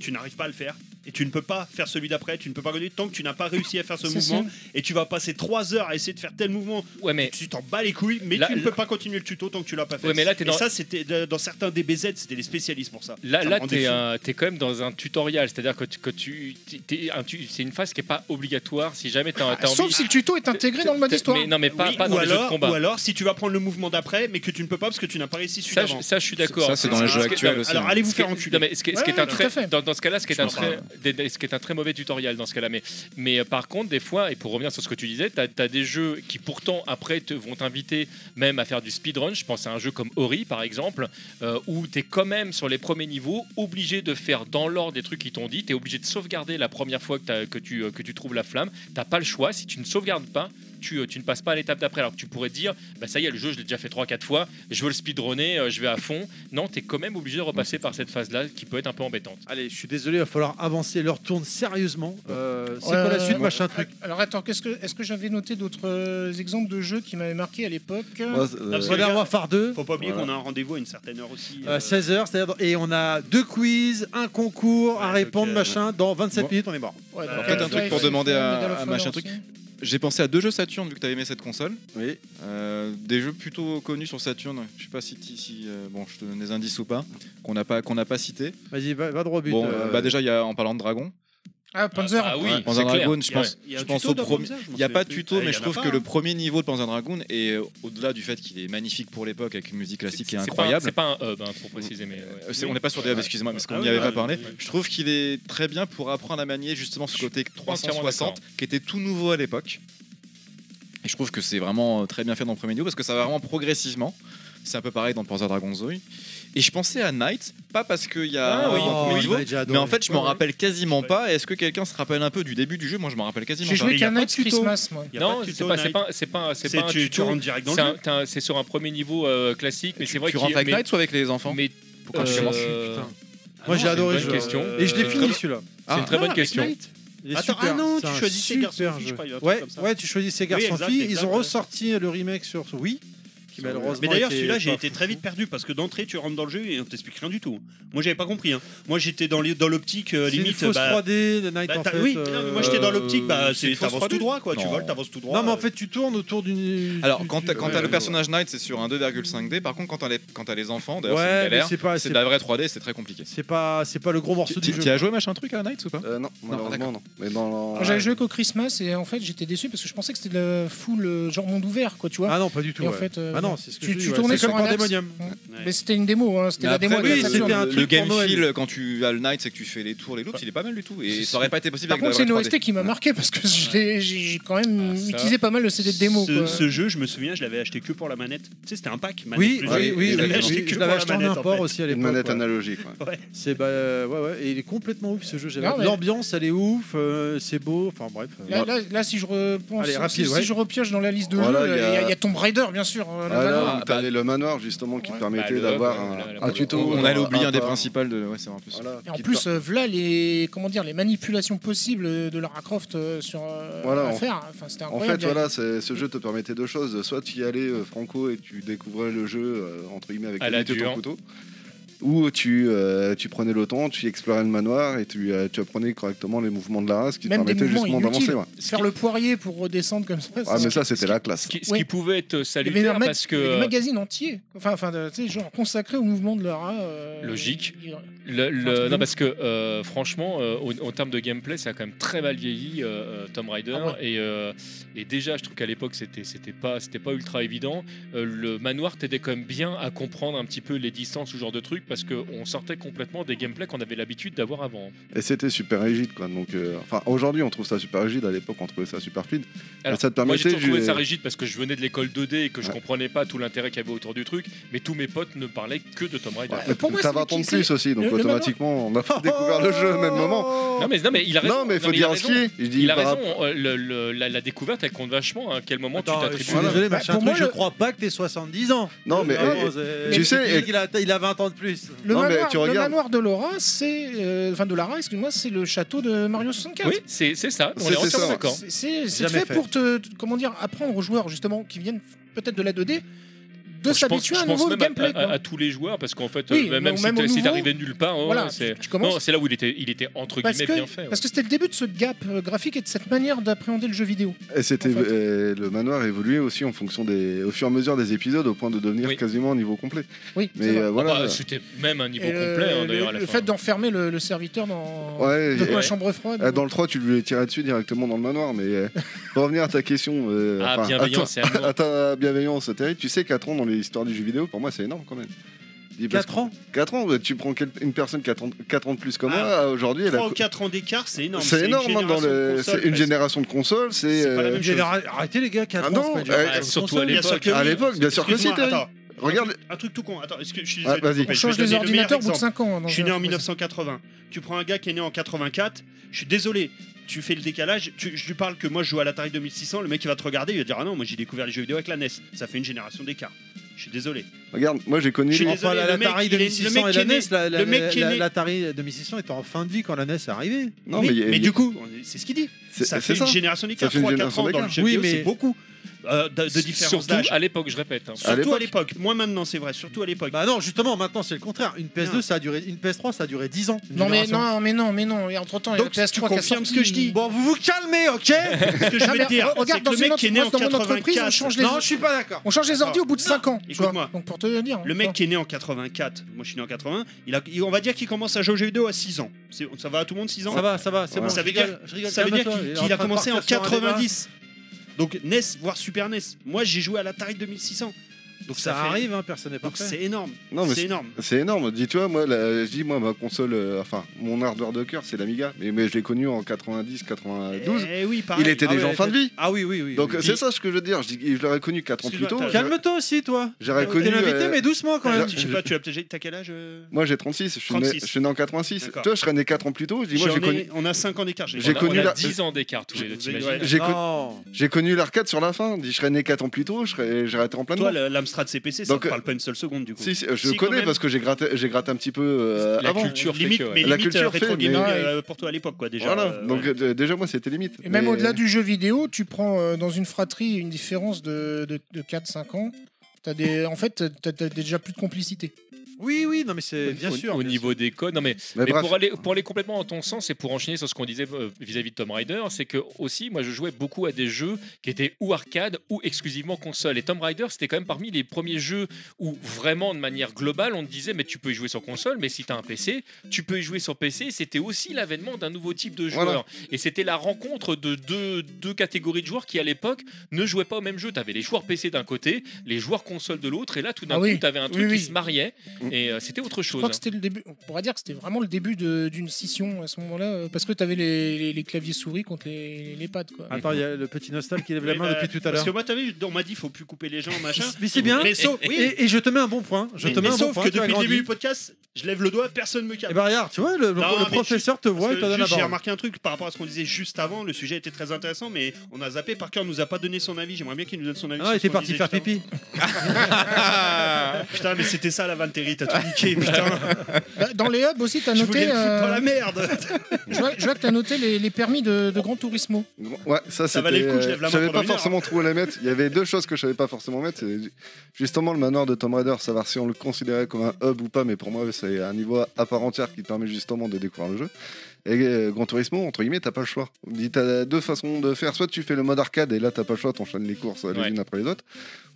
tu n'arrives pas à le faire et tu ne peux pas faire celui d'après, tu ne peux pas continuer tant que tu n'as pas réussi à faire ce
C'est
mouvement et tu vas passer 3 heures à essayer de faire tel mouvement.
Ouais mais
Tu t'en bats les couilles, mais
Là-
tu ne
là-
peux pas continuer le tuto tant que tu l'as pas fait.
Ouais, mais là, t'es
Et
dans-
ça, c'était euh, dans certains DBZ, c'était les spécialistes pour ça.
Là,
Ça me
là
rendait
t'es,
fou.
un- t'es quand même dans un tutoriel, c'est-à-dire que tu, que tu, t'es un tu- c'est une phase qui est pas obligatoire si jamais t'as, t'as
Ah, Sauf
envie.
si le tuto est intégré dans le mode
T'es-
histoire.
Mais non, mais pas,
Oui,
pas dans
ou,
les jeux de
alors,
combat.
ou alors, si tu vas prendre le mouvement d'après, mais que tu ne peux pas parce que tu n'as pas réussi celui
ça, je,
d'avant.
ça, je suis d'accord.
Ça, c'est dans
Ce
les
qui-
jeux
ce qui-
actuels
non,
aussi.
Alors, allez vous
ce qui-
faire enculer.
non, mais ce qui, ce
Ouais,
qui est
ouais,
un
tout
très,
à fait.
dans, dans ce cas-là, ce qui est
Je
un
m'en
très,
parle.
des- des- ce qui est un très mauvais tutoriel dans ce cas-là. Mais, mais euh, par contre, des fois, et pour revenir sur ce que tu disais, t'as as des jeux qui pourtant après te, vont t'inviter même à faire du speedrun. Je pense à un jeu comme Ori, par exemple, euh, où t'es quand même sur les premiers niveaux obligé de faire dans l'ordre des trucs qui t'ont dit. T'es obligé de sauvegarder la première fois que, t'as- que tu, euh, que tu trouves la flamme. T'as pas le choix. Si tu ne sauvegardes pas, tu, euh, tu ne passes pas à l'étape d'après. Alors que tu pourrais te dire, bah ça y est, le jeu, je l'ai déjà fait 3-4 fois, je veux le speedrunner, euh, je vais à fond. Non, tu es quand même obligé de repasser par cette phase-là qui peut être un peu embêtante.
Allez, je suis désolé, il va falloir avancer leur tourne sérieusement. Euh, c'est quoi
Ouais,
la
ouais,
suite,
ouais.
machin truc
Alors attends, qu'est-ce que est-ce que j'avais noté d'autres euh, exemples de jeux qui m'avaient marqué à l'époque
Moi, c'est- euh,
parce que-
Modern Warfare 2,
Faut pas oublier
Voilà.
qu'on a un rendez-vous à une certaine heure aussi. euh,
16h, c'est-à-dire. Et on a deux quiz, un concours à
Ouais,
répondre,
ok.
machin. Dans 27
Bon.
minutes, on est mort.
Ouais,
Euh,
donc,
peut-être un
Half-Life,
truc pour
demander à-
Medal of
à
Honor
machin
aussi.
J'ai pensé à deux jeux Saturn vu que t'as aimé cette console.
Oui.
Euh, des jeux plutôt connus sur Saturn. Je sais pas si, t'y- si euh, bon, je te donne des indices ou pas qu'on n'a pas qu'on n'a pas cité.
Vas-y, va, va droit au but.
Bon,
euh,
euh, bah déjà il y a en parlant de Dragon.
Ah, Panzer.
Ah oui,
Panzer
c'est clair.
Dragon, je
il y a-
pense.
il y a un
je pense
tuto
au
dans
premier.
Panzer, je m'en
Il n'y a
souviens
pas de
plus.
tuto,
Ah, il
mais
y
je
en a
trouve
pas,
que le
hein.
premier niveau de Panzer Dragoon est euh, au-delà du fait qu'il est magnifique pour l'époque avec une musique classique qui est
C'est pas-
incroyable.
C'est pas un hub, hein, pour préciser, mais. ouais.
Euh, c'est- On n'est pas sur des excusez-moi, parce
Ah
qu'on n'y
oui,
avait
bah,
pas parlé.
oui.
Je trouve qu'il est très bien pour apprendre à manier justement ce
Je suis
côté
entièrement
360 qui était tout nouveau à l'époque. Et je trouve que c'est vraiment euh, très bien fait dans le premier niveau parce que ça va vraiment progressivement. C'est un peu pareil dans Panzer Dragon Zoe. Et je pensais à Knight, pas parce qu'il y a
Ah oui,
un premier
oui,
niveau,
j'avais déjà
mais
adoré.
en fait je m'en
Ouais, ouais.
rappelle quasiment pas. Est-ce que quelqu'un se rappelle un peu du début du jeu Moi je m'en rappelle quasiment
J'ai
pas.
joué
Et y a
qu'à
pas
Night
de tuto.
Christmas, moi.
Il y a
Non,
pas de
c'est
tuto
pas,
Night.
c'est pas, c'est pas, c'est
C'est-
pas un
tu, tu
tuto.
rentres direct dans
C'est
le
un-
jeu.
t'as un- C'est sur un premier niveau euh, classique, mais
Tu-
c'est vrai
tu
qu'il-
rentres avec
mais-
Knight ou avec les enfants
mais
Putain, je suis
euh,
mort, putain.
Ah
Moi,
non,
j'ai
c'est
adoré
une
ce
bonne
jeu.
question.
Et je l'ai
Euh,
fini celui-là.
Ah,
C'est une très bonne
avec
question.
Knight.
Il est
Attends,
super,
ah non,
c'est
tu
un
choisissais
super
Garçon-Fille,
jeu.
je crois, il y a un truc
ouais,
comme ça.
ouais, tu choisissais
Oui, exact,
Garçon-Fille. Ils
exact,
ont
ouais.
ressorti le remake sur Wii, qui qui malheureusement.
Mais d'ailleurs,
était
celui-là, j'ai
pas
été
fou.
très vite perdu parce que d'entrée, tu rentres dans le jeu et on t'explique rien du tout. Moi, j'avais pas compris. hein. Moi, j'étais dans les- dans l'optique euh,
C'est une
limite.
fausse
bah,
3D, le Night
bah,
en
t'as-
fait.
oui, non, mais moi, j'étais dans
euh,
l'optique. Bah,
c'est une
c'est
fausse
t'avances
3D.
tout droit, quoi. Tu
Non.
voles, t'avances tout droit.
Non, mais en
euh,
fait, tu tournes autour d'une.
Alors,
du-
quand t'as
du-
quand t'as le personnage Knight, c'est sur un 2,5D. Par contre, quand t'as les, quand t'as les enfants, d'ailleurs, c'est
Ouais,
une
mais
galère.
c'est pas.
C'est
C'est
de la vraie 3D, c'est très compliqué.
c'est pas, c'est pas le gros morceau du
Tu
jeu.
as joué machin truc à Knight ou pas
Euh, non, malheureusement, non. Mais dans
Alors, Ah, J'avais joué qu'au Christmas et en fait j'étais déçu parce que je pensais que c'était de la full euh, genre monde ouvert quoi tu vois.
Ah non, pas du tout.
Et en
ouais.
fait, euh,
ah non, c'est ce que
tu-
je dis,
tu
ouais.
tournais
C'est
sur
comme
un axe.
Pandemonium.
Mais c'était une démo, hein, c'était
Mais
la
après,
démo de la
oui,
Saturn.
c'était un
le,
truc
game
pour Noël.
feel quand tu as le Knight, c'est que tu fais les tours, les loops, il est pas mal du tout. Et ça aurait pas été possible
Par contre, c'est
avec
une
la
OST
3D.
qui m'a marqué parce que je l'ai- j'ai j'ai quand même
Ah, ça.
utilisé pas mal le CD de démo.
ce,
quoi.
ce jeu, je me souviens, je l'avais acheté que pour la manette. Tu sais, c'était un pack. manette
Oui,
plus
oui,
jeu.
oui, oui,
Je l'avais
oui,
acheté que
je
pour
l'avais
la
acheté en
manette. en
import
fait.
aussi à
une
l'époque.
manette
ouais.
analogique. ouais.
C'est bah, euh, ouais, ouais, et il est complètement ouf ce jeu. j'avais-
Non, mais-
L'ambiance, elle est ouf, euh, c'est beau, enfin bref. euh,
Là, là- là, si je repense,
Allez,
si-
rapide,
si,
ouais.
je repioche dans la liste de
Voilà,
jeux,
il
il
y
y,
a-
a- il y a Tomb Raider bien sûr. euh,
Ah
là-bas.
là,
bah,
où t'avais le manoir justement qui te
Ouais.
permettait
Bah, le
d'avoir
hub,
un,
là, là,
un
là,
tuto.
On, on allait
un-
oublier un
un
des
par-
principales de. Ouais, c'est vrai, en plus.
Voilà,
Et en
qui te
plus, euh, voilà les comment dire les manipulations possibles euh, de Lara Croft euh, sur euh,
Voilà,
à
en-
faire. Enfin, c'était
En
incroyable.
fait, voilà, c'est- ce jeu te permettait deux choses. Soit tu y allais euh, franco et tu découvrais le jeu, euh, entre guillemets, avec
À
la
la
lutte de ton
dure.
couteau. Ou tu, euh, tu prenais le temps, tu explorais le manoir et tu, euh, tu apprenais correctement les mouvements de la race qui te
Même des
permettaient
mouvements
justement
inutiles.
d'avancer. ouais.
Faire le poirier pour redescendre comme ça.
Ah,
c'est-
mais ça, c'était la classe.
Ce qui, ce
Ouais.
qui pouvait être
Il y avait un
salutaire
mag-
parce que
il y avait des
euh,
magazines entiers, enfin, enfin, de- tu sais, genre consacrés au mouvement de Lara. euh,
Logique.
il-
le- le-
Un truc de
non parce que euh, franchement euh, au- en termes de gameplay ça a quand même très mal vieilli euh, euh, Tomb Raider
Ah
et, euh, et déjà je trouve qu'à l'époque c'était c'était pas c'était pas ultra évident Euh, le manoir t'aidait quand même bien à comprendre un petit peu les distances ce genre de trucs parce que on sortait complètement des gameplays qu'on avait l'habitude d'avoir avant
Et c'était super rigide, quoi. Donc, euh, enfin, aujourd'hui, on trouve ça super rigide. À l'époque, on trouvait ça super fluide.
Alors,
ça te
Moi
permettait.
j'ai toujours trouvé
j'ai-
ça rigide parce que je venais de l'école 2D et que je
Ouais.
comprenais pas tout l'intérêt qu'il y avait autour du truc, mais tous mes potes ne parlaient que de Tomb Raider.
Ouais,
Mais pour moi,
ça
c'est
va attendre
qui-
plus aussi, donc
le- le
automatiquement, on a
Oh,
pas découvert le jeu au même moment.
Non mais, non, mais il a raison.
Non, mais il faut
il a
dire en
raison.
ski. Je dis,
Il a
par-
raison, euh, le- le- la, la découverte elle compte vachement. hein. À quel moment
Attends,
tu
je suis
t'attribues
Voilà.
désolé, mais
Bah, pour moi,
je
le-
crois pas que t'es 70 ans.
Non, mais-
Vraiment,
et- et-
c'est-
tu sais,
il dit
et-
qu'il a, il a 20 ans de plus.
Le,
Non, mais
manoir,
tu
le
regardes.
manoir de Laura, c'est euh, enfin de Lara, excuse-moi, c'est le château de Mario 64.
Oui, c'est c'est ça. On
C'est-
est
c'est ça.
entièrement d'accord.
C'est- C'est c'est
Jamais
fait,
fait.
pour te, te- comment dire apprendre aux joueurs justement qui viennent peut-être de la 2D de
Bon, je pense,
s'habituer à
je
un
pense
nouveau
même à-
gameplay.
à,
quoi.
à tous les joueurs parce qu'en fait,
Oui,
euh,
même
même, si
au
t'es- si
nouveau,
t'arrives nulle part, ouais,
voilà,
ouais, c'est.
tu commences.
Non, c'est là où il était, il était entre
parce
guillemets
que
bien fait.
parce que c'était le début de ce gap euh, graphique et de cette manière d'appréhender le jeu vidéo.
Et c'était
en fait.
euh, le manoir évoluait aussi en fonction des, au fur et à mesure des épisodes, au point de devenir
Oui.
quasiment un niveau complet.
Oui. c'est
Mais
vrai.
euh,
Ah
voilà.
bah, C'était même un niveau
Et le-
complet hein, d'ailleurs à
le,
la
le
fin.
fait d'enfermer le, le serviteur dans
Ouais,
dans
et-
la chambre froide.
euh, dans le 3, tu lui tirais dessus directement dans le manoir. Mais euh, pour revenir à ta question, euh,
Ah,
enfin,
bienveillant,
à
c'est
ta-
amour.
à ta bienveillance, Terry, tu sais 4 ans dans les histoires du jeu vidéo, pour moi, c'est énorme quand même.
4 ans
4 ans, ouais, tu prends quel- une personne qui a 30 4 ans de plus que moi,
Ah,
aujourd'hui, elle a.
3 ou 4 ans d'écart, c'est énorme.
C'est énorme hein, dans le. C'est une
génération.
génération de consoles. C'est.
C'est pas la
euh,
même
Une généra- Arrêtez les gars, 4
Ah
ans.
non,
c'est pas une
eh,
génération
Euh, surtout
console.
à
de console. Bien sûr
l'époque.
que oui.
À l'époque, bien sûr que si,
Excuse-moi,
Terry.
attends,
Regarde.
Un truc tout con. Attends, excuse- je suis
Ah,
désolé de
vas-y.
couper.
on
Je
change
te donne
les
le meilleur
ordinateurs au bout de
exemple.
5 ans. hein, dans
Je suis né en
un-
1980. Tu prends un gars qui est né en 84. Je suis désolé. Tu fais le décalage. tu- je lui parle que moi je joue à l'Atari 2600. Le mec il va te regarder. Il va dire Ah non, moi j'ai découvert les jeux vidéo avec la NES. Ça fait une génération d'écart. Je suis désolé.
Regarde, moi j'ai connu.
Je suis
les-
Enfin,
désolé,
la-
le mec,
l'Atari
il est- le
2600 et
mec
la E
qui est
NES, la- la-
le mec qui est
la-
né-
l'Atari 2600 était en fin de vie quand la NES est arrivée.
Non,
Oui,
mais, il y a- il y a-
du coup, on est- c'est ce qu'il dit.
c'est-
Ça
c'est
fait une génération d'écart.
Ça fait une
3-4
génération
ans dans le
d'écart.
jeu
Oui,
vidéo,
mais-
c'est beaucoup euh, de, de différence
Surtout
d'âge.
à l'époque, je répète. hein.
À
Surtout à l'époque. Moi maintenant, c'est vrai. Surtout à l'époque.
Bah non, justement, maintenant c'est le contraire. Une PS2,
Non.
ça a duré, une PS3, ça a duré 10 ans. une
Non mais
génération.
non mais non mais non. Et entre temps, il y a
Donc,
la PS3
tu
qui a
confirmes ce
sorti.
que je dis.
Bon, vous vous calmez, ok
Ce que je
Non,
veux
mais
dire,
regarde,
c'est
dans
que le
une
mec qui est né en
autre- dans mon entreprise, on change
84.
les-
Non, je suis pas d'accord.
On change les ordi au bout de
Non,
5 ans. tu vois.
écoute-moi.
Donc pour te dire. hein,
Le
tu
mec
vois.
qui est né en 84, moi je suis né en 80, il a, il- on va dire qu'il commence à jouer aux jeux vidéo à 6 ans. C'est- Ça va à tout le monde 6 ans
Ça va, ça va, c'est
Ouais.
bon.
Ça
je
veut dire-
rigole, je rigole,
Ça veut dire
calme-toi, il
qu'il
est
qu'il a
train de
commencé en
partir sur un débat.
90. Donc NES, voire Super NES. Moi j'ai joué à l'Atari 2600.
Donc
Donc
ça,
ça fait-
arrive, hein, personne n'est
Donc
parfait.
c'est énorme.
Non, mais
C'est énorme.
C'est énorme, dis-toi, moi, la- je dis, moi, ma console, euh, enfin, mon ardeur de cœur, c'est l'Amiga, mais, mais je l'ai connu en 90, 92,
Eh oui, pareil.
il était
Ah
déjà
ouais,
en fin de vie.
Ah oui, oui, oui.
Donc
oui.
c'est ça ce que je veux dire, je, dis- je l'aurais connu 4 ans plus
Excuse-moi,
tôt.
t'as-
j'aurais-
Calme-toi aussi, toi.
J'aurais
t'as-
connu.
T'es l'invité,
euh,
mais doucement quand
Euh,
même.
Je sais pas, tu as peut-être t'as quel âge euh
Moi j'ai 36, je suis, Né,
36.
je suis né en 86.
D'accord.
Toi je serais né 4 ans plus tôt, je dis, moi
J'en
j'ai
ai-
connu,
On a 5 ans d'écart. j'ai-
J'ai
on a,
connu
on a
la-
10 ans d'écart tous les deux,
Vous
t'imagines
avez-
j'ai connu-
Non.
j'ai connu l'arcade sur la fin, je dis, je serais né 4 ans plus tôt, je serais- j'aurais été en plein
Toi,
dedans.
le- l'Amstrad CPC, ça ne
Donc, euh,
parle pas une seule seconde du coup.
Si, si, je
Si, quand
connais
même.
parce que j'ai gratté, j'ai gratté un petit peu euh,
La
avant.
culture fait
Limite,
que, ouais.
mais
La
limite
culture
euh, rétro
fait,
gaming
mais-
euh, pour toi à l'époque quoi déjà.
Voilà,
euh,
donc
ouais.
euh, déjà moi c'était limite.
Et même
Mais-
au-delà du jeu vidéo, tu prends euh, dans une fratrie une différence de, de, 4-5 ans. T'as des, en fait, t'as t'as déjà plus de complicité.
Oui, oui, non, mais c'est bien
au,
sûr.
au
bien
niveau des codes. Non, mais
Mais
Mais
bref,
pour aller, pour aller complètement dans ton sens et pour enchaîner sur ce qu'on disait euh, vis-à-vis de Tomb Raider, c'est que aussi, moi je jouais beaucoup à des jeux qui étaient ou arcade ou exclusivement console. Et Tomb Raider, c'était quand même parmi les premiers jeux où vraiment de manière globale, on te disait, mais tu peux y jouer sur console, mais si tu as un PC, tu peux y jouer sur PC. C'était aussi l'avènement d'un nouveau type de joueur.
Voilà.
Et c'était la rencontre de deux, deux catégories de joueurs qui, à l'époque, ne jouaient pas au même jeu. Tu avais les joueurs PC d'un côté, les joueurs console de l'autre, et là, tout d'un
Ah
coup,
oui.
tu avais un
Oui,
truc
oui. Mm.
qui se mariait, et euh, c'était autre
Je
chose.
crois que c'était le début. On pourrait dire que c'était vraiment le début de- d'une scission à ce moment-là, euh, parce que t'avais les, les, les claviers souris contre les, les, les pattes,
Ah.
quoi.
Attends, il y a le petit nostal qui lève la
Oui,
main
bah,
depuis tout à
Parce
l'heure.
que moi, t'as vu, on m'a dit, faut plus couper les gens, machin.
Mais c'est bien.
Mais sauf, oui,
Et, et je te mets un bon point. Je
mais-
te mets
mais
un bon
sauf
point.
que
tu as
depuis le
grandi.
début du podcast, je lève le doigt, personne me
Eh
capte.
ben regarde, tu vois, le, le
Non, mais
professeur te voit
Parce
et te
que
donne la
juste, J'ai
parole.
remarqué un truc par rapport à ce qu'on disait juste avant, le sujet était très intéressant, mais on a zappé. Parker nous a pas donné son avis, j'aimerais bien qu'il nous donne son avis.
Ah, il
sur ce
était
qu'on
parti
disait
faire
juste
pipi.
avant. Putain, mais c'était ça la vanne Terry, t'as tout niqué, putain.
Bah, Dans les hubs aussi, t'as
Je voulais
noté.
le foutre
euh,
dans la merde.
je, vois, je vois que t'as noté les, les permis de, de Grand Turismo.
ouais,
Ça
ça, c'était.
valait le coup que je
euh,
lève la
Je
main
savais
pendant
pas
une heure.
forcément trop où la mettre. Il y avait deux choses que je savais pas forcément mettre. C'est justement le manoir de Tomb Raider, savoir si on le considérait comme un hub ou pas, mais pour moi, c'est un niveau à part entière qui permet justement de découvrir le jeu. Et euh, Gran Turismo, entre guillemets, t'as pas le choix. On dit t'as deux façons de faire. Soit tu fais le mode arcade et là t'as pas le choix, t'enchaînes les courses euh, les
Ouais.
unes après les autres.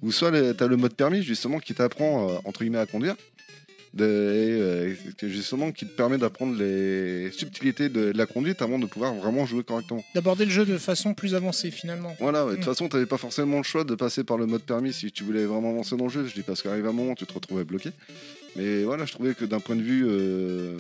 Ou soit le- t'as le mode permis justement qui t'apprend euh, entre guillemets à conduire. De, et, euh, que justement qui te permet d'apprendre les subtilités de, de la conduite avant de pouvoir vraiment jouer correctement.
D'aborder le jeu de façon plus avancée, finalement.
Voilà, ouais, de
Mm.
toute façon t'avais pas forcément le choix de passer par le mode permis si tu voulais vraiment avancer dans le jeu. Je dis parce qu'arrive un moment tu te retrouvais bloqué. Mais voilà, je trouvais que d'un point de vue euh,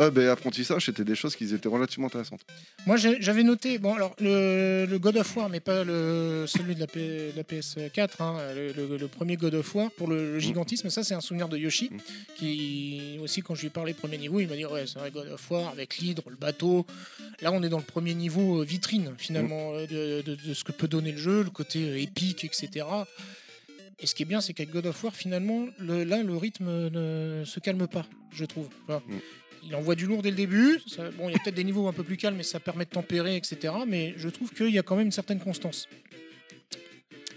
hub et apprentissage, c'était des choses qui étaient relativement intéressantes.
Moi, j'ai- j'avais noté, bon, alors, le, le God of War, mais pas le, celui de la, P- de la PS4, hein, le, le- le premier God of War, pour le, le gigantisme, ça, c'est un souvenir de Yoshi,
Mm.
qui, aussi, quand je lui ai parlé premier niveau, il m'a dit, ouais, c'est vrai, God of War, avec l'hydre, le bateau. Là, on est dans le premier niveau euh, vitrine, finalement, euh, de, de- de ce que peut donner le jeu, le côté euh, épique, etc. Et ce qui est bien, c'est qu'avec God of War, finalement, le- là, le rythme ne se calme pas, je trouve. Enfin,
Mm.
Il envoie du lourd dès le début. Ça- bon, il y a peut-être des niveaux un peu plus calmes, mais ça permet de tempérer, etc. Mais je trouve qu'il y a quand même une certaine constance.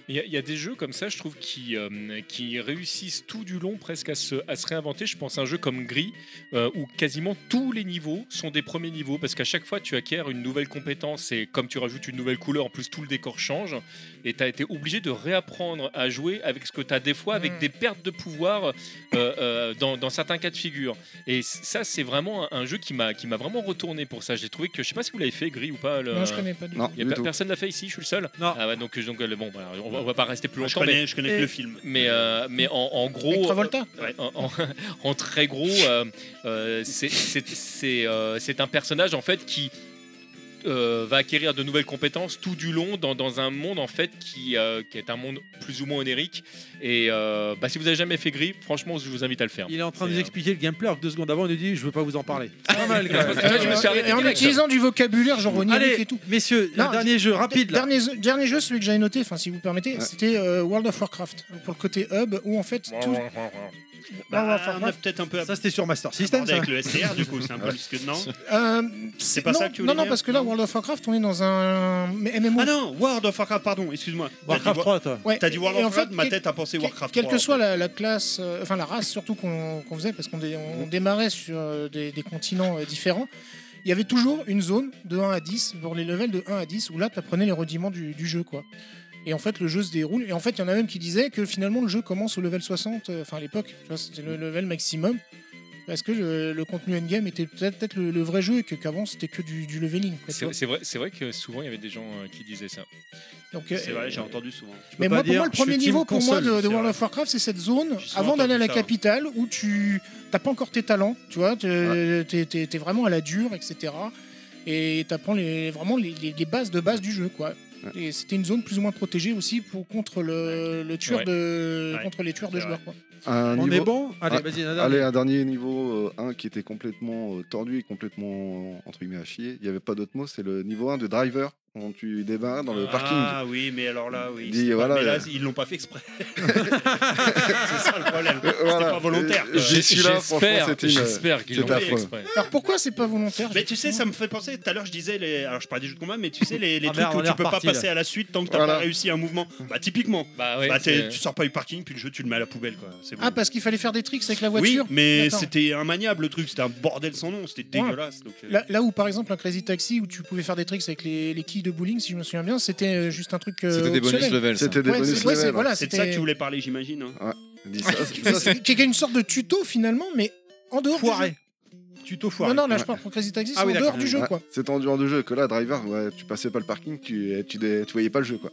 Il y, a- il y a des jeux comme ça, je trouve, qui, euh, qui réussissent tout du long presque à se, à se réinventer. Je pense à un jeu comme Gris, euh, où quasiment tous les niveaux sont des premiers niveaux, parce qu'à chaque fois, tu acquiers une nouvelle compétence, et comme tu rajoutes une nouvelle couleur, en plus, tout le décor change, et tu as été obligé de réapprendre à jouer avec ce que tu as des fois, avec
Mm.
des pertes de pouvoir euh, euh, dans, dans certains cas de figure. Et c- ça, c'est vraiment un, un jeu qui m'a qui m'a vraiment retourné pour ça. J'ai trouvé que, je sais pas si vous l'avez fait, Gris ou pas. le-
Euh,
Non, je connais Mm. pas du
Non,
tout.
Y a
du
per-
tout.
personne l'a fait ici, je suis le seul.
Non.
Ah ouais, donc, donc euh, bon, voilà, on, va, on va pas rester plus
Moi, je
longtemps. mais-
connais, je connais que
Et-
le film.
mais, euh, mais en, en gros.
Avec Travolta
euh, en, en- en très gros, euh, euh, c'est- c'est c'est, euh, c'est un personnage en fait qui euh, va acquérir de nouvelles compétences tout du long dans, dans un monde en fait qui, euh, qui est un monde plus ou moins onirique. Et euh, bah, si vous avez jamais fait gris, franchement, je vous invite à le faire.
Il est en train de
C'est,
nous
euh,
expliquer le gameplay, alors que deux secondes avant, il nous dit Je veux pas vous en parler. Pas mal, quand même.
Parce que toi, tu me suis arrêté
Et en
direct.
utilisant du vocabulaire, genre onirique
Allez,
et tout.
messieurs,
Non,
un dernier jeu rapide là.
Dernier, dernier jeu, celui que j'avais noté, enfin si vous permettez,
Ouais.
c'était euh, World of Warcraft pour le côté hub où en fait tout- World
Bah,
of
on a
Warcraft,
peut-être un peu
Ça, c'était sur Master System.
abordé
Ça.
avec le STR du coup, c'est un peu plus que non.
euh,
C'est pas
non,
ça que tu voulais
non non
dire
parce que là World of Warcraft on est dans un MMO.
Ah non, World of Warcraft, pardon, excuse-moi. T'as dit
Warcraft
Wa-
3, toi.
Ouais.
T'as dit World
Et
of
en fait,
Warcraft, ma
quel-
tête a pensé
Que-
Warcraft.
Quelle que
3,
soit
en fait.
la, la classe, euh, enfin la race surtout qu'on qu'on faisait, parce qu'on dé- on
Mm.
démarrait sur euh, des, des continents euh, différents, il y avait toujours une zone de 1 à 10, pour les levels de 1 à 10, où là tu apprenais les rudiments du, du jeu. quoi. Et en fait, le jeu se déroule. Et en fait, il y en a même qui disaient que finalement le jeu commence au level 60, euh, enfin à l'époque, tu vois, c'était le level maximum. Parce que le, le contenu endgame était peut-être peut-être le, le vrai jeu et que qu'avant c'était que du, du leveling. quoi, tu
C'est
vois.
c'est vrai, c'est vrai que souvent il y avait des gens euh, qui disaient ça.
Donc, euh,
C'est vrai, j'ai entendu souvent.
Je peux
Mais
pas
moi, pour
dire,
moi, le
je suis
premier
team
niveau pour moi
console.
de, de
c'est
World
vrai.
of Warcraft, c'est cette zone
J'ai souvent
avant d'aller à la
entendu ça,
capitale où tu t'as pas encore tes talents, tu vois, t'es t'es- t'es vraiment à la dure, etc. Et t'apprends les, vraiment les, les- les bases de base du jeu, quoi.
Ouais.
Et c'était une zone plus ou moins protégée aussi pour contre le, le tueur
Ouais.
de
Ouais.
contre les tueurs de
C'est
joueurs. quoi.
un
On est
niveau-
bon Allez,
Ah,
vas-y, Nadal.
Allez, un dernier niveau 1 qui était complètement euh, tordu et complètement, entre guillemets, à chier. Il n'y avait pas d'autre mot, c'est le niveau 1 de driver, quand tu débarres dans le parking.
Ah oui, mais alors là, oui.
Dis,
c'est pas-
voilà,
mais là,
euh,
ils l'ont pas fait exprès. c'est ça le problème.
Euh, voilà.
C'était pas volontaire.
Euh, J'y suis là, franchement,
J'espère,
c'était une-
j'espère qu'ils l'ont
c'était
fait
affreux.
exprès.
Alors pourquoi c'est pas volontaire
Mais tu sais, ça me fait penser. Tout à l'heure, je disais, les... alors je parlais des jeux de combat, mais tu sais, les, les
Ah
trucs
merde,
où
on est
tu peux pas
reparti, là.
passer à la suite tant que t'as
Voilà.
pas réussi un mouvement. Bah, typiquement.
Bah ouais,
Bah, t'es-
c'est-
tu sors pas du parking, puis le jeu, tu le mets à la poubelle, quoi. C'est bon.
Ah, parce qu'il fallait faire des tricks avec la
oui,
voiture
mais
D'accord.
c'était immaniable le truc, c'était un bordel sans nom, c'était
Ouais.
dégueulasse. Donc, euh,
Là, là où par exemple un Crazy Taxi où tu pouvais faire des tricks avec les, les quilles de bowling, si je me souviens bien, c'était euh, juste un truc. euh,
C'était des bonus
optionnel.
level. ça.
C'était des
Ouais,
bonus
c'est- ouais, c'est-
level.
voilà,
c'est de
ah, c'était
ça que tu voulais parler, j'imagine. hein.
Dis ça, c'est-
Mais
ça, c'est-
c'est- Qui est une sorte de tuto finalement, mais en dehors. du jeu.
Foiré. Tuto foiré.
Non, non, là je parle pour Crazy Taxi, c'est
Ah oui,
en
d'accord.
dehors du jeu
Ouais,
quoi.
C'est en dehors de jeu que là, driver, ouais, tu passais pas le parking, tu, tu, dé- tu voyais pas le jeu. quoi.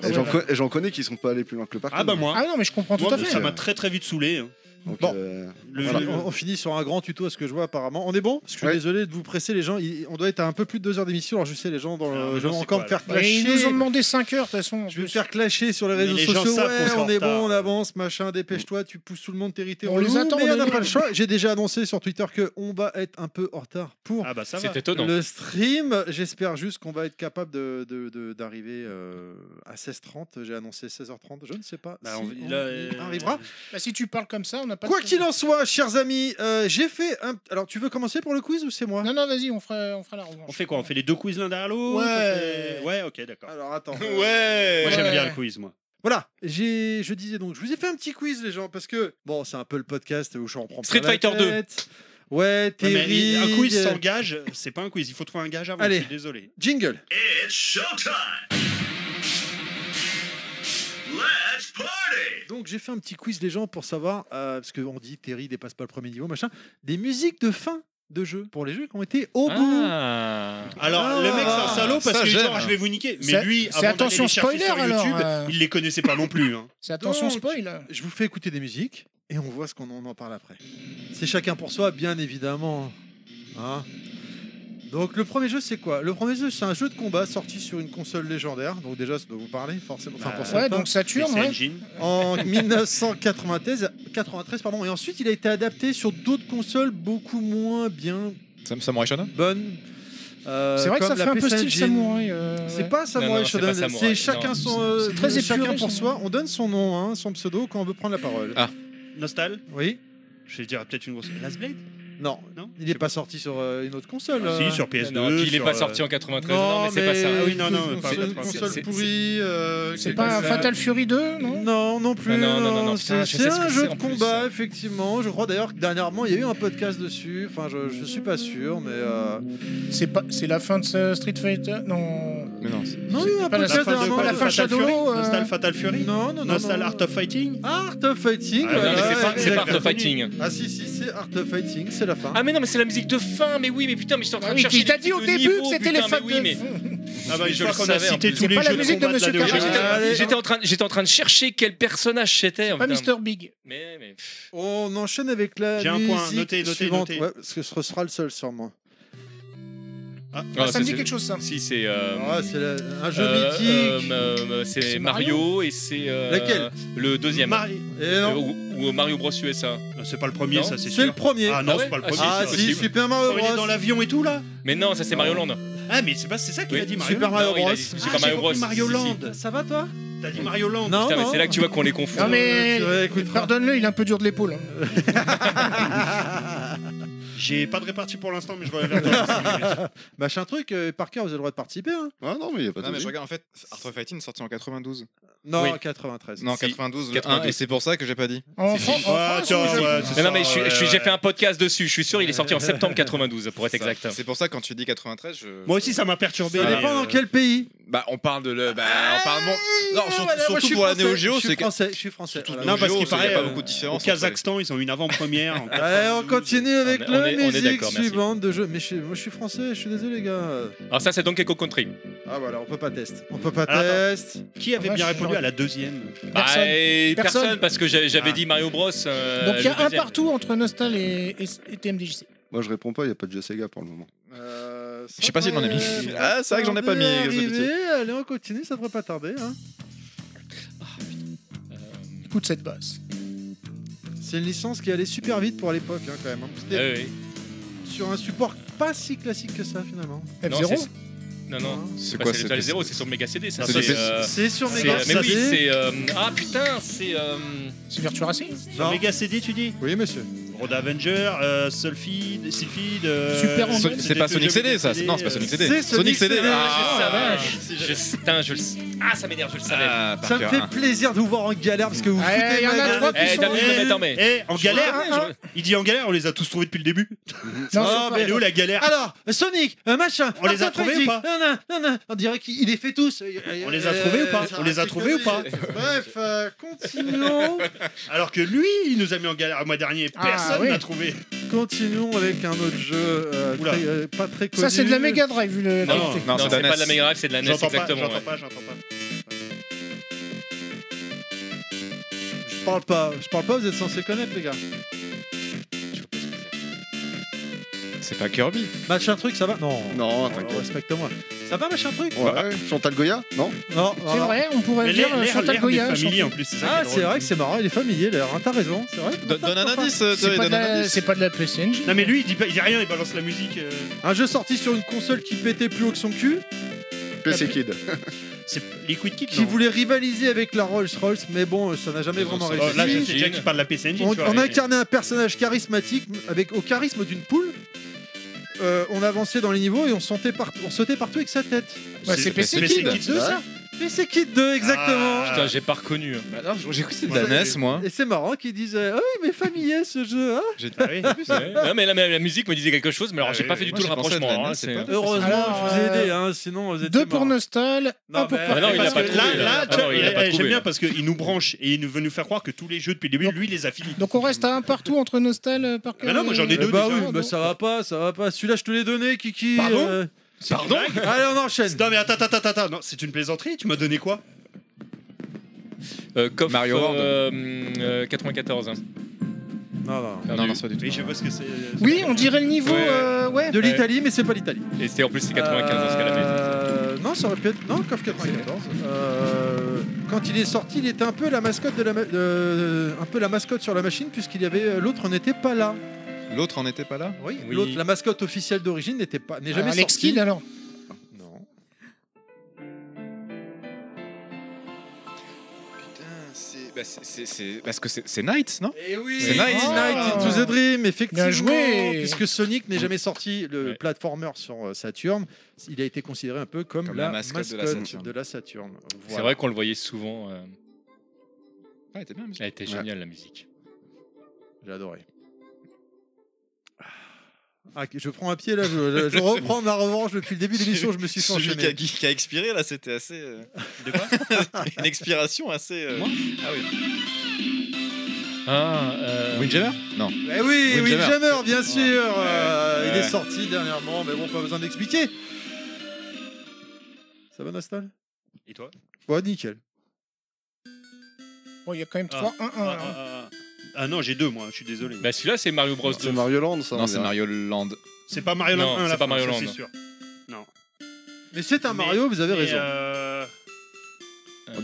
Et
Ouais,
j'en
ouais.
co- et j'en connais qui sont pas allés plus loin que le parking.
Ah bah moi,
Ah non, mais je comprends tout
moi,
à fait.
ça m'a très très vite saoulé. hein.
Donc,
Bon.
euh,
Le-
Voilà,
le-
on, on finit sur un grand tuto à ce que je vois apparemment. On est bon Parce que je
Ouais.
suis désolé de vous presser les gens. il- on doit être à un peu plus de deux heures d'émission. Alors je sais les gens dans
Ah,
le,
mais
je vais
non, c'est
encore
quoi,
me faire
Et
clasher.
Bah, ils nous ont demandé 5 heures de toute façon. en
Je vais me
plus.
faire clasher sur les
Mais
réseaux
les gens
sociaux.
savent qu'on
Ouais,
sera
on
en
est bon,
retard.
on avance, machin, dépêche-toi, tu pousses tout le monde, t'es irrité.
On
est
les
où
attend,
mais
on
on n'a
est
pas
là.
le choix. J'ai déjà annoncé sur Twitter que on va être un peu en retard pour
Ah bah ça va.
C'est étonnant.
le stream. J'espère juste qu'on va être capable de- de- de- d'arriver euh, à 16h30. J'ai annoncé 16h30, je ne sais pas.
Bah,
si
on-
on
là, euh,
y arrivera.
Bah, si tu parles comme ça, on n'a pas. de-
Quoi qu'il en soit, chers amis, euh, j'ai fait un. Alors, tu veux commencer pour le quiz ou c'est moi
Non, non, vas-y, on fera, on fera la revanche.
On fait quoi On fait les deux quiz l'un derrière l'autre
Ouais.
On fait- Ouais, ok, d'accord.
Alors, attends. euh,
Ouais
Moi j'aime
Ouais.
bien le quiz, moi.
Voilà, j'ai, je disais donc, je vous ai fait un petit quiz, les gens, parce que bon, c'est un peu le podcast où je en prends
Street
plein la
Fighter 2.
tête. Ouais,
Ouais, mais
Terry. euh,
un quiz sans gage, c'est pas un quiz. Il faut trouver un gage avant.
Allez.
Je suis désolé.
Jingle. Donc j'ai fait un petit quiz les gens pour savoir, euh, parce qu'on dit Terry dépasse pas le premier niveau, machin, des musiques de fin de jeu pour les jeux qui ont été au bout.
Ah.
Alors
Ah,
le mec c'est un salaud
ça
parce que
gêne.
genre je vais vous niquer. Mais
C'est-
lui,
c'est
avant d'aller
attention
les chercher
spoiler,
sur
alors,
YouTube,
euh.
il les connaissait pas non plus. hein.
C'est attention
Donc-
spoil.
Je vous fais écouter des musiques et on voit ce qu'on en, en parle après. C'est chacun pour soi, bien évidemment. Hein donc le premier jeu c'est quoi Le premier jeu c'est un jeu de combat sorti sur une console légendaire, donc déjà ça doit vous parler forcément. Enfin,
Bah,
pour
Ouais,
certains.
donc
Mais
Saturne,
c'est
ouais.
Engine.
en 1993 93, pardon et ensuite il a été adapté sur d'autres consoles beaucoup moins bien
Sam- Samurai Shodown
bonnes euh,
C'est vrai que ça
comme
fait
la
un peu
PS
style
Engine.
samouraï. euh,
c'est
ouais.
pas Samurai
non, c'est
Shodown
pas
c'est
Samurai,
chacun
non.
son euh,
C'est très
chacun
épuré,
pour
ça.
soi on donne son nom hein, son pseudo quand on veut prendre la parole
Ah.
Nostal.
oui
Je vais dire peut-être une grosse. Last Blade
non
Non.
il n'est pas sorti sur euh, une autre console
Ah,
euh.
Si sur PS2.
Non, puis il est
sur,
pas
euh,
sorti en 93, non,
non
mais c'est pas ça.
Ah oui, non, non,
une
pas-
console,
pas-
console
c'est-
pourrie euh,
C'est
quelque
pas un
chose.
Fatal Fury 2, non
Non, non plus.
Ah, Non, non, non, non, non,
c'est
putain, je sais
c'est
ce que
un
c'est
jeu de
en plus.
combat, effectivement. Je crois d'ailleurs que dernièrement, il y a eu un podcast dessus. Enfin, je, je suis pas sûr, mais. euh,
C'est pas, c'est la fin de ce Street Fighter. Non.
Mais non, c'est-
Non, il y a eu un
pas la
podcast
fin de-
dernièrement.
pas la
de-
fin
Fatal
Shadow,
Fury
euh,
Nostal Fatal Fury
Non, non, non.
Nostal
non.
Art of Fighting
Art of Fighting.
Ah,
Ah,
voilà,
non, mais c'est pas- c'est pas Art
exactement.
of Fighting.
Ah, si, si, c'est Art of Fighting, c'est la fin.
Ah mais non mais c'est la musique de fin mais oui mais putain mais j'étais en train
Ah
de
oui,
chercher
il t'a
les
dit au
musiques de
début
niveau,
que c'était les
putain,
fans
mais oui, mais-
de.
Ah bah
Mais
une
je
fois
le
qu'on a
savais, en
cité
plus.
tous
C'est
les
pas la
jeux de
musique de
combat
Monsieur
la
Karcher.
DOG.
Ah, allez.
J'étais en train j'étais en train de chercher quel personnage c'était.
Pas
putain.
Mister Big.
Mais mais pff,
On enchaîne avec la
J'ai un
musique
point, notez, notez,
suivante.
notez.
Ouais, parce que ce sera le seul, sûrement.
ah,
ça me dit
c'est-
quelque chose ça.
Si c'est euh,
Ah, c'est la- un jeu
euh,
mythique.
euh, euh, c'est
C'est
Mario et c'est euh,
Laquelle
Le deuxième.
Mario.
Et
Euh,
non.
ou, ou Mario Bros USA.
Ah, C'est pas le premier,
Non,
ça c'est
C'est le
sûr.
premier.
Ah non,
Ah
c'est pas le
ouais
premier.
Ah,
ça.
si,
possible.
Super
Quand
Mario
il est
Bros.
dans l'avion et tout là
Mais non ça c'est Mario Land.
Ah mais c'est pas c'est ça qu'il
Oui.
a dit Mario
Super Mario
Non, il a
Bros.
dit
Ah,
Super Mario
j'ai
Bros.
compris Mario
Si, si.
Land.
Ça va, toi
T'as dit Mario Land
Non,
Putain, mais
non.
c'est là que tu vois qu'on les confond.
Non mais
Euh, écoute,
pardonne-le, il est un peu dur de l'épaule. hein.
J'ai pas de répartie pour l'instant mais je reviens vers toi.
Machin truc, euh, Parker, vous avez le droit de participer. Hein
Ah non, mais il n'y a pas de
Non, mais je
souci.
regarde en fait, Art of Fighting sorti en 92.
non,
Oui.
93.
Non,
Si.
92, le
92.
1, et c'est pour ça que j'ai pas dit.
En,
Si,
Fran- en
si.
Ah,
France,
tiens,
oui, je-
ouais, c'est
Mais non
ça,
mais je suis-
ouais,
je suis- j'ai
ouais.
fait un podcast dessus. Je suis sûr il est sorti en septembre 92 pour être
C'est ça.
exact.
C'est pour ça quand tu dis 93, je.
Moi aussi ça m'a perturbé.
Ça
Ah,
mais,
dépend
euh,
dans quel pays.
Bah, on parle de le. Bah, on parle. mon- Non, sur-
voilà, moi, je
surtout
suis
pour la
français,
Neo Geo,
je suis
c'est que.
français. Je suis français.
surtout
voilà.
Non,
Neo
parce
Geo,
qu'il
c'est-
paraît,
y a pas
euh,
beaucoup
Au
de différence. entre
Kazakhstan, ils ont une avant-première. en
Allez, on
92.
continue avec
On est-
la
on est- on est
musique
d'accord, merci.
suivante de jeu. Mais je, suis- moi, je suis français. Je suis désolé, les gars.
Alors ça c'est Donkey Kong Country.
Ah voilà, on peut pas test. On peut pas
Alors,
test.
Qui avait
Ouais,
bien
je-
répondu à la deuxième
Personne.
Ah, et personne.
Personne.
parce que j'a- j'avais
Ah.
dit Mario Bros. euh,
Donc il y
le
a un
deuxième.
partout entre Nostal et, et- et TMDJC.
Moi, je réponds pas, il n'y a pas de jeu Sega pour le moment.
Euh,
Je sais pas si j'en ai mis. Ah, c'est vrai que j'en ai pas mis, aux habitudes.
Allez, on continue. Ça devrait pas tarder. hein.
Écoute cette basse.
C'est une licence qui allait super vite pour l'époque, hein, quand même. hein. C'était
Euh, Ouais, ouais.
sur un support pas si classique que ça, finalement.
Non,
F0
c'est- Non, non.
C'est
Bah,
quoi
C'est
c'est-
déjà le 0, c'est sur le Mega CD, ça.
C'est-
c'est,
c'est-
euh,
C'est sur
c'est-
Mega
Mais oui,
CD.
c'est. euh, Ah putain, c'est. euh,
C'est Virtua Racing
Non.
Mega CD, tu dis
Oui, monsieur.
Road Avenger, euh, Sulfide, Sylphide.
Super Android.
C'est pas Sonic CD ça, c'est- non c'est pas Sonic CD.
C'est Sonic
Sonic CD.
CD,
Ah,
la vache.
je- putain, je le. Ah, ça m'énerve, je le savais.
Ah, par
Ça me
cœur,
fait
hein.
plaisir de vous voir en galère parce que vous
Ouais,
foutez
y en
ma
a
gueule.
trois qui
Eh,
sont-
Damien, non, mais attends, mais.
Eh, en galère
hein.
Il dit en galère, on les a tous trouvés depuis le début.
Non,
Ah,
c'est
Elle est où la galère
Alors, Sonic, euh, machin,
On les a
Arthur
trouvés
Freddy,
ou pas
nan, nan, nan, nan. On dirait qu'il il Euh, les fait tous.
On les a trouvés ou pas On les a trouvés ou pas
Bref, euh, continuons.
Alors que lui, il nous a mis en galère le mois dernier.
Ah,
Personne
oui.
n'a trouvé.
continuons avec un autre jeu euh,
Oula.
très, euh, pas très connu.
Ça, c'est de la Mega Drive, vu le.
Non,
Non,
non,
c'est
c'est
de la
pas de
NES.
la Mega Drive, c'est de la NES,
J'entends pas,
exactement.
j'entends
ouais.
pas, j'entends pas.
Je parle pas, je parle pas, vous êtes censés connaître, les gars.
C'est pas Kirby.
Machin truc, ça va Non.
Non,
Oh,
t'inquiète.
Respecte-moi. Ça va, machin truc
Ouais. Chantal Goya Non
Non,
C'est
voilà.
vrai, on pourrait
Mais
dire
l'air
euh,
l'air-
Chantal
l'air des
Goya.
familles hein.
Chantal-
en plus. c'est ça
Ah,
qui est
c'est
drôle.
vrai que c'est marrant, il est familier l'air, hein, t'as raison, c'est vrai.
Don- Donne un indice, euh,
C'est
Joey,
pas, de
donne un
la-
indice.
c'est pas de la PlayStation.
Non, mais lui, il dit, pas- il dit rien, il balance la musique. euh.
Un jeu sorti Ah, sur une console qui pétait plus haut que son cul,
PC Kid.
C'est Liquid Kick,
qui
non
voulait rivaliser avec la Rolls-Royce, mais bon, euh, ça n'a jamais
Ils
vraiment
ont
Oh,
réussi.
sorti
Là,
Origin.
c'est Jack qui parle de la PC Engine.
On,
tu vois.
on incarnait un personnage charismatique avec au charisme d'une poule. Euh, on avançait dans les niveaux et on sautait, partout- on sautait partout avec sa tête.
Bah, c'est PC
PC
Kid.
Kid.
Deux, ça Mais c'est Kid 2, exactement.
Ah.
Putain, j'ai pas reconnu. hein.
Bah non, j'ai cru que c'était de
Ouais.
la NES moi.
Et c'est marrant qu'ils disent euh, Ah oui, mais familier ce jeu. hein.
Ah oui.
Ouais. Non, mais la, mais la musique me disait quelque chose, mais alors
Ah
j'ai
oui,
pas fait
oui.
du
Moi,
tout le
j'ai pensé à de la
rapprochement.
NES,
hein,
c'est
c'est-
pas-
Heureusement, je
Alors,
vous ai
euh,
aidé, hein, sinon vous étiez
Deux pour
marrants.
Nostal,
Non,
un pour
mais-
Parfait.
Ah non, il l'a
Parce
pas
que
trouvé,
Là,
là.
là,
Ah
tu vois,
non, il l'a
eh,
pas
j'aime
trouvé,
bien
là.
parce qu'il nous branche et il nous veut nous faire croire que tous les jeux depuis le début, lui, il les a finis.
Donc on reste à un partout entre Nostal, euh, Parker.
Bah non, moi, j'en ai
Eh
et-
deux
bah
déjà,
oui,
non
bah ça va pas, ça va pas. Celui-là, je te l'ai donné, Kiki.
Pardon
euh.
Pardon
Allez, on enchaîne.
Non, mais attends, attends, attends, attends. Non, c'est une plaisanterie. Tu m'as donné quoi
Euh, Coff,
Mario World.
euh, euh, 94. hein. Ah
Non, non.
Eh
Non, non, c'est pas du tout.
Oui, je vois ce que c'est.
euh, Oui, on dirait le niveau.
Ouais.
euh,
ben,
Ouais.
De l'Italie, mais c'est pas l'Italie.
Et c'était en plus c'est 95 dans ce cas-là.
Euh, Non, ça aurait pu être. Non, KOF 94. Euh, quand il est sorti, il était un peu la mascotte de la ma- de- un peu la mascotte sur la machine, puisqu'il y avait euh, l'autre n'était pas là.
L'autre en était pas là
Oui.
Oui.
L'autre, la mascotte officielle d'origine n'était pas
Euh,
n'est jamais
Alors, Alex
sortie.
Kidd Euh, alors.
Non.
Putain, c'est. Bah, c'est- c'est. c'est- Parce que c'est c'est Knight, non
Et oui.
C'est Night.
Night into the Dream, effectivement.
Eh Ah. Bien joué.
Puisque Sonic n'est jamais sorti le
Ouais.
platformer sur euh, Saturn, il a été considéré un peu comme,
Comme
la,
la mascotte de la Saturn.
de la Saturn.
C'est
Voilà.
vrai qu'on le voyait souvent. euh,
Ah, t'es bien, monsieur.
Elle était géniale la musique.
J'ai adoré. Ah, je prends un pied là, je, je- je reprends ma revanche depuis le début de l'émission, je me suis fait
Celui qui a,
enchaîner.
qui- qui a expiré là, c'était assez. euh,
De quoi
une expiration assez. euh,
Moi
ah oui.
Ah, euh,
Windjammer Non.
Eh oui,
Windjammer.
Windjammer, bien sûr euh,
Ouais.
Il est sorti dernièrement, mais bon, pas besoin d'expliquer. Ça va, Nostal
Et toi
Ouais, nickel.
Bon, il y a quand même
Ah.
3-1-1.
ah,
alors.
ah, ah. Ah non, j'ai deux, moi. Je suis désolé.
Bah celui-là c'est Mario Bros 2.
C'est Mario Land, ça. on
Non, c'est
dirait.
Mario Land.
C'est pas Mario
Non,
Land 1
c'est
là.
pas Mario Land.
C'est sûr.
Mais c'est un
Mais-
Mario, vous avez
Et,
raison.
euh,
Euh,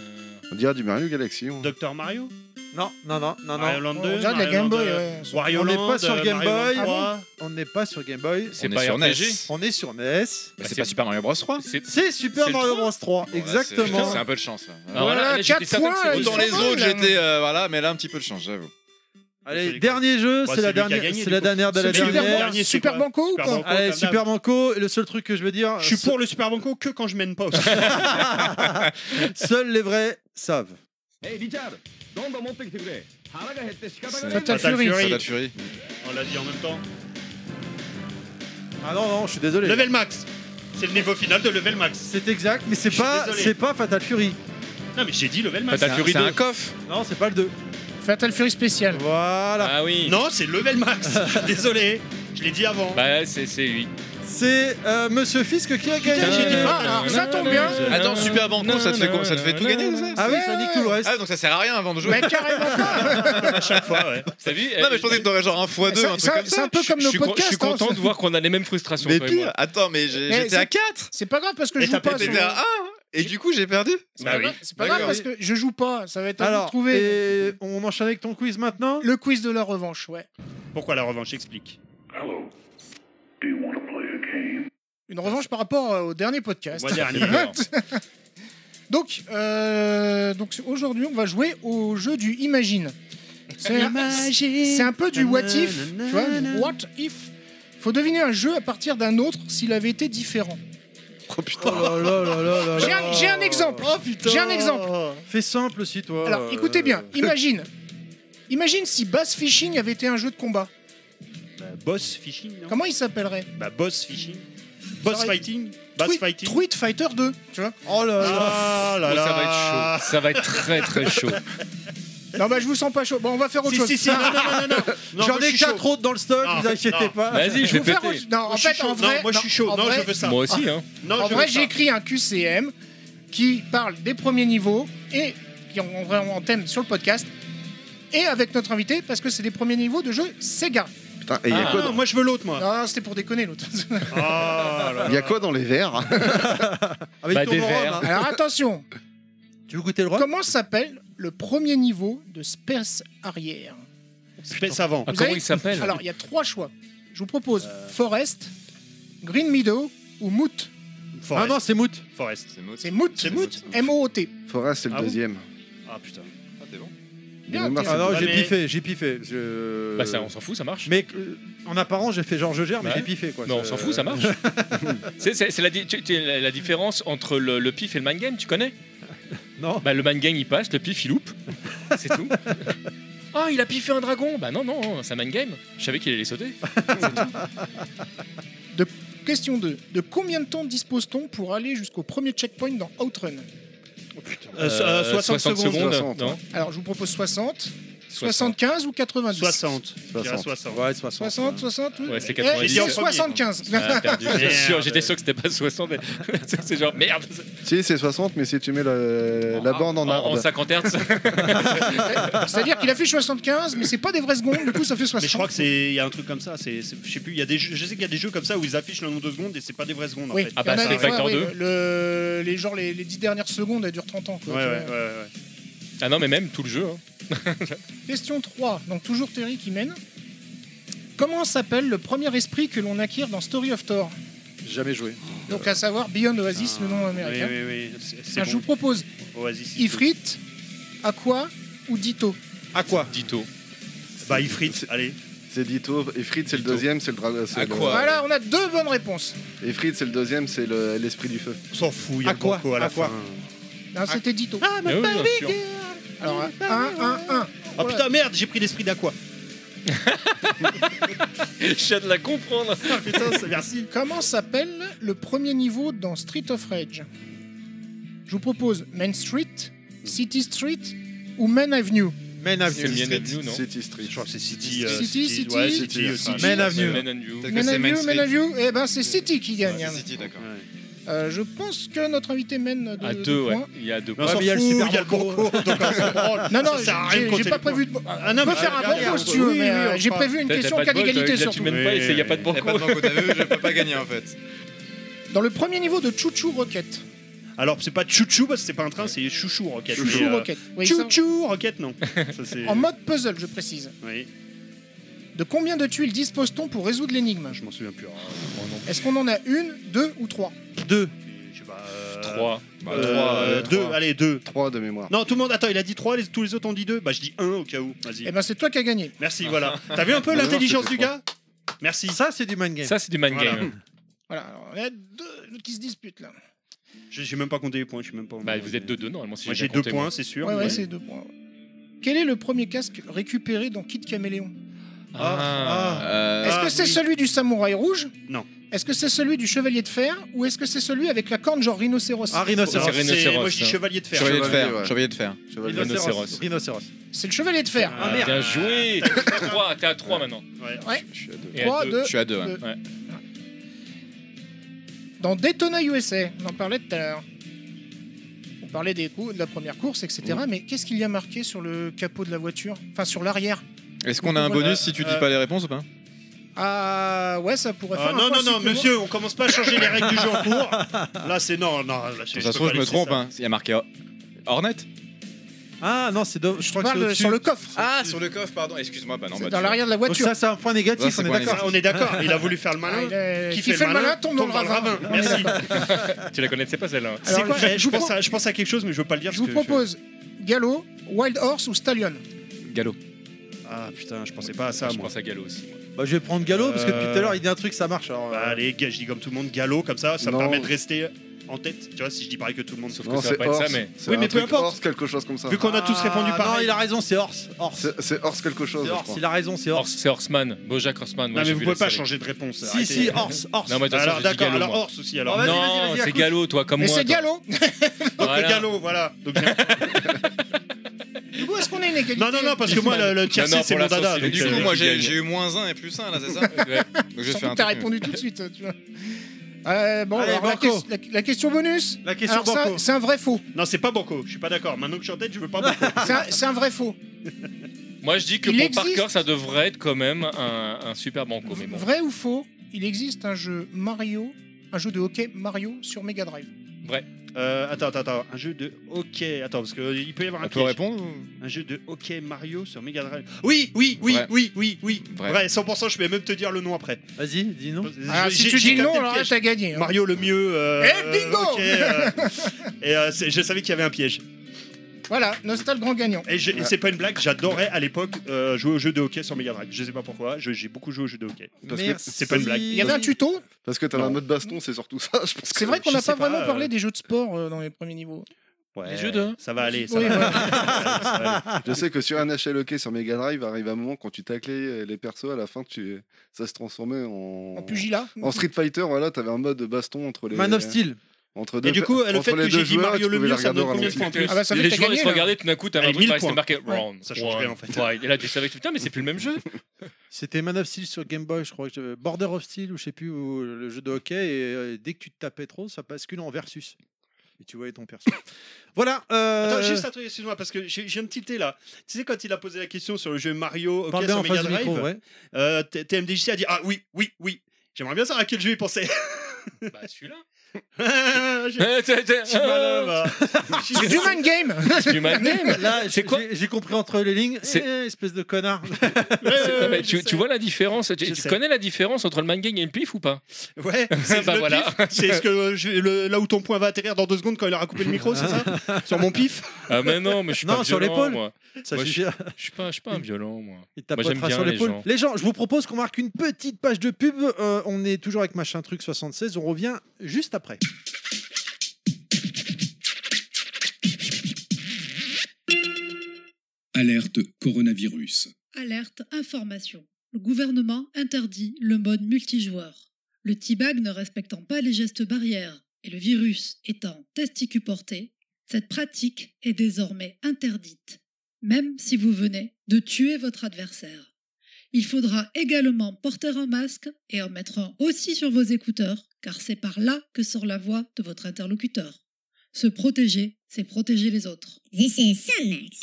On dirait du Mario Galaxy. on-
Dr Mario
Non, non, non, Ah non,
Mario
non.
Land
On
2
dirait de la
Mario
Game
Land,
Boy.
euh,
ouais.
Wario
On
Land
n'est pas sur
euh,
Game
Mario Land
Boy.
3.
On n'est pas sur Game Boy.
C'est
On est
pas
sur
RPG.
NES.
On est sur NES.
Bah,
Bah,
c'est
c'est-
pas Super Mario Bros 3
C'est ah,
C'est Super
C'est le
Mario Bros 3,
Bon, là, c'est-
exactement.
putain, C'est un peu de chance là.
Ah, voilà,
Voilà,
là, j'étais
quatre
certain que
points,
c'est-
ils
Autant
sont
les
bons,
autres,
là.
j'étais. euh, voilà, mais là, un petit peu de chance, j'avoue.
Allez,
Bah,
dernier jeu,
c'est
c'est la
lui qui a
dernière,
gagné,
c'est
du
la
coup.
dernière de la
Celui qui a
Super,
dernière.
gagné. dernier, c'est
Super
quoi
Banco ou
Super
pas
Banco.
Allez,
Comme d'hab.
Super Banco, et le seul truc que je veux dire,
Je suis
se-
pour le Super Banco que quand je mène pas. aussi.
seuls les vrais savent.
Fatal
Fatal
Fury.
Fury.
Fatal Fury.
On l'a dit en même temps.
Ah non, non, je suis désolé.
Level Max. C'est le niveau final de Level Max.
C'est exact, mais c'est
Je suis
pas,
désolé.
c'est pas Fatal Fury.
Non mais j'ai dit Level Max. hein.
Fatal
C'est un-
Fury
C'est un
2.
coffre.
Non, c'est pas le 2.
Fatal Fury spécial.
Voilà.
Ah oui.
Non, c'est Level Max. Désolé, je l'ai dit avant.
Bah c'est c'est lui.
C'est euh, Monsieur Fisk qui a
Putain, j'ai dit
gagné.
pas. Ah, ça tombe bien.
Attends, Super Banco, ça te fait, quoi- ça te fait tout gagner, ça
Ah oui,
Ouais,
ça nique
ouais.
tout le reste.
Ah, donc ça sert à rien avant de jouer.
Mais carrément pas.
à chaque fois, ouais.
T'as vu euh,
Non, mais je pensais que t'aurais genre un x2,
Ça-
un truc
ça-
comme
c'est
ça.
un peu comme
Je
nos
suis con-
podcasts.
Je suis
hein.
content de voir qu'on a les mêmes frustrations.
Mais
toi et
pire,
moi.
attends, mais j'ai-
Mais
j'étais
c'est-
à 4
C'est pas grave parce que
Et
je
t'as
joue pas.
pété
sur-
J'étais à 1 Et du coup, j'ai perdu
C'est
Bah
pas,
oui.
grave- c'est pas grave
D'accord.
parce que je joue pas. Ça va être à vous de
Alors,
trouver
et on enchaîne avec ton quiz maintenant
le quiz de la revanche. Ouais.
Pourquoi la revanche explique
Une revanche par rapport euh, au dernier podcast.
Moi dernier.
Donc, euh, donc aujourd'hui, on va jouer au jeu du Imagine. C'est c'est un peu du what if, tu vois, du what if. Faut deviner un jeu à partir d'un autre s'il avait été différent.
Oh putain.
J'ai un- j'ai un exemple.
Oh putain
J'ai un exemple.
Fais simple aussi, toi.
Alors,
Euh,
écoutez bien, imagine. Imagine si Bass Fishing avait été un jeu de combat.
Bah, boss fishing, non
Comment il s'appellerait
Bah, boss fishing. Boss
aurait-
fighting Boss
Tweet-
fighting
Tweet Fighter 2, tu vois.
Oh là là
Ah là
Oh, ça va
là
être chaud. Ça va être très très chaud.
Non, bah je vous sens pas chaud. Bon, on va faire autre
Si,
chose.
si, si, non, non, non, non, non.
J'en ai
quatre.
quatre autres dans le stock,
Non,
vous inquiétez
non.
pas.
Vas-y,
Je
je
vais
vais
faire
péter.
autre- Non, en
Moi, je
fait,
suis
en
chaud.
vrai.
Non, moi, je suis chaud.
en
Non,
vrai-
je veux ça.
Moi aussi, hein.
Non,
En
je
vrai,
veux
j'ai
ça.
écrit un QCM qui parle des premiers niveaux et qui ont vraiment en thème sur le podcast. Et avec notre invité, parce que c'est des premiers niveaux de jeu Sega.
Putain, et il y a
Ah,
quoi
non,
dans-
moi, je veux l'autre, moi.
Non, non, c'était pour déconner l'autre.
Ah là
il y a quoi dans les verres
Avec
Bah,
ton
des
rhum,
verres.
hein.
Alors attention,
Tu veux goûter le rhum
comment s'appelle le premier niveau de Space Arrière
Space savant.
Ah,
Vous
comment
avez-
il s'appelle
Alors, il y a trois choix. Je vous propose Forest, Green Meadow ou Moot.
Ah
Forest.
non, c'est Moot.
Forest.
C'est maudit.
C'est Moot.
C'est
Moot.
M-O-O-T.
Forest, c'est le
Ah bon
deuxième.
Ah putain.
Ah, t'es bon.
Bien,
mémoires,
t'es-
Ah non,
Ouais,
j'ai
mais-
piffé, j'ai piffé. Je-
Bah ça, on s'en fout, ça marche.
Mais euh, en apparence, j'ai fait Georges Gère, mais
Ouais.
j'ai piffé quoi.
Mais on s'en fout, ça marche. c'est c'est- c'est la, di- tu- tu- la- la différence entre le, le pif et le mind game, tu connais
Non.
Bah, le mind game il passe, le pif il loupe. C'est tout. Ah, il a piffé un dragon Bah non, non, c'est un mind game. Je savais qu'il allait sauter.
Question 2. De combien de temps dispose-t-on pour aller jusqu'au premier checkpoint dans Outrun
Euh, so- euh, 60 secondes.
60,
non
Alors, je vous propose 60,
60.
75 ou 90
60. Je dirais
60.
60.
Ouais, 60.
60, 60 oui.
Ouais, c'est
Eh,
90.
c'est
J'ai dit en premier.
75.
Ah, perdu. J'étais sûr,
Merde.
J'étais sûr que c'était pas 60. mais- c'est c'est genre merde.
Si, c'est 60, mais si tu mets Euh, la, la bande en
En
arbre.
50 Hz.
C'est-à-dire qu'il a fait 75, mais c'est pas des vraies secondes, du coup, ça fait 60.
Mais je crois que c'est il y a un truc comme ça, c'est c'est- je sais plus, il y a des jeux- je sais qu'il y a des jeux comme ça où ils affichent le nombre de secondes et c'est pas des vraies secondes en
oui.
fait.
Ah bah,
il y en a
Street
des fois,
Fighter
oui,
2.
le- les, genre, les, les 10 dernières secondes, elles durent 30 ans. quoi.
Ouais, ouais, ouais, ouais.
Ah non, mais même tout le jeu. hein.
Question 3. Donc, toujours Terry qui mène. Comment s'appelle le premier esprit que l'on acquiert dans Story of Thor
Jamais joué.
Donc, à savoir Beyond Oasis, le nom américain.
Ah. Oui, oui, oui. c'est- C'est
Alors, Je vous
bon.
propose
Oasis.
Ifrit, Aqua ou Ditto
À quoi
Ditto.
Bah, Ifrit, allez.
C'est Ditto. Et Fritz, c'est le
Ditto.
deuxième, c'est le dragon. c'est
À
le-
quoi
Voilà, on a deux bonnes réponses.
Et Fritz, c'est le deuxième, c'est le- l'esprit du feu.
On s'en fout, il y
À
a
quoi
Banco à la
À quoi
fin.
Non, Ah, c'était Ditto.
Mais oui, bien sûr.
Alors, 1, 1,
Ah putain, merde, j'ai pris l'esprit d'Aqua.
Je viens de la comprendre.
Ah putain, c'est- merci.
1. Comment s'appelle le premier niveau dans Street of Rage Je vous propose Main Street, City Street ou Main Avenue.
Main
C'est
Avenue.
le mien nous, non Ah,
City Street.
Je crois que Ah, c'est City. euh,
City, City.
Ouais, City. euh,
City.
City.
Main Avenue.
Man and You.
Peut-être que
Main
c'est Main
Avenue, Main
Street.
Avenue, eh ben c'est City qui gagne.
Ah, c'est City, d'accord.
Ouais.
Euh, je pense que notre invité mène de,
À
de
deux, ouais.
points.
Il y a deux
Mais
Ouais,
on
points.
s'en
mais il y a le
fout,
Super
il y a le
Banco.
Banco, donc on s'en branle.
Non, non,
Ça sert à rien de
j'ai-
compter
j'ai pas
les points.
prévu de.
Ah
on
non,
peut
mais
faire un
regarde,
concours si
on
tu
peut-
veux,
oui,
mais
oui,
euh,
on
j'ai
fera.
prévu une
T'as- t'as
question en
pas
cas
de bol, euh,
d'égalité
t'as-
surtout.
Tu mènes pas, il y a pas de
Il y a pas de
banco.
banco à eux, je peux pas gagner en fait.
Dans le premier niveau de Choo Choo Rocket.
Alors, c'est pas Chouchou, parce que c'est pas un train, c'est Chouchou Rocket.
Choo Choo
mais, euh,
Rocket. Oui, ça-
Chouchou Rocket, non. Ça, c'est-
En mode puzzle, je précise.
Oui,
De combien de tuiles dispose-t-on pour résoudre l'énigme
je m'en souviens plus. alors, euh, non,
Est-ce qu'on en a une, deux ou trois
Deux.
plus, Je sais pas. euh,
3.
euh,
Euh,
deux,
trois.
allez, deux.
Trois de mémoire.
Non, tout le monde, attends, il a dit 3, tous les autres ont dit 2. Bah, je dis 1 au cas où. Vas-y.
Eh ben, c'est toi qui as gagné.
Merci, voilà. T'as vu un peu
Non, non,
l'intelligence du
c'était
gars Merci.
Ça, c'est du mind game.
Ça, c'est du man
Voilà.
game.
Voilà, alors, on a deux qui se disputent là.
Je- J'ai même pas compté les points, je suis même pas. au
Bah,
moment.
vous êtes 2-2 normalement. Si
Moi, j'ai
bien
2
compté,
points,
moi.
c'est sûr.
Ouais, ouais,
mais-
c'est deux points. ouais. Quel est le premier casque récupéré dans Kid Caméléon
Ah,
Ah.
Euh,
Est-ce que
Ah,
c'est
oui.
celui du samouraï rouge
Non.
Est-ce que c'est celui du chevalier de fer Ou est-ce que c'est celui avec la corne genre rhinocéros
Ah,
C'est-
rhinocéros.
C'est rhinocéros,
Moi, je dis
hein.
chevalier de fer.
Chevalier de
Chevalier,
fer.
ouais.
Chevalier de fer.
Chevalier.
Rhinocéros.
Rhinocéros.
C'est le chevalier de fer.
Ah,
Bien joué 3, t'es à 3 maintenant.
Ouais.
Je suis à deux.
Et à
3,
deux.
2,
Je suis à deux. hein.
Dans Daytona USA, on en parlait tout à l'heure. On parlait des coups, de la première course, etc. Mais qu'est-ce qu'il y a marqué sur le capot de la voiture Enfin, sur l'arrière
Est-ce qu'on a un
Voilà.
bonus si tu dis pas les réponses ou pas
Ah ouais, ça pourrait faire.
Ah,
un
non, non,
principe
non,
de loi.
monsieur, on commence pas à changer les règles du jeu en cours. Là, c'est non, non. Là,
Ça se trouve, je me trompe. hein. Il y a marqué Hor- Hornet.
Ah non, c'est do- je
On
crois que c'est
parle euh,
au-dessus.
sur le coffre.
Ah, sur le coffre, pardon. Excuse-moi. Bah non,
C'est
bah,
dans
tu-
l'arrière de la
Donc
voiture.
ça, c'est un point négatif,
Ouais, c'est
on est
point
d'accord.
On est d'accord, il a voulu faire le
Ah,
malin.
il est-
euh, Qui, fait, le malin,
tombe dans le ravin. On est
Merci.
d'accord.
Tu la connaissais pas celle-là. hein
C'est
Alors,
quoi
je-
Eh, je,
je vous
pense
pro-
à, je pense à quelque chose, mais je veux pas le dire.
Je vous
parce que
propose Gallo, Wild Horse ou Stallion.
Galop.
Ah putain, je pensais pas à ça,
Je
moi.
pense à Gallo aussi. moi.
Bah, je vais prendre Gallo parce que depuis
Euh,
tout à l'heure il dit un truc, ça marche. alors,
Bah,
euh,
allez, gars, je dis comme tout le monde, galop, comme ça, ça me
Non.
permet de rester en tête. Tu vois, si je dis pareil que tout le monde.
Sauf
Non,
que ça va
c'est
pas être
Horse.
ça, mais.
C'est
Oui,
un
mais peu
truc
importe.
Horse, quelque chose comme ça.
Vu qu'on a tous
ah,
répondu
Non,
pareil.
il a raison, c'est Horse. Horse.
C'est- C'est Horse quelque chose.
C'est
je
Horse,
crois.
il a raison, c'est Horse.
Horse, c'est Horseman. Bojack Horseman.
Non,
moi,
mais
j'ai
vous
vu
pouvez
la
pas
série.
changer de réponse.
Si,
arrêtez.
si, Horse, Horse.
Non, moi, de toute
Alors
façon, j'ai dit
d'accord,
Gallo.
alors oh,
moi.
Horse aussi. Alors
Ah, vas-y, vas-y,
Non,
vas-y,
c'est
raconte.
Gallo, toi, comme
Mais
moi.
c'est
toi.
Gallo.
Donc,
Voilà.
le galop, voilà. Donc, j'ai-
Du coup, est-ce qu'on a une égalité
non, non, non, parce que moi, le, le tiercé,
Non, non,
c'est
pour
mon
l'instant,
dada.
c'est
donc,
Du
du
euh,
coup,
je
moi, j'ai
gagne.
j'ai eu moins 1 et plus 1, là, c'est ça Donc,
Ouais.
je vais
Surtout
faire
que
un
t'as
truc.
répondu tout de suite, tu vois. Euh, bon,
Allez,
alors, la,
Banco.
que- la- la question bonus.
La question
alors, ça,
Banco.
c'est un vrai faux.
Non, c'est pas Banco. Je suis pas d'accord. Maintenant que je suis en tête, je veux pas Banco.
C'est un, c'est un vrai faux.
Moi, je dis que
Il
pour
existe.
Parker, ça devrait être quand même un, un super banco. Mais bon.
Vrai ou faux Il existe un jeu Mario, un jeu de hockey Mario sur Mega Drive.
Euh, attends, attends, attends. Un jeu de hockey. Attends, parce qu'il peut y avoir un
euh, On peut
piège.
répondre ou-
Un jeu de hockey Mario sur Mega Drive. Oui, oui, oui,
Vrai.
oui, oui, oui.
Vrai.
Vrai. 100%, je vais même te dire le nom après.
Vas-y, dis non.
Ah,
J'ai-
si
j'ai-
tu
j'ai
dis non,
capté le
alors là,
piège.
t'as gagné. hein.
Mario le mieux. euh,
Eh, bingo
ok, euh, Et euh, c'est- je savais qu'il y avait un piège.
Voilà, Nostal grand gagnant.
Et, je- et c'est pas une blague, j'adorais à l'époque euh, jouer aux jeux de hockey sur Mega Drive. Je sais pas pourquoi, je- j'ai beaucoup joué aux jeux de hockey.
Parce que-
Merci.
c'est pas une blague.
Il y avait un tuto.
Parce que t'as
Non.
un mode baston, c'est surtout ça, je pense.
C'est vrai qu'on
je
n'a
sais
pas,
pas,
vraiment
euh,
parlé des jeux de sport euh, dans les premiers niveaux.
Ouais,
Les jeux de-
Ça va aller, ça
Oui,
va
ouais.
aller, ça va aller.
Je sais que sur un HL hockey E sur Mega Drive, arrive un moment quand tu taclais euh, les persos, à la fin, tu... ça se transformait en.
En pugilat.
En Street Fighter, voilà, t'avais un mode baston entre les.
Man of Steel.
Entre deux
Et du coup, le
entre
fait que
les deux
j'ai dit
joueurs,
Mario
tu
le
pouvais
mieux,
les
ça me donne
regarder
combien
en
de points en plus
Ah bah ça fait
les
que t'as
joueurs ils se
gagné, là.
regardaient tout d'un coup, t'as
Allez,
un truc
1000
marqué
points.
marqué
Ouais.
round.
Ça change
one,
rien, en fait.
fight. Et là tu savais que putain mais c'est plus le même jeu.
C'était Man of Steel sur Game Boy, je crois que j'avais- Border of Steel ou je sais plus, ou le jeu de hockey. Et euh, dès que tu te tapais trop, ça bascule en versus. Et tu voyais ton perso. voilà. euh,
Attends, juste un truc, excuse-moi, parce que j'ai j'ai un petit thé là. Tu sais, quand il a posé la question sur le jeu Mario hockey
Parle bien
sur
en
Mega
face du
Drive,
micro, ouais.
euh, T- TMDJC a dit Ah oui, oui, oui. J'aimerais bien savoir à quel jeu il pensait. Ah,
Bah celui-là.
J'ai-
Eh,
Petit malin,
C'est
va.
C'est du man game
du man game.
Là,
C'est
j'ai-
quoi
J'ai compris entre les lignes.
C'est-
Eh, espèce de connard.
Ouais, ouais,
Ah, mais
ouais, je
tu, tu
sais.
vois la différence Tu,
Je
tu
sais.
connais la différence entre le man game et le pif ou pas
Ouais, c'est
Bah
le
voilà.
pif. C'est ce que euh, je- le- là où ton point va atterrir dans deux secondes quand il aura coupé le micro, c'est ça Sur mon pif
Ah mais non, mais je suis
Non,
pas
sur
violent
l'épaule.
moi.
Ça
Moi, je-
suffit.
Je suis pas, je suis pas un violent moi.
Il
Moi, j'aime
tapotera
bien
sur
les
l'épaule.
gens.
Les gens, je vous propose qu'on marque une petite page de pub. Euh, on est toujours avec Machin Truc 76. On revient juste après.
Alerte coronavirus.
Alerte, information. Le gouvernement interdit le mode multijoueur. Le T-Bag ne respectant pas les gestes barrières et le virus étant testicuporté, cette pratique est désormais interdite, même si vous venez de tuer votre adversaire. Il faudra également porter un masque et en mettre un aussi sur vos écouteurs, car c'est par là que sort la voix de votre interlocuteur. Se protéger, c'est protéger les autres.
This is Sonmax.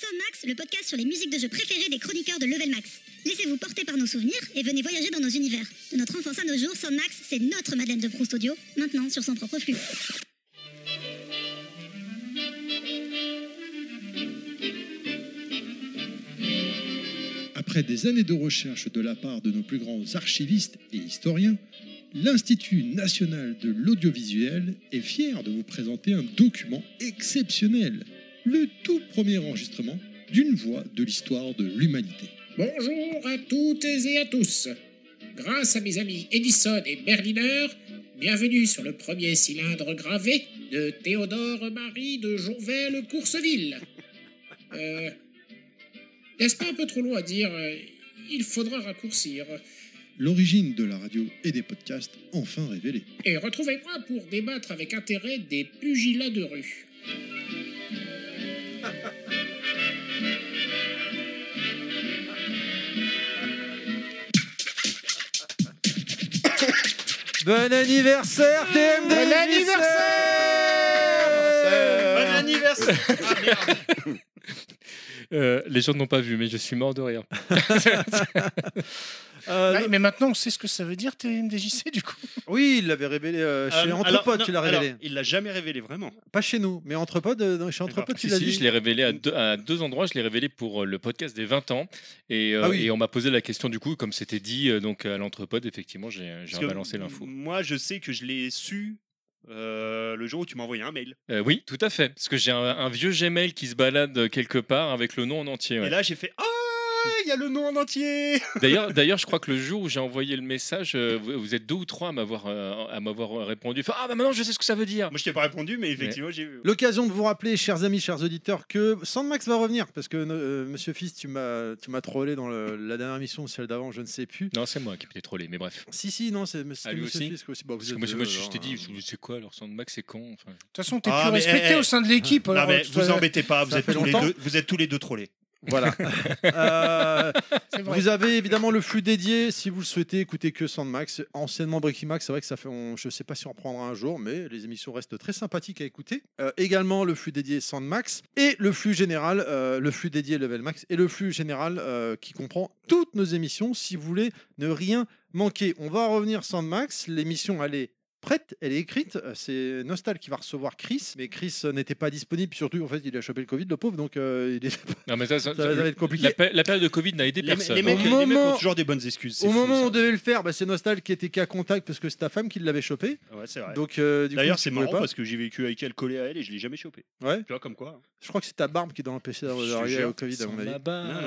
Sonmax, le podcast sur les musiques de jeux préférées des chroniqueurs de Level Max. Laissez-vous porter par nos souvenirs et venez voyager dans nos univers. De notre enfance à nos jours, Sonmax, c'est notre Madeleine de Proust Audio, maintenant sur son propre flux.
Après des années de recherche de la part de nos plus grands archivistes et historiens, l'Institut national de l'audiovisuel est fier de vous présenter un document exceptionnel, le tout premier enregistrement d'une voix de l'histoire de l'humanité.
Bonjour à toutes et à tous. Grâce à mes amis Edison et Berliner, bienvenue sur le premier cylindre gravé de Théodore Marie de Jourvel-Courseville. Euh, N'est-ce pas un peu trop long à dire euh, Il faudra raccourcir.
L'origine de la radio et des podcasts enfin révélée.
Et retrouvez-moi pour débattre avec intérêt des pugilats de rue.
Bon anniversaire, TMD
Bon anniversaire
Euh,
Bon anniversaire Ah, merde.
Euh, les gens n'ont pas vu, mais je suis mort de rire.
euh,
Ouais, Ah mais maintenant, on sait ce que ça veut dire TMDJC du coup.
Oui, il l'avait révélé euh, chez
Euh,
Entrepod,
alors, non,
tu l'as
alors,
révélé.
il l'a jamais révélé vraiment.
Pas chez nous, mais Entrepod, euh, dans- chez Entrepod, tu
Si,
l'as
si,
dit.
je l'ai révélé à deux, à deux endroits. Je l'ai révélé pour euh, le podcast des 20 ans. Et, euh,
Ah oui.
et on m'a posé la question, du coup, comme c'était dit euh, donc à l'entrepode, effectivement, j'ai j'ai
Parce que
balancé l'info.
Moi, je sais que je l'ai su euh, le jour où tu m'as envoyé un mail.
Euh, oui, tout à fait. Parce que j'ai un, un vieux Gmail qui se balade quelque part avec le nom en entier. ouais.
Et là, j'ai fait Ah, il y a le nom en entier
D'ailleurs, d'ailleurs, je crois que le jour où j'ai envoyé le message, euh, vous vous êtes deux ou trois à m'avoir euh, à m'avoir répondu. Enfin, ah bah maintenant je sais ce que ça veut dire.
Moi, je t'ai pas répondu, mais effectivement, j'ai vu.
L'occasion de vous rappeler, chers amis, chers auditeurs, que Sandmax va revenir. Parce que, euh, monsieur Fils, tu m'as tu m'as trollé dans le- la dernière mission ou celle d'avant, je ne sais plus.
Non, c'est moi qui ai peut-être trollé, mais bref.
Si, si, non, c'est mais c'était
Ah, lui
monsieur
aussi
Fisk aussi. Bah, vous
Parce que
êtes
moi, je-
deux,
moi, je- je
alors,
t'ai dit,
hein.
je- c'est quoi alors Sandmax, c'est con. Enfin,
De toute façon, t'es
Ah,
plus
mais,
respecté
eh,
au sein de l'équipe.
Non,
alors,
mais
tu
vous
vois,
embêtez pas, vous
ça
êtes,
fait
tous les
longtemps.
deux, vous êtes tous les deux trollés.
Voilà. Euh,
c'est vrai.
vous avez évidemment le flux dédié si vous le souhaitez écoutez que Sandmax, anciennement Breaking Max. C'est vrai que ça fait, on- je ne sais pas si on reprendra un jour, mais les émissions restent très sympathiques à écouter. Euh, également le flux dédié Sandmax et le flux général, euh, le flux dédié Level Max et le flux général euh, qui comprend toutes nos émissions. Si vous voulez ne rien manquer, on va revenir Sandmax. L'émission elle est prête, elle est écrite. Euh, C'est Nostal qui va recevoir Chris, mais Chris euh, n'était pas disponible. Surtout en fait, il a chopé le Covid, le pauvre, donc euh, il est
non, mais ça, ça-
ça va être compliqué.
La, pé- la période de Covid n'a aidé
Les,
personne.
les mecs,
Au
les mecs
moment-
ont toujours des bonnes excuses. c'est
Au
fou,
moment où
ça.
on devait le faire, bah, c'est Nostal qui était cas contact parce que c'est ta femme qui l'avait chopé.
Ouais, c'est vrai.
Donc euh, du coup,
D'ailleurs,
tu
c'est
pouvais
marrant
pas.
parce que j'ai vécu avec elle collée à elle et je l'ai jamais chopé.
Ouais.
Tu vois, comme quoi. hein.
Je crois que c'est ta barbe qui doit empêcher
Je te
d'arriver
euh,
jure,
au Covid à mon avis.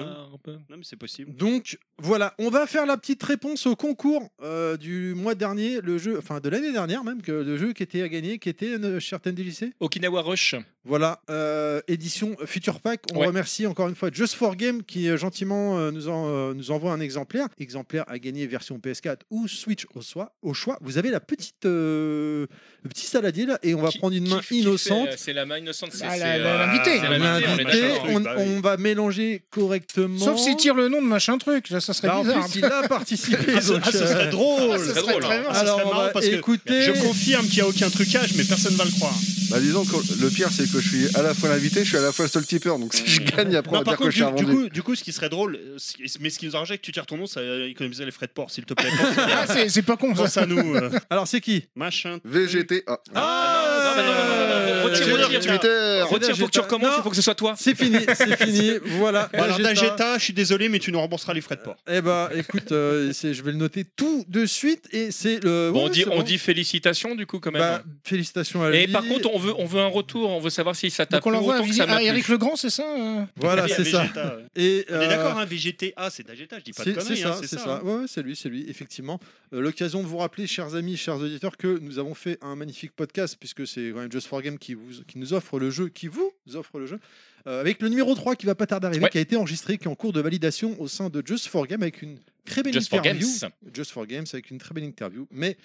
Non, mais c'est possible.
Donc voilà, on va faire la petite réponse au concours euh, du mois dernier, le jeu, enfin de l'année dernière même, que le jeu qui était à gagner, qui était euh, une certaine délicée.
Okinawa Rush.
Voilà, euh, édition Future Pack. On
Ouais.
remercie encore une fois Just for Game qui euh, gentiment euh, nous, en- euh, nous envoie un exemplaire. Exemplaire à gagner version PS4 ou Switch au, soi, au choix. Vous avez la petite, euh, le petit saladier là et on va
Qui-
prendre une
qui-
main
qui fait, euh,
innocente.
C'est la main innocente. c'est-
Ah, la-
c'est,
la-
euh,
l'invité.
c'est
On
Ah,
l'a
l'invité,
l'invité,
invité,
on est
on,
d'accord.
Bah oui.
on va mélanger correctement.
Sauf s'il tire le nom de machin truc, là, ça serait
Bah, en
bizarre.
plus, il a participé.
Ah, ce,
donc,
ah, ce serait
euh,
drôle.
Ah, ce
serait
drôle,
très
hein.
marrant.
Ah, ce serait
Alors, on
marrant
va
parce que
écouter.
je confirme qu'il n'y a aucun trucage, mais personne va le croire.
Bah disons que le pire c'est que je suis à la fois l'invité, je suis à la fois le seul tipeur, donc si je gagne après on
Non,
va
par
dire que
contre,
je suis un
du, du
vendu.
coup, du coup, ce qui serait drôle, euh, ce qui- mais ce qui nous arrangeait que tu tires ton nom, ça euh, économisait les frais de port, s'il te plaît.
Ah, c'est- c'est pas con, ça.
Pense à nous, euh,
Alors, c'est qui
machin.
VGT. Ah,
Ah, non, non, non, non, non, non, non,
Euh,
retire, retire,
Twitter.
Retire, faut que tu recommences,
Non.
il faut que ce soit toi.
C'est fini, c'est fini. Voilà.
Bon, Bah, alors,
Dageta.
Dageta, je suis désolé, mais tu nous rembourseras les frais de port.
Eh ben, écoute, euh, c'est- je vais le noter tout de suite et c'est le.
Bon,
ouais,
on dit,
c'est
on
bon.
dit félicitations du coup quand même. hein.
Bah, félicitations à lui.
Et par contre, on veut, on veut un retour, on veut savoir si ça
bah,
t'a
Donc on
plu
l'envoie à,
autant que
Visi-
ça m'a
à
plu.
Eric Legrand, c'est ça euh
voilà,
Bien,
c'est ça.
Vegeta, ouais.
Et
On est
euh,
d'accord, hein, VGTA, c'est Dageta, je dis pas
C'est
de
c'est
conneries.
ça,
hein,
c'est ça. Ouais, ouais, c'est lui, c'est lui, effectivement. Euh, L'occasion de vous rappeler, chers amis, chers auditeurs, que nous avons fait un magnifique podcast, puisque c'est quand même Just for Game qui, vous, qui nous offre le jeu, qui vous offre le jeu, euh, avec le numéro 3 qui va pas tarder à arriver,
Ouais.
qui a été enregistré, qui est en cours de validation au sein de Just for Game, avec une très belle
Just for Games.
interview. Just for Games, avec une très belle interview. Mais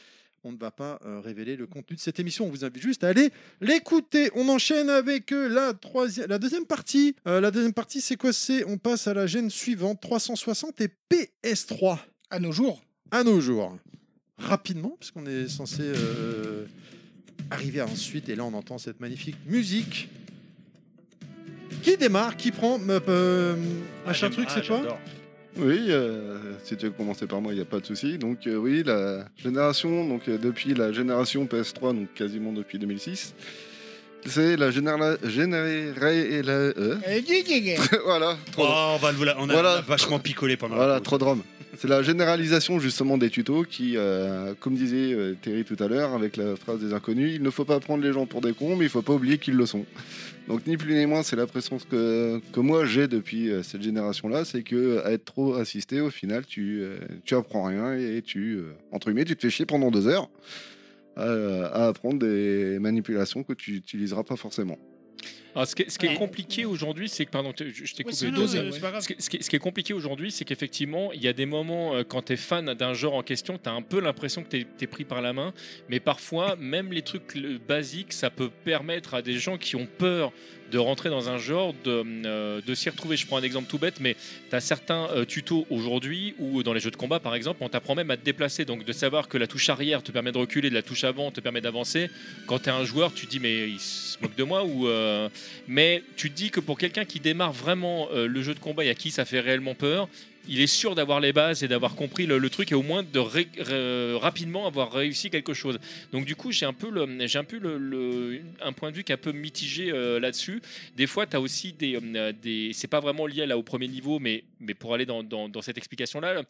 on ne va pas euh, révéler le contenu de cette émission. On vous invite juste à aller l'écouter. On enchaîne avec euh, la, troisi- la deuxième partie. Euh, la deuxième partie, c'est quoi C'est on passe à la gêne suivante 360 et PS3
À nos jours.
à nos jours. Rapidement, parce qu'on est censé euh, arriver à ensuite. Et là, on entend cette magnifique musique qui démarre, qui prend. euh, euh,
Ah,
Ah,
machin truc, c'est quoi
Oui, euh, si tu veux commencer par moi, il n'y a pas de souci. Donc euh, oui, la génération, donc euh, depuis la génération PS3, donc quasiment depuis 2006, c'est la génération...
Eh,
Euh, gui, gui, gui.
voilà, trop de-
Oh, on, va, le- on a,
Voilà.
on a vachement picolé pendant la
voilà,
pause.
trop de rhum. C'est la généralisation justement des tutos qui, euh, comme disait euh, Terry tout à l'heure avec la phrase des inconnus, il ne faut pas prendre les gens pour des cons, mais il ne faut pas oublier qu'ils le sont. Donc ni plus ni moins, c'est la pression que, que moi j'ai depuis euh, cette génération-là, c'est que euh, à être trop assisté, au final, tu, euh, tu apprends rien et tu, euh, entre guillemets, tu te fais chier pendant deux heures euh, à apprendre des manipulations que tu n'utiliseras pas forcément.
Alors, Ah, ce qui est, ce qui est
Ouais.
compliqué aujourd'hui, c'est que pardon, je je
Ouais,
t'ai coupé.
c'est
deux
non,
secondes.
euh, c'est pas grave.
Ce qui, ce qui- ce qui est compliqué aujourd'hui, c'est qu'effectivement, il y a des moments, euh, quand tu es fan d'un genre en question, tu as un peu l'impression que tu es, pris par la main. Mais parfois, même les trucs le- basiques, ça peut permettre à des gens qui ont peur de rentrer dans un genre de, euh, de s'y retrouver. Je prends un exemple tout bête, mais tu as certains euh, tutos aujourd'hui, ou dans les jeux de combat par exemple, on t'apprend même à te déplacer. Donc de savoir que la touche arrière te permet de reculer, de la touche avant te permet d'avancer. Quand tu es un joueur, tu te dis, mais il se moque de moi ou. euh, Mais tu te dis que pour quelqu'un qui démarre vraiment euh, le jeu de combat et à qui ça fait réellement peur, il est sûr d'avoir les bases et d'avoir compris le, le truc et au moins de ré- ré- rapidement avoir réussi quelque chose. Donc du coup, j'ai un peu, le, j'ai un, peu le, le- un point de vue qui est un peu mitigé euh, là-dessus. Des fois, tu as aussi des, euh, des... C'est pas vraiment lié là au premier niveau, mais, mais pour aller dans, dans- dans cette explication-là,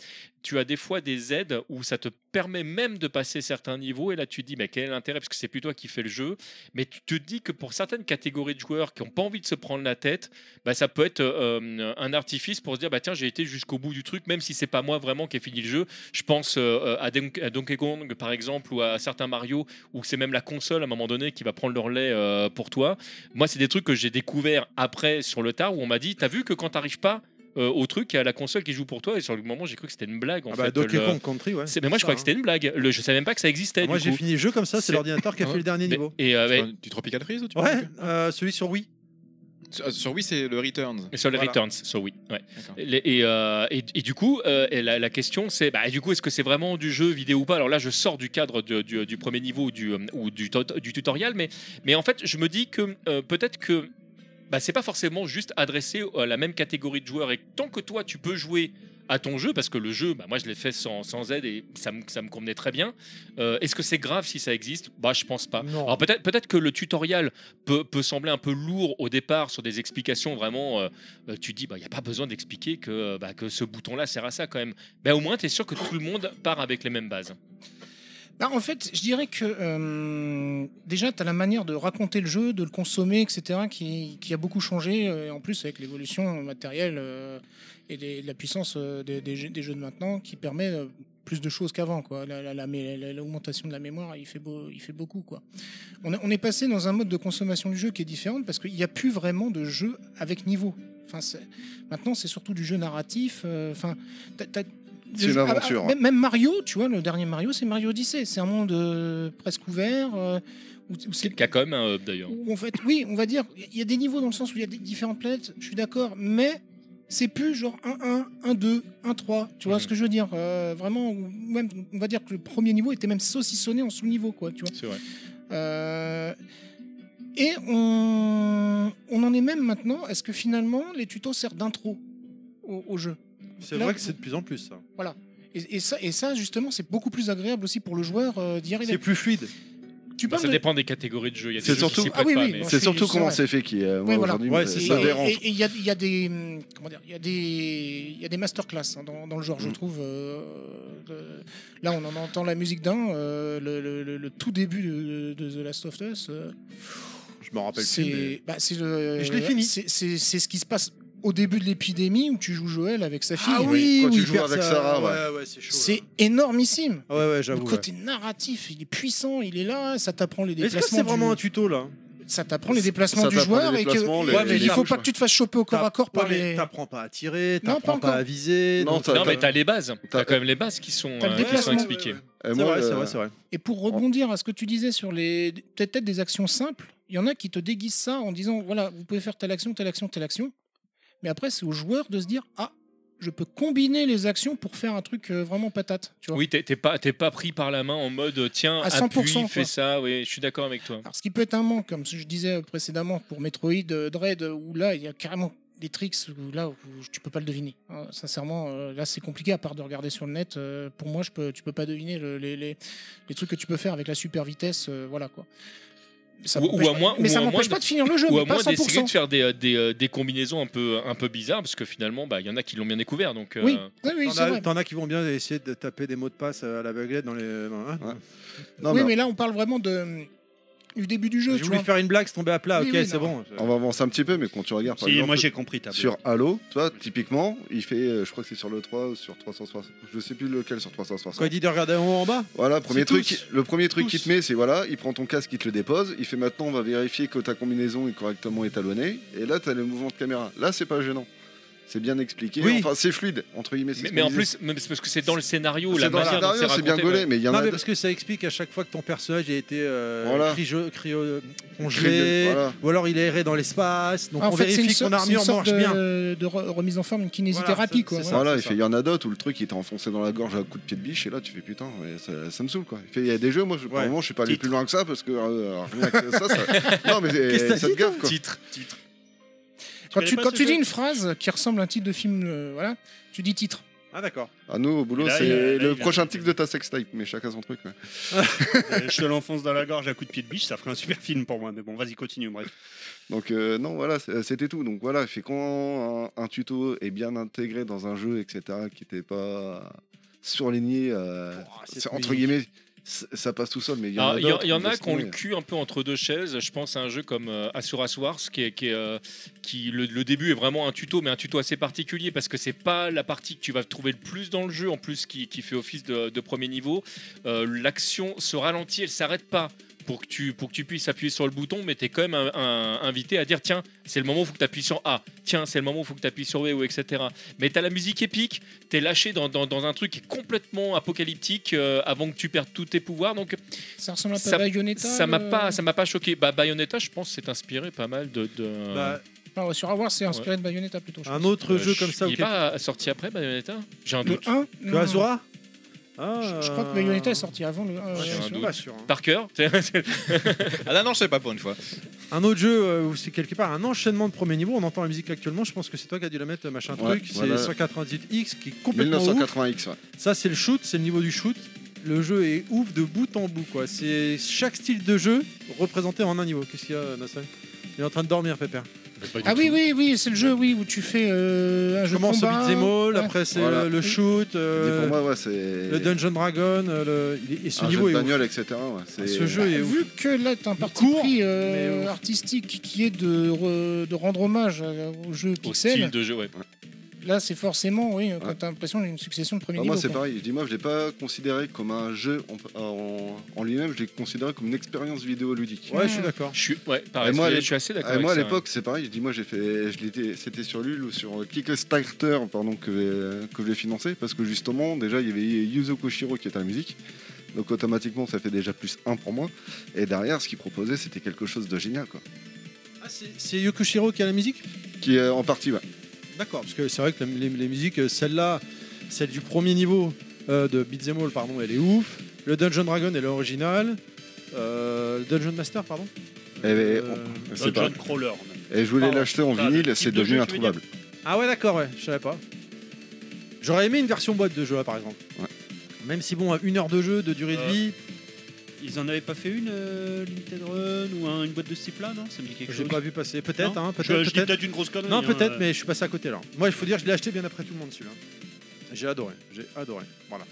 tu as des fois des aides où ça te permet même de passer certains niveaux et là tu te dis mais quel est l'intérêt parce que c'est plus toi qui fais le jeu mais tu te dis que pour certaines catégories de joueurs qui n'ont pas envie de se prendre la tête bah, ça peut être euh, un artifice pour se dire bah tiens j'ai été jusqu'au bout du truc même si c'est pas moi vraiment qui ai fini le jeu je pense euh, à, Don- à Donkey Kong par exemple ou à certains Mario où c'est même la console à un moment donné qui va prendre le relais euh, pour toi moi c'est des trucs que j'ai découvert après sur le tard où on m'a dit t'as vu que quand t'arrives pas euh, au truc, il y a la console qui joue pour toi, et sur le moment, j'ai cru que c'était une blague. En
Ah bah,
fait,
Donkey
le-
Kong Country, ouais.
c'est- mais moi, je
Ça, hein.
croyais que c'était une blague. Le, je savais même pas que ça existait.
Moi,
du
j'ai
coup.
fini le jeu comme ça, c'est l'ordinateur qui a fait le dernier
Mais-
niveau.
Et, euh, ouais.
Du Tropical Freeze ou tu
Ouais, euh, celui sur Wii.
Sur, sur Wii, c'est le Returns.
Et Sur les
Voilà.
returns, sur oui. ouais. Les- Et, euh, et- et du coup, euh, et la, la question c'est, bah, et du coup, est-ce que c'est vraiment du jeu vidéo ou pas Alors là, je sors du cadre du, du- du premier niveau ou du, euh, ou du, tut- du tutoriel, mais, mais en fait, je me dis que euh, peut-être que bah, c'est pas forcément juste adressé à la même catégorie de joueurs. Et tant que toi, tu peux jouer à ton jeu, parce que le jeu, bah, moi, je l'ai fait sans, sans aide et ça me, ça me convenait très bien. Euh, Est-ce que c'est grave si ça existe Bah, je pense pas. Alors peut-être, peut-être que le tutoriel peut, peut sembler un peu lourd au départ sur des explications vraiment. euh, euh, tu dis, bah, il n'y a pas besoin d'expliquer que, euh, bah, que ce bouton-là sert à ça quand même. Bah, au moins, tu es sûr que tout le monde part avec les mêmes bases.
Bah, en fait, je dirais que euh, déjà, tu as la manière de raconter le jeu, de le consommer, etc., qui, qui a beaucoup changé. euh, Et en plus, avec l'évolution matérielle euh, et des- de la puissance euh, des, des jeux, des jeux de maintenant, qui permet euh, plus de choses qu'avant. quoi. La- la- la mé- la- L'augmentation de la mémoire, il fait, beau, il fait beaucoup. quoi. On, a- on est passé dans un mode de consommation du jeu qui est différent parce qu'il n'y a plus vraiment de jeu avec niveau. Enfin, c'est- maintenant, c'est surtout du jeu narratif. euh, Enfin, t'as- t'as-
C'est
le
une
jeu- ah,
aventure. hein.
ah, même- même Mario, tu vois, le dernier Mario, c'est Mario Odyssey. C'est un monde euh, presque ouvert. euh, où, où c'est-
Capcom, hein, euh, d'ailleurs.
où en fait, oui, on va dire, il y a des niveaux dans le sens où il y a des différentes planètes, je suis d'accord, mais c'est plus genre 1-1, 1-2, 1-3, tu vois ce que je veux dire euh, Vraiment, ou même, on va dire que le premier niveau était même saucissonné en sous-niveau, quoi, tu vois.
C'est vrai.
Euh, et on, on en est même maintenant à ce que finalement les tutos servent d'intro au, au jeu.
C'est
Là-
vrai que c'est de plus en plus hein. ça.
Voilà. Et, et ça, et ça, justement, c'est beaucoup plus agréable aussi pour le joueur euh, d'y arriver.
C'est plus fluide.
Tu
Bah,
parles
ça
de-
dépend des catégories de jeux. Il y a des
C'est
jeux qui
surtout-
s'y
Ah
prêtent
oui,
pas,
oui,
mais-
non,
C'est
je
surtout
suis-
comment
c'est vrai.
c'est fait qui est. euh,
Ouais,
Moi
voilà.
aujourd'hui,
Et-
me-
et-
ça me dérange.
Et il y a, il y a des hum, comment dire, il y a des il y a des masterclass hein, dans, dans le
Mm.
genre, je trouve. euh, le- là, on en entend la musique d'un, euh, le, le- le- le tout début de, de The Last of Us. euh,
Je me rappelle plus. mais-
c'est bah, c'est le-
Et je l'ai fini.
C'est c'est- c'est ce qui se passe au début de l'épidémie où tu joues Joël avec sa fille.
Ah oui, quand tu joues avec
Ah
Sarah, ouais. ouais, c'est chaud. là.
C'est énormissime.
Ah Ouais, ouais,
Le
j'avoue. ouais.
côté narratif, il est puissant, il est là, ça t'apprend les
Est-ce
déplacements.
que c'est vraiment
du-
un tuto là
ça t'apprend les déplacements
Ça
du
t'apprend les
joueur et que
déplacements, les-
Ouais, mais
les
il faut
charges.
pas que tu te fasses choper au corps à corps
T'app-
par
ouais, mais
les.
T'apprends pas à tirer,
Non,
t'apprends
pas
pas,
encore.
à viser.
Non,
t'apprends-
t'as-
Non, mais t'as les bases.
T'as-
T'as quand même les bases qui sont,
T'as le
euh, qui sont
déplacement.
expliquées.
Et
C'est
moi,
vrai, c'est
euh,
vrai, c'est vrai.
Et pour rebondir à ce que tu disais sur les peut-être des actions simples, il y en a qui te déguisent ça en disant voilà, vous pouvez faire telle action, telle action, telle action. Mais après, c'est au joueur de se dire ah, je peux combiner les actions pour faire un truc euh, vraiment patate. Tu vois
Oui, t'es t'es pas, t'es pas pris par la main en mode tiens,
À 100%,
appuie,
quoi.
fais ça. Oui, je suis d'accord avec toi.
Alors, ce qui peut être un manque, comme je disais précédemment pour Metroid euh, Dread, où là, il y a carrément des tricks où là, où tu peux pas le deviner. Hein, sincèrement, euh, là, c'est compliqué à part de regarder sur le net. euh, pour moi, je peux, tu peux pas deviner le- les, les- les trucs que tu peux faire avec la super vitesse. euh, voilà quoi. Ça
Ou- ou
m'empêche
à
pas-
moins-
mais
ou
ça
à moins
m'empêche
de-
pas de finir le jeu,
Ou
mais
à
pas à
moins d'essayer
100%.
de faire des, euh, des, euh, des combinaisons un peu, un peu bizarres, parce que finalement, bah, il y en a qui l'ont bien découvert. Donc, euh,
Oui, oui, oui,
T'en
c'est
as-
vrai.
T'en as qui vont bien essayer de taper des mots de passe à l'aveuglette dans les. hein
Non,
oui,
mais
mais là, on parle vraiment de, euh, du début du jeu.
J'ai
tu
voulu
vois.
faire une blague, c'est tombé à plat.
Oui,
ok,
oui,
c'est
non.
bon.
On va avancer un petit peu, mais quand tu regardes par
Si,
exemple,
moi j'ai compris ta blague.
sur Halo, toi, typiquement, il fait, euh, je crois que c'est sur le 3 ou sur 360, je sais plus lequel sur 360.
Quoi, il dit de regarder en haut en bas
Voilà, premier
C'est
truc,
tous.
le premier truc
Tous.
qu'il te met, c'est voilà, il prend ton casque, il te le dépose, il fait maintenant, on va vérifier que ta combinaison est correctement étalonnée, et là, tu as le mouvement de caméra. Là, c'est pas gênant. c'est bien expliqué.
Oui.
Enfin, c'est fluide, entre guillemets. c'est
Mais,
ce
mais
qu'on
en
disait.
plus, mais c'est parce que c'est dans le scénario,
C'est
la
dans le
manière dont
scénario, c'est bien
raconté,
gaulé,
ouais.
mais il y en
non,
a
mais
de-
parce que ça explique à chaque fois que ton personnage a été euh,
Voilà.
cryo- cryo-
Cryo-
congelé,
voilà.
ou alors il a erré dans l'espace. Donc
Ah, en
on
fait, c'est une
vérifie que
sorte-
ton
c'est une
armure
sorte
marche
de,
bien.
de re- remise en forme, une kinésithérapie. quoi.
c'est
voilà.
Voilà, il fait, il y en a d'autres où le truc il t'a enfoncé dans la gorge à coup de pied de biche et là tu fais putain, mais ça, ça me saoule quoi. Il fait, il y a des jeux, moi je, pour le moment je suis pas allé plus loin que ça parce que euh, rien que ça, ça- Non mais
Qu'est-ce que
euh,
t'as
ça
dit,
te gaffe quoi.
Titre, titre.
Quand
connais
tu,
pas
quand
ce
tu dis
jeu
une phrase qui ressemble à un titre de film, euh, voilà, tu dis titre.
Ah d'accord.
À nous au boulot,
Et là, il a- là,
c'est
il
le
a-
prochain titre de ta sextape, mais chacun son truc. ouais.
Euh, je te l'enfonce dans la gorge à coup de pied de biche, ça ferait un super film pour moi. Mais bon, vas-y, continue, bref.
Donc euh, non, voilà, c'est- c'était tout. Donc voilà, fait quand un, un tuto est bien intégré dans un jeu, etc., qui n'était pas surligné, euh,
cette
c'est- entre
musique.
guillemets, c- ça passe tout seul. Mais il y en
Ah,
a
Il y, en-
d'autres
il y en
où
a
laisse
qui ont le
tomber.
cul un peu entre deux chaises. Je pense à un jeu comme euh, Asura's Wars, qui, est, qui, est, euh, qui le, le début est vraiment un tuto, mais un tuto assez particulier parce que c'est pas la partie que tu vas trouver le plus dans le jeu, en plus qui, qui fait office de, de premier niveau. Euh, L'action se ralentit, elle s'arrête pas. Pour que, tu, pour que tu puisses appuyer sur le bouton, mais tu es quand même un- un- invité à dire tiens, c'est le moment où il faut que tu appuies sur A, tiens, c'est le moment où il faut que tu appuies sur B, ou etc. Mais tu as la musique épique, tu es lâché dans, dans- dans un truc qui est complètement apocalyptique euh, avant que tu perdes tous tes pouvoirs. Donc
Ça ressemble un peu
Ça-
à Bayonetta.
ça m'a
le-
pas ça m'a pas choqué bah Bayonetta je pense s'est inspiré pas mal de, de...
Bah,
Non, sur Avoir, c'est inspiré de Bayonetta plutôt. je
un
pense.
autre
Euh,
jeu
je-
comme ça.
il est
auquel-
pas sorti après Bayonetta j'ai un
Le
doute
1
Que Azura Ah,
Je je crois que Bayonetta est sorti avant le 1.
j'ai
je
un
suis
doute.
pas sûr, hein.
par cœur
Ah là, non, je sais pas pour une fois.
Un autre jeu euh, où c'est quelque part un enchaînement de premier niveau. On entend la musique actuellement. Je pense que c'est toi qui as dû la mettre, machin
Ouais,
truc.
voilà.
C'est 198X qui est complètement ouf.
1980X, ouais.
Ça, c'est le shoot, c'est le niveau du shoot. Le jeu est ouf de bout en bout, quoi. C'est chaque style de jeu représenté en un niveau. Qu'est-ce qu'il y a, Nassal Il est en train de dormir, Pépère.
Ah oui, oui, oui, c'est le jeu oui, où tu fais euh, un
Ah, Je
jeu de
commence au
combat.
beat'em all,
Ouais.
après c'est
Voilà.
le, le shoot,
Et
euh,
pour moi, ouais, c'est Ah,
le Dungeon Dragon, euh, le- il est- et ce
un
niveau
jeu de
est ouf. Ah,
bagnole, etc. ouais, c'est-
Ce jeu est ouf.
Bah, Vu que là, tu as un parti
court,
pris euh,
mais, euh,
artistique qui est de, re- de rendre hommage euh, au jeu
au style
Pixel,
de jeu ouais
là, c'est forcément, oui, quand
Ouais.
tu as l'impression d'une succession de premiers
Bah, moi,
niveaux,
c'est
quoi.
pareil. Je dis, moi, je l'ai pas considéré comme un jeu en, en- en lui-même. Je l'ai considéré comme une expérience vidéoludique.
Ouais, je suis d'accord.
je suis ouais pareil
Et moi, à
je
l'époque-
suis assez d'accord
Ah, et moi à
avec ça, hein.
l'époque c'est pareil, je dis moi j'ai fait, je l'étais- c'était sur Lul ou sur Kickstarter pardon que euh, que je l'ai financé parce que justement déjà il y avait Yuzo Koshiro qui était à la musique, donc automatiquement ça fait déjà plus un pour moi. Et derrière ce qu'il proposait c'était quelque chose de génial quoi.
Ah, c'est- c'est Yokushiro qui a la musique
Qui est en partie ouais.
D'accord, parce que c'est vrai que la- les, les musiques, euh, celle-là, celle du premier niveau euh, de Beat'em All, pardon, elle est ouf. Le Dungeon Dragon, elle est originale. Euh, le Dungeon Master, pardon. Euh,
Eh ben, c'est pas.
Euh, John Crawler. on a-
Et je voulais
Pardon.
l'acheter en
Ah, le
vinyle,
type
c'est
de jeu,
devenu
tu veux dire
introuvable.
Ah ouais, d'accord, ouais, je savais pas. J'aurais aimé une version boîte de jeu, là, par exemple.
Ouais.
Même si, bon, à une heure de jeu, de durée de
Euh,
vie,
Ils en avaient pas fait une, euh, Limited Run, ou un- une boîte de ce type-là, non Ça me dit quelque
j'ai
chose.
pas vu passer. Peut-être,
Non
hein,
je, je
peut-être,
dis
peut-être.
peut-être une grosse connerie.
Non,
hein,
peut-être,
euh.
mais je suis passé à côté là. Moi, il faut dire, que je l'ai acheté bien après tout le monde celui-là. J'ai adoré, j'ai adoré. Voilà.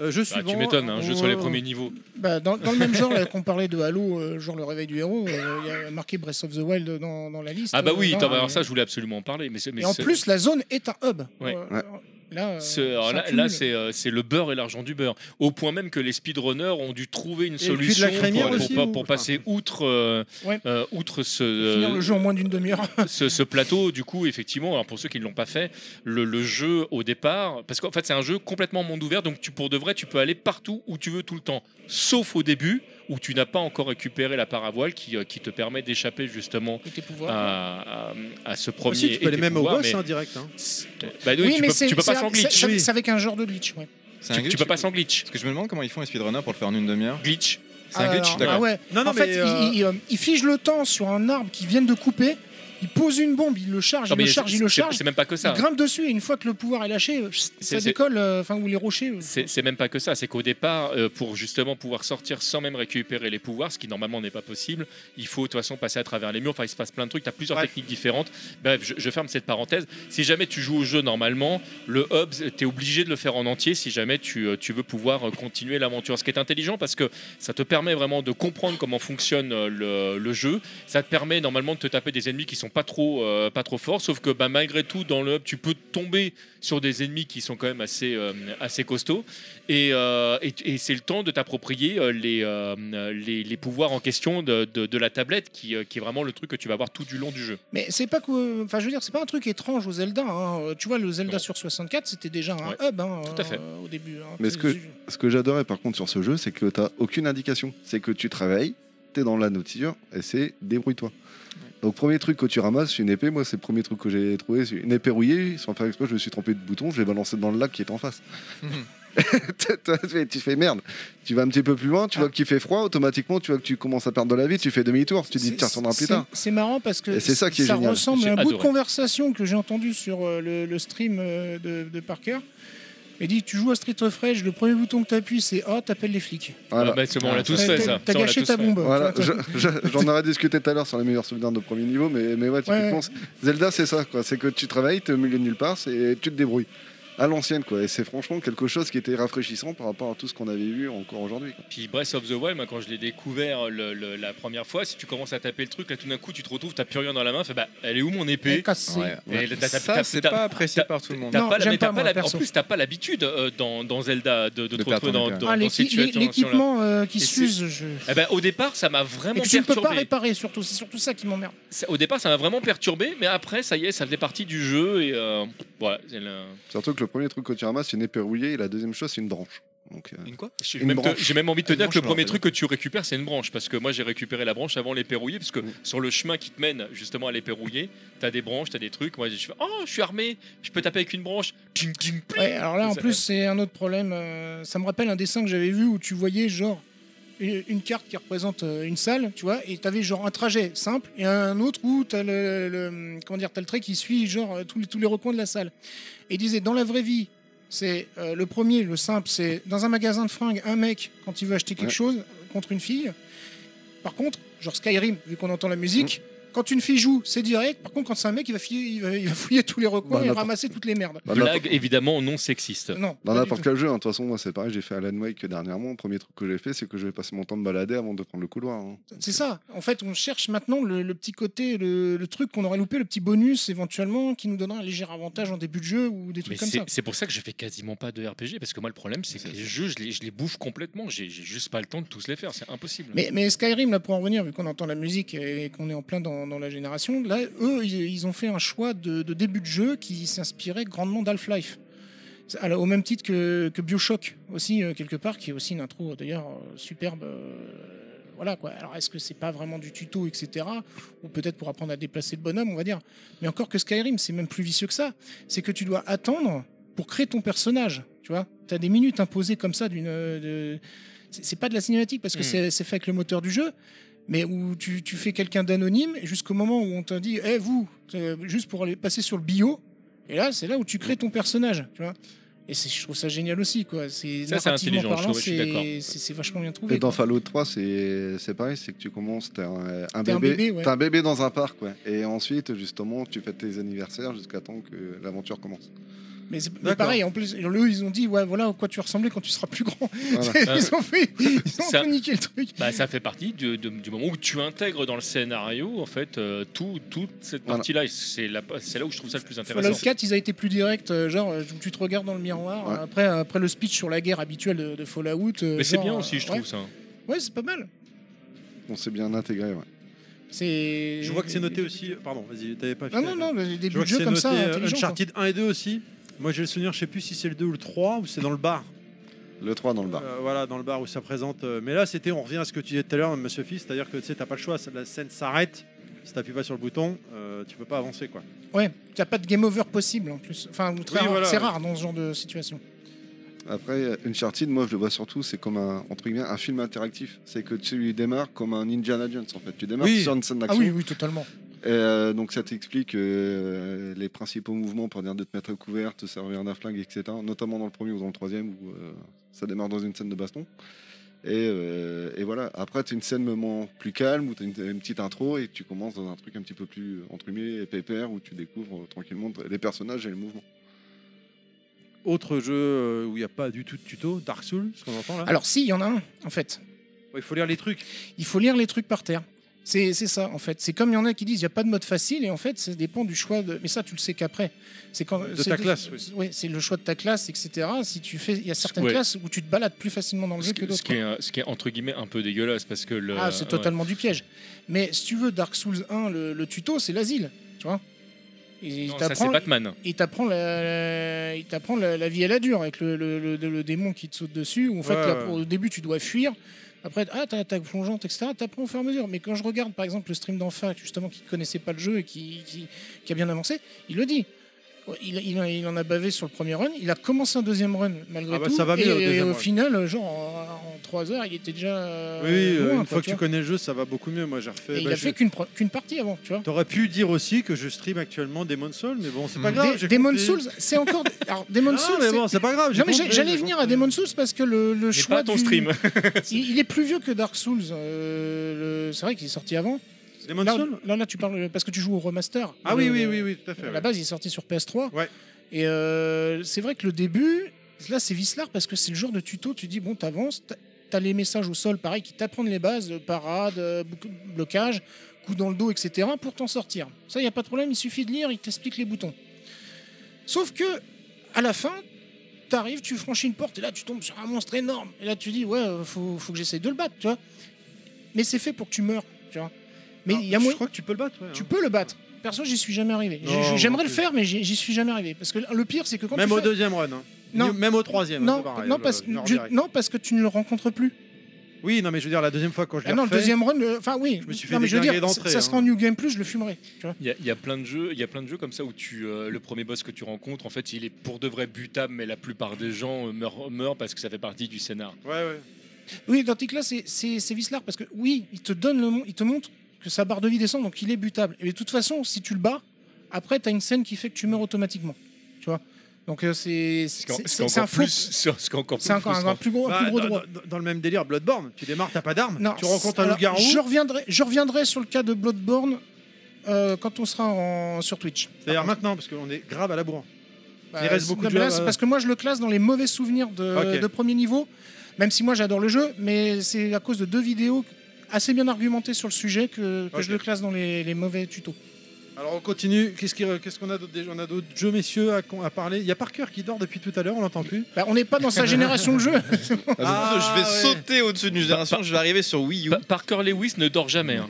Euh, jeu
Bah,
suivant.
tu m'étonnes un jeu sur
oh.
les
on-
premiers niveaux
Bah, dans, dans le même genre, là, qu'on parlait de Halo, euh, genre le réveil du héros, euh, il y a marqué Breath of the Wild dans, dans la liste.
ah bah
euh,
oui
non,
attends, bah,
mais-
alors ça je voulais absolument en parler mais, c'est- mais
Et en
c'est-
plus, la zone est un hub.
Ouais.
Euh,
Ouais.
Là, euh,
ce- alors
ça
là,
cumule.
là, c'est euh, c'est le beurre et l'argent du beurre. Au point même que les speedrunners ont dû trouver une
Et le cul de
solution
la
pour,
crémière
pour
aussi,
pas-
ou-
pour passer outre, euh,
Ouais.
euh, outre ce,
Finir le jeu en moins d'une demi-heure.
ce, ce plateau, du coup, effectivement, alors pour ceux qui ne l'ont pas fait, le, le jeu au départ, parce qu'en fait c'est un jeu complètement monde ouvert, donc tu, pour de vrai, tu peux aller partout où tu veux tout le temps, sauf au début où tu n'as pas encore récupéré la paravoile qui, euh, qui te permet d'échapper justement
Et tes
Ah.
pouvoirs.
à, à- à ce premier.
Aussi, Ah, tu peux
et
aller
tes
même au
pouvoirs,
boss
mais-
hein, direct. hein.
Bah oui, tu, peux, tu peux
c'est-
pas sans
c'est-
glitch.
c'est-
oui.
C'est avec un genre de glitch. Ouais.
C'est un
Tu,
glitch.
tu peux pas sans glitch.
Parce que je me demande comment ils font les speedrunners pour le faire en une demi-heure.
Glitch.
C'est un glitch
Alors,
D'accord.
ah ouais.
Non, non,
en
mais,
fait,
euh,
il, il, euh, il fige le temps sur un arbre qu'ils viennent de couper. Il pose une bombe, il le charge,
Non,
il le
mais
charge,
c'est-
il le
c'est-
charge.
C'est même pas que
Il
ça.
grimpe dessus et une fois que le pouvoir est lâché, euh,
C'est-
ça
c'est-
décolle, euh, enfin, ou les rochers. euh.
C'est c'est même pas que ça, c'est qu'au départ, euh, pour justement pouvoir sortir sans même récupérer les pouvoirs, ce qui normalement n'est pas possible, il faut de toute façon passer à travers les murs, enfin il se passe plein de trucs, tu as plusieurs
Bref.
techniques différentes. Bref, je, je ferme cette parenthèse. Si jamais tu joues au jeu normalement, le hub, tu es obligé de le faire en entier si jamais tu, euh, tu veux pouvoir euh, continuer l'aventure. Ce qui est intelligent parce que ça te permet vraiment de comprendre comment fonctionne euh, le, le jeu, ça te permet normalement de te taper des ennemis qui sont sont pas trop, euh, pas trop forts. Sauf que bah, malgré tout, dans le hub, tu peux tomber sur des ennemis qui sont quand même assez, euh, assez costauds. Et, euh, et- et c'est le temps de t'approprier euh, les, euh, les, les pouvoirs en question de, de- de la tablette, qui, euh, qui est vraiment le truc que tu vas avoir tout du long du jeu.
Mais c'est pas que, enfin, je veux dire, c'est pas un truc étrange aux Zelda. hein. Euh, Tu vois, le Zelda sur 64, c'était déjà un hub hein,
Tout à fait.
euh, au début. hein.
Mais ce que, ce que j'adorais par contre sur ce jeu, c'est que t'as aucune indication. C'est que tu travailles, t'es dans la nourriture et c'est débrouille-toi. Donc, premier truc que tu ramasses, une épée. Moi, c'est le premier truc que j'ai trouvé. c'est Une épée rouillée, sans faire exprès, je me suis trompé de bouton, je l'ai balancé dans le lac qui est en face. T'as- t'as fait- tu fais merde. Tu vas un petit peu plus loin,
Ah.
tu vois qu'il fait froid, automatiquement, tu vois que tu commences à perdre de la vie, tu fais demi-tour. Tu dis, tiens, retourneras plus
C'est-
tard.
C'est marrant parce que
Et c'est ça qui est génial.
ressemble à
J'ai
un bout de
adoré.
conversation que j'ai entendu sur euh, le, le stream euh, de, de Parker. Il dit Tu joues à Street of Rage, le premier bouton que tu appuies, c'est Ah, t'appelles les flics.
Voilà.
Ah bah, c'est bon, on l'a tous
Ouais,
fait
t'as-
ça.
t'as
Ça, on l'a
gâché
tous
ta
fait.
bombe.
Voilà, je- je- j'en aurais discuté tout à l'heure sur les meilleurs souvenirs de premier niveau, mais, mais ouais, typiquement, c'est- Zelda, c'est ça, quoi. C'est que tu travailles, t'es au milieu de nulle part, c'est- tu te débrouilles. À l'ancienne, quoi. Et c'est franchement quelque chose qui était rafraîchissant par rapport à tout ce qu'on avait vu encore aujourd'hui. quoi.
Puis Breath of the Wild, moi, quand je l'ai découvert le- le- la première fois, si tu commences à taper le truc, là tout d'un coup tu te retrouves, t'as plus rien dans la main, fais bah elle est où mon épée
Elle est cassée. Ouais,
Et
ouais.
là, t'as- t'as-
Ça,
t'as-
c'est
t'as-
pas apprécié
t'as-
par tout le monde.
t'as
Non,
pas la-
j'aime
mais t'as pas
pas, moi,
la- en
perso.
plus, t'as pas l'habitude euh, dans, dans Zelda de, de te
perdre
retrouver
ton
dans,
épée,
dans,
Ah,
dans
l'équi-
cette situation.
l'équipement euh, qui s'use. je-
Eh ben, au départ, ça m'a
Et
vraiment
que tu ne peux pas
perturbé.
réparer, surtout. C'est surtout ça qui m'emmerde.
Ça- Au départ, ça m'a vraiment perturbé, mais après, ça y est, ça faisait partie du jeu et euh, voilà. c'est le-
Surtout que le premier truc que tu ramasses, c'est une épée rouillée, et la deuxième chose, c'est une branche. Donc, euh,
Une quoi J'ai
Une
même, te-
branche.
j'ai même envie de te
Une
dire que le
branche, non,
premier
pardon.
truc que tu récupères, c'est une branche. Parce que moi, j'ai récupéré la branche avant l'épée rouillée. Parce que
Mm.
sur le chemin qui te mène justement à l'épée rouillée, t'as des branches, t'as des trucs. Moi, je fais Oh, je suis armé, je peux taper avec une branche. Ting, ting, pling.
Ouais, alors là, en
Ça-
plus, c'est un autre problème. euh, ça me rappelle un dessin que j'avais vu où tu voyais genre une une carte qui représente euh, une salle, tu vois, et t'avais genre un trajet simple et un autre où t'as le, le- comment dire, t'as le trait qui suit genre euh, tous les, tous les recoins de la salle. Et il disait dans la vraie vie. C'est euh, le premier, le simple, c'est dans un magasin de fringues, un mec, quand il veut acheter quelque
Ouais.
chose euh, contre une fille. Par contre, genre Skyrim, vu qu'on entend la musique,
Mhm.
quand une fille joue, c'est direct. Par contre, quand c'est un mec, il va, fouiller, il va, il va fouiller tous les recoins
Bah,
et
n'importe-
ramasser toutes les merdes.
Bah, n'importe-
Blague évidemment non sexiste.
Non,
Dans
pas du
n'importe quel jeu, hein. de toute façon, moi c'est pareil, j'ai fait Alan Wake dernièrement. Le premier truc que j'ai fait, c'est que je vais passer mon temps de balader avant de prendre le couloir. hein.
C'est ça. En fait, on cherche maintenant le, le petit côté, le, le truc qu'on aurait loupé, le petit bonus éventuellement qui nous donnera un léger avantage en début de jeu ou des
Mais
trucs comme
c'est
ça.
c'est pour ça que je fais quasiment pas de RPG parce que moi le problème c'est que les jeux je les, je les bouffe complètement j'ai j'ai juste pas le temps de tous les faire c'est impossible
Mais, mais Skyrim, là, pour en revenir, vu qu'on entend la musique et qu'on est en plein dans, dans la génération, là, eux, ils, ils ont fait un choix de, de début de jeu qui s'inspirait grandement d'Half-Life. C'est- alors, Au même titre que, que Bioshock, aussi, euh, quelque part, qui est aussi une intro, d'ailleurs, euh, superbe. euh, voilà, quoi. Alors, est-ce que c'est pas vraiment du tuto, etc. Ou peut-être pour apprendre à déplacer le bonhomme, on va dire. Mais encore que Skyrim, c'est même plus vicieux que ça. C'est que tu dois attendre pour créer ton personnage, tu vois. T'as des minutes imposées comme ça d'une... euh, de- c'est c'est pas de la cinématique parce que
Mm.
Hmm.
c'est c'est fait avec le moteur du jeu, mais où tu, tu fais quelqu'un d'anonyme jusqu'au moment où on te dit, eh vous, euh, juste pour aller passer sur le bio, et là c'est là où tu crées ton personnage, tu vois. Et c'est- je trouve ça génial aussi, quoi. C'est
Ça, c'est
narrativement
intelligent, je
parlant,
trouve, je suis d'accord.
c'est c'est- c'est vachement bien trouvé.
Et dans
quoi.
Fallout 3, c'est c'est pareil, c'est que tu commences, t'es un, euh, un
T'es
bébé,
un bébé, ouais.
t'es un bébé dans un parc, ouais. Et ensuite, justement, tu fais tes anniversaires jusqu'à temps que l'aventure commence.
Mais c'est mais
D'accord.
pareil, en plus, eux, ils ont dit, ouais, voilà à quoi tu ressemblais quand tu seras plus grand.
Voilà.
ils ont fait, ils ont
Ça-
un peu niqué le truc.
Bah, ça fait partie du, de- du moment où tu intègres dans le scénario en fait euh, tout, toute cette
Voilà.
partie là c'est la- c'est là où je trouve ça le plus
Fallout
intéressant
4, ils ont été plus directs, euh, genre euh, tu te regardes dans le miroir,
Ouais.
après, euh, après le speech sur la guerre habituelle de, de Fallout. euh,
mais c'est
genre,
bien
euh,
aussi je
ouais.
trouve ça
Ouais, c'est pas mal.
On s'est bien intégré, ouais.
C'est. Ah
Je vois que c'est noté aussi. Pardon, vas-y, t'avais pas
Non,
fini.
non, non, mais des
Je vois que
jeux
c'est
comme
noté
ça,
euh,
intelligents,
Uncharted 1 et 2 aussi. Moi j'ai le souvenir, je sais plus si c'est le 2 ou le 3 ou c'est dans le bar.
Le 3 dans le
Bah.
bar.
Euh, voilà, dans le bar où ça présente. euh, mais là, c'était, on revient à ce que tu disais tout à l'heure, hein, monsieur Fils, c'est-à-dire que tu sais, t'as pas le choix, la scène s'arrête. Si t'appuies pas sur le bouton, euh, tu peux pas avancer quoi.
Ouais, t'as pas de game over possible en plus. Enfin, ou très
Oui,
rare-
voilà.
c'est rare dans ce genre de situation.
Après, Uncharted, moi, je le vois surtout, c'est comme un, entre guillemets, un film interactif. C'est que tu démarres comme un Indiana Jones, en fait. Tu démarres sur une scène
ah
d'action.
oui, oui, totalement.
Et, euh, donc ça t'explique euh, les principaux mouvements pour dire de te mettre à couvert, te servir d'un flingue, etc. Notamment dans le premier ou dans le troisième où euh, ça démarre dans une scène de baston. Et, euh, et voilà, après tu une scène moment plus calme où tu as une, une petite intro et tu commences dans un truc un petit peu plus euh, entre guillemets et pépère où tu découvres euh, tranquillement les personnages et les mouvements.
Autre jeu euh, où il n'y a pas du tout de tuto, Dark Souls, ce qu'on entend là.
Alors, si, il y en a un, en fait.
Ouais, il faut lire les trucs.
Il faut lire les trucs par terre. C'est c'est ça, en fait. C'est comme il y en a qui disent il n'y a pas de mode facile, et en fait, ça dépend du choix. De... Mais ça, tu le sais qu'après. C'est quand
De
c'est-
ta classe, oui.
c'est- Oui, c'est le choix de ta classe, etc. Si tu fais, il y a certaines
Ouais.
classes où tu te balades plus facilement dans le jeu que
Ce
d'autres.
qui, est, euh, ce qui est entre guillemets un peu dégueulasse parce que le.
Ah, c'est
ouais.
totalement du piège. Mais si tu veux, Dark Souls 1, le, le tuto, c'est l'asile, tu vois. Il- il
Non, ça,
t'apprend-
c'est Batman.
Il t'apprend la, la- il t'apprend la, la vie à la dure avec le, le- le- le démon qui te saute dessus. Où en fait,
Ouais,
là,
ouais.
au début, tu dois fuir. Après, ah, t'as attaque plongeante, etc. T'apprends au fur et à mesure. Mais quand je regarde, par exemple, le stream d'Enfa, justement, qui connaissait pas le jeu et qui, qui- qui a bien avancé, il le dit. Il, il- il en a bavé sur le premier run. Il a commencé un deuxième run malgré
Ah bah,
tout.
ça va
et,
mieux, le
et
deuxième
au
run.
final, genre en, en trois heures, il était déjà. euh,
Oui, oui, euh,
loin,
une
quoi,
fois que tu
vois.
connais le jeu, ça va beaucoup mieux. Moi, j'ai refait.
Et
bah,
il a
je-
fait qu'une pro- qu'une partie avant, tu vois.
T'aurais pu dire aussi que je stream actuellement Demon's Souls, mais bon, c'est pas grave.
Des-
j'ai
Demon's
compris.
Souls, c'est encore. Alors, Demon's
Non,
Souls,
mais bon, c'est pas grave, j'ai
Non, mais j'ai-
compris,
j'allais
j'ai
venir à Demon's Souls parce que le, le choix.
pas à ton
du-
stream.
il, il est plus vieux que Dark Souls. euh, le- C'est vrai qu'il est sorti avant.
Demon's
là,
Souls
là, là, tu parles parce que tu joues au remaster.
Ah
Le-
oui, oui, oui, oui, tout à fait.
À
oui.
la base, il est sorti sur PS3. Et euh, c'est vrai que le début, là, c'est vicelard parce que c'est le genre de tuto. Tu dis, bon, t'avances, t'as- t'as les messages au sol, pareil, qui t'apprennent les bases, euh, parade, euh, bouc- blocage, coup dans le dos, etc., pour t'en sortir. Ça, il n'y a pas de problème, il suffit de lire, il t'explique les boutons. Sauf que, à la fin, t'arrives, tu franchis une porte, et là, tu tombes sur un monstre énorme. Et là, tu dis, ouais, euh, faut, faut que j'essaye de le battre, tu vois. Mais c'est fait pour que tu meurs, tu vois. Mais il y a moyen.
Je crois que tu peux le battre, ouais. hein.
Tu peux le battre. Perso, j'y suis jamais arrivé. J'ai-
Non,
j'ai-
moi
J'aimerais
non
le
plus.
faire, mais j'y j'y suis jamais arrivé. Parce que le pire, c'est que quand
Même
tu
au
fais-
deuxième run. hein.
Non.
Ni- Même au troisième.
non,
c'est pareil,
non,
le-
parce,
le Nord
du-
Direct.
non, parce que tu ne le rencontres plus.
Oui, non, mais je veux dire, la deuxième fois quand je l'ai
Ah non, le
refait,
deuxième run, le- enfin oui. Je
me suis fait
non, mais je veux
déglinguer
dire,
d'entrée,
ça, ça
hein.
sera en New Game Plus, je le fumerai. Tu vois.
Il y, a, il y a plein de jeux, il y a plein de jeux comme ça où tu, euh, le premier boss que tu rencontres, en fait, il est pour de vrai butable, mais la plupart des gens euh, meurent, meurent parce que ça fait partie du scénar.
Oui, Dantic là, c'est c'est Vislar parce que oui, il te donne le, mon- il te montre que sa barre de vie descend, donc il est butable. Et de toute façon, si tu le bats, après, t'as une scène qui fait que tu meurs automatiquement. Tu vois. Donc euh, c'est
Ce qui en-
c'est-
ce qui
c'est-
est
c'est un
encore
faux.
plus, ce ce qui est encore plus
C'est encore un- un
frustrant.
plus gros, un
Bah,
plus gros
dans,
droit.
dans- dans le même délire, Bloodborne, tu démarres, t'as pas d'arme,
Non,
tu rencontres un
alors,
loup-garou.
Je reviendrai, je reviendrai sur le cas de Bloodborne euh, quand on sera en- sur Twitch.
C'est-à-dire maintenant, parce qu'on est grave à la bourre.
Bah,
Il reste
c'est-
beaucoup
non,
de
mais là,
jeux à-
c'est Parce que moi, je le classe dans les mauvais souvenirs de,
Ok.
de premier niveau, même si moi j'adore le jeu, mais c'est à cause de deux vidéos assez bien argumentées sur le sujet que, que
Ok.
je le classe dans les, les mauvais tutos.
Alors on continue. Qu'est-ce qui- qu'est-ce qu'on a d'autre déjà On a d'autres jeux, messieurs, à, con- à parler. Il y a Parker qui dort depuis tout à l'heure, on l'entend plus.
Bah, on n'est pas dans sa génération de jeu.
Ah,
je vais
ouais.
sauter au-dessus d'une génération, je vais arriver sur Wii U.
Pa- Parker Lewis ne dort jamais. hein.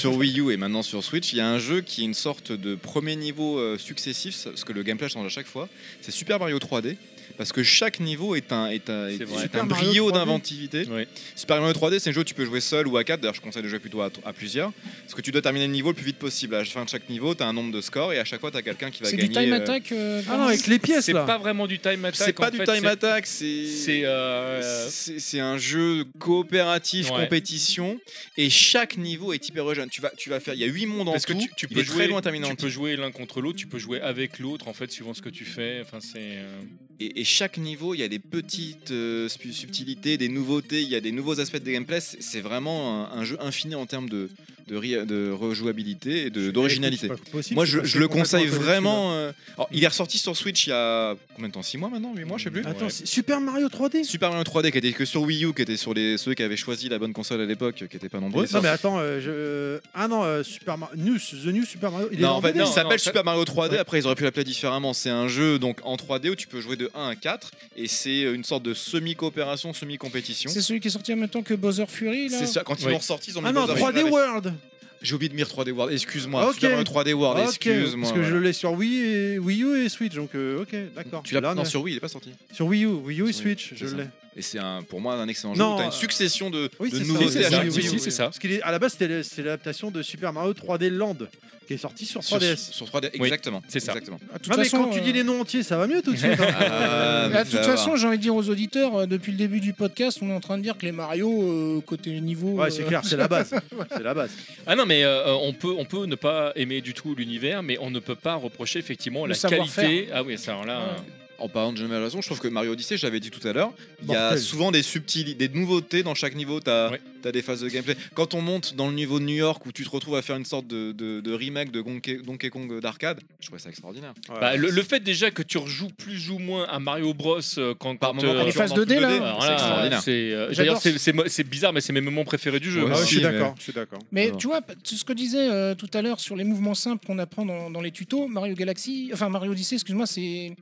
sur Wii U et maintenant sur Switch, il y a un jeu qui est une sorte de premier niveau euh, successif, ça- parce que le gameplay change à chaque fois. C'est Super Mario 3D, parce que chaque niveau est un, est un, est
C'est vrai.
un
Super Mario
brio
3D.
d'inventivité.
Ouais.
Super Mario 3D, c'est un jeu où tu peux jouer seul ou à 4, d'ailleurs je conseille de jouer plutôt à, à plusieurs, parce que tu dois terminer le niveau le plus vite possible. À la fin de chaque niveau, tu as un nombre de scores et à chaque fois, tu as quelqu'un qui va
C'est
gagner.
du time
euh,
attack. euh,
Ah non, avec les pièces
C'est
là.
pas vraiment du time attack.
C'est pas
en
du
fait,
time
c'est-
attack, c'est.
C'est euh,
C'est c'est un jeu coopératif,
Ouais.
compétition, et chaque niveau est hyper jeune. Tu vas, tu vas faire, il y a 8 mondes en
parce que
tout.
tu, tu
il
peux
est
jouer,
très loin
tu
terminant.
peux jouer l'un contre l'autre, tu peux jouer avec l'autre en fait suivant ce que tu fais. Enfin c'est. euh,
Et, et chaque niveau, il y a des petites euh, sub- subtilités, des nouveautés, il y a des nouveaux aspects de gameplay. C'est c'est vraiment un, un jeu infini en termes de, de, ri- de rejouabilité et de- d'originalité.
C'est pas possible,
Moi,
c'est
je,
passé
je le
complètement
conseille
au-dessus, là.
vraiment. euh, alors, il est ressorti sur Switch il y a combien de temps 6 mois maintenant 8 mois, je sais plus.
Attends, c'est Super Mario 3D.
Super Mario 3D qui était que sur Wii U, qui était sur les, ceux qui avaient choisi la bonne console à l'époque, qui n'étaient pas nombreux.
Non mais attends, euh, je... ah non, euh, Super Mario, News, The New Super Mario. Il est
non,
en
en fait,
VD.
il s'appelle
non, ça-
Super Mario 3D.
Ouais.
Après, ils auraient pu l'appeler différemment. C'est un jeu donc en 3D où tu peux jouer de 1 à 4 et c'est euh, une sorte de semi-coopération, semi-compétition.
C'est celui qui est sorti en même temps que Bowser Fury. Là.
C'est ça. Quand ils
Oui.
l'ont ressorti, ils ont mis
Ah non,
Bowser
3D
Fury.
World.
J'ai oublié de dire 3D World. Excuse-moi.
Ok.
Super Mario 3D World.
Ok,
Excuse-moi.
Parce que je
voilà.
l'ai sur Wii, et... Wii U et Switch, donc euh, ok, d'accord.
Tu l'as
Là,
non
mais-
sur Wii, il est pas sorti.
sur Wii U, Wii U et
Sur
Switch,
Wii,
je
c'est ça.
l'ai.
Et c'est un, pour moi un excellent jeu.
Non,
où T'as une
euh,
succession de,
Oui,
de
c'est ça.
nouveautés.
oui, c'est ça,
à chaque
oui,
Si,
oui,
niveau.
si,
oui.
c'est ça.
Parce qu'il est à la base c'était le- c'était l'adaptation de Super Mario 3D Land qui est sorti sur
Sur,
3DS.
sur 3D,
Oui,
exactement.
c'est ça.
Exactement.
Ah, de toute
Non mais
façon,
quand tu
euh,
dis les noms entiers, ça va mieux tout de suite. hein.
Ah,
Là, Bah, de toute
ça va.
façon, j'ai envie de dire aux auditeurs, euh, depuis le début du podcast, on est en train de dire que les Mario, euh, côté niveau.
Ouais, c'est
euh,
clair, c'est la base. C'est la base.
Ah non, mais euh, on, peut, on peut ne pas aimer du tout l'univers, mais on ne peut pas reprocher effectivement
Le
la
savoir-faire.
qualité. Ah oui, ça, alors là.
Ouais.
euh,
En parlant de génération, je trouve que Mario Odyssey, j'avais dit tout à l'heure, il y a
Mortel.
souvent des subtilités, des nouveautés dans chaque niveau. T'as as des phases de gameplay. Quand on monte dans le niveau de New York où tu te retrouves à faire une sorte de, de- de remake de Donkey, Donkey Kong d'arcade, je trouvais ça extraordinaire.
Bah, le, le fait déjà que tu rejoues plus ou moins à Mario Bros euh, quand, quand
moment,
Les
tu
phases
rentres dans
2D, là,
le
c'est
voilà,
extraordinaire.
c'est, euh,
J'adore
D'ailleurs, c'est-
ce-
c'est mo- c'est bizarre, mais c'est mes moments préférés du jeu. hein.
Moi
moi.
aussi, mais-
Mais
Alors.
tu vois, c'est ce que disait euh, tout à l'heure sur les mouvements simples qu'on apprend dans, dans les tutos, Mario Galaxy, enfin Mario Odyssey, excuse-moi, c'est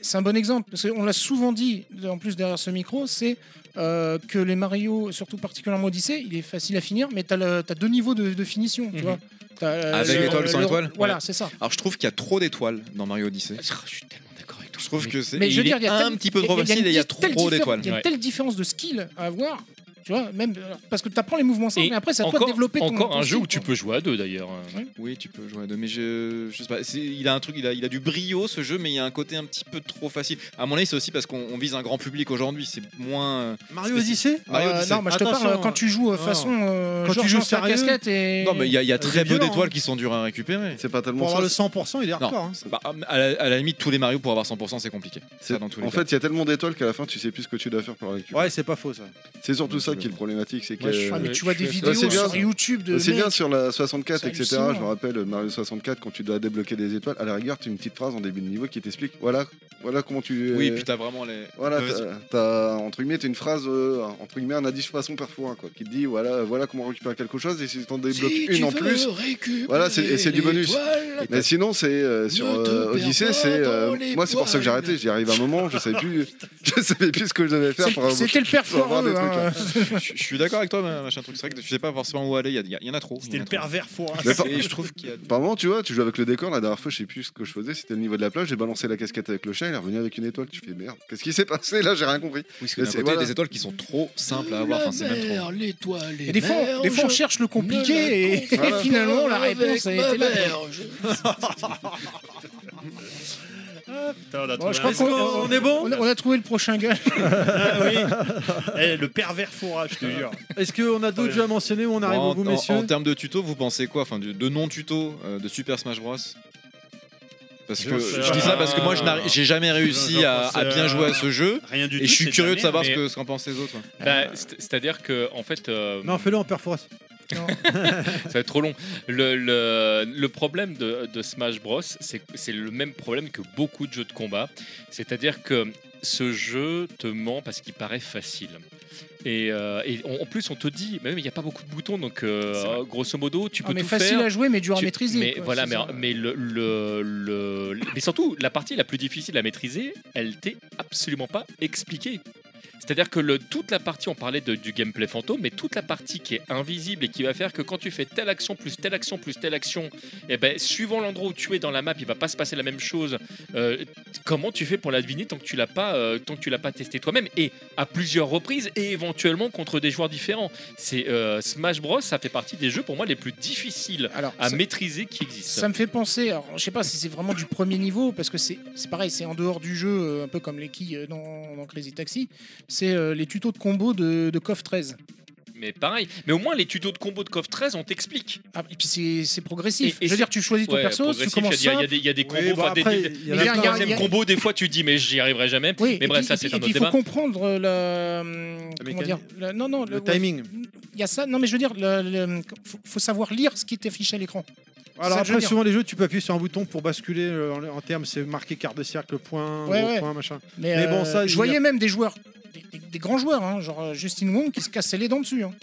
c'est un bon exemple. Parce qu'on l'a souvent dit, en plus derrière ce micro, c'est euh, que les Mario, surtout particulièrement Odyssey, il est facile à finir, mais tu as, deux niveaux de, de finition, tu vois. T'as, euh,
Mhm. Avec
le-
étoile
le-
sans
le-
étoile
Voilà,
Ouais.
c'est ça.
Alors je trouve qu'il y a trop d'étoiles dans Mario Odyssey.
Oh,
Je suis tellement d'accord avec toi. Je trouve que c'est
Mais je veux
il
dire, il
est
y a
un
tel-
petit peu
il y
trop
a- il y a
facile
une
et il y a
telle différence-
trop d'étoiles.
Il y a une telle différence de skill à avoir, tu vois, même alors, parce que tu apprends les mouvements simples,
Et
mais après, ça
encore,
doit développer ton.
encore
ton
un jeu
style,
où tu
quoi.
peux jouer à deux d'ailleurs. hein.
Oui, tu peux jouer à deux, mais je, je sais pas. c'est- Il a un truc, il a, il a du brio ce jeu, mais il y a un côté un petit peu trop facile. À mon avis, c'est aussi parce qu'on on vise un grand public aujourd'hui. C'est moins. euh,
Mario
spécifique.
Odyssey
Mario
Euh,
Odyssey.
non, mais je te parle euh, quand tu joues euh, façon euh,
Quand tu
Georges
joues
Lance la
sérieux
casquette et.
Non, mais il y a, il y a très peu
violent,
d'étoiles
hein.
qui sont dures à récupérer.
C'est pas tellement
Pour avoir
ça.
le 100%, il est hardcore. hein.
Bah, à, la, à la limite, tous les Mario pour avoir 100%, c'est compliqué. Ça, dans tous les
En
cas.
fait, il y a tellement d'étoiles qu'à la fin, tu sais plus ce que tu dois faire pour la récupérer.
Ouais, c'est pas faux ça.
C'est surtout ça qui est le problématique, c'est que.
Moi, je suis-
Ah, mais tu vois des vidéos
Ouais, euh, c'est bien,
sur YouTube
Euh,
de.
C'est
mecs-
bien sur la 64,
C'est
etc.
hallucinant.
Je me rappelle euh, Mario 64 quand tu dois débloquer des étoiles. À la rigueur, tu as une petite phrase en début de niveau qui t'explique. Voilà, voilà comment tu. euh,
Oui, puis t'as vraiment les. Euh,
Voilà,
Vas-y.
t'as- t'as entre guillemets t'as une phrase euh, entre guillemets un indice façon parfois hein, quoi, qui te dit voilà voilà comment récupérer quelque chose et si t'en débloques
Si
une
tu
en
veux
plus,
récupérer
voilà c'est et c'est du bonus.
l'étoile,
Mais sinon c'est euh, sur
ne te
euh,
perds
Odyssey
pas
c'est euh,
dans les
moi c'est pour ça que j'ai arrêté. J'y arrive à un moment, je savais plus je savais plus ce que je devais faire
C'est-
pour avoir-
C'était le père
pour avoir
foireux.
des trucs,
hein.
hein.
je, je suis d'accord avec toi, ma- machin truc. C'est vrai que tu sais pas forcément où aller. Il y a- il y, en a trop. C'était le
pervers foireux.
Mais par-
Et je trouve qu'il y a.
Par moment, tu vois, tu joues avec le décor. La dernière fois, je sais plus ce que je faisais. C'était le niveau de la plage. J'ai balancé la casquette avec le chat. Il est revenu avec une étoile. Tu fais merde. Qu'est-ce qui s'est passé là J'ai rien compris.
Oui, parce
Mais
qu'il y a
c'est-
d'un côté
voilà.
des étoiles qui sont trop simples à avoir. Enfin, c'est même trop. hein.
Mère, l'étoile
Et des fois, on- des fois, on cherche le compliqué et,
Voilà.
et finalement la réponse a été là.
Putain, on
Bon,
a trouvé
je crois
un-
qu'on
on est bon
on a, on a trouvé le prochain gars.
Ah oui. Eh, le pervers fourrage, je te jure.
Est-ce qu'on a d'autres jeux à mentionner ou on arrive
en,
au bout,
en-
messieurs
en termes de tuto, vous pensez quoi Enfin, du- de non-tuto euh, de Super Smash Bros parce que
Je
je,
sais
dis
pas.
ça parce que moi je n'arri- j'ai jamais réussi
J'en
à, à
pense,
bien
euh,
jouer à ce jeu
Rien du tout.
et je suis
c'est
curieux de
la
savoir ce
merde.
que- ce qu'en pensent les autres.
Bah, c'est- C'est-à-dire que en fait, euh,
Non, fais-le en perforce.
ça va être trop long. Le, le- le problème de, de Smash Bros, c'est c'est le même problème que beaucoup de jeux de combat. C'est-à-dire que ce jeu te ment parce qu'il paraît facile. Et, euh, et en en plus, on te dit, mais il n'y a pas beaucoup de boutons, donc euh, grosso modo, tu
Ah,
peux
mais
tout
facile
faire.
à jouer, mais dur à
Tu-
maîtriser.
Mais
quoi,
voilà,
c'est
mais,
ça.
mais le, le- le- le- mais surtout, la partie la plus difficile à maîtriser, elle t'est absolument pas expliquée. C'est-à-dire que le- toute la partie, on parlait de- du gameplay fantôme, mais toute la partie qui est invisible et qui va faire que quand tu fais telle action plus telle action plus telle action, et ben suivant l'endroit où tu es dans la map, il va pas se passer la même chose. Euh, t- comment tu fais pour la deviner tant que tu l'as pas, euh, tant que tu l'as pas testé toi-même et à plusieurs reprises et éventuellement contre des joueurs différents. C'est euh, Smash Bros, ça fait partie des jeux pour moi les plus difficiles
Alors,
à
ça-
maîtriser qui existent.
Ça me fait penser, alors, je sais pas si c'est vraiment du premier niveau, parce que c'est c'est pareil, c'est en dehors du jeu, euh, un peu comme les quilles euh, dans, dans Crazy Taxi, c'est euh, les tutos de combo de, de KOF 13.
Mais pareil, mais au moins les tutos de combo de KOF 13, on t'explique.
Ah, et puis c'est c'est progressif.
Et- et
je veux dire, tu choisis ton
Ouais,
perso, tu
progressif,
commences
il y a- Il y
ça.
a des- il y a des
Oui,
combos,
bon,
enfin, des-
après,
des-
il y
des
en
a plein.
troisième
Il y a-
combo, des fois tu dis mais j'y arriverai jamais.
Oui,
mais
et
bref,
puis-
ça
et
c'est
puis- et
un autre
puis, Il
débat.
faut comprendre euh, la. Comment
mécanique.
dire la- Non, non,
Le
ouais,
timing.
Il y a ça. Non, mais je veux dire, le- le- faut, faut savoir lire ce qui est affiché à l'écran.
Alors
Ça, je veux
après,
dire.
souvent les jeux, tu peux appuyer sur un bouton pour basculer euh, en, en termes, c'est marqué quart de cercle, point,
Ouais,
gros
ouais.
point, machin.
Mais,
Mais bon,
euh,
ça, il y
je
a-
voyais même des joueurs, des, des- des grands joueurs, hein, genre euh, Justin Wong, qui se cassaient les dents dessus. hein.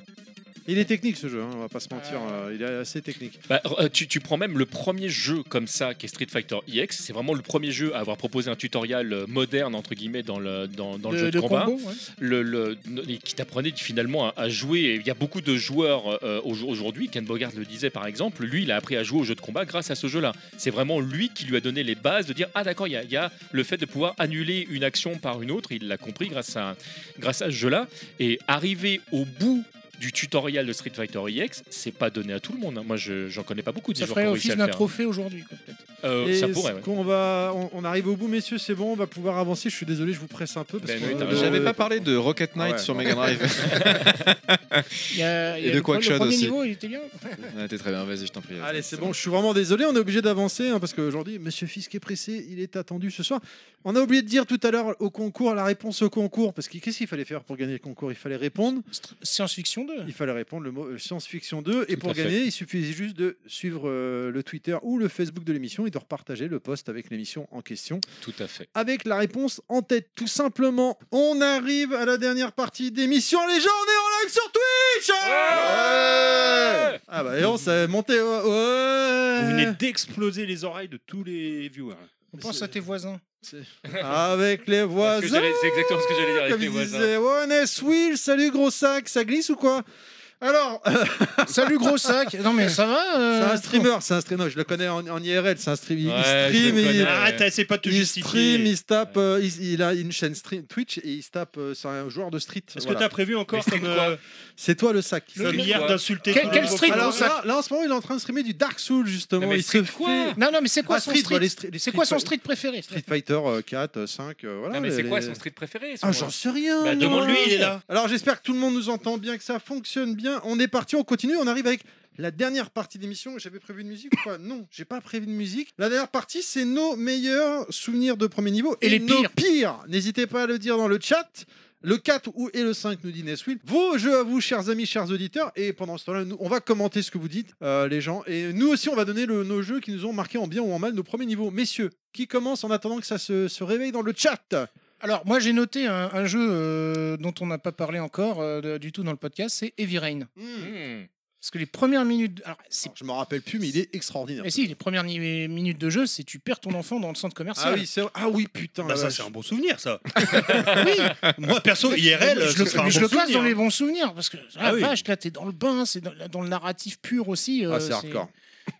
Il est technique ce jeu, hein, on va pas se mentir, euh, il est assez technique.
Bah, euh, tu, tu prends même le premier jeu comme ça, qui est Street Fighter EX, c'est vraiment le premier jeu à avoir proposé un tutoriel euh, moderne, entre guillemets, dans le, dans, dans le
De-
jeu de,
de
combat.
combo, ouais.
le, le- et qui t'apprenait finalement à, à jouer. Et Il y a beaucoup de joueurs euh, au- aujourd'hui, Ken Bogard le disait par exemple, lui il a appris à jouer au jeu de combat grâce à ce jeu-là. C'est vraiment lui qui lui a donné les bases de dire Ah d'accord, il y, a- il y a le fait de pouvoir annuler une action par une autre, il l'a compris grâce à, grâce à ce jeu-là. Et arriver au bout du tutoriel de Street Fighter EX, c'est pas donné à tout le monde. hein. Moi, je- j'en connais pas beaucoup des
Ça
joueurs
ferait
qui ont réussi
office
à le
d'un
faire. hein.
trophée aujourd'hui. quoi, peut-être.
Euh,
Et
ça pourrait,
ce
ouais.
qu'on va, on, on arrive au bout, messieurs, c'est bon, on va pouvoir avancer. Je suis désolé, je vous presse un peu. parce euh,
Ben
qu'on
oui,
a
t'as
le-
raison.
J'avais pas parlé de Rocket Knight
Ah ouais,
sur
non.
Mega Drive.
Il y a- il y
Et
a
de
le pre-
Quackshot
Le premier
aussi.
niveau, hein. il était bien.
Ouais, T'es très bien, vas-y, je t'en prie.
euh, Allez, c'est bon, je suis vraiment désolé, on est obligé d'avancer hein, parce qu'aujourd'hui, Monsieur Fisk est pressé, il est attendu ce soir. On a oublié de dire tout à l'heure au concours, la réponse au concours, parce que qu'est-ce qu'il fallait faire pour gagner le concours Il fallait répondre.
Science-fiction 2.
Il fallait répondre le mot euh, science-fiction 2. et
Tout
pour
à fait.
gagner, il suffisait juste de suivre euh, le Twitter ou le Facebook de l'émission et de repartager le post avec l'émission en question
Tout à fait.
avec la réponse en tête, tout simplement. On arrive à la dernière partie d'émission. Les gens, on est en live sur Twitch Ouais Ah bah, et on s'est monté. ouais, ouais.
Vous venez d'exploser les oreilles de tous les viewers.
On pense à tes voisins.
Avec les
Parce que
voisins.
j'allais- C'est exactement ce que j'allais dire avec
Comme
les
il
voisins.
disait, Ones, Will, salut gros sac, ça glisse ou quoi alors,
Salut gros sac. Non mais ça va euh,
c'est un streamer, c'est un streamer. Non, Je le connais en, en IRL, c'est un streamer.
Ouais,
il
je le
stream, il,
connais.
Arrête, essaie pas de te
il stream,
justifier.
il se tape, euh, il, il a une chaîne stream- Twitch et il se tape. euh, c'est un joueur de street.
Est-ce que
Voilà.
t'as prévu encore
Mais c'est
comme,
quoi
euh,
C'est toi le sac.
comme
Street
hier
quoi
d'insulter
Quel-
tous
quel
les
street
beaux-frères
Alors
gros
là, là, en ce moment, il est en train de streamer du Dark Souls justement.
euh, Non, mais
il
street
se
quoi
fait
Non non mais c'est quoi
Ah,
son
Street, bah, les
street
street- les
C'est quoi
street-
son street préféré
Street Fighter euh, 4, euh, 5, euh, voilà.
Non, mais c'est
les-
quoi son street préféré son-
Ah, j'en sais rien.
Bah,
moi.
demande-lui, il est là.
Alors, j'espère que tout le monde nous entend bien, que ça fonctionne bien. On est parti, on continue, on arrive avec la dernière partie d'émission. J'avais prévu de musique ou quoi Non, j'ai pas prévu de musique. La dernière partie, c'est nos meilleurs souvenirs de premier niveau
Et les
nos
pires.
pires. N'hésitez pas à le dire dans le chat. Le 4 ou et le 5 nous dit Neswill. Vos jeux à vous, chers amis, chers auditeurs. Et pendant ce temps-là, nous, on va commenter ce que vous dites, euh, les gens. Et nous aussi, on va donner le- nos jeux qui nous ont marqué en bien ou en mal nos premiers niveaux. Messieurs, qui commence en attendant que ça se, se réveille dans le chat
Alors moi j'ai noté un, un jeu euh, dont on n'a pas parlé encore euh, de- du tout dans le podcast, c'est Heavy Rain.
Hmm.
Parce que les premières minutes, alors c'est
Alors, je m'en rappelle plus, mais il est extraordinaire.
mais si, les premières ni- minutes de jeu, c'est tu perds ton enfant dans le centre
ah
commercial.
oui, c'est ah oui, putain.
Bah,
la
ça,
vache.
c'est un bon souvenir, ça. Moi, perso, IRL,
je
ce
le,
sera un
je
bon
le classe
souvenir.
dans
hein.
hein.
les bons souvenirs parce que ah,
Ah oui.
vache, là t'es dans le bain, c'est dans, dans le narratif pur aussi. euh,
Ah, c'est hardcore.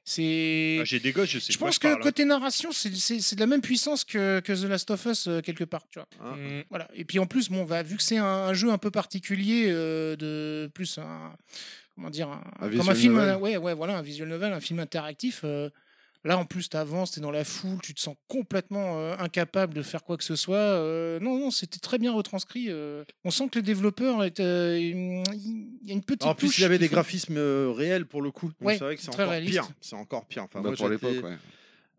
C'est
Ah, J'ai des gosses, je sais
je
de quoi
pense que
parle, hein.
côté narration, c'est- c'est c'est de la même puissance que, que The Last of Us euh, quelque part, tu vois.
Ah.
Hmm.
Voilà. Et puis en plus, bon, va, vu que c'est un, un jeu un peu particulier, euh, de plus un comment dire, un,
Un
comme un
visual
film,
novel.
euh, ouais, ouais, voilà, un visual novel, un film interactif. euh, là, en plus, t'avances, t'es dans la foule, tu te sens complètement euh, incapable de faire quoi que ce soit. euh, non, non, c'était très bien retranscrit. euh. on sent que les développeurs, étaient, euh, il y a une petite
En plus,
touche
il avait des
qu'ils font.
graphismes euh, réels pour le coup. Donc,
Ouais,
c'est vrai que c'est
très
encore
réaliste.
pire. C'est encore pire. Enfin,
Bah,
moi,
pour
j'étais-
l'époque, ouais.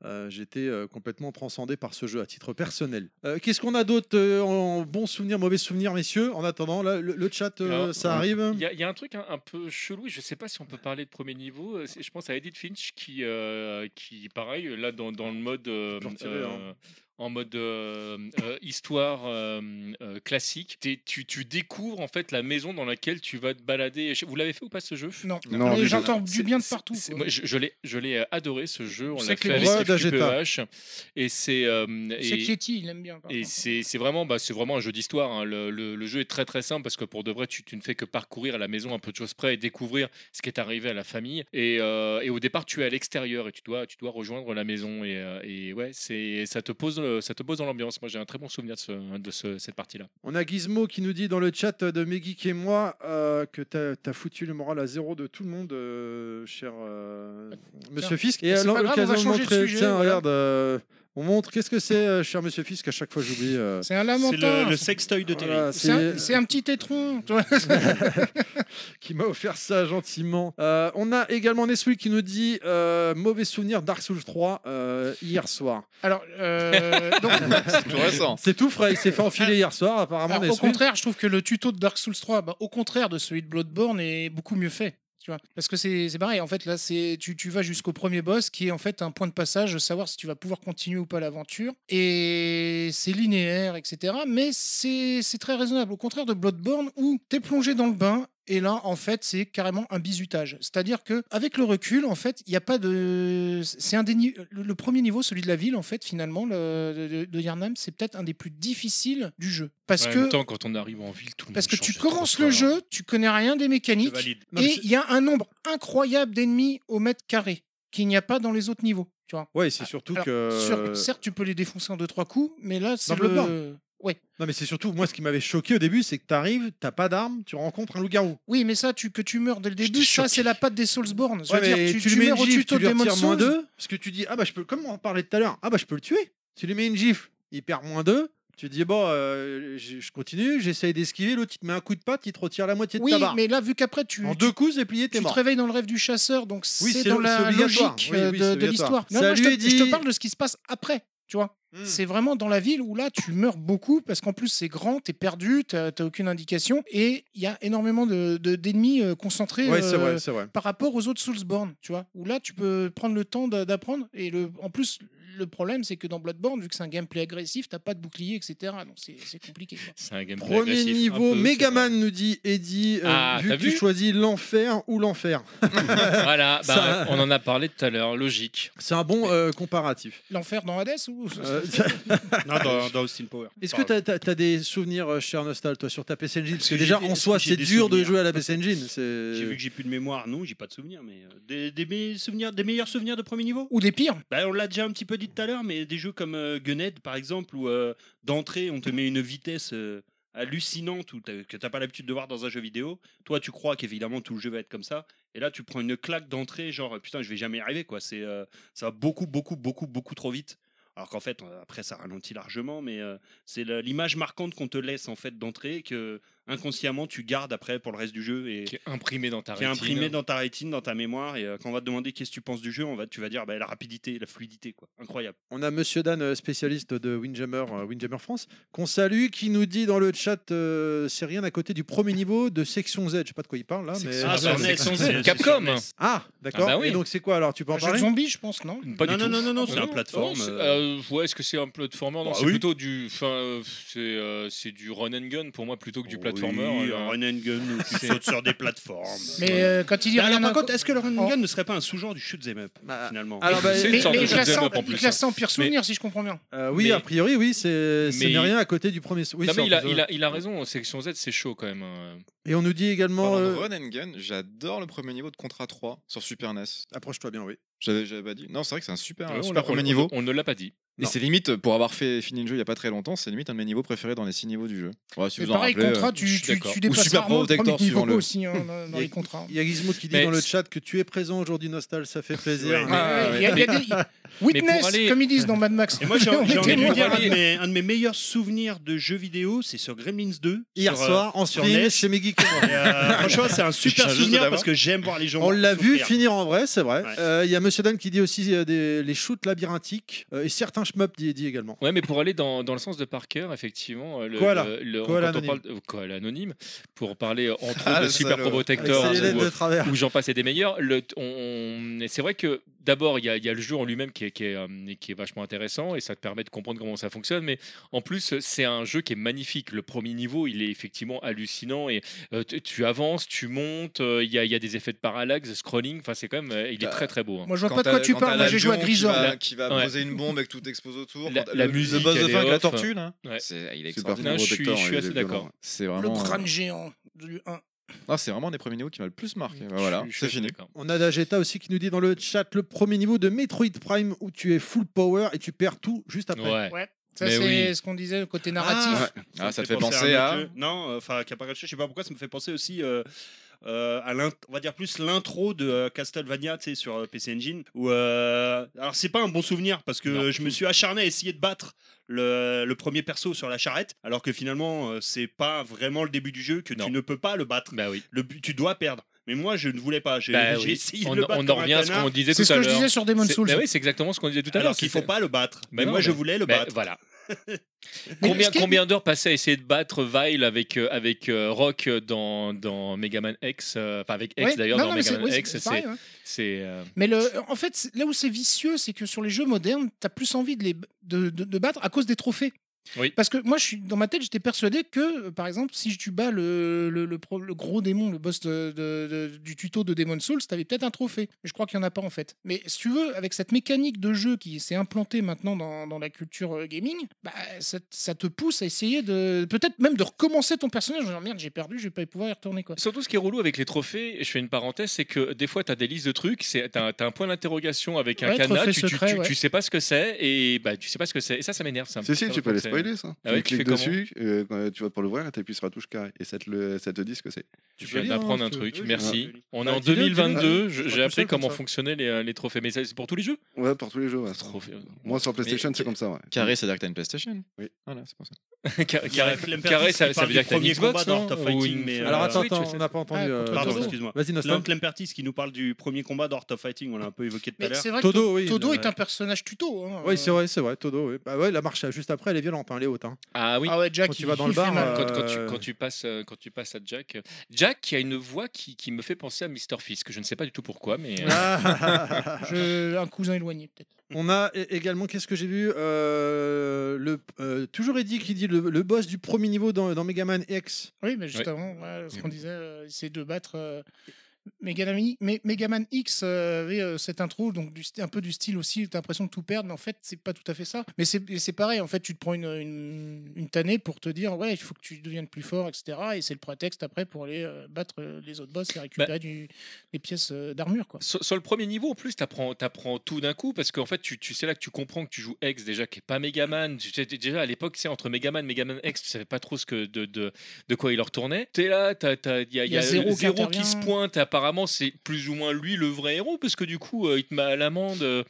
euh, j'étais euh, complètement transcendé par ce jeu à titre personnel. Euh, Qu'est-ce qu'on a d'autre euh, en bon souvenir, mauvais souvenir, messieurs En attendant, là, le, le chat, euh,
Alors,
ça
ouais.
arrive.
Il y, a- il y a un truc un, un peu chelou, je sais pas si on peut parler de premier niveau. euh, c'est- Je pense à Edith Finch qui, euh, qui pareil, là dans, dans le mode. euh,
Tu peux retirer, hein.
euh, En mode euh, euh, histoire euh, euh, classique, T'es- tu, tu découvres en fait la maison dans laquelle tu vas te balader. Je- Vous l'avez fait ou pas ce jeu
Non,
Non,
Mais
du
j'entends
C'est-
du bien de
c'est-
partout.
c'est-
quoi.
moi, je je l'ai, je l'ai euh, adoré ce jeu. On
C'est
l'a
que
fait
les
avec
droits
Steve
d'Ageta.
QPEH, et c'est euh,
C'est
et-
Yeti, il aime bien. par
et
contre.
c'est c'est vraiment, bah, c'est vraiment un jeu d'histoire. hein. Le, le- le jeu est très très simple parce que pour de vrai, tu, tu ne fais que parcourir à la maison un peu de choses près et découvrir ce qui est arrivé à la famille. Et, euh, et au départ, tu es à l'extérieur et tu dois, tu dois rejoindre la maison. Et, euh, et ouais, c'est- ça te, pose, euh, ça te pose dans l'ambiance. Moi, j'ai un très bon souvenir de, ce- de ce- cette partie-là.
On a Gizmo qui nous dit dans le chat de Megeek et moi euh, que t'as as foutu le moral à zéro de tout le monde, euh, cher euh, Monsieur Fisk. Et
c'est
alors,
pas grave, on va
l'occasion de
changer de
montrer-
sujet,
tiens,
voilà.
regarde, euh, on montre. Qu'est-ce que c'est, euh, cher Monsieur Fisk À chaque fois, j'oublie. euh.
C'est un
hein. C'est
lamentin.
le, le sextoy de Terry.
Voilà,
C'est un- c'est un petit étron. tu vois.
qui m'a offert ça gentiment. Euh, on a également Nesui qui nous dit euh, mauvais souvenir Dark Souls 3 euh, hier soir.
Alors, euh, donc,
Tout récent.
C'est tout frais, il s'est fait enfiler hier soir apparemment
Alors, au
Nesui.
contraire, je trouve que le tuto de Dark Souls 3, bah, au contraire de celui de Bloodborne, est beaucoup mieux fait. Tu vois Parce que c'est c'est pareil, en fait, là, c'est tu, tu vas jusqu'au premier boss qui est en fait un point de passage, de savoir si tu vas pouvoir continuer ou pas l'aventure. Et c'est linéaire, etc. Mais c'est c'est très raisonnable. Au contraire de Bloodborne où t'es plongé dans le bain. Et là, en fait, c'est carrément un bizutage. C'est-à-dire que, avec le recul, en fait, il n'y a pas de. C'est un des ni- le, le premier niveau, celui de la ville, en fait, finalement, le, de, de Yharnam, c'est peut-être un des plus difficiles du jeu. Parce
Ouais, en
que
même temps, quand on arrive en ville, tout le
parce
monde
que tu
change hein. de
commences le
transport.
jeu, tu connais rien des
Je
mécaniques,
valide.
Non, mais
et il y a un nombre incroyable d'ennemis au mètre carré qu'il n'y a pas dans les autres niveaux. Tu vois.
Ouais, c'est surtout
Alors,
que. euh
Sur- certes, tu peux les défoncer en deux trois coups, mais là, c'est
Dans le
le... Ouais.
Non, mais c'est surtout, moi, ce qui m'avait choqué au début, c'est que t'arrives, t'as pas d'arme, tu rencontres un loup-garou.
Oui, mais ça, tu, que tu meurs dès le début, ça, c'est la patte des Soulsborne. Je
Ouais,
veux dire,
mais
tu,
lui mets
meurs
une
au
gifle,
tuto
tu lui
de Demon's
retires moins
Souls.
2, parce que tu dis, ah bah je peux, comme on en parlait tout à l'heure, ah bah je peux le tuer. Tu lui mets une gifle, il perd moins 2, tu dis, bon, euh, je je continue, j'essaye d'esquiver, l'autre il te met un coup de patte, il te retire la moitié de
Oui,
ta barre.
mais là, vu qu'après, tu,
en
tu-
deux coups, c'est plié, t'es
tu te
mort.
réveilles dans le rêve du chasseur, donc
Oui,
c'est
c'est-
dans
c'est
la
obligatoire.
logique
Oui,
euh,
oui,
de,
c'est
de
obligatoire.
l'histoire. Non, moi, je,
Salut,
te, je te
Eddie.
parle de ce qui se passe après, tu vois.
Hmm.
Hmm.
C'est vraiment dans la ville où là, tu meurs beaucoup parce qu'en plus, c'est grand, t'es perdu, t'as t'as aucune indication et il y a énormément d'ennemis de, d'ennemis euh, concentrés.
Ouais, c'est
euh,
vrai, c'est vrai.
par rapport aux autres Soulsborne, tu vois, où là tu peux prendre le temps d'a- d'apprendre. Et le, en plus, le problème c'est que dans Bloodborne, vu que c'est un gameplay agressif, t'as pas de bouclier, etc. Donc c'est c'est compliqué. quoi.
C'est un gameplay
Premier
agressif, un
niveau,
peu,
Megaman nous dit Eddie, euh,
Ah,
vu
t'as
que tu
vu
choisis l'enfer ou l'enfer.
voilà, bah,
Ça-
on en a parlé tout à l'heure, logique.
C'est un bon euh, comparatif.
L'enfer dans Hades ou
Euh,
Non, dans, dans Austin Power.
Est-ce que t'as as, des souvenirs, euh, cher Nostal, toi, sur ta PC Engine Parce que
que j'ai
déjà,
des-
en
est-ce
soi,
que j'ai
c'est
des
dur de
souvenirs
jouer à la PC Engine.
J'ai
Euh,
vu que j'ai plus de mémoire, non, j'ai pas de souvenirs, mais euh, des, des me- souvenirs, des meilleurs souvenirs de premier niveau
Ou des pires
Bah, on l'a déjà un petit peu dit tout à l'heure, mais des jeux comme euh, Gunhead, par exemple, où euh, d'entrée, on te met une vitesse euh, hallucinante ou t'as- que t'as pas l'habitude de voir dans un jeu vidéo. Toi, tu crois qu'évidemment tout le jeu va être comme ça, et là, tu prends une claque d'entrée, genre euh, putain, je vais jamais y arriver, quoi. C'est euh, ça va beaucoup, beaucoup, beaucoup, beaucoup trop vite. Alors qu'en fait, euh, après, ça ralentit largement, mais euh, c'est la- l'image marquante qu'on te laisse en fait d'entrée que inconsciemment tu gardes après pour le reste du jeu et
Qui est imprimé dans ta
qui est
rétine.
imprimé dans ta rétine, dans ta mémoire. Et euh, quand on va te demander qu'est-ce que tu penses du jeu, on va, tu vas dire bah, la rapidité, la fluidité, quoi. Incroyable.
On a Monsieur Dan, euh, spécialiste de Windjammer, euh, Windjammer France, qu'on salue, qui nous dit dans le chat euh, c'est rien à côté du premier niveau de Section Z. Je sais pas de quoi il parle là, mais.
Ah,
sur
bah,
NES,
section
c'est-
Z,
c'est
Capcom.
sur NES.
Ah, d'accord.
Ah bah oui.
Et donc, c'est quoi alors Tu peux en
Un jeu de
parler
zombie, je pense, non
Pas
non,
du
non,
tout.
non, non, Ah non, c'est un plateforme.
Ah, c'est-
euh,
euh, ouais, est-ce que c'est un platformer Non,
Bah
c'est
oui.
plutôt du, enfin, euh, c'est euh, c'est du run and gun pour moi plutôt que du platformer.
oui,
euh,
un run and gun où tu sautes sur des plateformes.
Mais euh, quand il dit
Bah, alors,
rien
par
à-
contre, est-ce que le run and
Oh.
gun ne serait pas un sous-genre du shoot 'em up
Bah,
finalement
alors, bah,
C'est une
Ah mais,
sorte
mais
de
il
shoot 'em
classe ça en- hein.
up en
il
plus, hein.
classe ça en pire souvenir, si je comprends bien.
Euh, oui,
Mais-
a priori, oui, c'est ce
Mais-
n'est rien à côté du premier. Oui,
non
c'est
mais
en
il a,
plus,
il
euh,
a, il a raison. hein, Section Z, c'est chaud quand même. hein.
Et on nous dit également.
Parlant de
euh,
Run and Gun, j'adore le premier niveau de Contra 3 sur Super NES.
Approche-toi bien, oui.
J'avais j'avais pas dit. Non, c'est vrai que c'est un super,
Ah Ouais, on
super
l'a-
premier
on-
niveau.
On ne l'a pas dit.
Et c'est limite, pour avoir fait fini le jeu il y a pas très longtemps, c'est limite un de mes niveaux préférés dans les 6 niveaux du jeu. Ouais, si
Mais
vous en
pareil,
rappelez.
contrat,
euh,
je
tu,
suis
tu,
d'accord.
tu
Ou
dépasses
Super
rarement le
Protector,
premier
suivant
niveau
le-
aussi hein, dans- dans
Il y
les
a-
contrats.
Il y a Gizmo qui dit
Mais-
dans le chat que tu es présent aujourd'hui, Nostal, ça fait plaisir.
Ouais,
Ouais, il y a- il y a des- Witness,
pour aller-
comme ils disent dans Mad Max.
Et moi, j'ai
On est
j'ai envie de
témoin.
vous dire un de, mes, un de mes meilleurs souvenirs de jeux vidéo, c'est sur Gremlins 2.
Hier
sur, euh,
soir, en
sur
stream,
NES.
chez Meggy et moi.
et, euh, franchement, c'est un super
juste de
souvenir
l'avoir.
parce que j'aime voir les gens.
On l'a vu
souffrir.
finir en vrai, c'est vrai. Euh,
Ouais.
Il y a Monsieur Dan qui dit aussi euh, des- les shoots labyrinthiques euh, et certains shmup dit, dit également.
Ouais, mais pour aller dans, dans le sens de Parker, effectivement, euh, le,
Koala.
le- le-
Koala
quand on
anonyme.
parle de- koala anonyme, pour parler euh, entre
Ah,
autres de
le
Super
salaud.
Avec
Probotector
ses
ou,
lunettes de travers.
où j'en passais des meilleurs. Le, on, et c'est vrai que d'abord, il y, a- il y a le jeu en lui-même qui est, qui, est, euh, qui est vachement intéressant et ça te permet de comprendre comment ça fonctionne. Mais en plus, c'est un jeu qui est magnifique. Le premier niveau, il est effectivement hallucinant et euh, tu- tu avances, tu montes, euh, il y, a, il y a des effets de parallaxe, de scrolling. Enfin, c'est quand même, euh, il est
Bah,
très très beau. hein.
Moi, je vois
quand
pas de quoi
t'as-
tu
quand
parles.
t'as
Moi, j'ai joué à
l'avion
Grisor.
Qui va, qui va
Ouais.
poser une bombe et que tout explose autour.
La-
quand-
la
le,
musique,
Le boss de
elle est
fin avec la
off.
tortue, là.
Ouais.
C'est- il est
Super
extraordinaire.
Non, je suis- je
Protector,
suis
il est
assez
violent.
d'accord.
C'est vraiment. euh,
Le crâne géant du 1.
Ah, c'est vraiment un des premiers niveaux qui m'a le plus marqué. Bah, voilà,
Je suis- je
c'est
suis
fini.
d'accord.
On a Dageta aussi qui nous dit dans le chat le premier niveau de Metroid Prime où tu es full power et tu perds tout juste après.
Ouais.
Ouais. Ça,
Mais
c'est
oui.
ce qu'on disait, le côté narratif.
Ouais. Ah, ça te fait
un
penser
autre
à.
jeu. Non, euh, enfin, Caparacho, je sais pas pourquoi, ça me fait penser aussi. euh, euh, à l'int- on va dire plus l'intro de euh, Castlevania tu sais, sur euh, PC Engine où, euh, alors c'est pas un bon souvenir parce que
Non.
je me suis acharné à essayer de battre le, le premier perso sur la charrette alors que finalement euh, c'est pas vraiment le début du jeu que
Non.
tu ne peux pas le battre
Bah oui.
le, but- tu dois perdre mais moi je ne voulais pas j'ai
Bah
j'ai
oui.
essayé de
on,
le battre
on en
comme un
revient à ce
connard,
qu'on disait tout
C'est
à
ce que
l'heure.
je disais sur Demon's
C'est-
Souls.
bah oui, c'est exactement ce qu'on disait tout à l'heure.
alors qu'il
c'était-
faut pas le battre
Bah
mais
non,
moi je
mais-
voulais le
Bah,
battre
voilà.
Mais
combien
ce qui est-
combien d'heures passées à essayer de battre Vile avec, euh, avec euh, Rock dans, dans Mega Man X euh, Enfin, avec X
Ouais.
d'ailleurs,
Non,
dans
non, mais
Mega
c'est-
Man
ouais,
X.
c'est
C'est.
pareil, ouais.
c'est, euh,
Mais le, en fait, c'est- là où c'est vicieux, c'est que sur les jeux modernes, t'as plus envie de les de, de- de battre à cause des trophées.
Oui.
Parce que moi, je suis, dans ma tête, j'étais persuadé que, euh, par exemple, si tu bats le, le, le pro- le gros démon, le boss de- de- de- du tuto de Demon Souls, t'avais peut-être un trophée. Mais je crois qu'il n'y en a pas en fait. Mais si tu veux, avec cette mécanique de jeu qui s'est implantée maintenant dans, dans la culture euh, gaming, bah, ça, ça te pousse à essayer de peut-être même de recommencer ton personnage. Genre, merde, j'ai perdu, je vais pas pouvoir y retourner. Quoi.
Surtout ce qui est relou avec les trophées, et je fais une parenthèse, c'est que des fois tu as des listes de trucs, c'est- t'as un- t'as un point d'interrogation avec un
Ouais,
cadenas,
trophée
tu, tu,
secret,
tu-
ouais.
tu sais pas ce que c'est, et bah tu sais pas ce que c'est, et ça ça m'énerve. ça me-
Si, si,
ça
tu
me
peux les
fait-
spoilé ça.
Ah ouais, tu
tu cliques
fais
dessus, euh, bah, tu vas pour l'ouvrir et tu appuies sur la touche carré. Et ça te, le, ça te dit ce que c'est.
Tu viens
hein,
hein,
d'apprendre un truc, merci. On est
Bah,
en
dis-le, dis-le.
2022,
Ouais,
je-
pas
j'ai
tout
appris
seul comme
comment
ça.
fonctionnaient les, euh, les trophées. Mais ça, c'est pour tous les jeux
Ouais, pour tous les jeux. ouais. Moi sur PlayStation,
Mais-
c'est comme ça. Ouais.
Carré, c'est-à-dire que t'as une PlayStation
Oui.
Voilà, c'est pour ça.
Car-
Il y a
Carré,
Clem Perdis
carré,
qui
ça, ça
parle
veut
du
dire que t'as une
premier
Xbox,
combat
non
dans Art of
Ou
Fighting,
une-
mais,
Alors
euh,
attends,
Switch,
attends,
c'est
on
ça.
n'a pas entendu.
Ah,
euh,
contre- Pardon,
Toto.
excuse-moi.
Vas-y, Nostan.
Clem Clem Pertis qui nous parle du premier combat d'Art of Fighting, on l'a un peu évoqué tout à
Mais
l'heure.
c'est vrai
Todo,
que
oui,
Todo
le-
est un personnage tuto. hein.
Oui, c'est vrai, c'est vrai, Todo. Oui. Bah ouais, la marche juste après, elle est violente, hein, elle est haute. Hein.
Ah oui.
Ah ouais, Jack,
Quand tu
il-
vas dans le
il fait
bar,
mal.
euh,
Quand, quand tu, quand tu passes, euh, quand tu passes à Jack, euh, Jack qui a une voix qui, qui me fait penser à Mr. Fisk, je ne sais pas du tout pourquoi, mais euh,
Je- Un cousin éloigné, peut-être.
On a é- également, qu'est-ce que j'ai vu Euh, le, euh, Toujours Eddie qui dit le, le boss du premier niveau dans, dans Mega Man X.
Oui, mais juste
Ouais.
avant, ouais, ce qu'on
Mhm.
disait, euh, c'est de battre euh, Megaman, Me- Megaman X euh, avait euh, cette intro, donc du sty- un peu du style aussi, t'as l'impression de tout perdre, mais en fait, c'est pas tout à fait ça. Mais c'est et c'est pareil, en fait, tu te prends une, une, une tannée pour te dire, ouais, il faut que tu deviennes plus fort, etc. Et c'est le prétexte après pour aller euh, battre euh, les autres boss et récupérer
Bah.
du- des pièces euh, d'armure, quoi.
sur, sur le premier niveau, en plus, tu apprends, tout d'un coup parce qu'en fait, tu, tu sais là que tu comprends que tu joues X déjà, qui est pas Megaman. Tu sais, déjà à l'époque, c'est entre Megaman, Megaman X, tu savais pas trop ce que de, de, de quoi il retournait. T'es là, t'as- t'as- il y a, il y a Zéro, qui, se pointe. Apparemment, c'est plus ou moins lui le vrai héros parce que du coup, euh, il te met à l'amende. euh,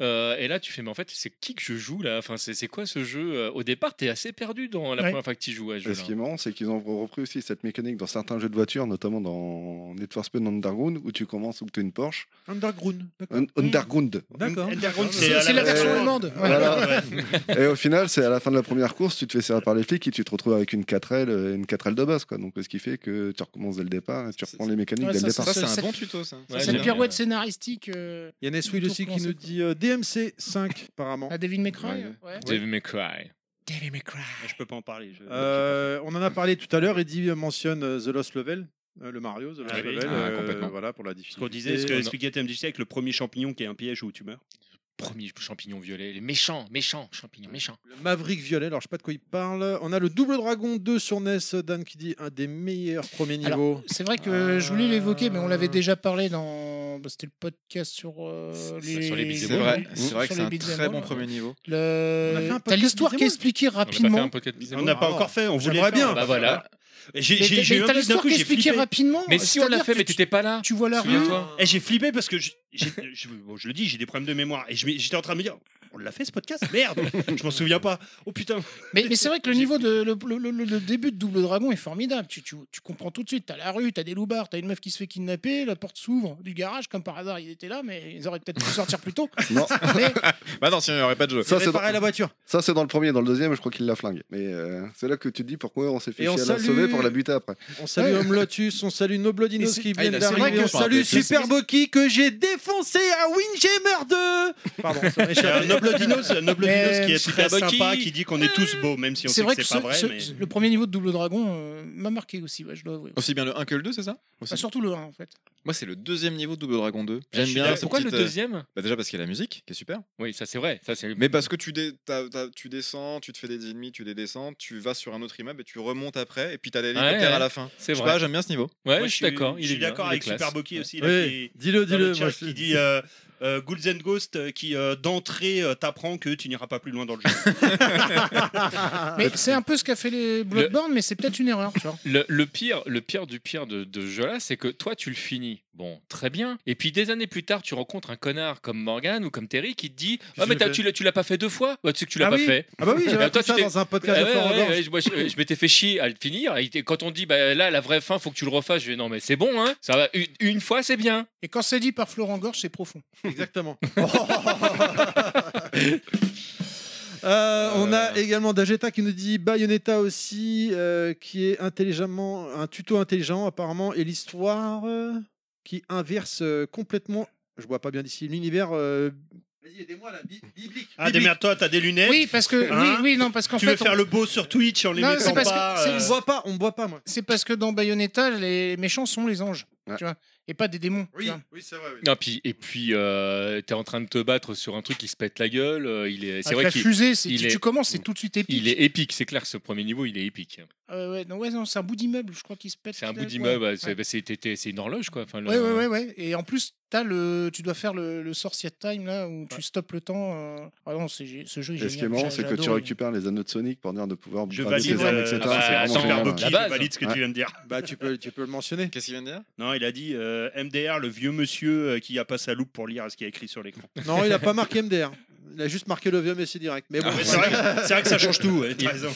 euh, et là, tu fais, mais en fait, c'est qui que je joue là Enfin, c'est c'est quoi ce jeu euh Au départ, t'es assez perdu dans la
Ouais.
première fois que tu joues à ce
Et ce qui est
jeu.
marrant, c'est qu'ils ont repris aussi cette mécanique dans certains jeux de voiture, notamment dans Need for Speed Underground, où tu commences ou que tu es une Porsche.
Underground. d'accord.
Un- Underground.
D'accord.
Underground,
C'est-
à
c'est la version
euh,
allemande.
ouais.
Voilà.
Ouais.
Et au final, c'est à la fin de la première course, tu te fais serrer par les flics et tu te retrouves avec une 4L, euh, une 4L de base. Quoi. Donc, ce qui fait que tu recommences dès le départ et tu reprends les mécaniques
Ouais,
dès le
ça,
départ.
ça, ça, ça- ça, Cette pirouette scénaristique. euh,
Il y a Neswill aussi qui nous dit euh, DMC 5, apparemment.
à Devil May Cry, hein.
Ouais.
ouais.
Devil May Cry.
Je peux pas en parler. je-
Euh, on en a parlé tout à l'heure, Eddie mentionne euh, The Lost Level, euh, le Mario, The Lost
Ah oui.
Level.
Ah,
euh,
complètement.
voilà, pour la
Ce
difficulté.
qu'on disait, ce que
On a-
expliquait TMDC avec le premier champignon qui est un piège où tu meurs.
Premier champignon violet, les méchants, méchants, champignons, méchants.
Maverick Violet, alors je sais pas de quoi il parle. On a le Double Dragon 2 sur NES, Dan qui dit un des meilleurs premiers
Alors,
niveaux.
C'est vrai que je voulais l'évoquer, mais on l'avait
Euh.
déjà parlé dans. bah, C'était le podcast sur euh, les.
sur les beat'em
C'est
all.
vrai,
Mmh.
c'est vrai
Sur
que c'est
les
un
beat'em
très
all,
bon
ouais.
premier niveau.
Le-
On a fait un
T'as
podcast
l'histoire
beat'em
qui est
all.
expliquée
On n'a pas fait
rapidement.
un podcast beat'em
On
all.
n'a pas
alors,
encore fait, on voulait
j'aimerais
le faire. hein.
bien.
Bah voilà.
Et J'ai
Mais
j'ai-
t'as-
j'ai
mais
eu
t'as
un
l'histoire
truc
qui est
d'un coup, j'ai
expliquée
flippé.
rapidement.
Mais si on l'a
c'est-à-dire
fait,
que
mais
tu-
t'étais pas là.
Tu vois la rue.
Souviens-toi.
Et j'ai flippé parce que je, j'ai- je- bon, je le dis, j'ai des problèmes de mémoire. Et je m'ai- j'étais en train de me dire, on l'a fait ce podcast Merde Je m'en souviens pas. Oh putain
Mais, mais c'est vrai que le niveau de le, le- le- le début de Double Dragon est formidable. Tu, tu- tu comprends tout de suite. T'as la rue, t'as des loupards, t'as une meuf qui se fait kidnapper, la porte s'ouvre du garage comme par hasard. Ils étaient là, mais ils auraient peut-être pu sortir plus tôt.
Non.
Mais
Bah non, sinon il n'y aurait pas de jeu.
Ça, c'est
Réparer
dans-
la voiture.
Ça, c'est dans le premier. Dans le deuxième, je crois qu'il l'a flingue. Mais euh, c'est là que tu te dis pourquoi on s'est fait
Et on
chier à la
salue-
sauver pour la buter après.
On salue Home Lotus, on salue Noblodinos
Et
qui
Ah, il
viennent
a- c'est vrai
d'arriver, on
que- je me
salue
rappelle plus.
Super Boki que j'ai défoncé à Windjammer 2 Pardon, euh, ça m'a
Il y a un
échappé.
Noblodinos, Noblodinos
Mais-
qui est très
Super Bucky.
sympa, qui dit qu'on est tous beaux, même si on
Euh, c'est
sait
vrai
que
que,
c'est pas
ce-
vrai.
ce-
mais-
le premier niveau de Double Dragon euh, m'a marqué aussi, ouais, je dois avouer.
Aussi bien le 1 que le 2, c'est ça
Enfin, surtout le 1 en fait.
Moi, c'est le deuxième niveau de Double Dragon 2.
Je
J'aime
suis
bien.
d'accord.
cette
Pourquoi le
petite, euh,
deuxième
bah Déjà parce qu'il y a la musique, qui est super.
Oui, ça c'est vrai. Ça, c'est-
Mais parce que tu, dé- t'as- t'as- tu descends, tu te fais des ennemis, tu les descends, tu vas sur un autre immeuble et tu remontes après, et puis t'as l'hélicoptère
Ouais, ouais.
à la fin.
C'est
Je sais
vrai.
pas, j'aime bien ce niveau.
Ouais,
Moi,
je suis d'accord. il
Je suis
est bien,
d'accord
il est
avec
classe.
Super Bucky aussi. là, qui-
Oui, Dis-le,
dans le
dis-le.
chat,
moi, je-
qui dit euh, euh, Ghouls and Ghosts euh, qui euh, d'entrée euh, t'apprend que tu n'iras pas plus loin dans le jeu.
Mais c'est un peu ce qu'a fait les Bloodborne, mais c'est peut-être une erreur. Tu vois.
Le, le pire, le pire du pire de, de ce jeu-là, c'est que toi, tu le finis. Bon, très bien. Et puis des années plus tard, tu rencontres un connard comme Morgan ou comme Terry qui te dit Ah,
que
mais
j'ai
t'as-
fait
tu l'as- tu l'as pas fait deux fois Bah, Tu sais que tu l'as
Ah
pas
oui.
fait.
Ah bah oui, j'avais
Ah, toi,
appris ça
tu t'es-
dans un podcast
Ah
de
ouais,
Florent
ouais,
Dorge.
ouais, je- moi, je, je m'étais fait chier à le finir. Et t- quand on dit bah, Là, la vraie fin, faut que tu le refasses, je vais Non, mais c'est bon, hein ça va, une, une fois, c'est bien.
Et quand c'est dit par Florent Gorge, c'est profond.
Exactement. Euh, on a également Dageta qui nous dit Bayonetta aussi, euh, qui est intelligemment un tuto intelligent apparemment, et l'histoire euh, qui inverse euh, complètement, je vois pas bien d'ici, l'univers. euh, Vas-y, aidez-moi là, bi- biblique.
Ah, démerde-toi, t'as des lunettes.
Oui, parce que
Hein
oui, oui, non, parce qu'en
tu
fait,
veux faire
on-
le beau sur Twitch en les
Non,
mettant
c'est parce
pas.
que
euh,
c'est
On me voit pas, on me voit pas moi.
c'est parce que dans Bayonetta, les méchants sont les anges.
Ouais.
Tu vois. et pas des démons. tu vois.
oui c'est vrai. oui.
Non, puis, et puis, euh, t'es en train de te battre sur un truc qui se pète la gueule. euh, il est, c'est
Avec
vrai
la
qu'il-
fusée, c'est-
il
tu,
est-
tu commences, c'est tout de suite épique.
Il est épique, c'est clair. Ce premier niveau, il est épique.
Euh, ouais, non, ouais, non, c'est un bout d'immeuble, je crois qu'il se pète.
C'est un bout
Ouais.
d'immeuble.
Ouais.
C'est, bah, euh, c'est- t'étais- c'est une horloge, quoi. Enfin, le-
Ouais, ouais, ouais, ouais. Et en plus, as le, tu dois faire le, le Sorcier Time, là, où tu stoppes le temps. euh. Ah non, c'est gé- ce jeu est
Et
génial.
ce qui est marrant,
j'ai-
c'est que tu
j'adore.
récupères les anneaux de Sonic pour dire de pouvoir
Je
brader
valide,
ses armes,
euh,
etc.
ah bah,
C'est vraiment
attends,
génial.
Bardock,
Ouais.
je valide ce que
Ouais.
tu viens de dire.
Bah tu peux, tu peux le mentionner.
Qu'est-ce qu'il vient de dire
Non, il a dit euh, MDR, le vieux monsieur euh, qui a pas sa loupe pour lire ce qu'il y a écrit sur l'écran.
Non, il a pas marqué MDR. Il a juste marqué le vieux Messi direct. Mais bon,
Ah, Mais C'est vrai, que- c'est vrai que ça change tout, ouais, t'as raison.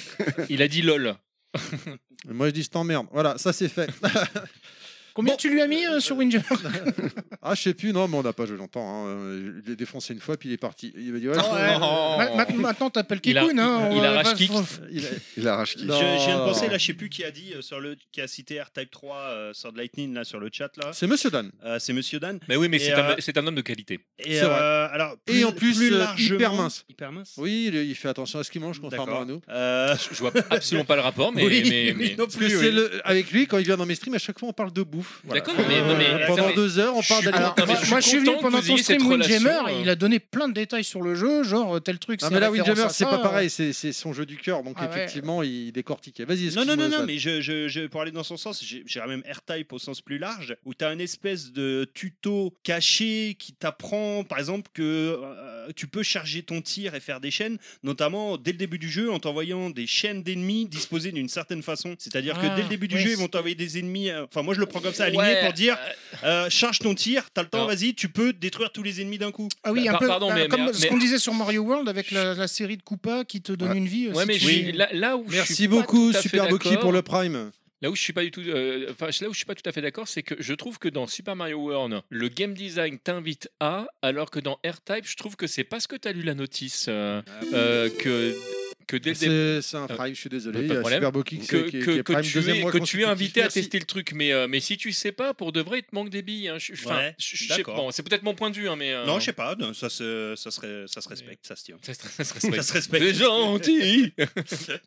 Il a dit lol.
moi je dis je t'emmerde. Voilà, ça c'est fait.
Combien tu lui as mis euh, sur Windjammer
Ah, je sais plus, non, mais on n'a pas joué longtemps. Hein. Je l'ai défoncé une fois, puis il est parti. Il m'a dit,
Ah,
Ah ouais,
Ouais.
Oh.
Ma- ma- Maintenant, t'appelles
Il a-
Kikun. hein,
il
on va-
arrache
va-
kick.
il a-
Il arrache qui
Je, je viens de
Non.
penser, là, je sais plus qui a dit euh, sur le, qui a cité R-Type 3 euh, sur de Lightning là sur le chat là.
C'est Monsieur Dan.
Euh, c'est Monsieur Dan.
Mais oui, mais
Et,
c'est, un,
euh,
c'est un homme de qualité.
Et,
C'est vrai.
euh, alors,
Et en plus, euh, hyper mince.
Hyper mince.
Oui, il, il fait attention à ce qu'il mange, contrairement à nous.
Euh,
Je vois absolument pas le rapport, mais.
Oui,
mais-
oui,
mais-
non plus, Parce que c'est le- avec lui, quand il vient dans mes streams, à chaque fois on parle de bouffe. Voilà.
D'accord, mais- non, mais-
Euh,
attends,
pendant
mais-
deux heures, on
je
parle
suis
d'aliment.
content, mais
moi,
je suis
moi, je suis venu
content
pendant
que vous
ton
ayez cette
stream Windjammer,
relation, euh.
il a donné plein de détails sur le jeu, genre euh, tel truc.
Non,
c'est
mais là,
référence
Windjammer,
à
c'est
ça,
pas
euh.
pareil, c'est c'est son jeu du cœur, donc
Ah ouais.
effectivement, il décortiquait. Vas-y,
Non, non,
excuse-moi,
non, non,
Dan.
mais je, je, je- pour aller dans son sens, j'ai- j'irais même R-Type au sens plus large, où tu as un espèce de tuto caché qui t'apprend, par exemple, que euh, tu peux charger ton tir et faire des chaînes, notamment dès le début du jeu en t'envoyant des chaînes d'ennemis disposées d'une certaine façon. C'est-à-dire
Ah,
que dès le début du
oui,
jeu, ils
c'est-
vont t'envoyer des ennemis. euh, Enfin, moi, je le prends comme ça, aligné,
Ouais,
pour dire
euh,
euh, charge ton tir, t'as le temps,
Non.
vas-y, tu peux détruire tous les ennemis d'un coup.
Ah oui,
Bah,
un
par-
peu
pardon,
euh,
mais-
comme
mais-
ce qu'on
mais-
disait sur Mario World avec la, la série de Koopa qui te donne une vie. euh,
Ouais,
si
mais
tu-
je suis- là, là où je suis
Merci
pas
beaucoup,
tout à fait
Super Doki,
d'accord-
pour le Prime.
Là où je suis pas du tout, euh, enfin là où je suis pas tout à fait d'accord, c'est que je trouve que dans Super Mario World, le game design t'invite à, alors que dans R-Type, je trouve que c'est parce que t'as lu la notice euh, euh, que que dès le début
C'est c'est un Prime, je suis désolé.
pas de
Il y a
problème.
Super Doki qui,
que,
qui- qui
que-
est
que
Prime
tu
deuxième
es,
mois
que tu es
consécutif.
invité à
Merci.
tester le truc, mais euh, mais si tu sais pas, pour de vrai, il te manque des billes. hein. Je- je- enfin,
Ouais,
je- je sais-
d'accord.
bon, c'est peut-être mon point de vue, hein, mais euh,
Non, je sais pas, non, ça se, ça, se, ça se respecte, ça se tient.
ça se, ça se
Ça
respecte.
se respecte.
C'est gentil.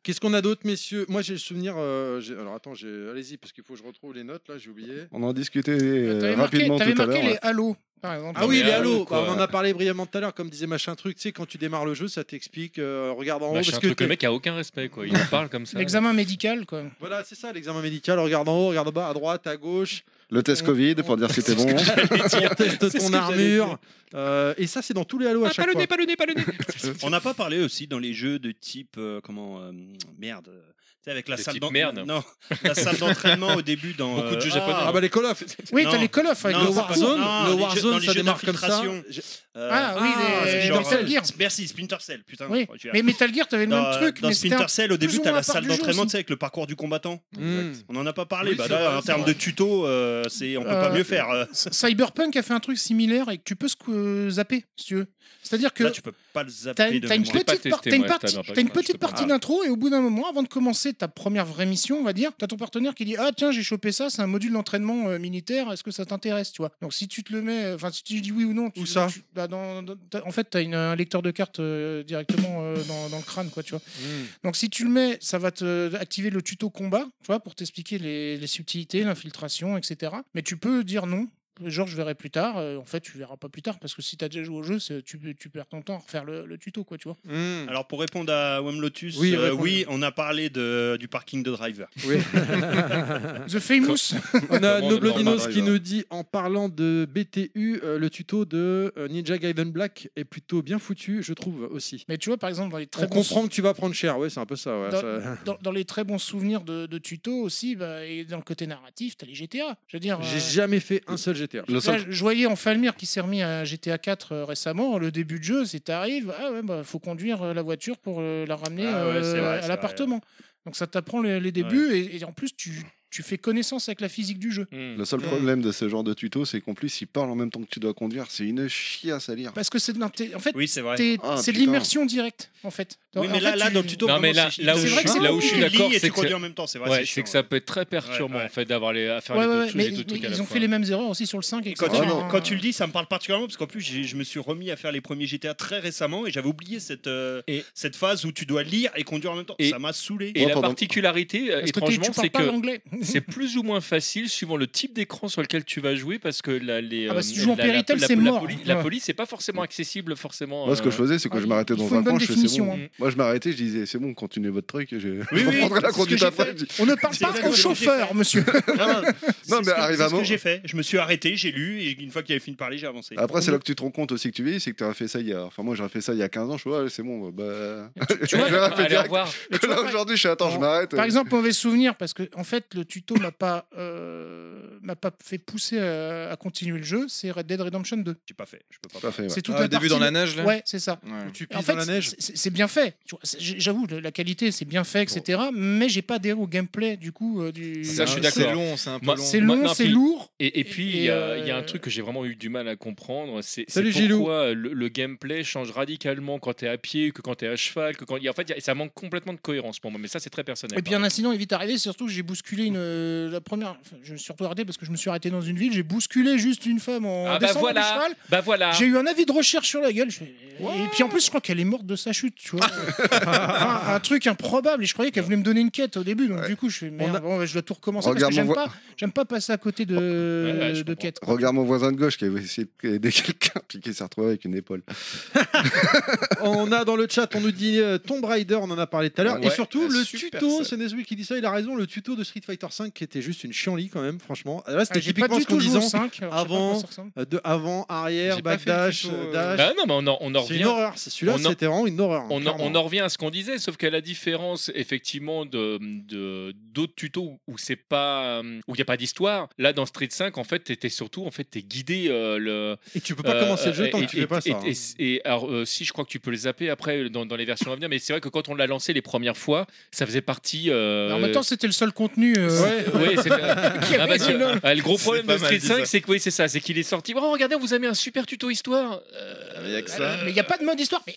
Qu'est-ce qu'on a d'autre, messieurs Moi, j'ai le souvenir. euh, j'ai- Alors attends, j'ai- allez-y, parce qu'il faut que je retrouve les notes, là, j'ai oublié.
On en discutait euh,
T'avais marqué,
rapidement
t'avais
tout à
marqué
l'heure.
les Halo, par exemple.
Ah oui,
mais
les
Halo,
halos,
quoi.
on en a parlé brillamment tout à l'heure, comme disait machin truc, tu sais, quand tu démarres le jeu, ça t'explique, euh, regarde en haut,
Machin
parce que
truc, le
t'es-
mec a aucun respect, quoi. Il en parle comme ça.
L'examen médical, quoi.
voilà, c'est ça, l'examen médical, regarde en haut, regarde en bas, à droite, à gauche,
Le test Covid pour dire si t'es bon.
on teste ton armure, euh, et ça c'est dans tous les halos à
Ah, pas
chaque
le
fois.
nez, pas le nez, pas le nez.
On n'a pas parlé aussi dans les jeux de type euh, comment euh, merde. euh, tu sais, avec la
De
salle
type
d'en-
merde.
Non, la salle d'entraînement au début dans
Beaucoup de
euh,
jeux
ah,
japonais.
Ah bah les Call of,
Oui,
Non.
t'as les Call of avec
Non,
le
le
c'est
Warzone.
pas
Warzone,
non,
le
les jeux- dans
Warzone
les
ça
jeux
démarre comme ça.
d'infiltration.
Je-
euh,
Ah oui, les-
c'est
Splinter Cell.
euh, Merci Splinter Cell, putain.
Oui.
je vais
Mais
arriver.
Metal Gear, t'avais le
dans, euh,
même truc,
dans
mais c'était un-
Splinter Cell, au début,
ou
t'as
moins
la
part
salle
du jeu
d'entraînement,
aussi.
tu sais, avec le parcours du combattant.
Hmm.
On n'en a pas parlé.
Oui,
bah,
c'est
là,
vrai,
en
c'est
termes de
vrai.
tuto, euh, c'est, on peut
Euh,
pas mieux faire. euh.
Cyberpunk a fait un truc similaire et que tu peux squ- euh, zapper, si tu veux. C'est-à-dire que
Là, tu peux pas le
t'as
zapper
une
de
t'as une
mémoire.
l'ai pas
petite,
testé,
par- t'as une
moi,
partie,
Cyberpunk,
t'as une
je peux
petite
pas.
partie d'intro et au bout d'un moment, avant de commencer ta première vraie mission, on va dire, t'as ton partenaire qui dit ah tiens j'ai chopé ça, c'est un module d'entraînement euh, militaire, est-ce que ça t'intéresse, tu vois Donc si tu te le mets, enfin si tu dis oui ou non, tu,
Où ça
tu- bah, dans- dans- t'as- en fait t'as une- un lecteur de cartes euh, directement euh, dans, dans le crâne, quoi, tu vois.
hum,
Donc si tu le mets, ça va te activer le tuto combat, tu vois, pour t'expliquer les, les subtilités, l'infiltration, etc. Mais tu peux dire non. Genre, je verrai plus tard. Euh, en fait, tu verras pas plus tard parce que si t'as déjà joué au jeu, c'est- tu, peux- tu perds ton temps à refaire le, le tuto, quoi, tu vois.
Hmm.
Alors, pour répondre à Wem Lotus,
Oui,
euh,
réponds.
oui, on a parlé de, du parking de driver.
Oui. Ah,
The Famous.
On a
Comment
Noblodinos
on
qui
arrive,
nous dit en parlant de BTU, euh, le tuto de euh, Ninja Gaiden Black est plutôt bien foutu, je trouve aussi.
Mais tu vois, par exemple, dans les très
On
bons
comprend que tu vas prendre cher, ouais, c'est un peu ça. ouais,
dans,
ça-
dans- dans les très bons souvenirs de, de tuto aussi, bah, et dans le côté narratif, t'as les GTA. Je veux dire,
J'ai
euh,
jamais fait un seul GTA.
Le
Là,
seul-
je je voyais en Falmir qui s'est remis à GTA 4 euh, récemment. Le début de jeu, c'est t'arrives, ah ouais, bah, faut conduire euh, la voiture pour euh, la ramener
Ah ouais,
euh,
c'est vrai,
à
c'est
l'appartement. Donc ça t'apprend les, les débuts et, et en plus tu, tu fais connaissance avec la physique du jeu.
Hmm.
Bah,
Le seul problème de ce genre de tuto, c'est qu'en plus, ils parlent en même temps que tu dois conduire. C'est une chiasse à lire.
Parce que c'est de l'inté- en fait
Oui, c'est vrai.
t'es-
Ah,
c'est de
putain.
l'immersion directe en fait.
Oui,
En
mais là,
fait,
là,
tu-
dans le tuto,
Non,
vraiment,
mais là-
c'est-
là où
c'est
je
vrai
suis-
que
là
c'est
où je suis
beaucoup. Tu lis
d'accord, c'est
et tu
que
conduis
c'est-
en même temps, c'est vrai.
Ouais,
c'est
c'est que
chiant,
ça peut être très perturbant
Ouais, ouais.
en fait d'avoir les à faire
Ouais,
les
ouais,
deux
ouais,
trucs
mais
et deux trucs à
ils
la
ont
fois.
fait les mêmes erreurs aussi sur le 5.
Et Quand,
etc.
tu,
non.
quand tu le dis, ça me parle particulièrement parce qu'en plus, j'ai- je me suis remis à faire les premiers GTA très récemment et j'avais oublié cette, euh,
Et-
cette phase où tu dois lire et conduire en même temps.
Et-
ça m'a saoulé.
Et
Moi,
la
pendant-
particularité, euh,
Parce que t'es-
étrangement,
tu
c'est
parles pas
que
l'anglais.
c'est plus ou moins facile suivant le type d'écran sur lequel tu vas jouer parce que la, les, euh,
Ah bah, si tu joues en
la,
Péritel,
la-
c'est
la- la
mort.
poli- la
Ouais.
police, c'est pas forcément accessible forcément.
Moi, ce que
euh,
je faisais, c'est que je m'arrêtais
Ah, il
dans
faut
un
une bonne
coin, je faisais c'est
définition,
bon.
hein.
Moi, je m'arrêtais, je disais, c'est bon, continuez votre truc. Je
Oui,
on
oui,
prendra
c'est
la
ce que
conduite
j'ai
après.
fait.
On ne parle
C'est
pas
exactement
au
ce que j'ai
chauffeur,
fait.
monsieur.
Non,
C'est ce
mais
que-
arrive
c'est
un
ce que
moment-
j'ai fait. Je me suis arrêté, j'ai lu, et une fois qu'il avait fini de parler, j'ai avancé. Oh,
Après, c'est là que tu te rends compte aussi que tu vis, c'est que tu as fait ça il y a. Enfin, moi, j'aurais fait ça il y a 15 ans, je suis, ouais, c'est bon, bah.
tu vois,
J'aurais fait
allez, au
direct.
revoir.
tu vois,
Là,
par-
aujourd'hui, je suis, attends, je
Bon,
m'arrête. euh,
Par exemple, mauvais souvenir, parce que en fait, le tuto m'a pas, euh, m'a pas fait pousser à, à continuer le jeu, c'est Red Dead Redemption 2.
J'ai pas fait. Je peux pas.
Tout à fait, ouais.
C'est toute
Ah,
la
au début
partie
dans la neige, là
Ouais, c'est ça.
Ouais.
Tu
En
pisses
fait,
dans la neige.
c'est- c'est c'est bien fait. Tu vois, c'est- J'avoue, le- la qualité, c'est bien fait, etc. Mais j'ai pas adhéré au gameplay du coup euh, du.
Ça, je suis
C'est-
d'accord. C'est long, c'est un peu
Moi,
long.
C'est
Bah,
long,
non,
c'est
puis-
lourd.
Et, et puis,
Et,
il y, a-
euh,
il y a un truc que j'ai vraiment eu du mal à comprendre. C'est c'est
Salut, Gilou.
pourquoi le, le gameplay change radicalement quand t'es à pied, que quand t'es à cheval. Que quand... il y a- En fait, il y a- ça manque complètement de cohérence pour moi, mais ça, c'est très personnel.
Et puis un incident est vite arrivé, surtout que j'ai bousculé une, euh, la première. enfin, je me suis retardé parce que je me suis arrêté dans une ville, j'ai bousculé juste une femme en
Ah, bah
descendant
voilà.
du cheval.
Bah voilà.
J'ai eu un avis de recherche sur la gueule. je fais- Et puis en plus, je crois qu'elle est morte de sa chute, tu vois. Enfin, un truc improbable. Et je croyais qu'elle voulait me donner une quête au début. Donc du coup, je fais merde, bon, je dois tout recommencer parce
Regarde
que
mon
j'aime
voi-
pas, j'aime pas passer à côté de,
Ouais, ouais, je
de
comprends.
quêtes.
Regarde mon voisin de gauche qui avait essayé d'aider quelqu'un, puis qui s'est retrouvé avec une épaule.
On a dans le chat, on nous dit euh, Tomb Raider, on en a parlé tout à l'heure.
Ouais,
et surtout,
la
le
super
tuto,
scène.
c'est Nezui qui dit ça, il a raison, le tuto de Street Fighter 5 qui était juste une chianlie quand même, franchement. Là,
Ah,
c'était
j'ai pas
typiquement
du
ce qu'on
tout joué
disait
au 5. alors je sais pas à quoi
avant,
ça ressemble.
euh, de avant, arrière,
J'ai pas
back
fait le
dash,
tuto, euh,
dash.
Bah non, mais on en, on en
C'est une
revient.
horreur, c'est- celui-là
On en-
c'était vraiment une horreur. hein,
On en,
clairement.
on en revient à ce qu'on disait, sauf qu'à la différence effectivement de de- d'autres tutos où- où c'est pas euh, où il y a pas d'histoire, là dans Street 5 en fait t'étais surtout en fait t'es guidé euh, le
Et tu peux pas commencer le jeu
euh,
tant
et-
que tu fais pas
et-
ça. hein.
Et, et- alors, euh, si, je crois que tu peux le zapper après dans, dans les versions à venir, mais c'est vrai que quand on l'a lancé les premières fois, ça faisait partie. euh,
En même temps, c'était le seul contenu. euh,
Ouais, c'est- Ah, parce que, euh, le gros
C'est
problème
pas
de Street
mal dit, ça.
5, c'est que oui, c'est ça, c'est qu'il est sorti. Oh, regardez, on vous a mis un super tuto histoire. Euh,
Ah, Il y a que ça.
Mais il n'y a pas de mode histoire. Mais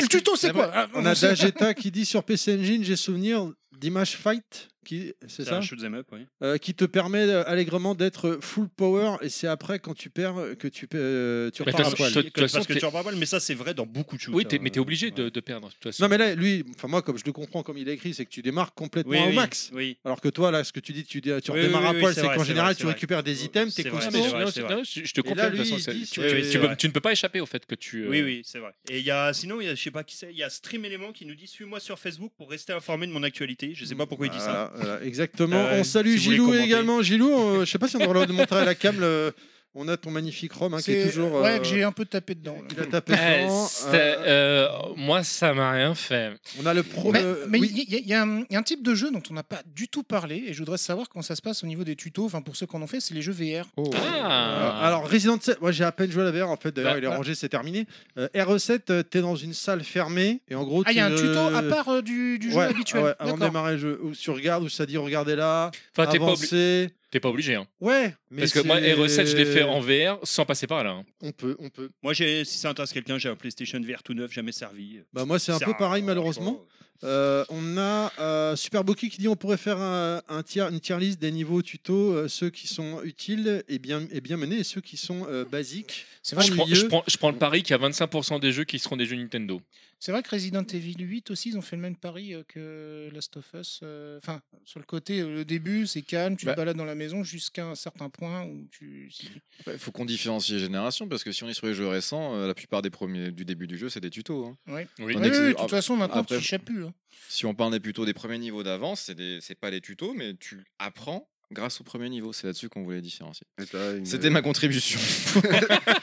le tuto, c'est quoi Ah,
On a
sait-
Dageta qui dit sur PC Engine, j'ai souvenir d'Image Fight, qui, c'est
C'est
ça
un shoot'em up, oui.
Euh, qui te permet euh, allègrement d'être full power et c'est après quand tu perds euh, que tu, peux, euh, tu
Mais
repars à
t'as-
poil.
je- De toute
Parce
façon,
que
t'es-
tu en parles, mais ça, c'est vrai dans beaucoup de hein. choses.
Oui, t'es- mais t'es
euh,
obligé de, de perdre. de toute façon.
Non mais là, lui, enfin moi comme je le comprends comme il a écrit, c'est que tu démarres complètement au max.
Oui.
Alors que toi là, ce que tu dis, tu, dé- tu
Oui,
redémarres
oui,
à
oui,
poil,
c'est
c'est
vrai,
qu'en
c'est
général
vrai,
tu
c'est
récupères des items, t'es
C'est vrai,
Ah,
costaud.
mais
c'est
je-
vrai,
non,
c'est
je-
vrai.
non, je je te
Et là,
confirme. de
lui,
toute façon,
il
c'est-
dit,
tu-
c'est-
tu-
oui,
tu
c'est
peux-
vrai.
Tu ne peux pas échapper au fait que tu. euh,
Oui, oui, c'est vrai. Et il y a, sinon, il y a, je sais pas qui c'est, il y a Stream Element qui nous dit Suis-moi sur Facebook pour rester informé de mon actualité. Je sais pas pourquoi il dit ça.
Voilà, voilà, exactement.
Euh,
on salue
si vous voulez
Gilou
commenter.
également. Gilou, euh, je sais pas si on aura le droit de montrer à la cam. le- On a ton magnifique Rome hein, qui est
c'est-
toujours.
Ouais,
euh,
que j'ai un peu tapé dedans. là.
il a tapé
Eh,
Euh,
dedans.
c'est-
Euh,
euh, Moi, ça m'a rien fait.
on a le pro.
Mais
le-
mais il
oui.
y, a- il y a un- il y a un type de jeu dont on n'a pas du tout parlé et je voudrais savoir comment ça se passe au niveau des tutos. Enfin, pour ceux qui en ont fait, c'est les jeux VR.
Oh.
Ah.
Euh, alors Resident 7, moi j'ai à peine joué à la VR en fait, d'ailleurs
Bah,
il est
bah.
rangé, c'est terminé. Euh, RE7, euh, t'es dans une salle fermée et en gros
Ah, il y a un
tu,
tuto
euh,
à part euh, du, du jeu
ouais,
habituel.
ouais, avant de
D'accord.
démarrer le jeu, où tu regardes, où ça dit regardez là,
Enfin, t'es pas, obli-
avancez.
t'es pas obligé. hein.
Ouais, mais
Parce que moi,
c'est-
RE7, je l'ai fait en VR sans passer par là. hein.
On peut, on peut.
Moi, j'ai- si ça intéresse quelqu'un, j'ai un PlayStation VR tout neuf, jamais servi.
Bah, moi c'est un
Ça,
peu pareil
euh,
malheureusement.
franchement,
Euh, on a euh, Super Boki qui dit on pourrait faire un, un tier, une tier list des niveaux tuto, euh, ceux qui sont utiles et bien, et bien menés et ceux qui sont euh, basiques.
C'est vrai,
Je prends,
Ennuyeux.
je, prends, je prends le pari qu'il y a 25% des jeux qui seront des jeux Nintendo.
c'est vrai que Resident Evil 8 aussi, ils ont fait le même pari euh, que Last of Us. euh, Enfin, sur le côté, euh, le début, c'est calme, tu
Bah.
te balades dans la maison jusqu'à un certain point où tu. si-
Il faut qu'on différencie les générations parce que si on est sur les jeux récents, euh, la plupart des premiers du début du jeu, c'est des tutos. hein.
Ouais.
Oui.
Ouais,
Tandis que
ouais,
c'est-
ouais, de toute façon, maintenant,
après-
tu échappes plus. hein.
Si on parlait plutôt des premiers niveaux d'avance, c'est des- c'est pas les tutos, mais tu apprends grâce au premier niveau. C'est là-dessus qu'on voulait différencier.
Et t'as
Euh.
une-
C'était ma contribution.
Ah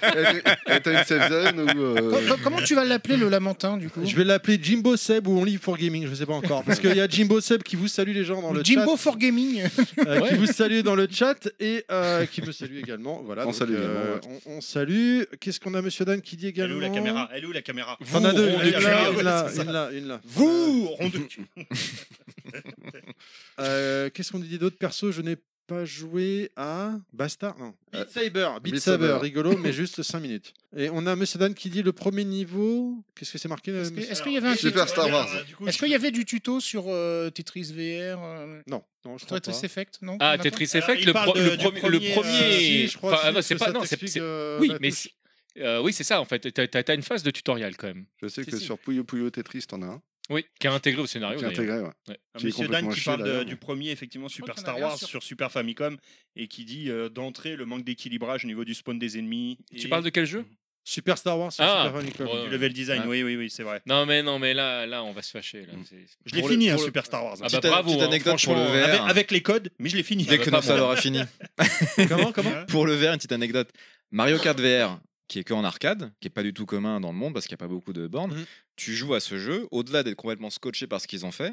bah
Et t'as une safe zone où. euh,
Co- co- Comment tu vas l'appeler le lamentin du coup
Je vais l'appeler Jimbo Seb ou Only for Gaming, je sais pas encore. Parce qu'il y a Jimbo Seb qui vous salue les gens dans le
Jimbo for Gaming.
chat, euh, qui vous salue dans le chat et euh, qui me salue également. Voilà,
On
donc,
salue
euh, on, on salue. Qu'est-ce qu'on a, Monsieur Dan, qui dit
Elle est
également
où la caméra Elle est où la caméra
On a deux,
rond
une
de
là,
cul.
une là,
Ouais, c'est
une là, une là.
Vous, rond de cul.
Euh, Qu'est-ce qu'on dit d'autre perso Je n'ai pas joué à Bastard non Beat Saber Beat,
Beat
Saber,
Saber.
rigolo mais juste 5 minutes et on a Monsieur Dan qui dit le premier niveau qu'est-ce que c'est marqué euh,
Est-ce que-
monsieur-
est-ce qu'il y avait un
Super
tuto-
Star Wars.
Alors, Euh, du coup,
Est-ce qu'il y avait du tuto sur euh, Tetris VR euh,
non non je crois pas
Tetris Effect non
Ah,
On a pas
Tetris
Alors,
Effect,
il
le,
parle
pro-
de-
le
du
premier. le
premier, euh,
premier-
Si, je crois
enfin, ah,
si,
non,
parce
c'est
que
pas.
ça
Non, c'est,
t'explique,
c'est-
euh,
Oui,
la
mais
touche.
c'est- euh, oui, c'est ça en fait. T'as, t'as- t'as une phase de tutoriel quand même.
Je sais
Si,
que
si.
sur Puyo Puyo Tetris, t'en as un.
Oui, qui est intégré au scénario.
Qui est intégré,
d'ailleurs.
ouais.
Ouais.
Qui est
Monsieur Dan
complètement
qui
haché,
parle de-
d'ailleurs.
du premier, effectivement, Super
qu'il y en
Star
avait un
Wars
sur-
sur Super Famicom et qui dit euh, d'entrée le manque d'équilibrage au niveau du spawn des ennemis.
Tu parles de quel jeu
Super Star Wars sur
Ah,
Super Famicom.
ouais.
Du level design,
Ah.
oui, oui, oui, c'est vrai.
Non mais non mais là là on va se fâcher.
Mm.
là. C'est-
Je l'ai
Pour le-
fini, hein,
pour le-
Super Star Wars.
Ah bah bravo. hein, franchement,
avec, avec les codes, mais je l'ai fini.
Ah,
Dès que
ça
Nopsal aura fini.
comment, comment
Pour le VR, une petite anecdote. Mario Kart VR, qui est que en arcade, qui est pas du tout commun dans le monde parce qu'il n'y a pas beaucoup de
Mmh.
bornes, tu joues à ce jeu, au-delà d'être complètement scotché par ce qu'ils ont fait,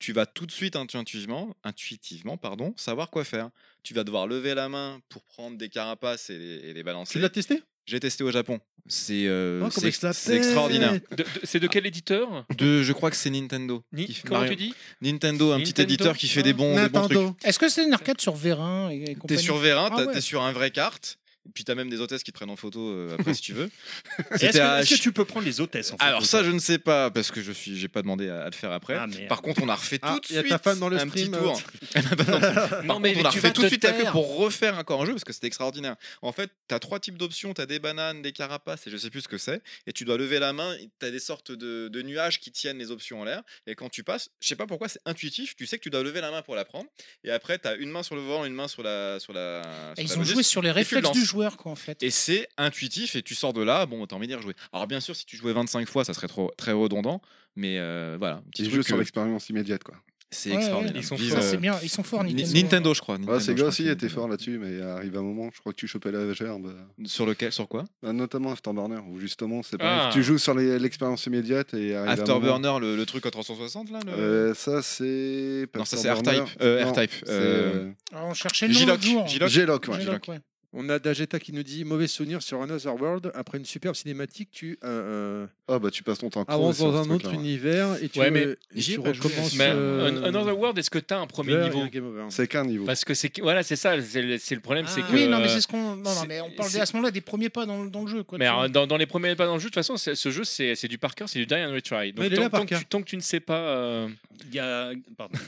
tu vas tout de suite intuitivement, intuitivement pardon, savoir quoi faire. Tu vas devoir lever la main pour prendre des carapaces et les, et les balancer.
Tu l'as testé
J'ai testé au Japon. C'est euh,
Oh,
c'est
comme
ex-
je la
c'est extraordinaire.
De- de- C'est de quel éditeur
De, je crois que c'est Nintendo. qui fait
Comment
Mario.
tu dis
Nintendo, un petit
Nintendo.
éditeur qui fait des bons, des bons trucs.
Est-ce que c'est une arcade sur Vérin et, et compagnie
T'es sur Vérin,
Ah
t'as-
ouais.
t'es sur un vrai carte. Et puis t'as même des hôtesses qui te prennent en photo euh, après si tu veux.
Est-ce que,
C'était à
est-ce que
Ch-
tu peux prendre les hôtesses en fait
Alors ça je ne sais pas parce que je suis j'ai pas demandé à, à le faire après.
Ah, merde.
Par contre on a refait
Ah,
tout de
y a
suite
ta femme dans le
un
stream,
petit
euh.
tour. Eh ben, non. Par
Non, mais
contre, on a
tu
refait
vas
tout
te
de suite la queue
taire.
pour refaire encore un jeu parce que c'était extraordinaire. En fait t'as trois types d'options t'as des bananes, des carapaces et je sais plus ce que c'est et tu dois lever la main et t'as des sortes de, de nuages qui tiennent les options en l'air et quand tu passes je sais pas pourquoi c'est intuitif tu sais que tu dois lever la main pour la prendre et après t'as une main sur le volant une main sur la sur la.
Et Ils
sur la
ont
manette,
joué sur les
et tu
réflexes
lances.
du joueur, quoi, en fait.
Et c'est intuitif et tu sors de là, bon, t'as envie d'y rejouer. Alors bien sûr, si tu jouais 25 fois, ça serait trop, très redondant, mais euh, voilà. un Petit
Des
truc
jeux sur
que-
l'expérience immédiate, quoi.
C'est
Ouais,
extraordinaire.
ouais, ils sont
Vive,
forts. Ça,
euh,
c'est bien, ils sont forts,
Ni-
Nintendo.
Nintendo, je crois. Nintendo,
Ouais,
je
Sega
crois
aussi
qu'il-
était fort là-dessus, mais arrive un moment, je crois que tu chopais la gerbe.
Sur lequel Sur quoi
Bah, Notamment Afterburner, où justement, c'est
Ah.
pareil. Tu joues sur les- l'expérience immédiate et arrive un moment-
Afterburner, le, le truc en 360 là le-
Euh, ça, c'est. pas
Non, ça, c'est
Afterburner.
R-Type. Euh,
Non,
R-Type,
c'est,
euh,
Ah, on cherchait le nom
G-Lock,
l'autre jour.
G-Lock.
G-Lock, ouais.
G-Lock, ouais.
On a Dageta qui nous dit mauvais souvenir sur Another World. Après une superbe cinématique, tu euh, euh,
Ah, bah, tu passes ton temps.
avances
crevé sur
dans
ce
un autre
truc-là, ouais.
univers et tu,
Ouais, mais
euh, et
j'y ai
tu
pas joué.
recommences.
Mais
euh,
Un- Another World, est-ce que t'as un premier
vers et
niveau
un game over.
C'est qu'un niveau.
Parce que c'est voilà, c'est ça, c'est le, c'est le problème, c'est que.
Ah. Oui, non, mais
euh,
c'est ce qu'on. Non, non, mais on parle
c'est-
à ce moment-là des premiers pas dans, le- dans le jeu, quoi.
mais
tu
alors,
vois.
dans, dans les premiers pas dans le jeu, de toute façon, c'est- ce jeu, c'est c'est du par cœur, c'est du die and retry.
Mais
Donc,
il est
tant,
là par
tant que tu,
cœur.
tant que tu ne sais pas, euh,
Il y a- Pardon.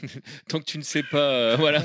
tant que tu ne sais pas, euh, voilà,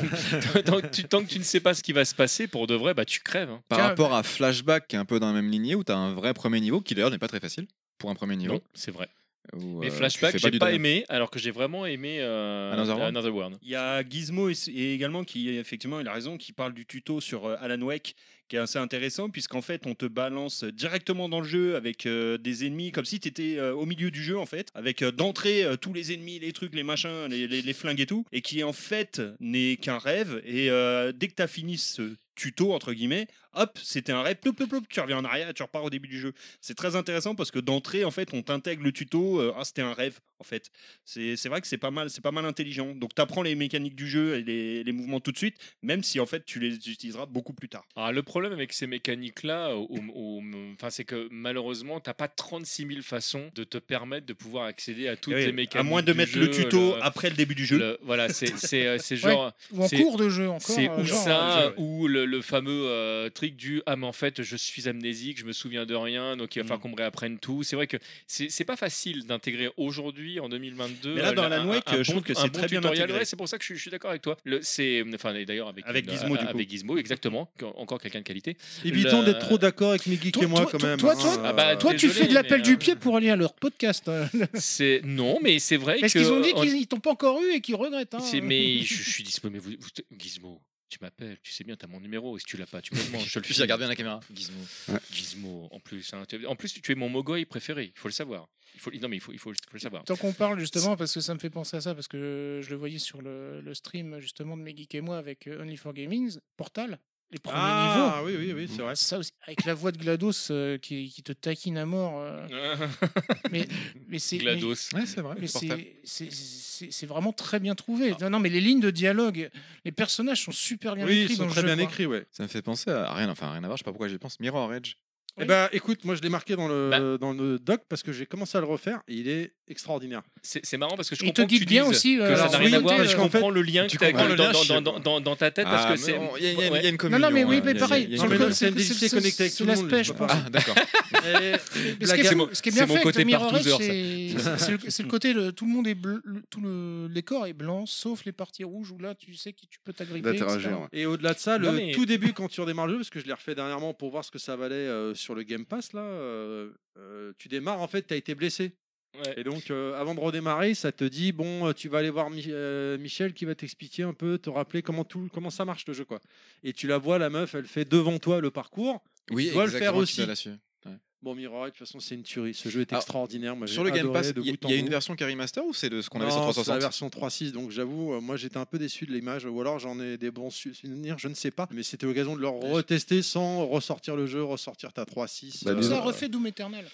tant, que tu, tant que tu ne sais pas ce qui va se passer pour de vrai, bah tu crèves. hein.
Par
Tiens,
rapport à Flashback, qui est un peu dans la même lignée, où t'as un vrai premier niveau, qui d'ailleurs n'est pas très facile pour un premier niveau.
Non, c'est vrai.
où,
Mais
euh, tu
Flashback,
fais
j'ai
du
pas
domaine.
aimé, alors que j'ai vraiment aimé euh,
Another World
Another World.
Il y a Gizmo et- et également qui effectivement il a raison qui parle du tuto sur euh, Alan Wake qui est assez intéressant puisqu'en fait on te balance directement dans le jeu avec euh, des ennemis comme si tu étais au milieu du jeu en fait avec euh, d'entrée euh, tous les ennemis les trucs les machins les, les- les flingues et tout et qui en fait n'est qu'un rêve et euh, dès que tu as fini ce tuto entre guillemets hop c'était un rêve plop, plop, plop, tu reviens en arrière tu repars au début du jeu c'est très intéressant parce que d'entrée en fait on t'intègre le tuto euh, ah c'était un rêve en fait c'est c'est vrai que c'est pas mal, c'est pas mal intelligent. Donc tu apprends les mécaniques du jeu et les, les mouvements tout de suite, même si en fait tu les utiliseras beaucoup plus tard.
Alors, Ah, le problème avec ces mécaniques-là, au- au- au- enfin, c'est que malheureusement, t'as pas 36 000 façons de te permettre de pouvoir accéder à toutes
Eh Oui,
les mécaniques.
à moins de
du
mettre
jeu,
le tuto
le-
après le début du jeu.
le- voilà, c'est c'est, euh, c'est
Ouais,
genre.
Ou en
c'est-
cours de jeu, encore.
C'est
euh,
ou
genre,
ça,
euh,
ou le, le fameux euh, trick du Ah, mais en fait, je suis amnésique, je me souviens de rien, donc il va
Mm.
falloir qu'on me réapprenne tout. C'est vrai que c'est c'est pas facile d'intégrer aujourd'hui, en 2022.
Mais là, dans
euh,
Alan
un-
Wake,
un
je trouve que
un
c'est très bien
tutoriel.
intégré.
Ouais, c'est pour ça que je, suis- je suis d'accord avec toi. Le- C'est enfin, et d'ailleurs, avec,
Avec
une- euh,
Gizmo, du
avec Gizmo, exactement, qu- encore quelqu'un de qualité.
Évitons
Le-
d'être trop d'accord avec Mickey
Toi-
et moi
toi-
quand
toi-
même.
toi-
hein.
toi-
Ah bah,
Toi, tu
désolé,
fais de l'appel
mais,
du
euh,
pied pour aller à leur podcast. euh.
C'est non, mais c'est vrai
Parce
que-
qu'ils ont dit
on-
qu'ils ils t'ont pas encore eu et qu'ils regrettent. hein.
C'est- mais je, je suis dispo, mais vous, vous- Gizmo, tu m'appelles, tu sais bien, t'as mon numéro, et si tu l'as pas, tu me demandes, je te le
Puis
file.
regarde bien la caméra. Gizmo.
Gizmo, en plus, hein, tu- en plus tu es mon mogoy préféré, il faut le savoir. Il faut, non mais il faut, il faut, il faut le savoir.
Tant qu'on parle justement, parce que ça me fait penser à ça, parce que je le voyais sur le, le stream justement de mes geeks et moi avec euh, Only for Gaming, Portal, les premiers niveaux.
Ah oui, oui, oui, c'est vrai.
Ça aussi, avec la voix de GLaDOS euh, qui, qui te taquine à mort. euh, mais mais c'est mais-
Glados.
Ouais, c'est vrai.
mais c'est-
portable.
c'est- c'est c'est vraiment très bien trouvé. Non, non, mais les lignes de dialogue, les personnages sont super bien
Oui,
écrits
ils
dans
sont
le
très
jeu,
bien
quoi.
écrits, ouais.
Ça me fait penser à rien, enfin rien à voir, je sais pas pourquoi j'y pense. Mirror Edge.
Eh ben, écoute, moi je l'ai marqué dans le,
Bah.
dans le doc parce que j'ai commencé à le refaire et il est extraordinaire.
C'est c'est marrant parce que je
Et ils te
comprends que tu
guident bien
dises
aussi, euh,
que ça
alors,
n'a rien
oui,
à voir.
parce
Je
qu'en fait,
comprends le lien que
tu
tu as
comprends le lien,
dans,
je sais
dans,
pas.
dans, dans, dans ta tête parce que
Ah, mais
c'est.
on- Il y, a- il y a- il y a
Ouais.
une
Non,
communion.
non, mais oui,
hein,
mais
il y a-
pareil,
il y a une
sur le
Mais
communion.
non, c'est une
c'est-
difficulté
c'est-
connectée avec
c'est
tout le monde,
l'aspect,
je
je
peux
pense.
pas.
Ah, d'accord.
Et
Mais ce, qui est,
Black-
ce qui est bien
c'est mon
fait avec
côté
le Mirror Edge,
partouzeur, ça.
c'est c'est le, c'est le côté le- tout le monde est bleu, le- tout le les corps est blanc sauf les parties rouges où là tu sais que tu peux t'agripper. etc.
D'interagir, ouais.
Et au-delà de ça, le
Non, mais-
tout début quand tu redémarres le jeu, parce que je l'ai refait dernièrement pour voir ce que ça valait euh, sur le Game Pass, là, euh, euh, tu démarres, en fait, tu as été blessé. Et donc, euh, avant de redémarrer, ça te dit bon, euh, tu vas aller voir Mi- euh, Michel qui va t'expliquer un peu, te rappeler comment tout, comment ça marche le jeu, quoi. Et tu la vois, la meuf, elle fait devant toi le parcours.
Oui,
tu dois le faire
exactement, tu
aussi.
dois là-dessus. Ouais.
Bon, Mirror, de toute façon, c'est une tuerie. Ce jeu est
Alors,
extraordinaire. Moi, j'ai
Sur le Game
adoré
Pass,
de
il y, a-
bout en
il y a
bout.
une version qui est remaster ou c'est de ce qu'on avait sur
Non, c'est
360
la version 3.6, donc j'avoue, euh, moi j'étais un peu déçu de l'image, ou alors j'en ai des bons su- souvenirs, je ne sais pas, mais c'était l'occasion de le retester sans ressortir le jeu, ressortir ta 3.6.
Bah,
euh,
ça refait Doom Eternal.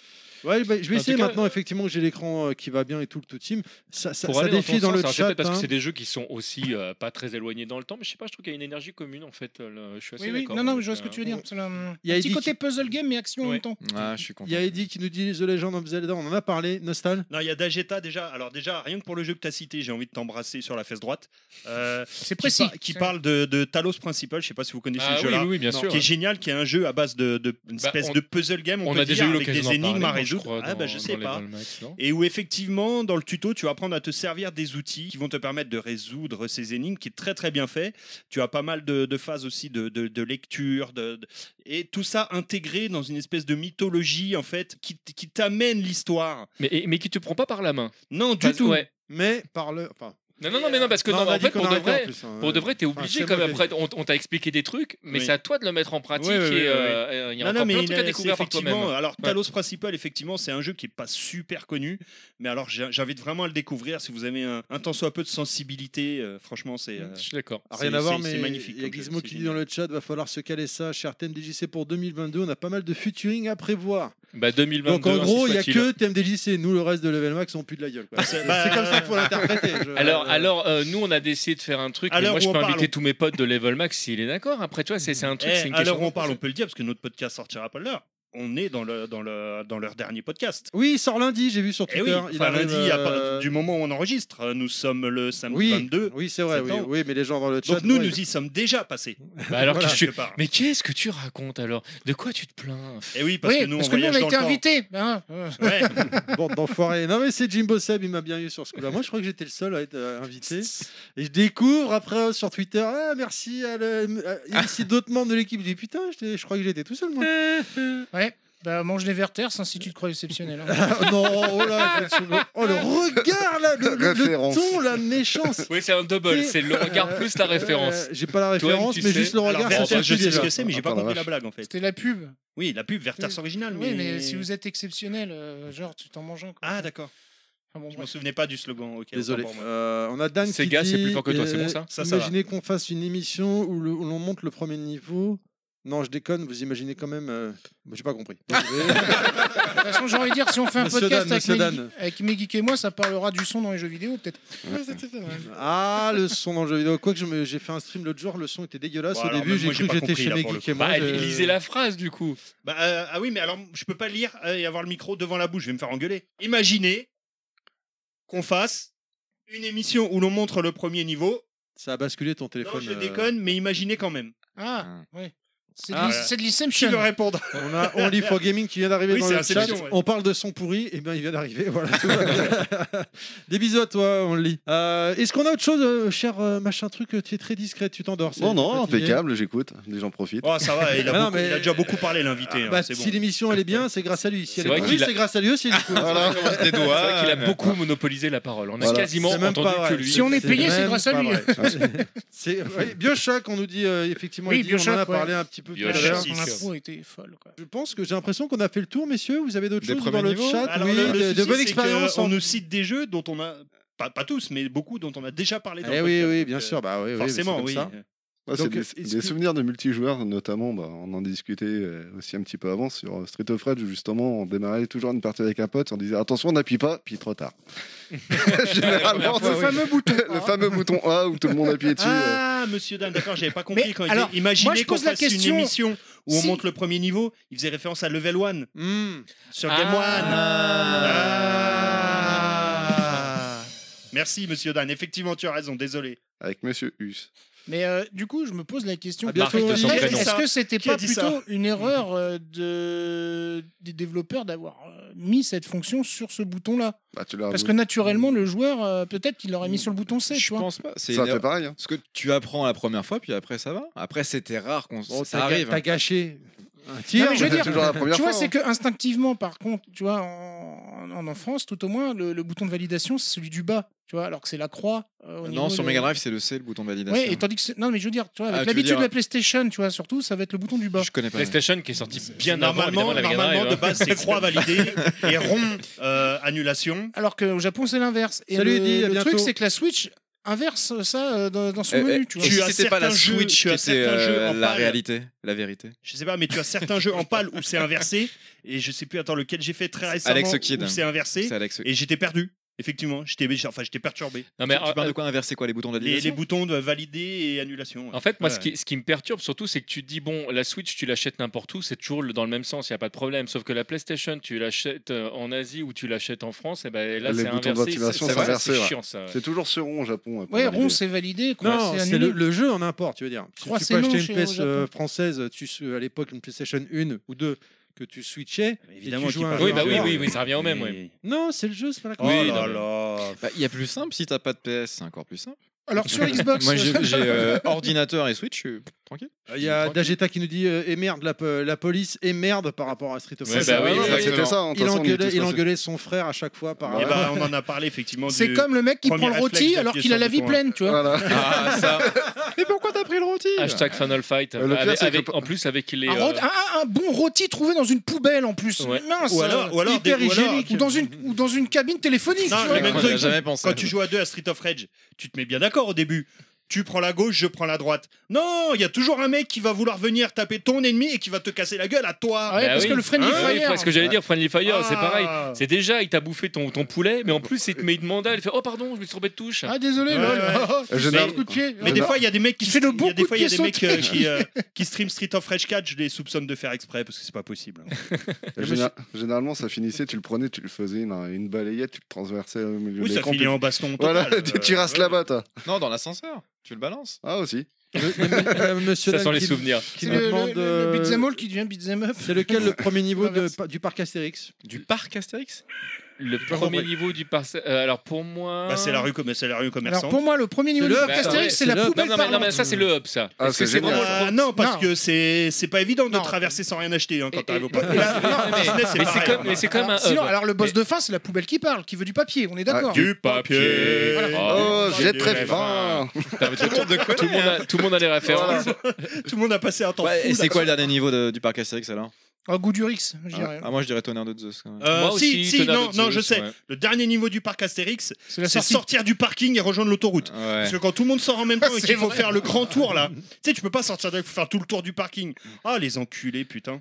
Ouais, bah, je vais
En
essayer
tout cas-
maintenant, effectivement, que j'ai l'écran euh, qui va bien et tout le tout team. Ça, ça,
Pour
ça
aller dans ton
défie dans,
sens,
le
alors, je sais
chat.
pas, parce que
hein.
c'est des jeux qui sont aussi euh, pas très éloignés dans le temps, mais je sais pas, je trouve qu'il y a une énergie commune en fait. euh, le- je suis assez
Oui, oui,
d'accord
non, non, mais
avec,
je vois ce que
euh,
tu veux dire. C'est le- Un
Il y a
petit
Eddie
côté puzzle game mais action en même temps.
Ah, je suis
hein. Il y a Eddie qui nous dit The Legend of Zelda, on en a parlé, Nostal.
Non, il y a Dageta déjà. Alors déjà, rien que pour le jeu que tu as cité, j'ai envie de t'embrasser sur la fesse droite. Euh,
c'est
précis.
Qui,
C'est-
parle de, de Talos Principal, je sais pas si vous connaissez
Ah
ce
oui,
jeu-là,
oui, oui, bien sûr.
qui est génial, qui est un jeu à base de, de- une
Bah,
espèce
on-
de puzzle game, on,
on
peut
a déjà
dire,
eu
avec
l'occasion
des
d'en
énigmes à
parler, je
résoudre.
crois,
ah bah
dans-
je
dans
sais
les
pas.
Valmax, non
et où effectivement, dans le tuto, tu vas apprendre à te servir des outils qui vont te permettre de résoudre ces énigmes, qui est très très bien fait. Tu as pas mal de, de phases aussi de, de- de lecture, de, de- et tout ça intégré dans une espèce de mythologie en fait qui, t- qui t'amène l'histoire.
Mais, et- mais qui te prend pas par la main.
Non, du
Parce-
tout.
ouais.
Mais par le. Enfin,
Non, non, non, mais non, parce que
Non,
non,
on a
en
dit
fait,
qu'on
pour de
arrêtait en
vrai,
plus, hein.
pour de vrai, t'es
Enfin,
Ah,
obligé
c'est
quand
moi
même.
qui ai
Après, on, on t'a expliqué des trucs, mais
Oui.
c'est à toi de le mettre en pratique.
Ouais, ouais,
et
ouais,
euh, euh, il y a
Non,
encore
non, mais
plein de trucs à
il a-
découvrir
c'est
par toi-même. hein.
effectivement- Alors,
Ouais.
Talos Principal, effectivement, c'est un jeu qui est pas super connu, mais alors j'ai- j'invite vraiment à le découvrir si vous avez un, un tant soit peu de sensibilité. euh, franchement, c'est. euh,
Je suis d'accord.
Ah, Rien
c'est-
à voir,
c'est-
mais
c'est magnifique.
il y a
comme jeu,
Gizmo
c'est
qui dit
génial.
dans le chat, va falloir se caler ça, cher TMDJC pour 2022, on a pas mal de futuring à prévoir.
Bah, 2022.
Donc en gros, il
ainsi
n'y a
soit-il.
que TMDJC, nous le reste de Level Max, on pue de la gueule. quoi. C'est
bah,
c'est comme ça qu'il faut l'interpréter. je- euh,
Alors, alors euh, nous, on a décidé de faire un truc.
À
mais
l'heure
moi, je
où on
peux inviter
parle, on-
tous mes potes de Level Max s'il est d'accord. Après, tu vois, c'est c'est un truc. c'est
Eh,
une
à l'heure
question
où on parle, on peut le dire parce que notre podcast sortira pas l'heure. On est dans le dans le dans leur dernier podcast.
Oui, il sort lundi, j'ai vu sur
Et
Twitter.
Eh oui,
il
enfin,
arrive,
lundi, à part-
euh,
du moment où on enregistre, euh, nous sommes le samedi
oui,
22.
Oui, c'est vrai, oui,
septembre.
oui, mais les gens dans le chat.
Donc nous,
ouais,
nous y sommes déjà passés.
Bah, alors
Voilà.
que je suis-
quelque part.
Mais qu'est-ce que tu racontes alors De quoi tu te plains
Et oui, parce
oui,
que nous,
parce
on
que nous, on
voyage
a
dans
été
le
invités.
temps.
hein, euh.
Ouais.
Bande d'enfoirés. Non, mais c'est Jimbo Seb, il m'a bien eu sur ce coup-là. Moi, je crois que j'étais le seul à être euh, invité. Et je découvre après euh, sur Twitter, ah, merci à le- à- il y a aussi d'autres membres de l'équipe. Je dis, putain, j'étais- je crois que j'étais tout seul, moi.
Ouais. Bah, mange les verters, c'est un institut de croix exceptionnel. hein.
Ah, non, oh là, je vais te soulever. Oh, le regard, là, le, le- le
Référence.
ton, la méchance.
Oui, c'est un double. C'est le regard plus la référence.
Euh, J'ai pas la référence,
tu
mais
sais.
juste le
Alors,
regard.
Verter,
c'est
je sais ce
déjà.
que c'est, mais j'ai pas
Ah, la
compris
vache.
la blague en fait.
C'était la pub.
Oui, la pub Verters original, mais.
Oui, mais si vous êtes exceptionnel, euh, genre, tu t'en manges un. quoi.
Ah d'accord.
Enfin, bon,
Je me
bref.
souvenais pas du slogan. ok,
Désolé.
autant pour moi.
Euh, on a Dan
Ces
qui
gars, c'est
dit,
plus fort que toi, c'est
euh,
bon, ça
Ça, ça
imaginez qu'on fasse une émission où le- où l'on monte le premier niveau. Non, je déconne, vous imaginez quand même. euh, bah, J'ai pas compris.
De toute façon, j'ai envie de dire, si on fait un
Monsieur
podcast
Dan,
avec,
Monsieur
Meggy-
Dan.
avec Mes Geeks et moi, ça parlera du son dans les jeux vidéo, peut-être.
ah, le son dans le jeu vidéo. Quoique je me- j'ai fait un stream l'autre jour, le son était dégueulasse.
Bon,
Au
alors,
début,
même
j'ai
moi,
cru
j'ai
que
pas
j'étais
compris,
chez
là, pour le
Megeek et
coup.
moi.
Bah,
je-
lisez la phrase du coup.
Bah, euh, ah oui, mais alors je peux pas lire euh, et avoir le micro devant la bouche, je vais me faire engueuler. Imaginez qu'on fasse une émission où l'on montre le premier niveau.
Ça a basculé ton
Non,
téléphone.
je
euh,
déconne, mais imaginez quand même.
Ah,
Mmh.
ouais. C'est de
Ah,
l'in-
voilà.
c'est de
Qui
l'Inception.
veut répondre
On a Only for Gaming qui vient d'arriver
Oui,
dans
c'est
le chat.
Inception, ouais.
On parle de son pourri, et bien il vient d'arriver. Voilà. tout va bien. Des bisous à toi, Only. Euh, Est-ce qu'on a autre chose, euh, cher euh, machin truc euh, Tu es très discret, tu t'endors. c'est-
Non, non,
t'es fatigué.
impeccable, j'écoute, les gens profitent.
Oh, ça va, il
Ah
a,
non,
beaucoup-
mais-
il a déjà beaucoup parlé, l'invité. hein,
Bah,
c'est
Si
bon.
l'émission elle est bien, c'est grâce à lui. Si
C'est
elle est
vrai
pourrie,
qu'il a-
c'est grâce à lui aussi. Du coup.
Voilà.
On se dédoit.
Voilà.
qu'il a beaucoup monopolisé la parole. On a
Voilà.
quasiment
C'est même
entendu
pas
que
vrai.
lui.
Si on est payé, c'est
même
grâce à
pas
lui.
vrai. C'est ouais, Bioshock, on nous dit euh, effectivement.
Oui,
il dit, on en a
Bioshock,
parlé
ouais.
un petit peu tout à
Bioshock.
l'heure.
Six.
Son intro était folle, quoi.
Je pense que j'ai l'impression qu'on a fait le tour, messieurs. Vous avez d'autres
Des
choses dans
premiers
le
niveaux
chat
Alors,
Oui,
le- le
de, de
souci,
bonnes
c'est
expériences.
que On
en-
nous cite des jeux dont on a. Pas, pas tous, mais beaucoup dont on a déjà parlé dans
Eh
le
oui,
podcast,
oui,
donc,
bien
euh,
sûr. Bah oui, oui, mais c'est
Forcément,
comme
oui. euh,
ça.
Ouais, c'est
Donc,
des,
est-ce
des
que-
souvenirs de multijoueurs, notamment, bah, on en discutait euh, aussi un petit peu avant sur euh, Street of Rage, où justement on démarrait toujours une partie avec un pote, on disait attention, on n'appuie pas, puis trop tard. Généralement,
Le fameux bouton.
le fameux bouton A où tout le monde appuyait dessus. euh.
Ah, monsieur Dan, d'accord, j'avais pas compris
Mais
quand
alors,
il dit, imaginez
moi, je
qu'on
pose la
fasse
question-
une émission où on
Si-
monte le premier niveau, il faisait référence à Level 1
Hmm.
sur Game 1.
Ah.
Merci, monsieur Dan, effectivement, tu as raison, désolé.
Avec Monsieur Hus.
Mais euh, du coup, je me pose la question.
À bientôt,
Marc, de
Olivier.
son
Après,
prénom.
Est-ce que c'était
Qui a
pas
dit ça
plutôt une erreur euh, de... des développeurs d'avoir euh, mis cette fonction sur ce bouton-là
Bah, tu l'as
Parce que
reboot.
naturellement, le joueur, euh, peut-être qu'il l'aurait mis sur le bouton C, tu
Je
vois.
pense pas. C'est
ça
une-
fait pareil. hein.
Ce que tu apprends la première fois, puis après ça va. Après, c'était rare qu'on.
Bon,
ça
Oh, t'as ga-
arrive.
T'as gâché un tir.
mais je veux
C'est
dire,
toujours la première
Tu vois,
fois,
c'est
hein.
que instinctivement, par contre, tu vois, en, en, en- en France, tout au moins, le, le bouton de validation, c'est celui du bas, tu vois, alors que c'est la croix. euh, au
Ah Non,
niveau
sur
de-
Mega Drive, c'est le C, le bouton de validation.
Ouais, et tandis que c'est- non, mais je veux dire, tu vois,
Ah,
avec
tu veux
l'habitude
dire-
de la PlayStation, tu vois, surtout, ça va être le bouton du bas.
Je connais pas.
PlayStation qui est sorti bien
normalement,
avant, évidemment, la Mega
normalement,
Drive,
de
hein.
base, c'est croix validée et rond euh, annulation.
Alors qu'au Japon, c'est l'inverse. Et
Salut,
le,
Eddy, à
le
bientôt.
truc, c'est que la Switch inverse ça euh, dans, dans son
Eh, eh,
menu, tu vois.
et si c'était pas la
certains jeux-
Switch
tu
qui
as
était
certains jeux
euh,
en
la
pâle.
réalité, la vérité.
Je sais pas, mais tu as certains jeux en pâle où c'est inversé. Et je sais plus, attends, lequel j'ai fait très récemment
Alex Kidd.
où c'est inversé.
C'est Alex
Et j'étais perdu. Effectivement, j'étais enfin, j'étais perturbé.
Non, mais, euh,
tu, tu parles de quoi inverser quoi les boutons de
euh, Les, les
validation
boutons de valider et annulation. ouais.
En fait, moi,
Ouais.
ce, qui, ce qui me perturbe surtout, c'est que tu te dis, bon, la Switch, tu l'achètes n'importe où, c'est toujours le- dans le même sens, il n'y a pas de problème. Sauf que la PlayStation, tu l'achètes euh, en Asie ou tu l'achètes en France, et ben là, c'est
les boutons de
inversé.
ventilation,
C'est-
c'est
c'est-
inversé.
C'est
ouais.
chiant, ça. ouais.
C'est toujours ce rond au Japon. euh, pour
Ouais,
valider.
rond, c'est validé. croix,
Non, c'est
annulé.
le, le jeu en importe, tu veux dire. Si
Croix,
tu
c'est
peux
non
acheter une
chez- au
PS euh,
Japon.
française, tu, s- à l'époque, une PlayStation 1 ou 2 que tu switchais,
Mais évidemment
et tu
qu'il
jouais à un
parle
jeu
Oui, bah oui,
en
oui,
joueur.
oui, ça revient au même,
Mais-
oui.
Non, c'est le jeu, c'est pas la
Oh
croix.
Oui,
là
non, mais-
là.
Bah, Il y a plus simple si t'as pas de PS, c'est encore plus simple.
Alors sur Xbox,
Moi j'ai j'ai, euh, ordinateur et Switch, je suis tranquille.
Il y a
Tranquille.
Dageta qui nous dit euh, et merde, la, po- la police et merde par rapport à Street of
Ouais,
Rage.
bah oui,
Ah,
exactement.
C'était ça, en
Il, engueulait, il engueulait son frère à chaque fois par.
Et bah, on en a parlé effectivement.
c'est
du-
comme le mec qui prend
premier
le
réflexe
rôti
d'appuyer
alors qu'il a
sur
la
le
vie
bouton,
pleine, tu vois.
Voilà.
Ah ça
Mais pourquoi t'as pris le rôti
Hashtag Final Fight.
Euh, le pire,
Avec-
c'est que
avec-
pas-
En plus, avec les.
Un,
euh,
rôti- un- un- un bon rôti trouvé dans une poubelle en plus.
Ouais.
Mince.
Ou alors, ou alors
hyper
des- ou alors-
hygiénique.
Ou dans une ou dans une cabine téléphonique.
Non,
tu
le
vois.
même
on y a
truc.
jamais pensé.
Quand tu joues à deux à Street of Rage, tu te mets bien d'accord au début. Tu prends la gauche, je prends la droite. Non, il y a toujours un mec qui va vouloir venir taper ton ennemi et qui va te casser la gueule à toi.
Ah ouais,
Bah
parce
oui.
que le friendly
Hein
Ah oui,
fire.
parce que j'allais dire Friendly Fire, c'est
Ah.
pareil. C'est déjà, il t'a bouffé ton, ton poulet, mais en
Bah,
plus, il te met une mandale. Il fait Oh, pardon, je me suis trompé de touche.
Ah désolé.
Ouais,
lol.
ouais.
Oh, putain,
Général-
coup de pied.
Mais des fois, il y a des mecs qui
Tu fais le
il y a
bon
des
coup
fois,
de
il y a des
pied
mecs euh, qui, euh, qui stream Street of Rage 4, je les soupçonne de faire exprès parce que c'est pas possible.
Général- Généralement, ça finissait, tu le prenais, tu le faisais une, une balayette, tu le transversais au milieu
Oui,
des
ça
camps,
finit
puis-
en baston. total,
Voilà,
euh,
tu rases
ouais.
là-bas, toi.
Non, dans l'ascenseur, tu le balances.
Ah, aussi.
Euh, Monsieur
Ça
Dan
sent les
qui-
souvenirs.
qui
C'est
nous
le,
demande.
le, le, le beat'em
euh,
all qui devient beat'em up.
C'est lequel le premier niveau de-
L'inverse.
du parc Astérix
Du parc Astérix
Le premier niveau du parcelle. alors, pour moi.
Bah, c'est la rue, com- c'est la rue commerçante.
Alors pour moi, le premier niveau
C'est
du
le
parc
up, ça,
Astérix,
ouais,
c'est
c'est le
la
up.
Non,
poubelle
non, mais, non, mais
parlante.
ça, c'est le hub, ça.
Ah,
Parce que
c'est
c'est vraiment
génial.
le
Euh,
pro-
non, parce
Non.
que c'est c'est pas évident de
Non.
traverser sans rien acheter hein,
Et-
quand t'arrives
et-
au parc.
et-
Mais c'est
Mais c'est
pareil,
comme-
hein.
mais c'est quand même un
Alors, sinon,
hub.
alors le boss de fin, c'est la poubelle qui parle, qui veut du papier,
Ah,
on est d'accord.
Du papier.
Voilà.
Oh,
j'ai
j'ai
du
très
rêve.
faim.
Putain, mais tout, tout le monde a, tout le monde a les références.
Tout le monde a passé un temps
Ouais,
fou.
Et
là.
c'est quoi le dernier niveau de- du parc Astérix alors
Un goût du Rix, Ah, je dirais.
Ah, moi je dirais tonnerre de Zeus quand même.
Euh,
Moi
si,
aussi,
si,
Tonnerre
non,
de
non,
Zeus,
je sais.
ouais.
Le dernier niveau du parc Astérix,
c'est la
c'est
sortie.
sortir du parking et rejoindre l'autoroute.
Ouais.
Parce que quand tout le monde sort en même temps et
C'est
qu'il faut
vrai.
faire le grand tour là, tu sais, tu peux pas sortir d'un coup, faire tout le tour du parking. Ah, les enculés, putain.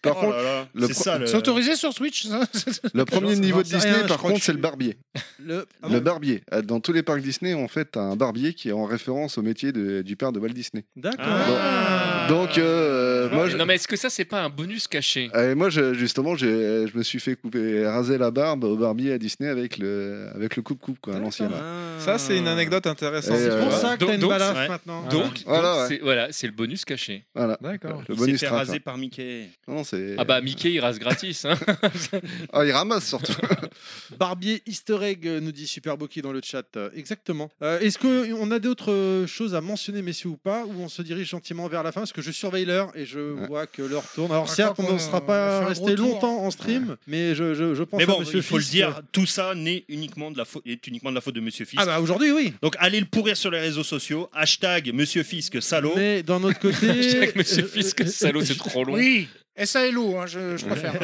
Par
Oh
contre,
là là,
le
c'est
pro-
ça le.
C'est autorisé sur Switch, ça
le premier
ça
niveau de
marche
Disney,
rien, je
par
crois que
contre,
je suis-
c'est le barbier.
Le, ah
Le
bon
barbier. Euh, Dans tous les parcs Disney, en fait, t'as un barbier qui est en référence au métier de- du père de Walt Disney.
D'accord.
Ah.
Donc, euh, moi, je-
Non, mais est-ce que ça, c'est pas un bonus caché
euh, moi, je- justement, j'ai- je me suis fait couper, raser la barbe au barbier à Disney avec le, avec le coupe-coupe, quoi, à l'ancien. là.
Ça, c'est une anecdote intéressante.
Et,
C'est pour
euh,
ça que
Donc-
t'as une
donc-
balafre
ouais.
maintenant.
Donc, donc,
Voilà, ouais.
c'est voilà, c'est le bonus caché.
Voilà.
D'accord.
Il
Le
s'est
bonus
fait
track,
raser
hein.
par Mickey.
Non, non, c'est.
euh,
Ah bah Mickey, il rase gratis. hein.
Ah, il ramasse surtout.
Barbier Easter Egg euh, nous dit Superboki dans le chat. Euh, exactement. Euh, Est-ce qu'on a d'autres euh, choses à mentionner, messieurs, ou pas Ou on se dirige gentiment vers la fin Parce que je surveille l'heure et je
Ouais.
vois que l'heure tourne. Alors,
Je
certes,
crois
on ne
qu'on
sera
a- on a fait
pas
un
resté
gros tour.
longtemps en stream, mais je, je, je pense
Mais
à
bon,
monsieur
il faut le
Fisk.
dire, tout ça n'est uniquement de la faute, est uniquement de la faute de Monsieur Fisk.
Ah bah aujourd'hui, oui.
Donc allez le pourrir sur les réseaux sociaux. Hashtag Monsieur Fisk salaud.
Mais d'un autre côté.
Avec Monsieur
euh,
Fisk,
euh,
salaud, c'est trop long.
Oui SALO, hein, je, je préfère.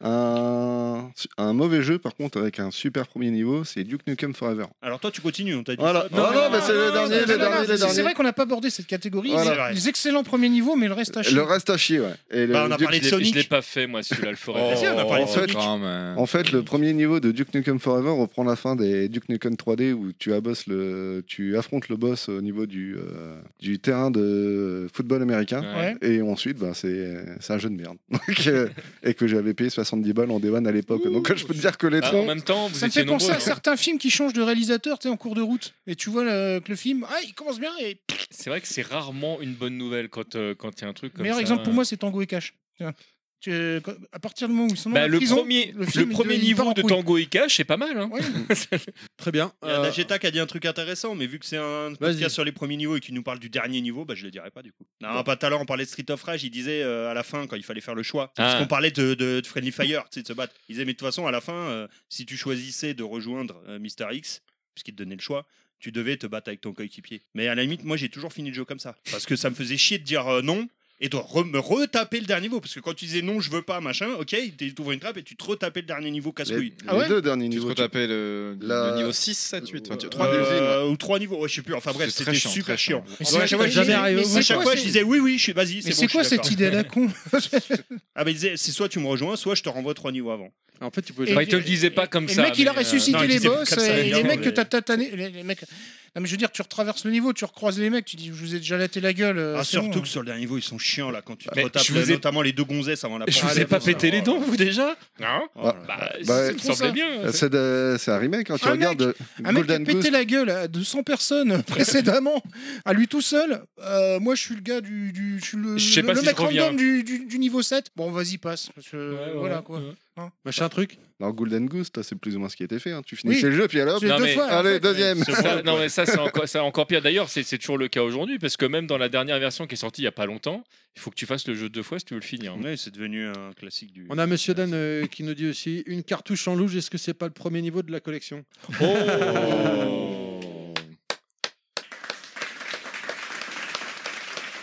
Un, un mauvais jeu, par contre, avec un super premier niveau, c'est Duke Nukem Forever.
Alors toi tu continues, on t'a dit.
Voilà.
ça,
Non, non, mais c'est le
non,
dernier,
non,
le
non, non,
dernier, le
c'est-
dernier.
C'est vrai qu'on n'a pas abordé cette catégorie.
Voilà.
les- Les excellents premiers niveaux, mais le reste à chier.
Le reste à chier, ouais. Et le
Bah, on a
Duke-
parlé de
Je l'ai- je l'ai
Sonic.
pas fait, moi, celui-là, le
Oh.
forêt.
Vas-y, on a parlé de
en
Sonic.
Quand même.
En fait, le premier niveau de Duke Nukem Forever reprend la fin des Duke Nukem 3D où tu, abosses le, tu affrontes le boss au niveau du, euh, du terrain de football américain.
Ouais.
hein. Ouais.
Et ensuite, ben, c'est c'est un jeu de merde. Donc, euh, et que j'avais payé 70 balles en Day One à l'époque. Donc je peux te dire que les
Ah,
troncs-
en même temps, vous
Ça me
étiez
fait penser
nombreux.
à certains films qui changent de réalisateur, tu sais, en cours de route. Et tu vois le- que le film, ah, il commence bien. Et
C'est vrai que c'est rarement une bonne nouvelle quand euh, quand il y a un truc comme
meilleur
ça.
exemple pour moi, c'est Tango et Cash. que, quand- à partir du moment où ils sont dans
Bah,
la
le,
prison,
premier, le,
film, il
premier
devient- il part
niveau
en
de
couille.
Tango et Cash, c'est pas mal. Hein.
Très bien. Euh,
Il y a Dageta qui a dit un truc intéressant, mais vu que c'est un podcast sur les premiers niveaux et qu'il nous parle du dernier niveau, bah, je le dirai pas du coup. Non, pas tout à l'heure, on parlait de Street of Rage, il disait euh, à la fin, quand il fallait faire le choix,
Ah.
parce qu'on parlait de, de, de Friendly Fire, tu sais, de se battre. Il disait, mais de toute façon, à la fin, euh, si tu choisissais de rejoindre euh, Mr. X, puisqu'il te donnait le choix, tu devais te battre avec ton coéquipier. Mais à la limite, moi j'ai toujours fini le jeu comme ça. Parce que ça me faisait chier de dire euh, non et de re- me retaper le dernier niveau. Parce que quand tu disais non, je veux pas, machin, ok, il t'ouvre une trappe et tu te retapais le dernier niveau casse-couille.
Les
Ah
deux derniers niveaux.
Tu te retapais le,
La-
le niveau 6, 7, 8, enfin, tu- trois
Euh,
niveaux.
ou trois niveaux, ouais, je sais plus. Enfin bref,
C'est
c'était
très chiant,
super
très chiant.
chiant.
Mais
Ouais,
c'est
à chaque
quoi
fois, je
cette
disais-
idée- mais
à
c'est
chaque
quoi
fois,
cette-
je disais oui, oui, je suis, vas-y.
Mais
bon,
c'est
je
quoi
suis
cette
d'accord.
idée à la con
Ah bah il disait, c'est soit tu me rejoins, soit je te renvoie trois niveaux avant.
En fait, tu
Et-
pouvais.
il te le disait pas comme
Et
ça.
le mec, il a
mais, euh,
ressuscité
non, il
les
disait
boss
comme ça,
et
hein,
les
évidemment,
mecs que
mais-
t'as tatané. Les, les mecs... Non, mais je veux dire, tu retraverses le niveau, tu recroises les mecs, tu dis, je vous ai déjà laté la gueule. euh,
Ah,
c'est
surtout
bon.
que sur le dernier niveau, ils sont chiants là quand tu te
Mais
retapes,
je vous ai-
notamment les deux gonzesses avant la
Je
porte.
vous ai pas
Ah, bon,
pété les
ça,
dents, vous déjà Non
oh là là.
Bah,
Bah,
ça Euh, me
c'est
semblait
ça.
bien.
C'est de- c'est un remake, quand tu
Ah, Un
regardes
Un mec qui a
Golden
pété
Goose.
la gueule à 200 personnes précédemment, à lui tout seul. Euh, moi, je suis le gars du. du- je suis le,
Je sais
le-
pas
le
si
mec
je reviens.
random du, du- du niveau 7. Bon, vas-y, passe. parce que, voilà quoi.
Machin truc.
Alors Golden Goose, toi, c'est plus ou moins ce qui a été fait. hein. Tu finissais
Oui.
le jeu, puis alors, hop,
C'est
Non,
deux
mais-
fois.
allez,
en fait.
deuxième.
C'est
Ça,
vrai,
non
quoi.
mais ça c'est encore, ça, encore pire d'ailleurs c'est c'est toujours le cas aujourd'hui parce que même dans la dernière version qui est sortie il y a pas longtemps il faut que tu fasses le jeu deux fois si tu veux le finir
Ouais, c'est devenu un classique du.
On a Monsieur Dan euh, qui nous dit aussi une cartouche en louge. Est-ce que c'est pas le premier niveau de la collection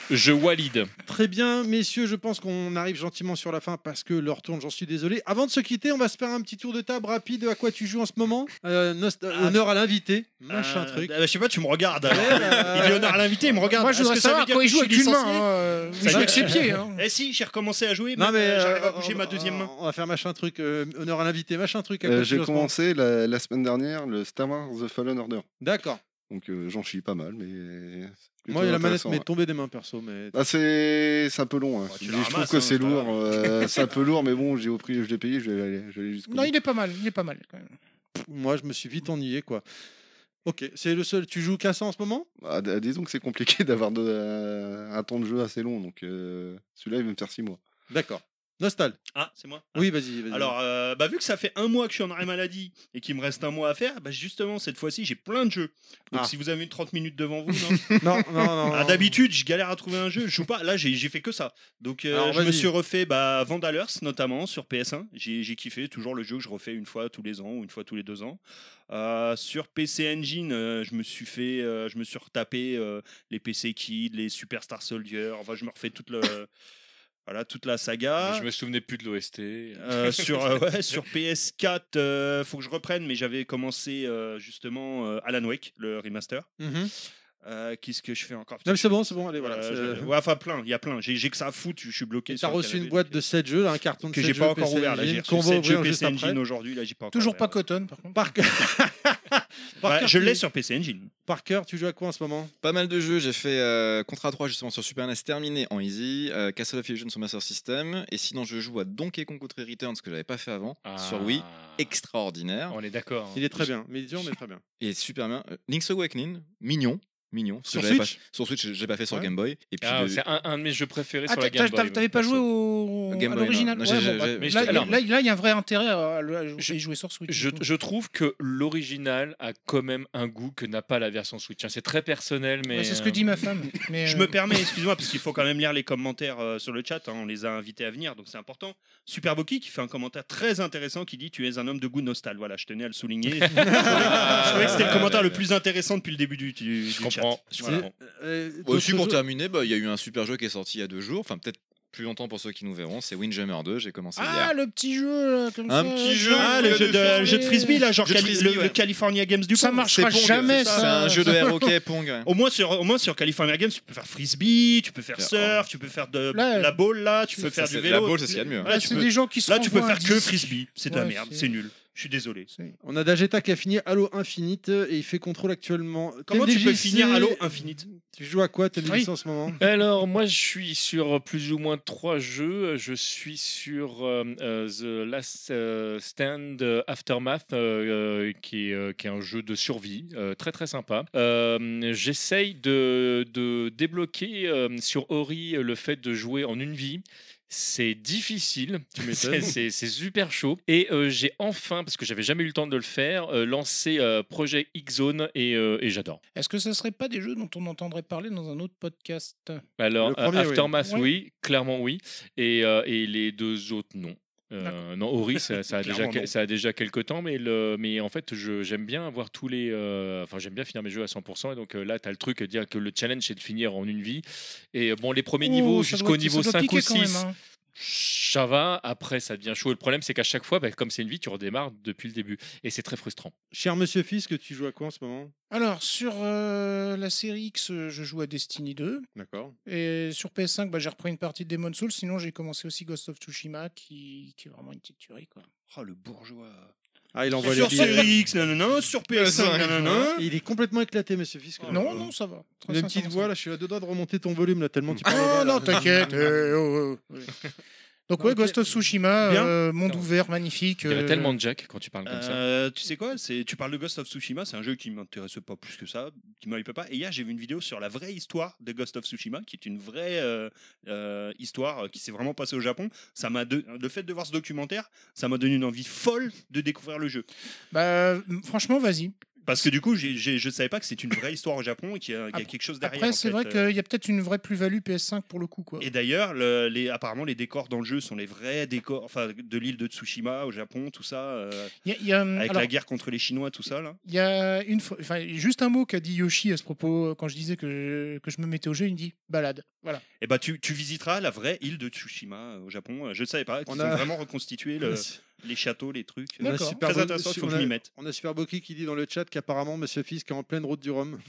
je valide
Très bien, messieurs, je pense qu'on arrive gentiment sur la fin parce que l'heure tourne. J'en suis désolé. Avant de se quitter, on va se faire un petit tour de table rapide. À quoi tu joues en ce moment Euh, nost-
Ah,
Honneur à l'invité.
Euh,
Machin truc.
ah, bah, je sais pas, tu me regardes. alors.
Ouais, bah,
Il dit honneur à l'invité, il me regarde.
Moi, je
Est-ce
voudrais
que ça
savoir
veut dire
quand
que
il
je
joue
suis
avec une main.
licencié
hein, euh,
Ça
Il joue
veut
avec
dire-
ses pieds. hein.
Eh si, j'ai recommencé à jouer, mais,
Non mais
euh, j'arrive à
euh,
bouger
on-
ma deuxième main.
On va faire machin truc. euh, honneur à l'invité, machin truc. à quoi
Euh,
tu
J'ai
joues en ce moment
commencé la, la semaine dernière le Star Wars The Fallen Order.
D'accord.
Donc euh, j'en suis pas mal, mais. c'est
Moi,
plutôt
la manette
intéressant,
m'est
ouais.
tombée des mains perso, mais
Ah, c'est c'est un peu long. hein.
Oh, tu
je
la
trouve
ramasses,
que
hein,
c'est
c'est pas
lourd. euh, c'est un peu lourd, mais bon, j'ai au prix, je l'ai payé, je vais aller, je vais aller jusqu'au
Non,
bout.
il est pas mal. Il est pas mal. quand même.
moi, je me suis vite ennuyé quoi. Ok, c'est le seul. Tu joues qu'à ça en ce moment
Ah, d- disons que c'est compliqué d'avoir de- euh, un temps de jeu assez long, donc euh, celui-là, il va me faire 6 mois.
D'accord. Nostal.
euh,
Ah, c'est moi.
Oui, vas-y. vas-y.
Alors, euh, bah, vu que ça fait un mois que je suis en arrêt maladie et qu'il me reste un mois à faire, bah, justement, cette fois-ci, j'ai plein de jeux.
Ah.
Donc,
Oh.
si vous avez une 30 minutes devant vous, non
non, non, non.
Ah, d'habitude, je galère à trouver un jeu. Je joue pas. Là, j'ai j'ai fait que ça. Donc, euh,
Alors,
je me
vas-y.
suis refait bah, Vandalers, notamment, sur PS1. J'ai j'ai kiffé. Toujours le jeu que je refais une fois tous les ans ou une fois tous les deux ans. Euh, sur PC Engine, euh, je me suis fait, euh, je me suis retapé euh, les PC Kids, les Superstar Soldier. Enfin, je me refais toute le, voilà, toute la saga.
Ah.
je me souvenais plus de l'OST
Euh, sur, euh, ouais, sur PS4, euh, faut que je reprenne, mais j'avais commencé euh, justement euh, Alan Wake, le remaster.
Mhm. Non,
Euh, Qu'est-ce que je fais encore
mais c'est bon, c'est bon. Allez, voilà.
Mmh Euh,
c'est-
j'avais- ouais, enfin, plein, il y a plein. J'ai j'ai que ça à foutre, je suis bloqué.
Et
sur
T'as
le
reçu
canapé,
une boîte
donc, euh,
de 7 jeux, là, un carton de
que
7
j'ai
jeux.
pas encore
PC
ouvert. Là, j'ai
Engine,
reçu
qu'on va
7 jeux
ouvrir juste
PC Engine
après.
aujourd'hui. Là, j'ai pas encore
Toujours pas
ouvert.
Cotton, par contre.
Par cœur.
Ouais,
cœur,
je
tu-
l'ai sur PC Engine.
Par cœur, tu joues à quoi en ce moment
Pas mal de jeux. J'ai fait euh, Contra 3 justement sur Super NES terminé en easy, euh, Castle of Illusion sur Master System, et sinon je joue à Donkey Kong Country Returns que j'avais pas fait avant sur Wii. Extraordinaire.
Ah. on est d'accord hein.
Oh,
Il est très bien. Médian, mais très bien.
Et super bien. Euh, Link's Awakening, mignon, mignon. parce que
Sur
j'avais pas-
Switch
Sur Switch, j'ai pas fait sur
Ouais.
Game Boy. Et puis
Ah,
le-
c'est un, un de mes jeux préférés
Ah,
sur la
t'as-
Game Boy
t'as- t'avais pas
perso.
joué au...
Game
à
Boy, non.
l'original
Non,
ouais,
j'ai-
bon,
j'ai-
bah, Là,
j'ai-
j'ai-
là-
alors-
là, il y a un vrai intérêt à le- à
Je-
y jouer sur Switch.
je, je trouve que l'original a quand même un goût que n'a pas la version Switch. hein. C'est très personnel, mais. euh,
Ouais, c'est ce que dit ma femme. Mais,
Je
euh,
me permets, excuse-moi, parce qu'il faut quand même lire les commentaires euh, sur le chat. hein, on les a invités à venir, donc c'est important. Superboki qui fait un commentaire très intéressant qui dit Tu es un homme de goût nostal. Voilà, je tenais à le souligner. je trouvais que c'était le commentaire le plus intéressant depuis le début du, du-
Je
du
comprends.
chat.
Je
Voilà.
comprends.
Euh,
Bon, aussi
d'autres
pour
jeux-
terminer, bah, il y a eu un super jeu qui est sorti il y a deux jours, enfin peut-être plus longtemps pour ceux qui nous verront, c'est Windjammer 2, j'ai commencé hier.
Ah, le petit jeu, là, comme
Un
ça,
petit
euh,
jeu,
Ah,
Il
le
a
jeu
dû
de,
faire
jeu de
les-
frisbee, là, genre
Jeu de
Cali-
frisbee,
le,
ouais.
le California Games du
Ça
Pont.
marchera
C'est Pong,
jamais,
c'est
C'est
ça.
un jeu de air hockey Pong. ouais.
Au moins, sur, au moins sur California Games, tu peux faire frisbee, tu peux faire
Faire-
surf, tu peux faire de
Là,
la boule là, tu peux
Ça,
faire
c'est-
du
La
vélo.
balle, c'est ce qu'il y a de mieux. hein.
Là,
Là,
tu
c'est
peux-
des gens qui se
Là, tu peux
renvoient
faire
un
que
disque.
frisbee, c'est de la
Ouais,
merde,
c'est-
c'est nul. Je suis désolé.
On a Dageta qui a fini Halo Infinite euh, et il fait contrôle actuellement.
Comment tu peux
TMDJC,
finir Halo Infinite
Tu joues à quoi TMDJC
Oui.
en ce moment
Alors, moi, je suis sur plus ou moins trois jeux. Je suis sur euh, euh, The Last euh, Stand euh, Aftermath, euh, euh, qui, est, euh, qui est un jeu de survie euh, très très sympa. Euh, J'essaye de, de débloquer euh, sur Ori euh, le fait de jouer en une vie. C'est difficile,
m'étonnes.
c'est c'est- c'est super chaud. Et euh, j'ai enfin, parce que j'avais jamais eu le temps de le faire, euh, lancé euh, Projet X-Zone et, euh, et j'adore.
Est-ce que ce serait pas des jeux dont on entendrait parler dans un autre podcast
Alors,
Le premier,
euh,
oui.
Aftermath,
Ouais.
oui. clairement oui. Et, euh, et les deux autres, non. Euh, non, Ori, ça, ça a déjà,
Clairement,
que-
non.
ça a déjà quelques temps, mais, le, mais en fait, je- j'aime bien avoir tous les. euh, Enfin, j'aime bien finir mes jeux à 100%. Et donc euh, là, tu as le truc de dire que le challenge, c'est de finir en une vie. Et euh, bon, les premiers niveaux,
Ouh, Oh, ça doit-
jusqu'au
ça
niveau
doit
5 ou
piquer
6,
quand même, hein.
ça va. Après, ça devient chaud. Et le problème, c'est qu'à chaque fois, bah, comme c'est une vie, tu redémarres depuis le début. Et c'est très frustrant.
Cher monsieur Fisk, tu joues à quoi en ce moment
Alors, sur euh, la série X, euh, je joue à Destiny 2.
D'accord.
Et sur PS5, bah, j'ai repris une partie de Demon's Souls. Sinon, j'ai commencé aussi Ghost of Tsushima, qui, qui est vraiment une petite tuerie. Quoi.
Oh, le bourgeois.
Ah, il envoie
Sur hein
les
Série X, nanana, sur PS5, nanana.
Il est complètement éclaté, monsieur Fisk.
Euh,
là.
non, non, ça va.
Il a une petite voix là, je suis à deux doigts de remonter ton volume là tellement tu parles.
Ah
bas, là.
non, t'inquiète. euh, oh, oh, oh. Donc, ouais, Ghost of Tsushima,
Bien.
euh, monde ouvert, magnifique.
Il y
euh,
a tellement de Jack quand tu parles comme ça.
Euh, tu sais quoi c'est, Tu parles de Ghost of Tsushima, c'est un jeu qui m'intéresse pas plus que ça, qui m'hype pas. Et hier, j'ai vu une vidéo sur la vraie histoire de Ghost of Tsushima, qui est une vraie euh, euh, histoire euh, qui s'est vraiment passée au Japon. Ça m'a de- le fait de voir ce documentaire, ça m'a donné une envie folle de découvrir le jeu.
Bah, franchement, vas-y.
Parce que du coup, j'ai, j'ai- je savais pas que c'est une vraie histoire au Japon et qu'il y a, qu'il y a
Après-
quelque chose derrière.
Ah, Après,
en
c'est
fait,
vrai
euh.
qu'il y a peut-être une vraie plus-value PS5 pour le coup. Quoi.
Et d'ailleurs, le- les, apparemment, les décors dans le jeu sont les vrais décors enfin, de l'île de Tsushima au Japon, tout ça, euh,
Il y a- il y a,
avec
Mmh, alors-
la guerre contre les Chinois, tout ça. Là.
Il y a une fois, enfin, juste un mot qu'a dit Yoshi à ce propos euh, quand je disais que je, que je me mettais au jeu, il me dit balade. Voilà.
Et bah, tu, tu visiteras la vraie île de Tsushima euh, au Japon. Euh, Je ne savais pas.
On
Ils
a-
ont vraiment reconstitué le-
On a-
les châteaux, les trucs.
On a
Très
Super Bo-
intéressant, il faut
on
que je
a-
m'y mette.
On a Super Boki qui dit dans le chat qu'apparemment monsieur Fisk est en pleine route du Rhum.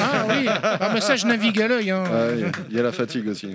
Ah oui, ah, bah, ça je navigue à l'œil. hein.
Ah oui, Il y a la fatigue aussi.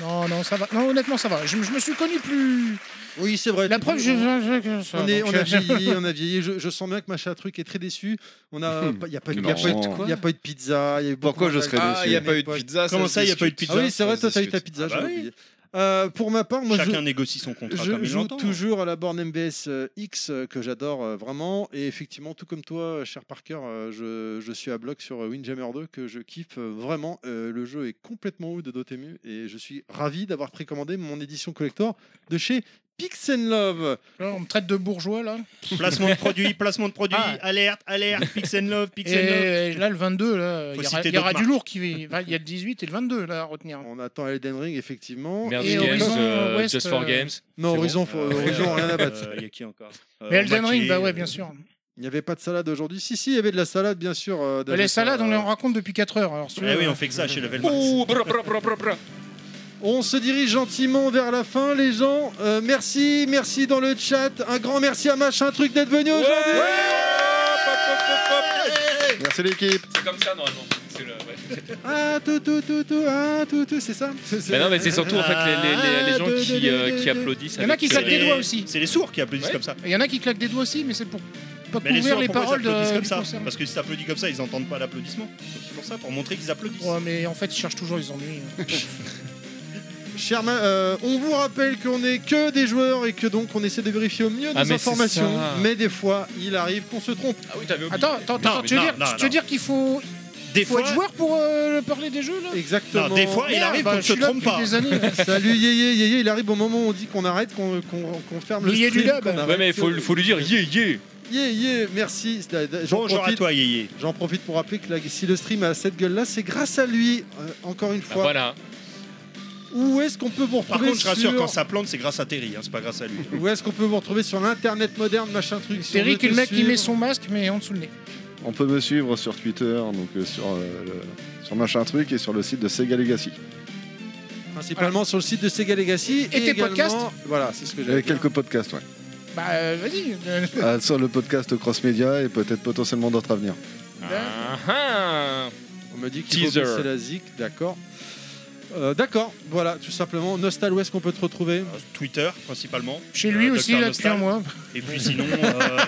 Non, non, ça va. Non, honnêtement, ça va. Je, je me suis connu plus.
Oui, c'est vrai.
La preuve, je.
On, est, on
euh,
euh,
a vieilli, on a vieilli. Je, je sens bien que Macha Truc est très déçu. On a, il n'y a pas eu, Hmm. il y a pas eu de-
Non.
il y a pas eu de pizza. il y a eu beaucoup
Pourquoi je
d'impact.
serais déçu Ah, il y a pas eu de pizza,
Comment
ça
ça,
se
il n'y a pas eu de
discute.
pizza Ah oui, c'est vrai,
Ça
toi,
se
t'as eu ta
discute.
pizza.
Ah bah
j'avais
oui.
oublié. Euh, pour ma part, moi,
Chacun
je,
négocie son contrat
je
Ah, comme il
joue
l'entend. hein.
toujours à la borne MBS euh, X euh, que j'adore euh, vraiment. Et effectivement, tout comme toi, euh, cher Parker, euh, je, je suis à bloc sur euh, Windjammer 2 que je kiffe euh, vraiment. Euh, le jeu est complètement ouf de Dotemu et je suis ravi d'avoir précommandé mon édition collector de chez Pix Love.
on me traite de bourgeois là.
Placement de produit, placement de produit,
Ah.
alerte, alerte, Pix and Love, Pix and Love.
Et là, le 22, là,
Faut
il y aura,
citer
il y aura
d'autres Euh,
du lourd qui va. enfin, Il y a le 18 et le 22 là à retenir.
On attend Elden Ring, effectivement.
Merdic
Et
Games,
Horizon-
euh,
West,
Just for
euh,
Games.
Non,
C'est
Horizon,
bon.
faut- Horizon, rien à battre.
Il y a qui encore Euh,
Mais Elden Ring,
Maki,
bah
euh,
ouais, bien sûr.
Il n'y avait pas de salade aujourd'hui. Si, si, il y avait de la salade, bien sûr. euh, de-
Bah, les salades, on les en raconte depuis 4 heures. Alors,
Eh
celui-là,
oui,
euh,
on fait que ça chez Level Max.
Ouh, bra, bra, bra, bra, bra.
On se dirige gentiment vers la fin, les gens. Euh, merci, merci dans le chat. Un grand merci à Machin Truc d'être venu aujourd'hui.
Merci l'équipe.
C'est comme ça normalement. C'est le- ouais.
Ah, tout, tout, tout, tout, ah, tout, tout, c'est ça C'est-
Bah non, mais c'est surtout en fait les, les- les- les gens
Ah, de-
qui,
de-
euh,
de-
qui
de-
applaudissent.
Il y en a
avec,
qui
euh,
claquent des
les-
doigts aussi.
C'est les sourds qui applaudissent comme ça.
Il y en a qui claquent des doigts aussi, mais c'est pour pas
Mais les
couvrir
sourds,
les,
pourquoi ils
paroles euh, de.
applaudissent comme
du
ça
concert.
Parce que si t'applaudis comme ça, ils n'entendent pas l'applaudissement. Donc ils font ça pour montrer qu'ils applaudissent.
Ouais, mais en fait, ils cherchent toujours les ennuis. hein.
Cher Ma- euh, on vous rappelle qu'on n'est que des joueurs et que donc on essaie de vérifier au mieux
Ah,
des
mais c'est
informations.
ça.
Mais des fois, il arrive qu'on se trompe.
Ah oui, t'avais oublié.
Attends, attends,
Non,
attends,
mais
tu veux
non,
dire,
non,
tu veux
non.
dire qu'il faut,
Des
faut
fois,
être joueur pour euh, parler des jeux là
Exactement.
non, des fois il
Merde,
arrive
bah,
qu'on ne
je
se
suis là
trompe
depuis
pas.
des années.
Salut Yéyé, Yéyé, il arrive au moment où on dit qu'on arrête, qu'on qu'on- qu'on ferme le
Yéyé
stream,
du lab.
qu'on
Ouais,
Ouais,
arrête.
mais faut, faut lui dire yeah, yeah. Bah,
Yéyé, merci. J'en
Bonjour à
profite,
toi, Yéyé.
j'en profite pour rappeler que la- si le stream a cette gueule-là, c'est grâce à lui. Euh, encore une
Bah,
fois,
voilà.
Où est-ce qu'on peut vous
Par
retrouver
contre, je rassure,
sur-
quand ça plante, c'est grâce à Terry, hein, c'est pas grâce à lui.
Où est-ce qu'on peut vous retrouver sur l'internet moderne, machin truc si
C'est
on veut
Eric
te
le mec qui
suivre
met son masque mais en dessous le nez.
On peut me suivre sur Twitter, donc euh, sur, euh, le- sur machin truc et sur le site de Sega Legacy.
Principalement sur le site de Sega Legacy.
Et tes
également-
podcasts
Voilà, c'est ce que j'avais.
J'avais quelques podcasts, ouais.
Bah euh, vas-y. euh,
Ah, sur le podcast Cross Media et peut-être potentiellement d'autres à venir.
Ah, ah.
On me dit qu'il faut
Teaser.
baisser la zik, d'accord. Euh, d'accord, voilà, tout simplement. Nostal, où est-ce qu'on peut te retrouver
Euh, Twitter, principalement.
Chez
Euh,
lui
Dr.
aussi là depuis un
Nostal.
mois.
Et puis sinon, euh,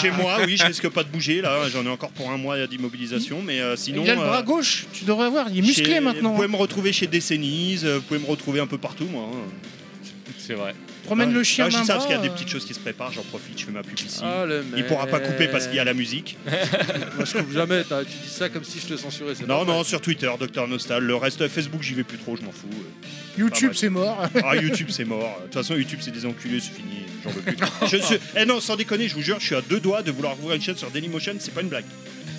chez moi, oui, je risque pas de bouger, là. J'en ai encore pour un mois d'immobilisation, mais euh, sinon.
il a le bras
euh,
gauche, tu devrais voir, il est
chez-
musclé
Vous
maintenant.
pouvez me retrouver chez Décennies, euh, vous pouvez me retrouver un peu partout, moi. hein.
C'est vrai.
Promène le chien
Ah, je
main
dis ça parce
bas,
qu'il y a des
euh.
petites choses qui se préparent, j'en profite, je fais ma publicité.
Oh,
Ah, le
Il pourra pas
mec.
couper parce qu'il y a la musique.
Moi je coupe jamais, t'as- tu dis ça comme si je te censurais. c'est
Non,
pas
non, sur Twitter, Docteur Nostal. Le reste, Facebook, j'y vais plus trop, je m'en fous. euh.
YouTube,
Enfin, bref.
c'est mort.
Ah, YouTube, c'est mort. De toute façon, YouTube, c'est des enculés, c'est fini. J'en veux plus. je suis... Eh non, sans déconner, je vous jure, je suis à deux doigts de vouloir ouvrir une chaîne sur Dailymotion, c'est pas une blague.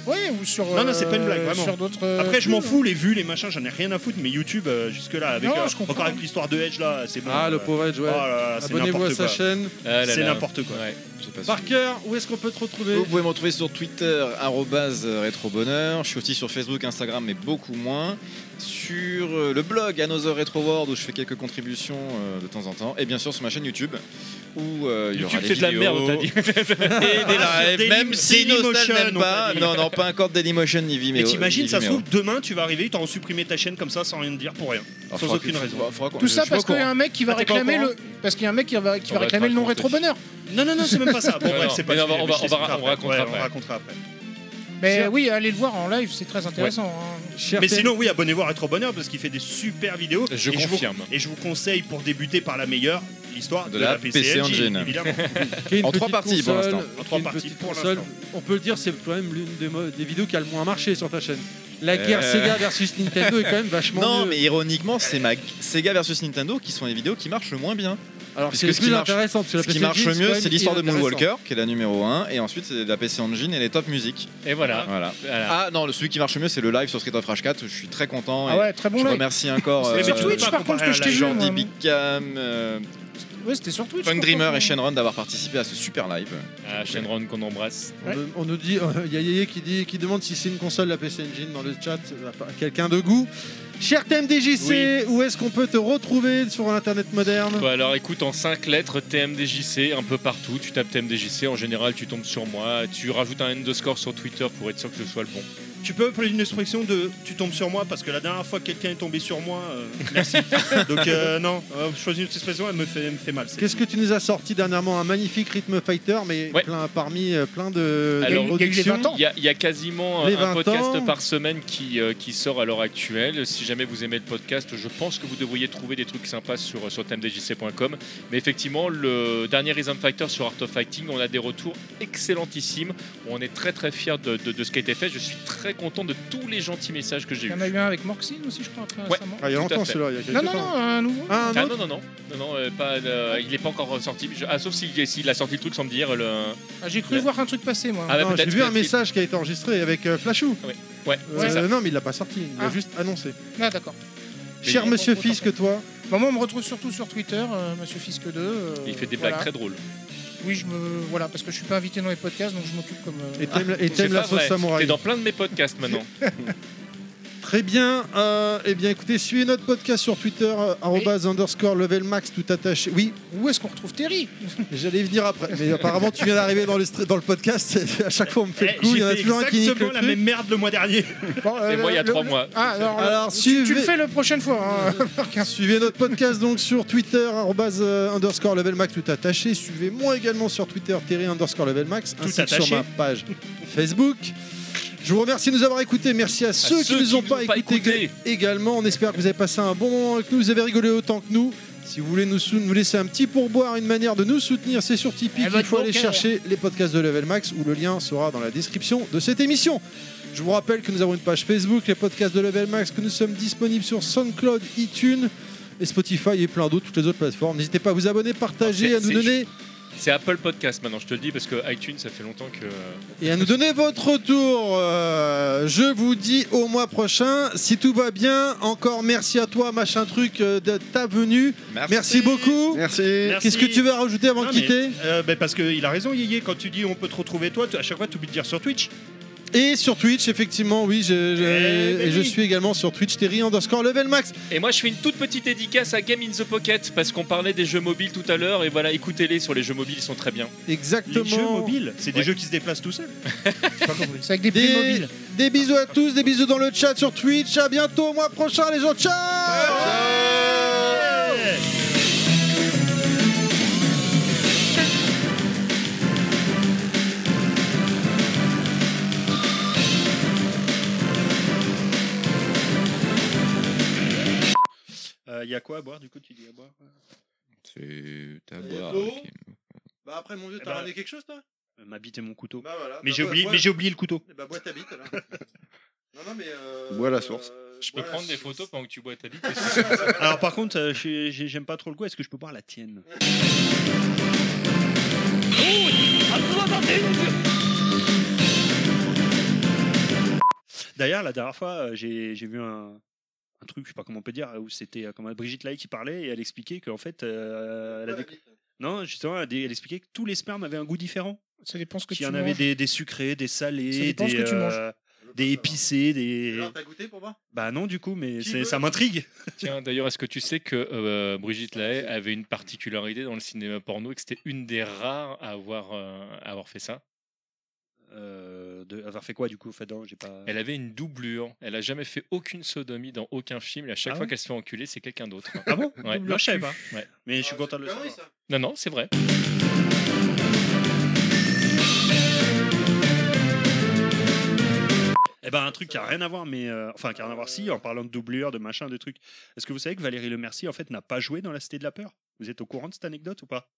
Ouais, ou sur.
Non, non, c'est pas une blague,
euh,
vraiment.
Sur d'autres. euh,
Après, je m'en
films.
fous, les vues, les machins, j'en ai rien à foutre, mais YouTube, euh, jusque-là, avec,
Non,
euh,
je comprends.
encore avec l'histoire de Edge, là, c'est bon.
Ah,
euh,
le pauvre Edge, ouais.
oh là là, c'est
Abonnez-vous à
n'importe
sa
quoi.
chaîne.
Ah là
C'est
là.
n'importe quoi.
Ouais.
J'ai pas suivi.
Parker, où est-ce qu'on peut te retrouver
Vous pouvez me retrouver sur Twitter, arrobase euh, rétrobonheur. Je suis aussi sur Facebook, Instagram, mais beaucoup moins. Sur euh, le blog Another Retro World, où je fais quelques contributions euh, de temps en temps. Et bien sûr, sur ma chaîne YouTube, où euh, il y aura
YouTube,
des
c'est de la
vidéos.
merde, t'as dit.
Et des
Ah, sur
lives,
Daily-
même si Nostal
Dailymotion,
n'aime
on
pas.
t'a dit.
Non, non, pas encore Dailymotion ni Vimeo.
Et t'imagines,
ni
ça se
Vimeo.
trouve, demain, tu vas arriver, ils t'auront supprimé ta chaîne comme ça, sans rien te dire, pour rien.
Alors,
sans
faudra
aucune
que-
raison.
faudra qu'on-
Tout
je-
ça
je
parce
suis pas
qu'il y
au
a un mec qui va
Ah, t'es pas au
réclamer
courant
le. Parce qu'il y a un mec qui va, qui
On
va
va te
réclamer le nom
raconter.
rétro bonheur.
Non, non, non, c'est même pas ça. Bon,
Non,
bref,
non,
c'est pas
mais
ça.
on va- on va- on va- on racontera
Ouais,
après.
on racontera après.
Mais oui, allez le voir en live, c'est très intéressant. hein.
Cher
Mais
Ted-
sinon, oui, abonnez-vous à Retro Bonheur parce qu'il fait des super vidéos.
Je
Et vous-
confirme.
et je vous conseille pour débuter par la meilleure, l'histoire de,
De la
la PC Engine.
Engine.
Évidemment.
qui est une
En trois
petite
parties pour
console,
l'instant.
qui est
En trois
une
parties
petite
pour
console.
l'instant.
On peut le dire, c'est quand même l'une des, mo- des vidéos qui a le moins marché sur ta chaîne. La
Euh.
guerre Sega versus Nintendo est quand même vachement
Non,
mieux.
mais ironiquement, c'est ma Sega versus Nintendo qui sont les vidéos qui marchent le moins bien.
Alors
parce
c'est
que
le
ce
plus
qui marche-
intéressant parce que la
Ce qui
PlayStation
marche
Engine,
le mieux,
quand
c'est
même
l'histoire de
inintéressant.
Moonwalker, qui est la numéro 1, et ensuite c'est la PC Engine et les top music.
Et voilà.
Voilà.
Voilà.
Ah non, le- celui qui marche le mieux, c'est le live sur Street of Rage 4. Je suis très content. et
Ah ouais, très bon
je
live.
remercie encore
C'est
euh,
Sur
euh,
Twitch,
pas
par contre,
comparé
que
à
je
la
t'ai vu.
Jordi
moi.
Bigcam, euh,
Ouais, c'était sur Twitch.
Funk
je
Dreamer
crois.
et Shenron d'avoir participé à ce super live.
Ah, Shenron qu'on embrasse.
On nous- On nous dit, euh, il y a Yeye qui, dit, qui demande si c'est une console la PC Engine dans le chat, Euh, pas- quelqu'un de goût. Cher TMDJC, où est-ce qu'on peut te retrouver sur l'internet moderne
Bah alors écoute, en 5 lettres, TMDJC, un peu partout, tu tapes TMDJC, en général tu tombes sur moi, tu rajoutes un underscore sur Twitter pour être sûr que je sois le bon.
Tu peux appeler une expression de tu tombes sur moi parce que la dernière fois que quelqu'un est tombé sur moi, euh, merci. Donc euh, non, euh, choisis une autre expression, elle me fait, elle me fait mal. c'est-
Qu'est-ce que tu nous as sorti dernièrement Un magnifique rythme fighter, mais
Ouais.
plein, parmi euh, plein de, de
Alors,
Il y a eu les
productions.
20 ans.
Il y a, il y a quasiment euh,
Les
un
20
podcast
ans.
par semaine qui, euh, qui sort à l'heure actuelle. Si jamais vous aimez le podcast, je pense que vous devriez trouver des trucs sympas sur, sur tmdjc.com. Mais effectivement, le dernier Rhythm Fighter sur Art of Fighting, on a des retours excellentissimes. On est très très fiers de, de- de ce qui a été fait. Je suis très content de tous les gentils messages que j'ai
Il y
eus.
en a eu un avec Morxine aussi, je crois, après, récemment.
Ah, il y a
Tout à
longtemps
fait.
celui-là, il y a quelques
Non, non,
temps.
non, un nouveau.
Ah, un
Ah
autre
non, non, non, non, non, euh, pas, le- il n'est pas encore sorti. Je- ah, sauf s'il s'il a sorti le truc sans me dire. Le...
Ah, J'ai cru
Ouais.
voir un truc passer, moi.
Ah, bah,
Non, J'ai
peut-être
vu un
que-
message qui a été enregistré avec euh, Flashou.
Ouais. Ouais,
Euh,
c'est ça.
non, mais il l'a pas sorti, il l'a
Ah.
juste annoncé.
Ah, d'accord.
Cher
il-
monsieur
autant
Fisk,
faire.
toi
Bah, moi, on me retrouve surtout sur Twitter, euh, Monsieur Fisk 2. euh,
Il fait des blagues
voilà.
très drôles.
Oui, je me. Voilà, parce que je suis pas invité dans les podcasts, donc je m'occupe comme. euh,
et t'aimes et
Ah. C'est
t'aimes
pas
la sauce
vrai. T'es
samouraï.
dans plein de mes podcasts maintenant.
Très bien. Euh, eh bien, écoutez, suivez notre podcast sur Twitter, euh, arrobase underscore level max tout attaché. Oui,
ah, Où est-ce qu'on retrouve Terry
j'allais y venir après. Mais apparemment, tu viens d'arriver dans le, stre- dans le podcast. À chaque fois, on me fait le
Eh,
coup. Il
J'ai
y en a
fait
toujours un qui nique
exactement
le
la
truc.
même merde le mois dernier.
Bon, euh,
Et moi, il y a
le-
trois
le-
mois.
Ah, alors,
Alors,
euh, tu, tu
suivez-
le fais la prochaine fois. hein.
Suivez notre podcast donc sur Twitter, arrobase euh, underscore level max tout attaché. Suivez-moi également sur Twitter, Terry underscore level max, ainsi que
attaché.
sur ma page Facebook. Je vous remercie de nous avoir écoutés. Merci à ceux, qui
ceux
ne nous
qui
ont
nous
pas,
ont pas
écoutés
écoutés.
également. On espère que vous avez passé un bon moment avec nous. Vous avez rigolé autant que nous. Si vous voulez nous, sou- nous laisser un petit pourboire, une manière de nous soutenir, c'est sur Tipeee
Eh ben,
qu'il faut aller
bancaire.
chercher les podcasts de Level Max où le lien sera dans la description de cette émission. Je vous rappelle que nous avons une page Facebook, les podcasts de Level Max, que nous sommes disponibles sur SoundCloud, iTunes et Spotify et plein d'autres, toutes les autres plateformes. N'hésitez pas à vous abonner, partager,
C'est-
à nous
c'est-
donner
C'est Apple Podcast maintenant, je te le dis, parce que iTunes, ça fait longtemps que.
et à nous donner votre retour. Euh, je vous dis au mois prochain. Si tout va bien, encore merci à toi, machin truc, euh, de ta venue. Merci, beaucoup.
Merci.
Merci.
Qu'est-ce que tu veux rajouter avant de
Non, mais,
quitter
euh, ben, parce qu'il a raison, Yéyé, quand tu dis on peut te retrouver toi, tu- à chaque fois tu oublies de dire sur Twitch.
Et sur Twitch, effectivement, oui, je, je-
Eh ben
et je
oui.
suis également sur Twitch, Terry underscore Level Max.
Et moi, je fais une toute petite dédicace à Game in the Pocket, parce qu'on parlait des jeux mobiles tout à l'heure, et voilà, écoutez-les sur les jeux mobiles, ils sont très bien.
Exactement.
Les jeux mobiles, c'est des
Ouais.
jeux qui se déplacent tout seuls.
C'est avec des,
Des-
prix mobiles.
Des bisous à tous, des bisous dans le chat sur Twitch. À bientôt au mois prochain, les gens. Ciao
Ouais. Euh, y a quoi à boire du coup tu dis à boire
C'est à
Et
boire.
l'eau
ok.
Bah après, mon vieux,
Eh
t'as
bah,
ramené quelque chose, toi
Euh, Ma bite et mon couteau.
Bah voilà.
mais
Bah,
j'ai
bois-
oublié,
bois-
mais j'ai oublié le couteau.
Eh Bah, bois ta bite, alors. non, non, mais. euh,
Bois la source.
Je peux
voilà,
prendre des
c'est-
photos pendant que tu bois ta bite.
Alors par contre, euh, j'ai- j'ai- j'aime pas trop le goût. Est-ce que je peux boire la tienne D'ailleurs, la dernière fois, euh, j'ai j'ai vu un, un truc, je sais pas comment on peut dire, où c'était euh, comment, Brigitte Lai qui parlait et elle expliquait qu'en fait, euh, elle avait... non, justement, elle, dé- elle expliquait que tous les spermes avaient un goût différent.
Ça dépend ce que
Qu'il y
tu
en avait
manges.
des, des sucrés, des
Ça
salés,
dépend
des,
ce que tu manges.
euh, des épicés, des.
T'as goûté pour moi
Bah non, du coup, mais
Qui
c'est-
veut
ça m'intrigue.
Tiens, d'ailleurs, est-ce que tu sais que euh, Brigitte Lahaye avait une particularité dans le cinéma porno et que c'était une des rares à avoir, euh, à avoir fait ça
Euh, de avoir fait quoi du coup Fadan j'ai pas
Elle avait une doublure. Elle a jamais fait aucune sodomie dans aucun film. Et à chaque
Ah
fois
ouais
qu'elle se fait enculer, c'est quelqu'un d'autre.
Ah bon
ouais.
Doublure, je savais pas.
Ouais.
mais je suis content de le savoir
Non, non, c'est vrai.
eh ben un truc qui a rien à voir mais euh, enfin qui a rien à voir si en parlant de doublure de machin de trucs est-ce que vous savez que Valérie Le Mercier en fait n'a pas joué dans la Cité de la Peur vous êtes au courant de cette anecdote ou pas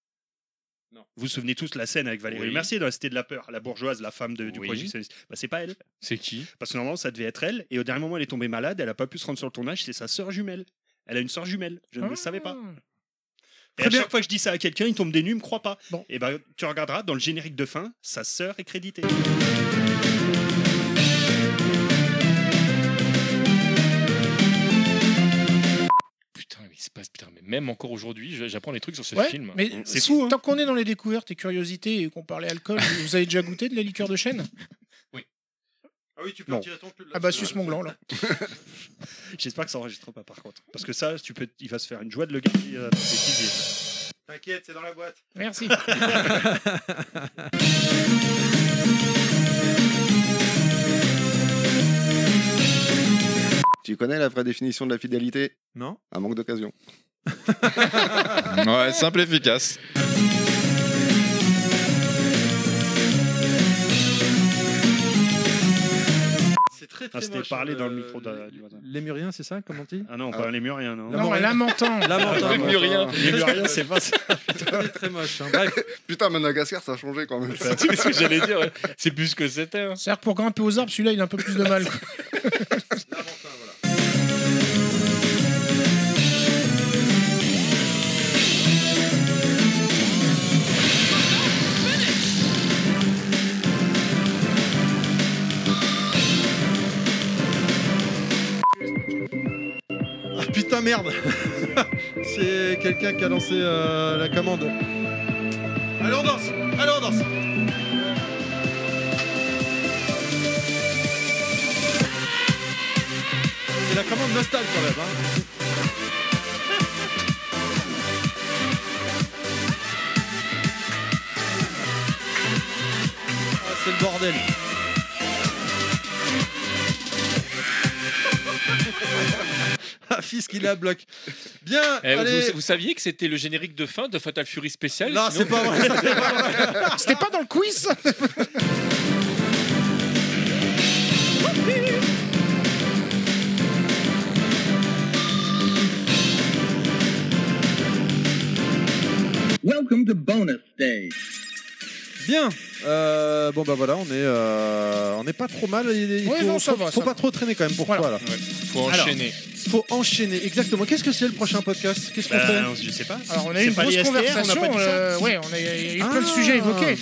Non.
vous vous souvenez tous de la scène avec Valérie
Oui.
Le Mercier dans la Cité de la Peur la bourgeoise la femme de- du
Oui.
projectionniste bah c'est pas elle
C'est qui
parce que normalement ça devait être elle et au dernier moment elle est tombée malade elle a pas pu se rendre sur le tournage c'est sa sœur jumelle elle a une sœur jumelle
Ah.
je ne le savais pas
Ah.
Et à chaque fois que je dis ça à quelqu'un, il tombe des nues, il me croit pas. Et ben, tu regarderas dans le générique de fin, sa sœur est créditée.
Putain, mais il se passe. Putain, mais même encore aujourd'hui, je- j'apprends des trucs sur ce
Ouais,
film.
mais
c'est
si-
fou. hein.
Tant qu'on est dans les découvertes et curiosités et qu'on parlait alcool, vous avez déjà goûté de la liqueur de chêne
Ah oui, tu peux
Non.
tirer ton pull là.
Ah bah suce mon gland là.
J'espère que ça enregistre pas par contre. Parce que ça, tu peux, il va se faire une joie de le garder euh, dans ses petits yeux.
T'inquiète, c'est dans la boîte.
Merci.
Tu connais la vraie définition de la fidélité
Non.
Un manque d'occasion.
Ouais, simple et efficace.
C'est très très
Ah, c'était
moche,
parlé
hein,
dans le
le-
micro de- du voisin.
Lémurien, c'est ça, comment on dit
Ah non, pas un lémurien, non.
Non, un lamentin. Lamentin. Lémurien.
Lémurien, c'est pas ça.
Très très moche. hein. Bref.
Putain, Madagascar, ça a changé quand même.
C'est ce que j'allais dire. ouais. C'est plus ce que c'était. hein.
C'est-à-dire que pour grimper aux arbres, celui-là il a un peu plus de mal. quoi.
Ah putain merde C'est quelqu'un qui a lancé euh, la commande. Allez on danse Allez on danse C'est la commande nostal quand même hein. Ah, C'est le bordel Ah fils qui la bloque Bien
Eh, vous-
Allez
vous, vous saviez que c'était le générique de fin de Fatal Fury spécial
Non,
sinon-
c'est pas vrai, c'est pas vrai.
C'était pas dans le quiz
Welcome to bonus stage.
Bien. Euh, bon bah voilà, on est euh, on n'est pas trop mal. Il, il
Ouais,
faut,
non, ça
faut-
va,
faut
ça
pas
va.
trop traîner quand même pour toi là.
Faut
Alors,
enchaîner.
faut enchaîner. Exactement. Qu'est-ce que c'est le prochain podcast Qu'est-ce qu'on
Bah,
fait
non, je sais pas.
Alors on a
C'est
eu une
pas
grosse
les STR, on n'a pas
conversation,
dit ça. Ah.
euh, ouais, on a, il y a eu plein de sujets évoqués.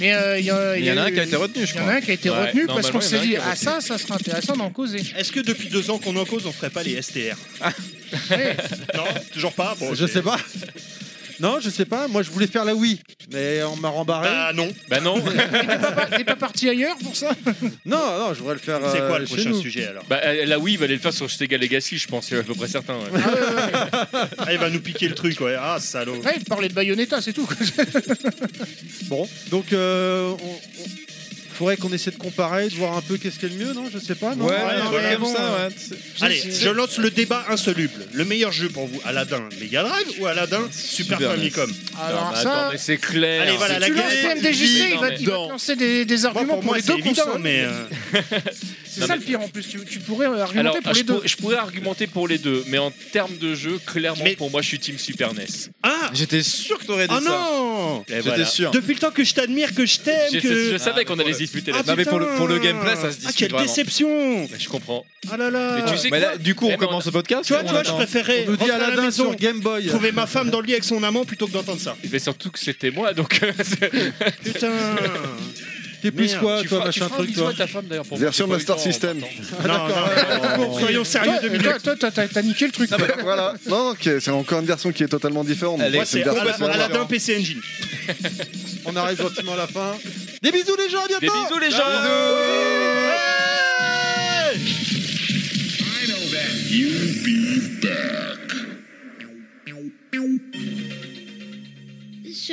Mais euh, il il
Mais il y en a un
eu-
qui a été retenu, je
Il y en a
crois.
un qui a été
Ouais,
retenu parce qu'on
normalement, il y en
s'est
a un qui
dit
est
ah
retenu.
ça, ça serait intéressant d'en causer.
Est-ce que depuis deux ans qu'on en cause, on ferait pas les STR
Ouais.
Non, toujours pas. Bon,
Je sais pas. Non, je sais pas. Moi, je voulais faire la Wii, mais on m'a rembarré.
Bah non.
Bah non.
T'es pas parti ailleurs pour ça
non, non, je voudrais le faire.
C'est
euh,
quoi le
chez
prochain
nous.
sujet alors
Bah, euh, là, oui, il valait le faire sur Sega Legacy, je pense, c'est à peu près certain. ouais.
Ah, il va nous piquer le truc, ouais. Ah,
Bah,
salaud.
Ouais, il parlait de Bayonetta, c'est tout.
Bon, donc euh, on- on- faudrait qu'on essaie de comparer, de voir un peu qu'est-ce qui est le mieux, non Je sais pas. Non
Ouais, un
non,
truc
mais
comme
bon,
ça,
euh,
ouais. C'est-
Allez,
c'est-
je lance le débat insoluble. Le meilleur jeu pour vous, Aladdin Mega Drive ou Aladdin Super,
Super NES.
Famicom
Alors
Non, mais
Ah, ça,
Bah, attends, mais c'est clair.
Allez, voilà,
C'est-
la
tu lances
guerre.
TMDJC, il
Non,
va,
mais-
il va te lancer des, des
Moi,
arguments
pour
pour,
moi,
les
c'est
deux
évident,
consoles.
mais euh,
C'est
Non,
ça
mais-
le pire en plus. Tu, tu pourrais euh, argumenter
Alors,
pour
ah,
les
je,
deux.
pour- je pourrais argumenter pour les deux, mais en termes de jeu, clairement,
Mais-
pour moi, je suis Team Super NES.
ah, Ah
J'étais sûr que
Ah
t'aurais dit
Oh
ça.
non
J'étais sûr.
Depuis le temps que je t'admire, que je t'aime,
Je-
que.
je savais qu'on allait
Ah,
discuter
putain.
là-dessus. Non, mais pour le- pour le gameplay, ça se
Ah,
discute
quelle
vraiment.
déception
Je comprends.
Ah là là
Mais tu sais Bah quoi là, du coup, on Eh ben, on- commence le podcast
Tu vois,
ou on
tu vois, je
attend
préférais
On nous dit
rentrer à la
Aladdin
maison,
sur Game Boy.
trouver ma femme dans le lit avec son amant plutôt que d'entendre ça.
Mais surtout que c'était moi, donc.
euh, Putain
T'es plus
Merde.
quoi,
Tu
Ah, toi,
feras- tu
machin
feras un
truc,
bisou
toi
à ta femme, d'ailleurs, pour
Version Master System.
Non, non, non, soyons sérieux
Toi,
2000.
Toi, toi, t'as- t'as t'as niqué le truc.
voilà. Non, ok, c'est encore une version qui est totalement différente.
Moi,
Donc,
c'est
une version
Ala-
totalement
Aladdin PC Engine.
On arrive gentiment à la fin. Des bisous les gens, à bientôt Des bisous
les gens
Ce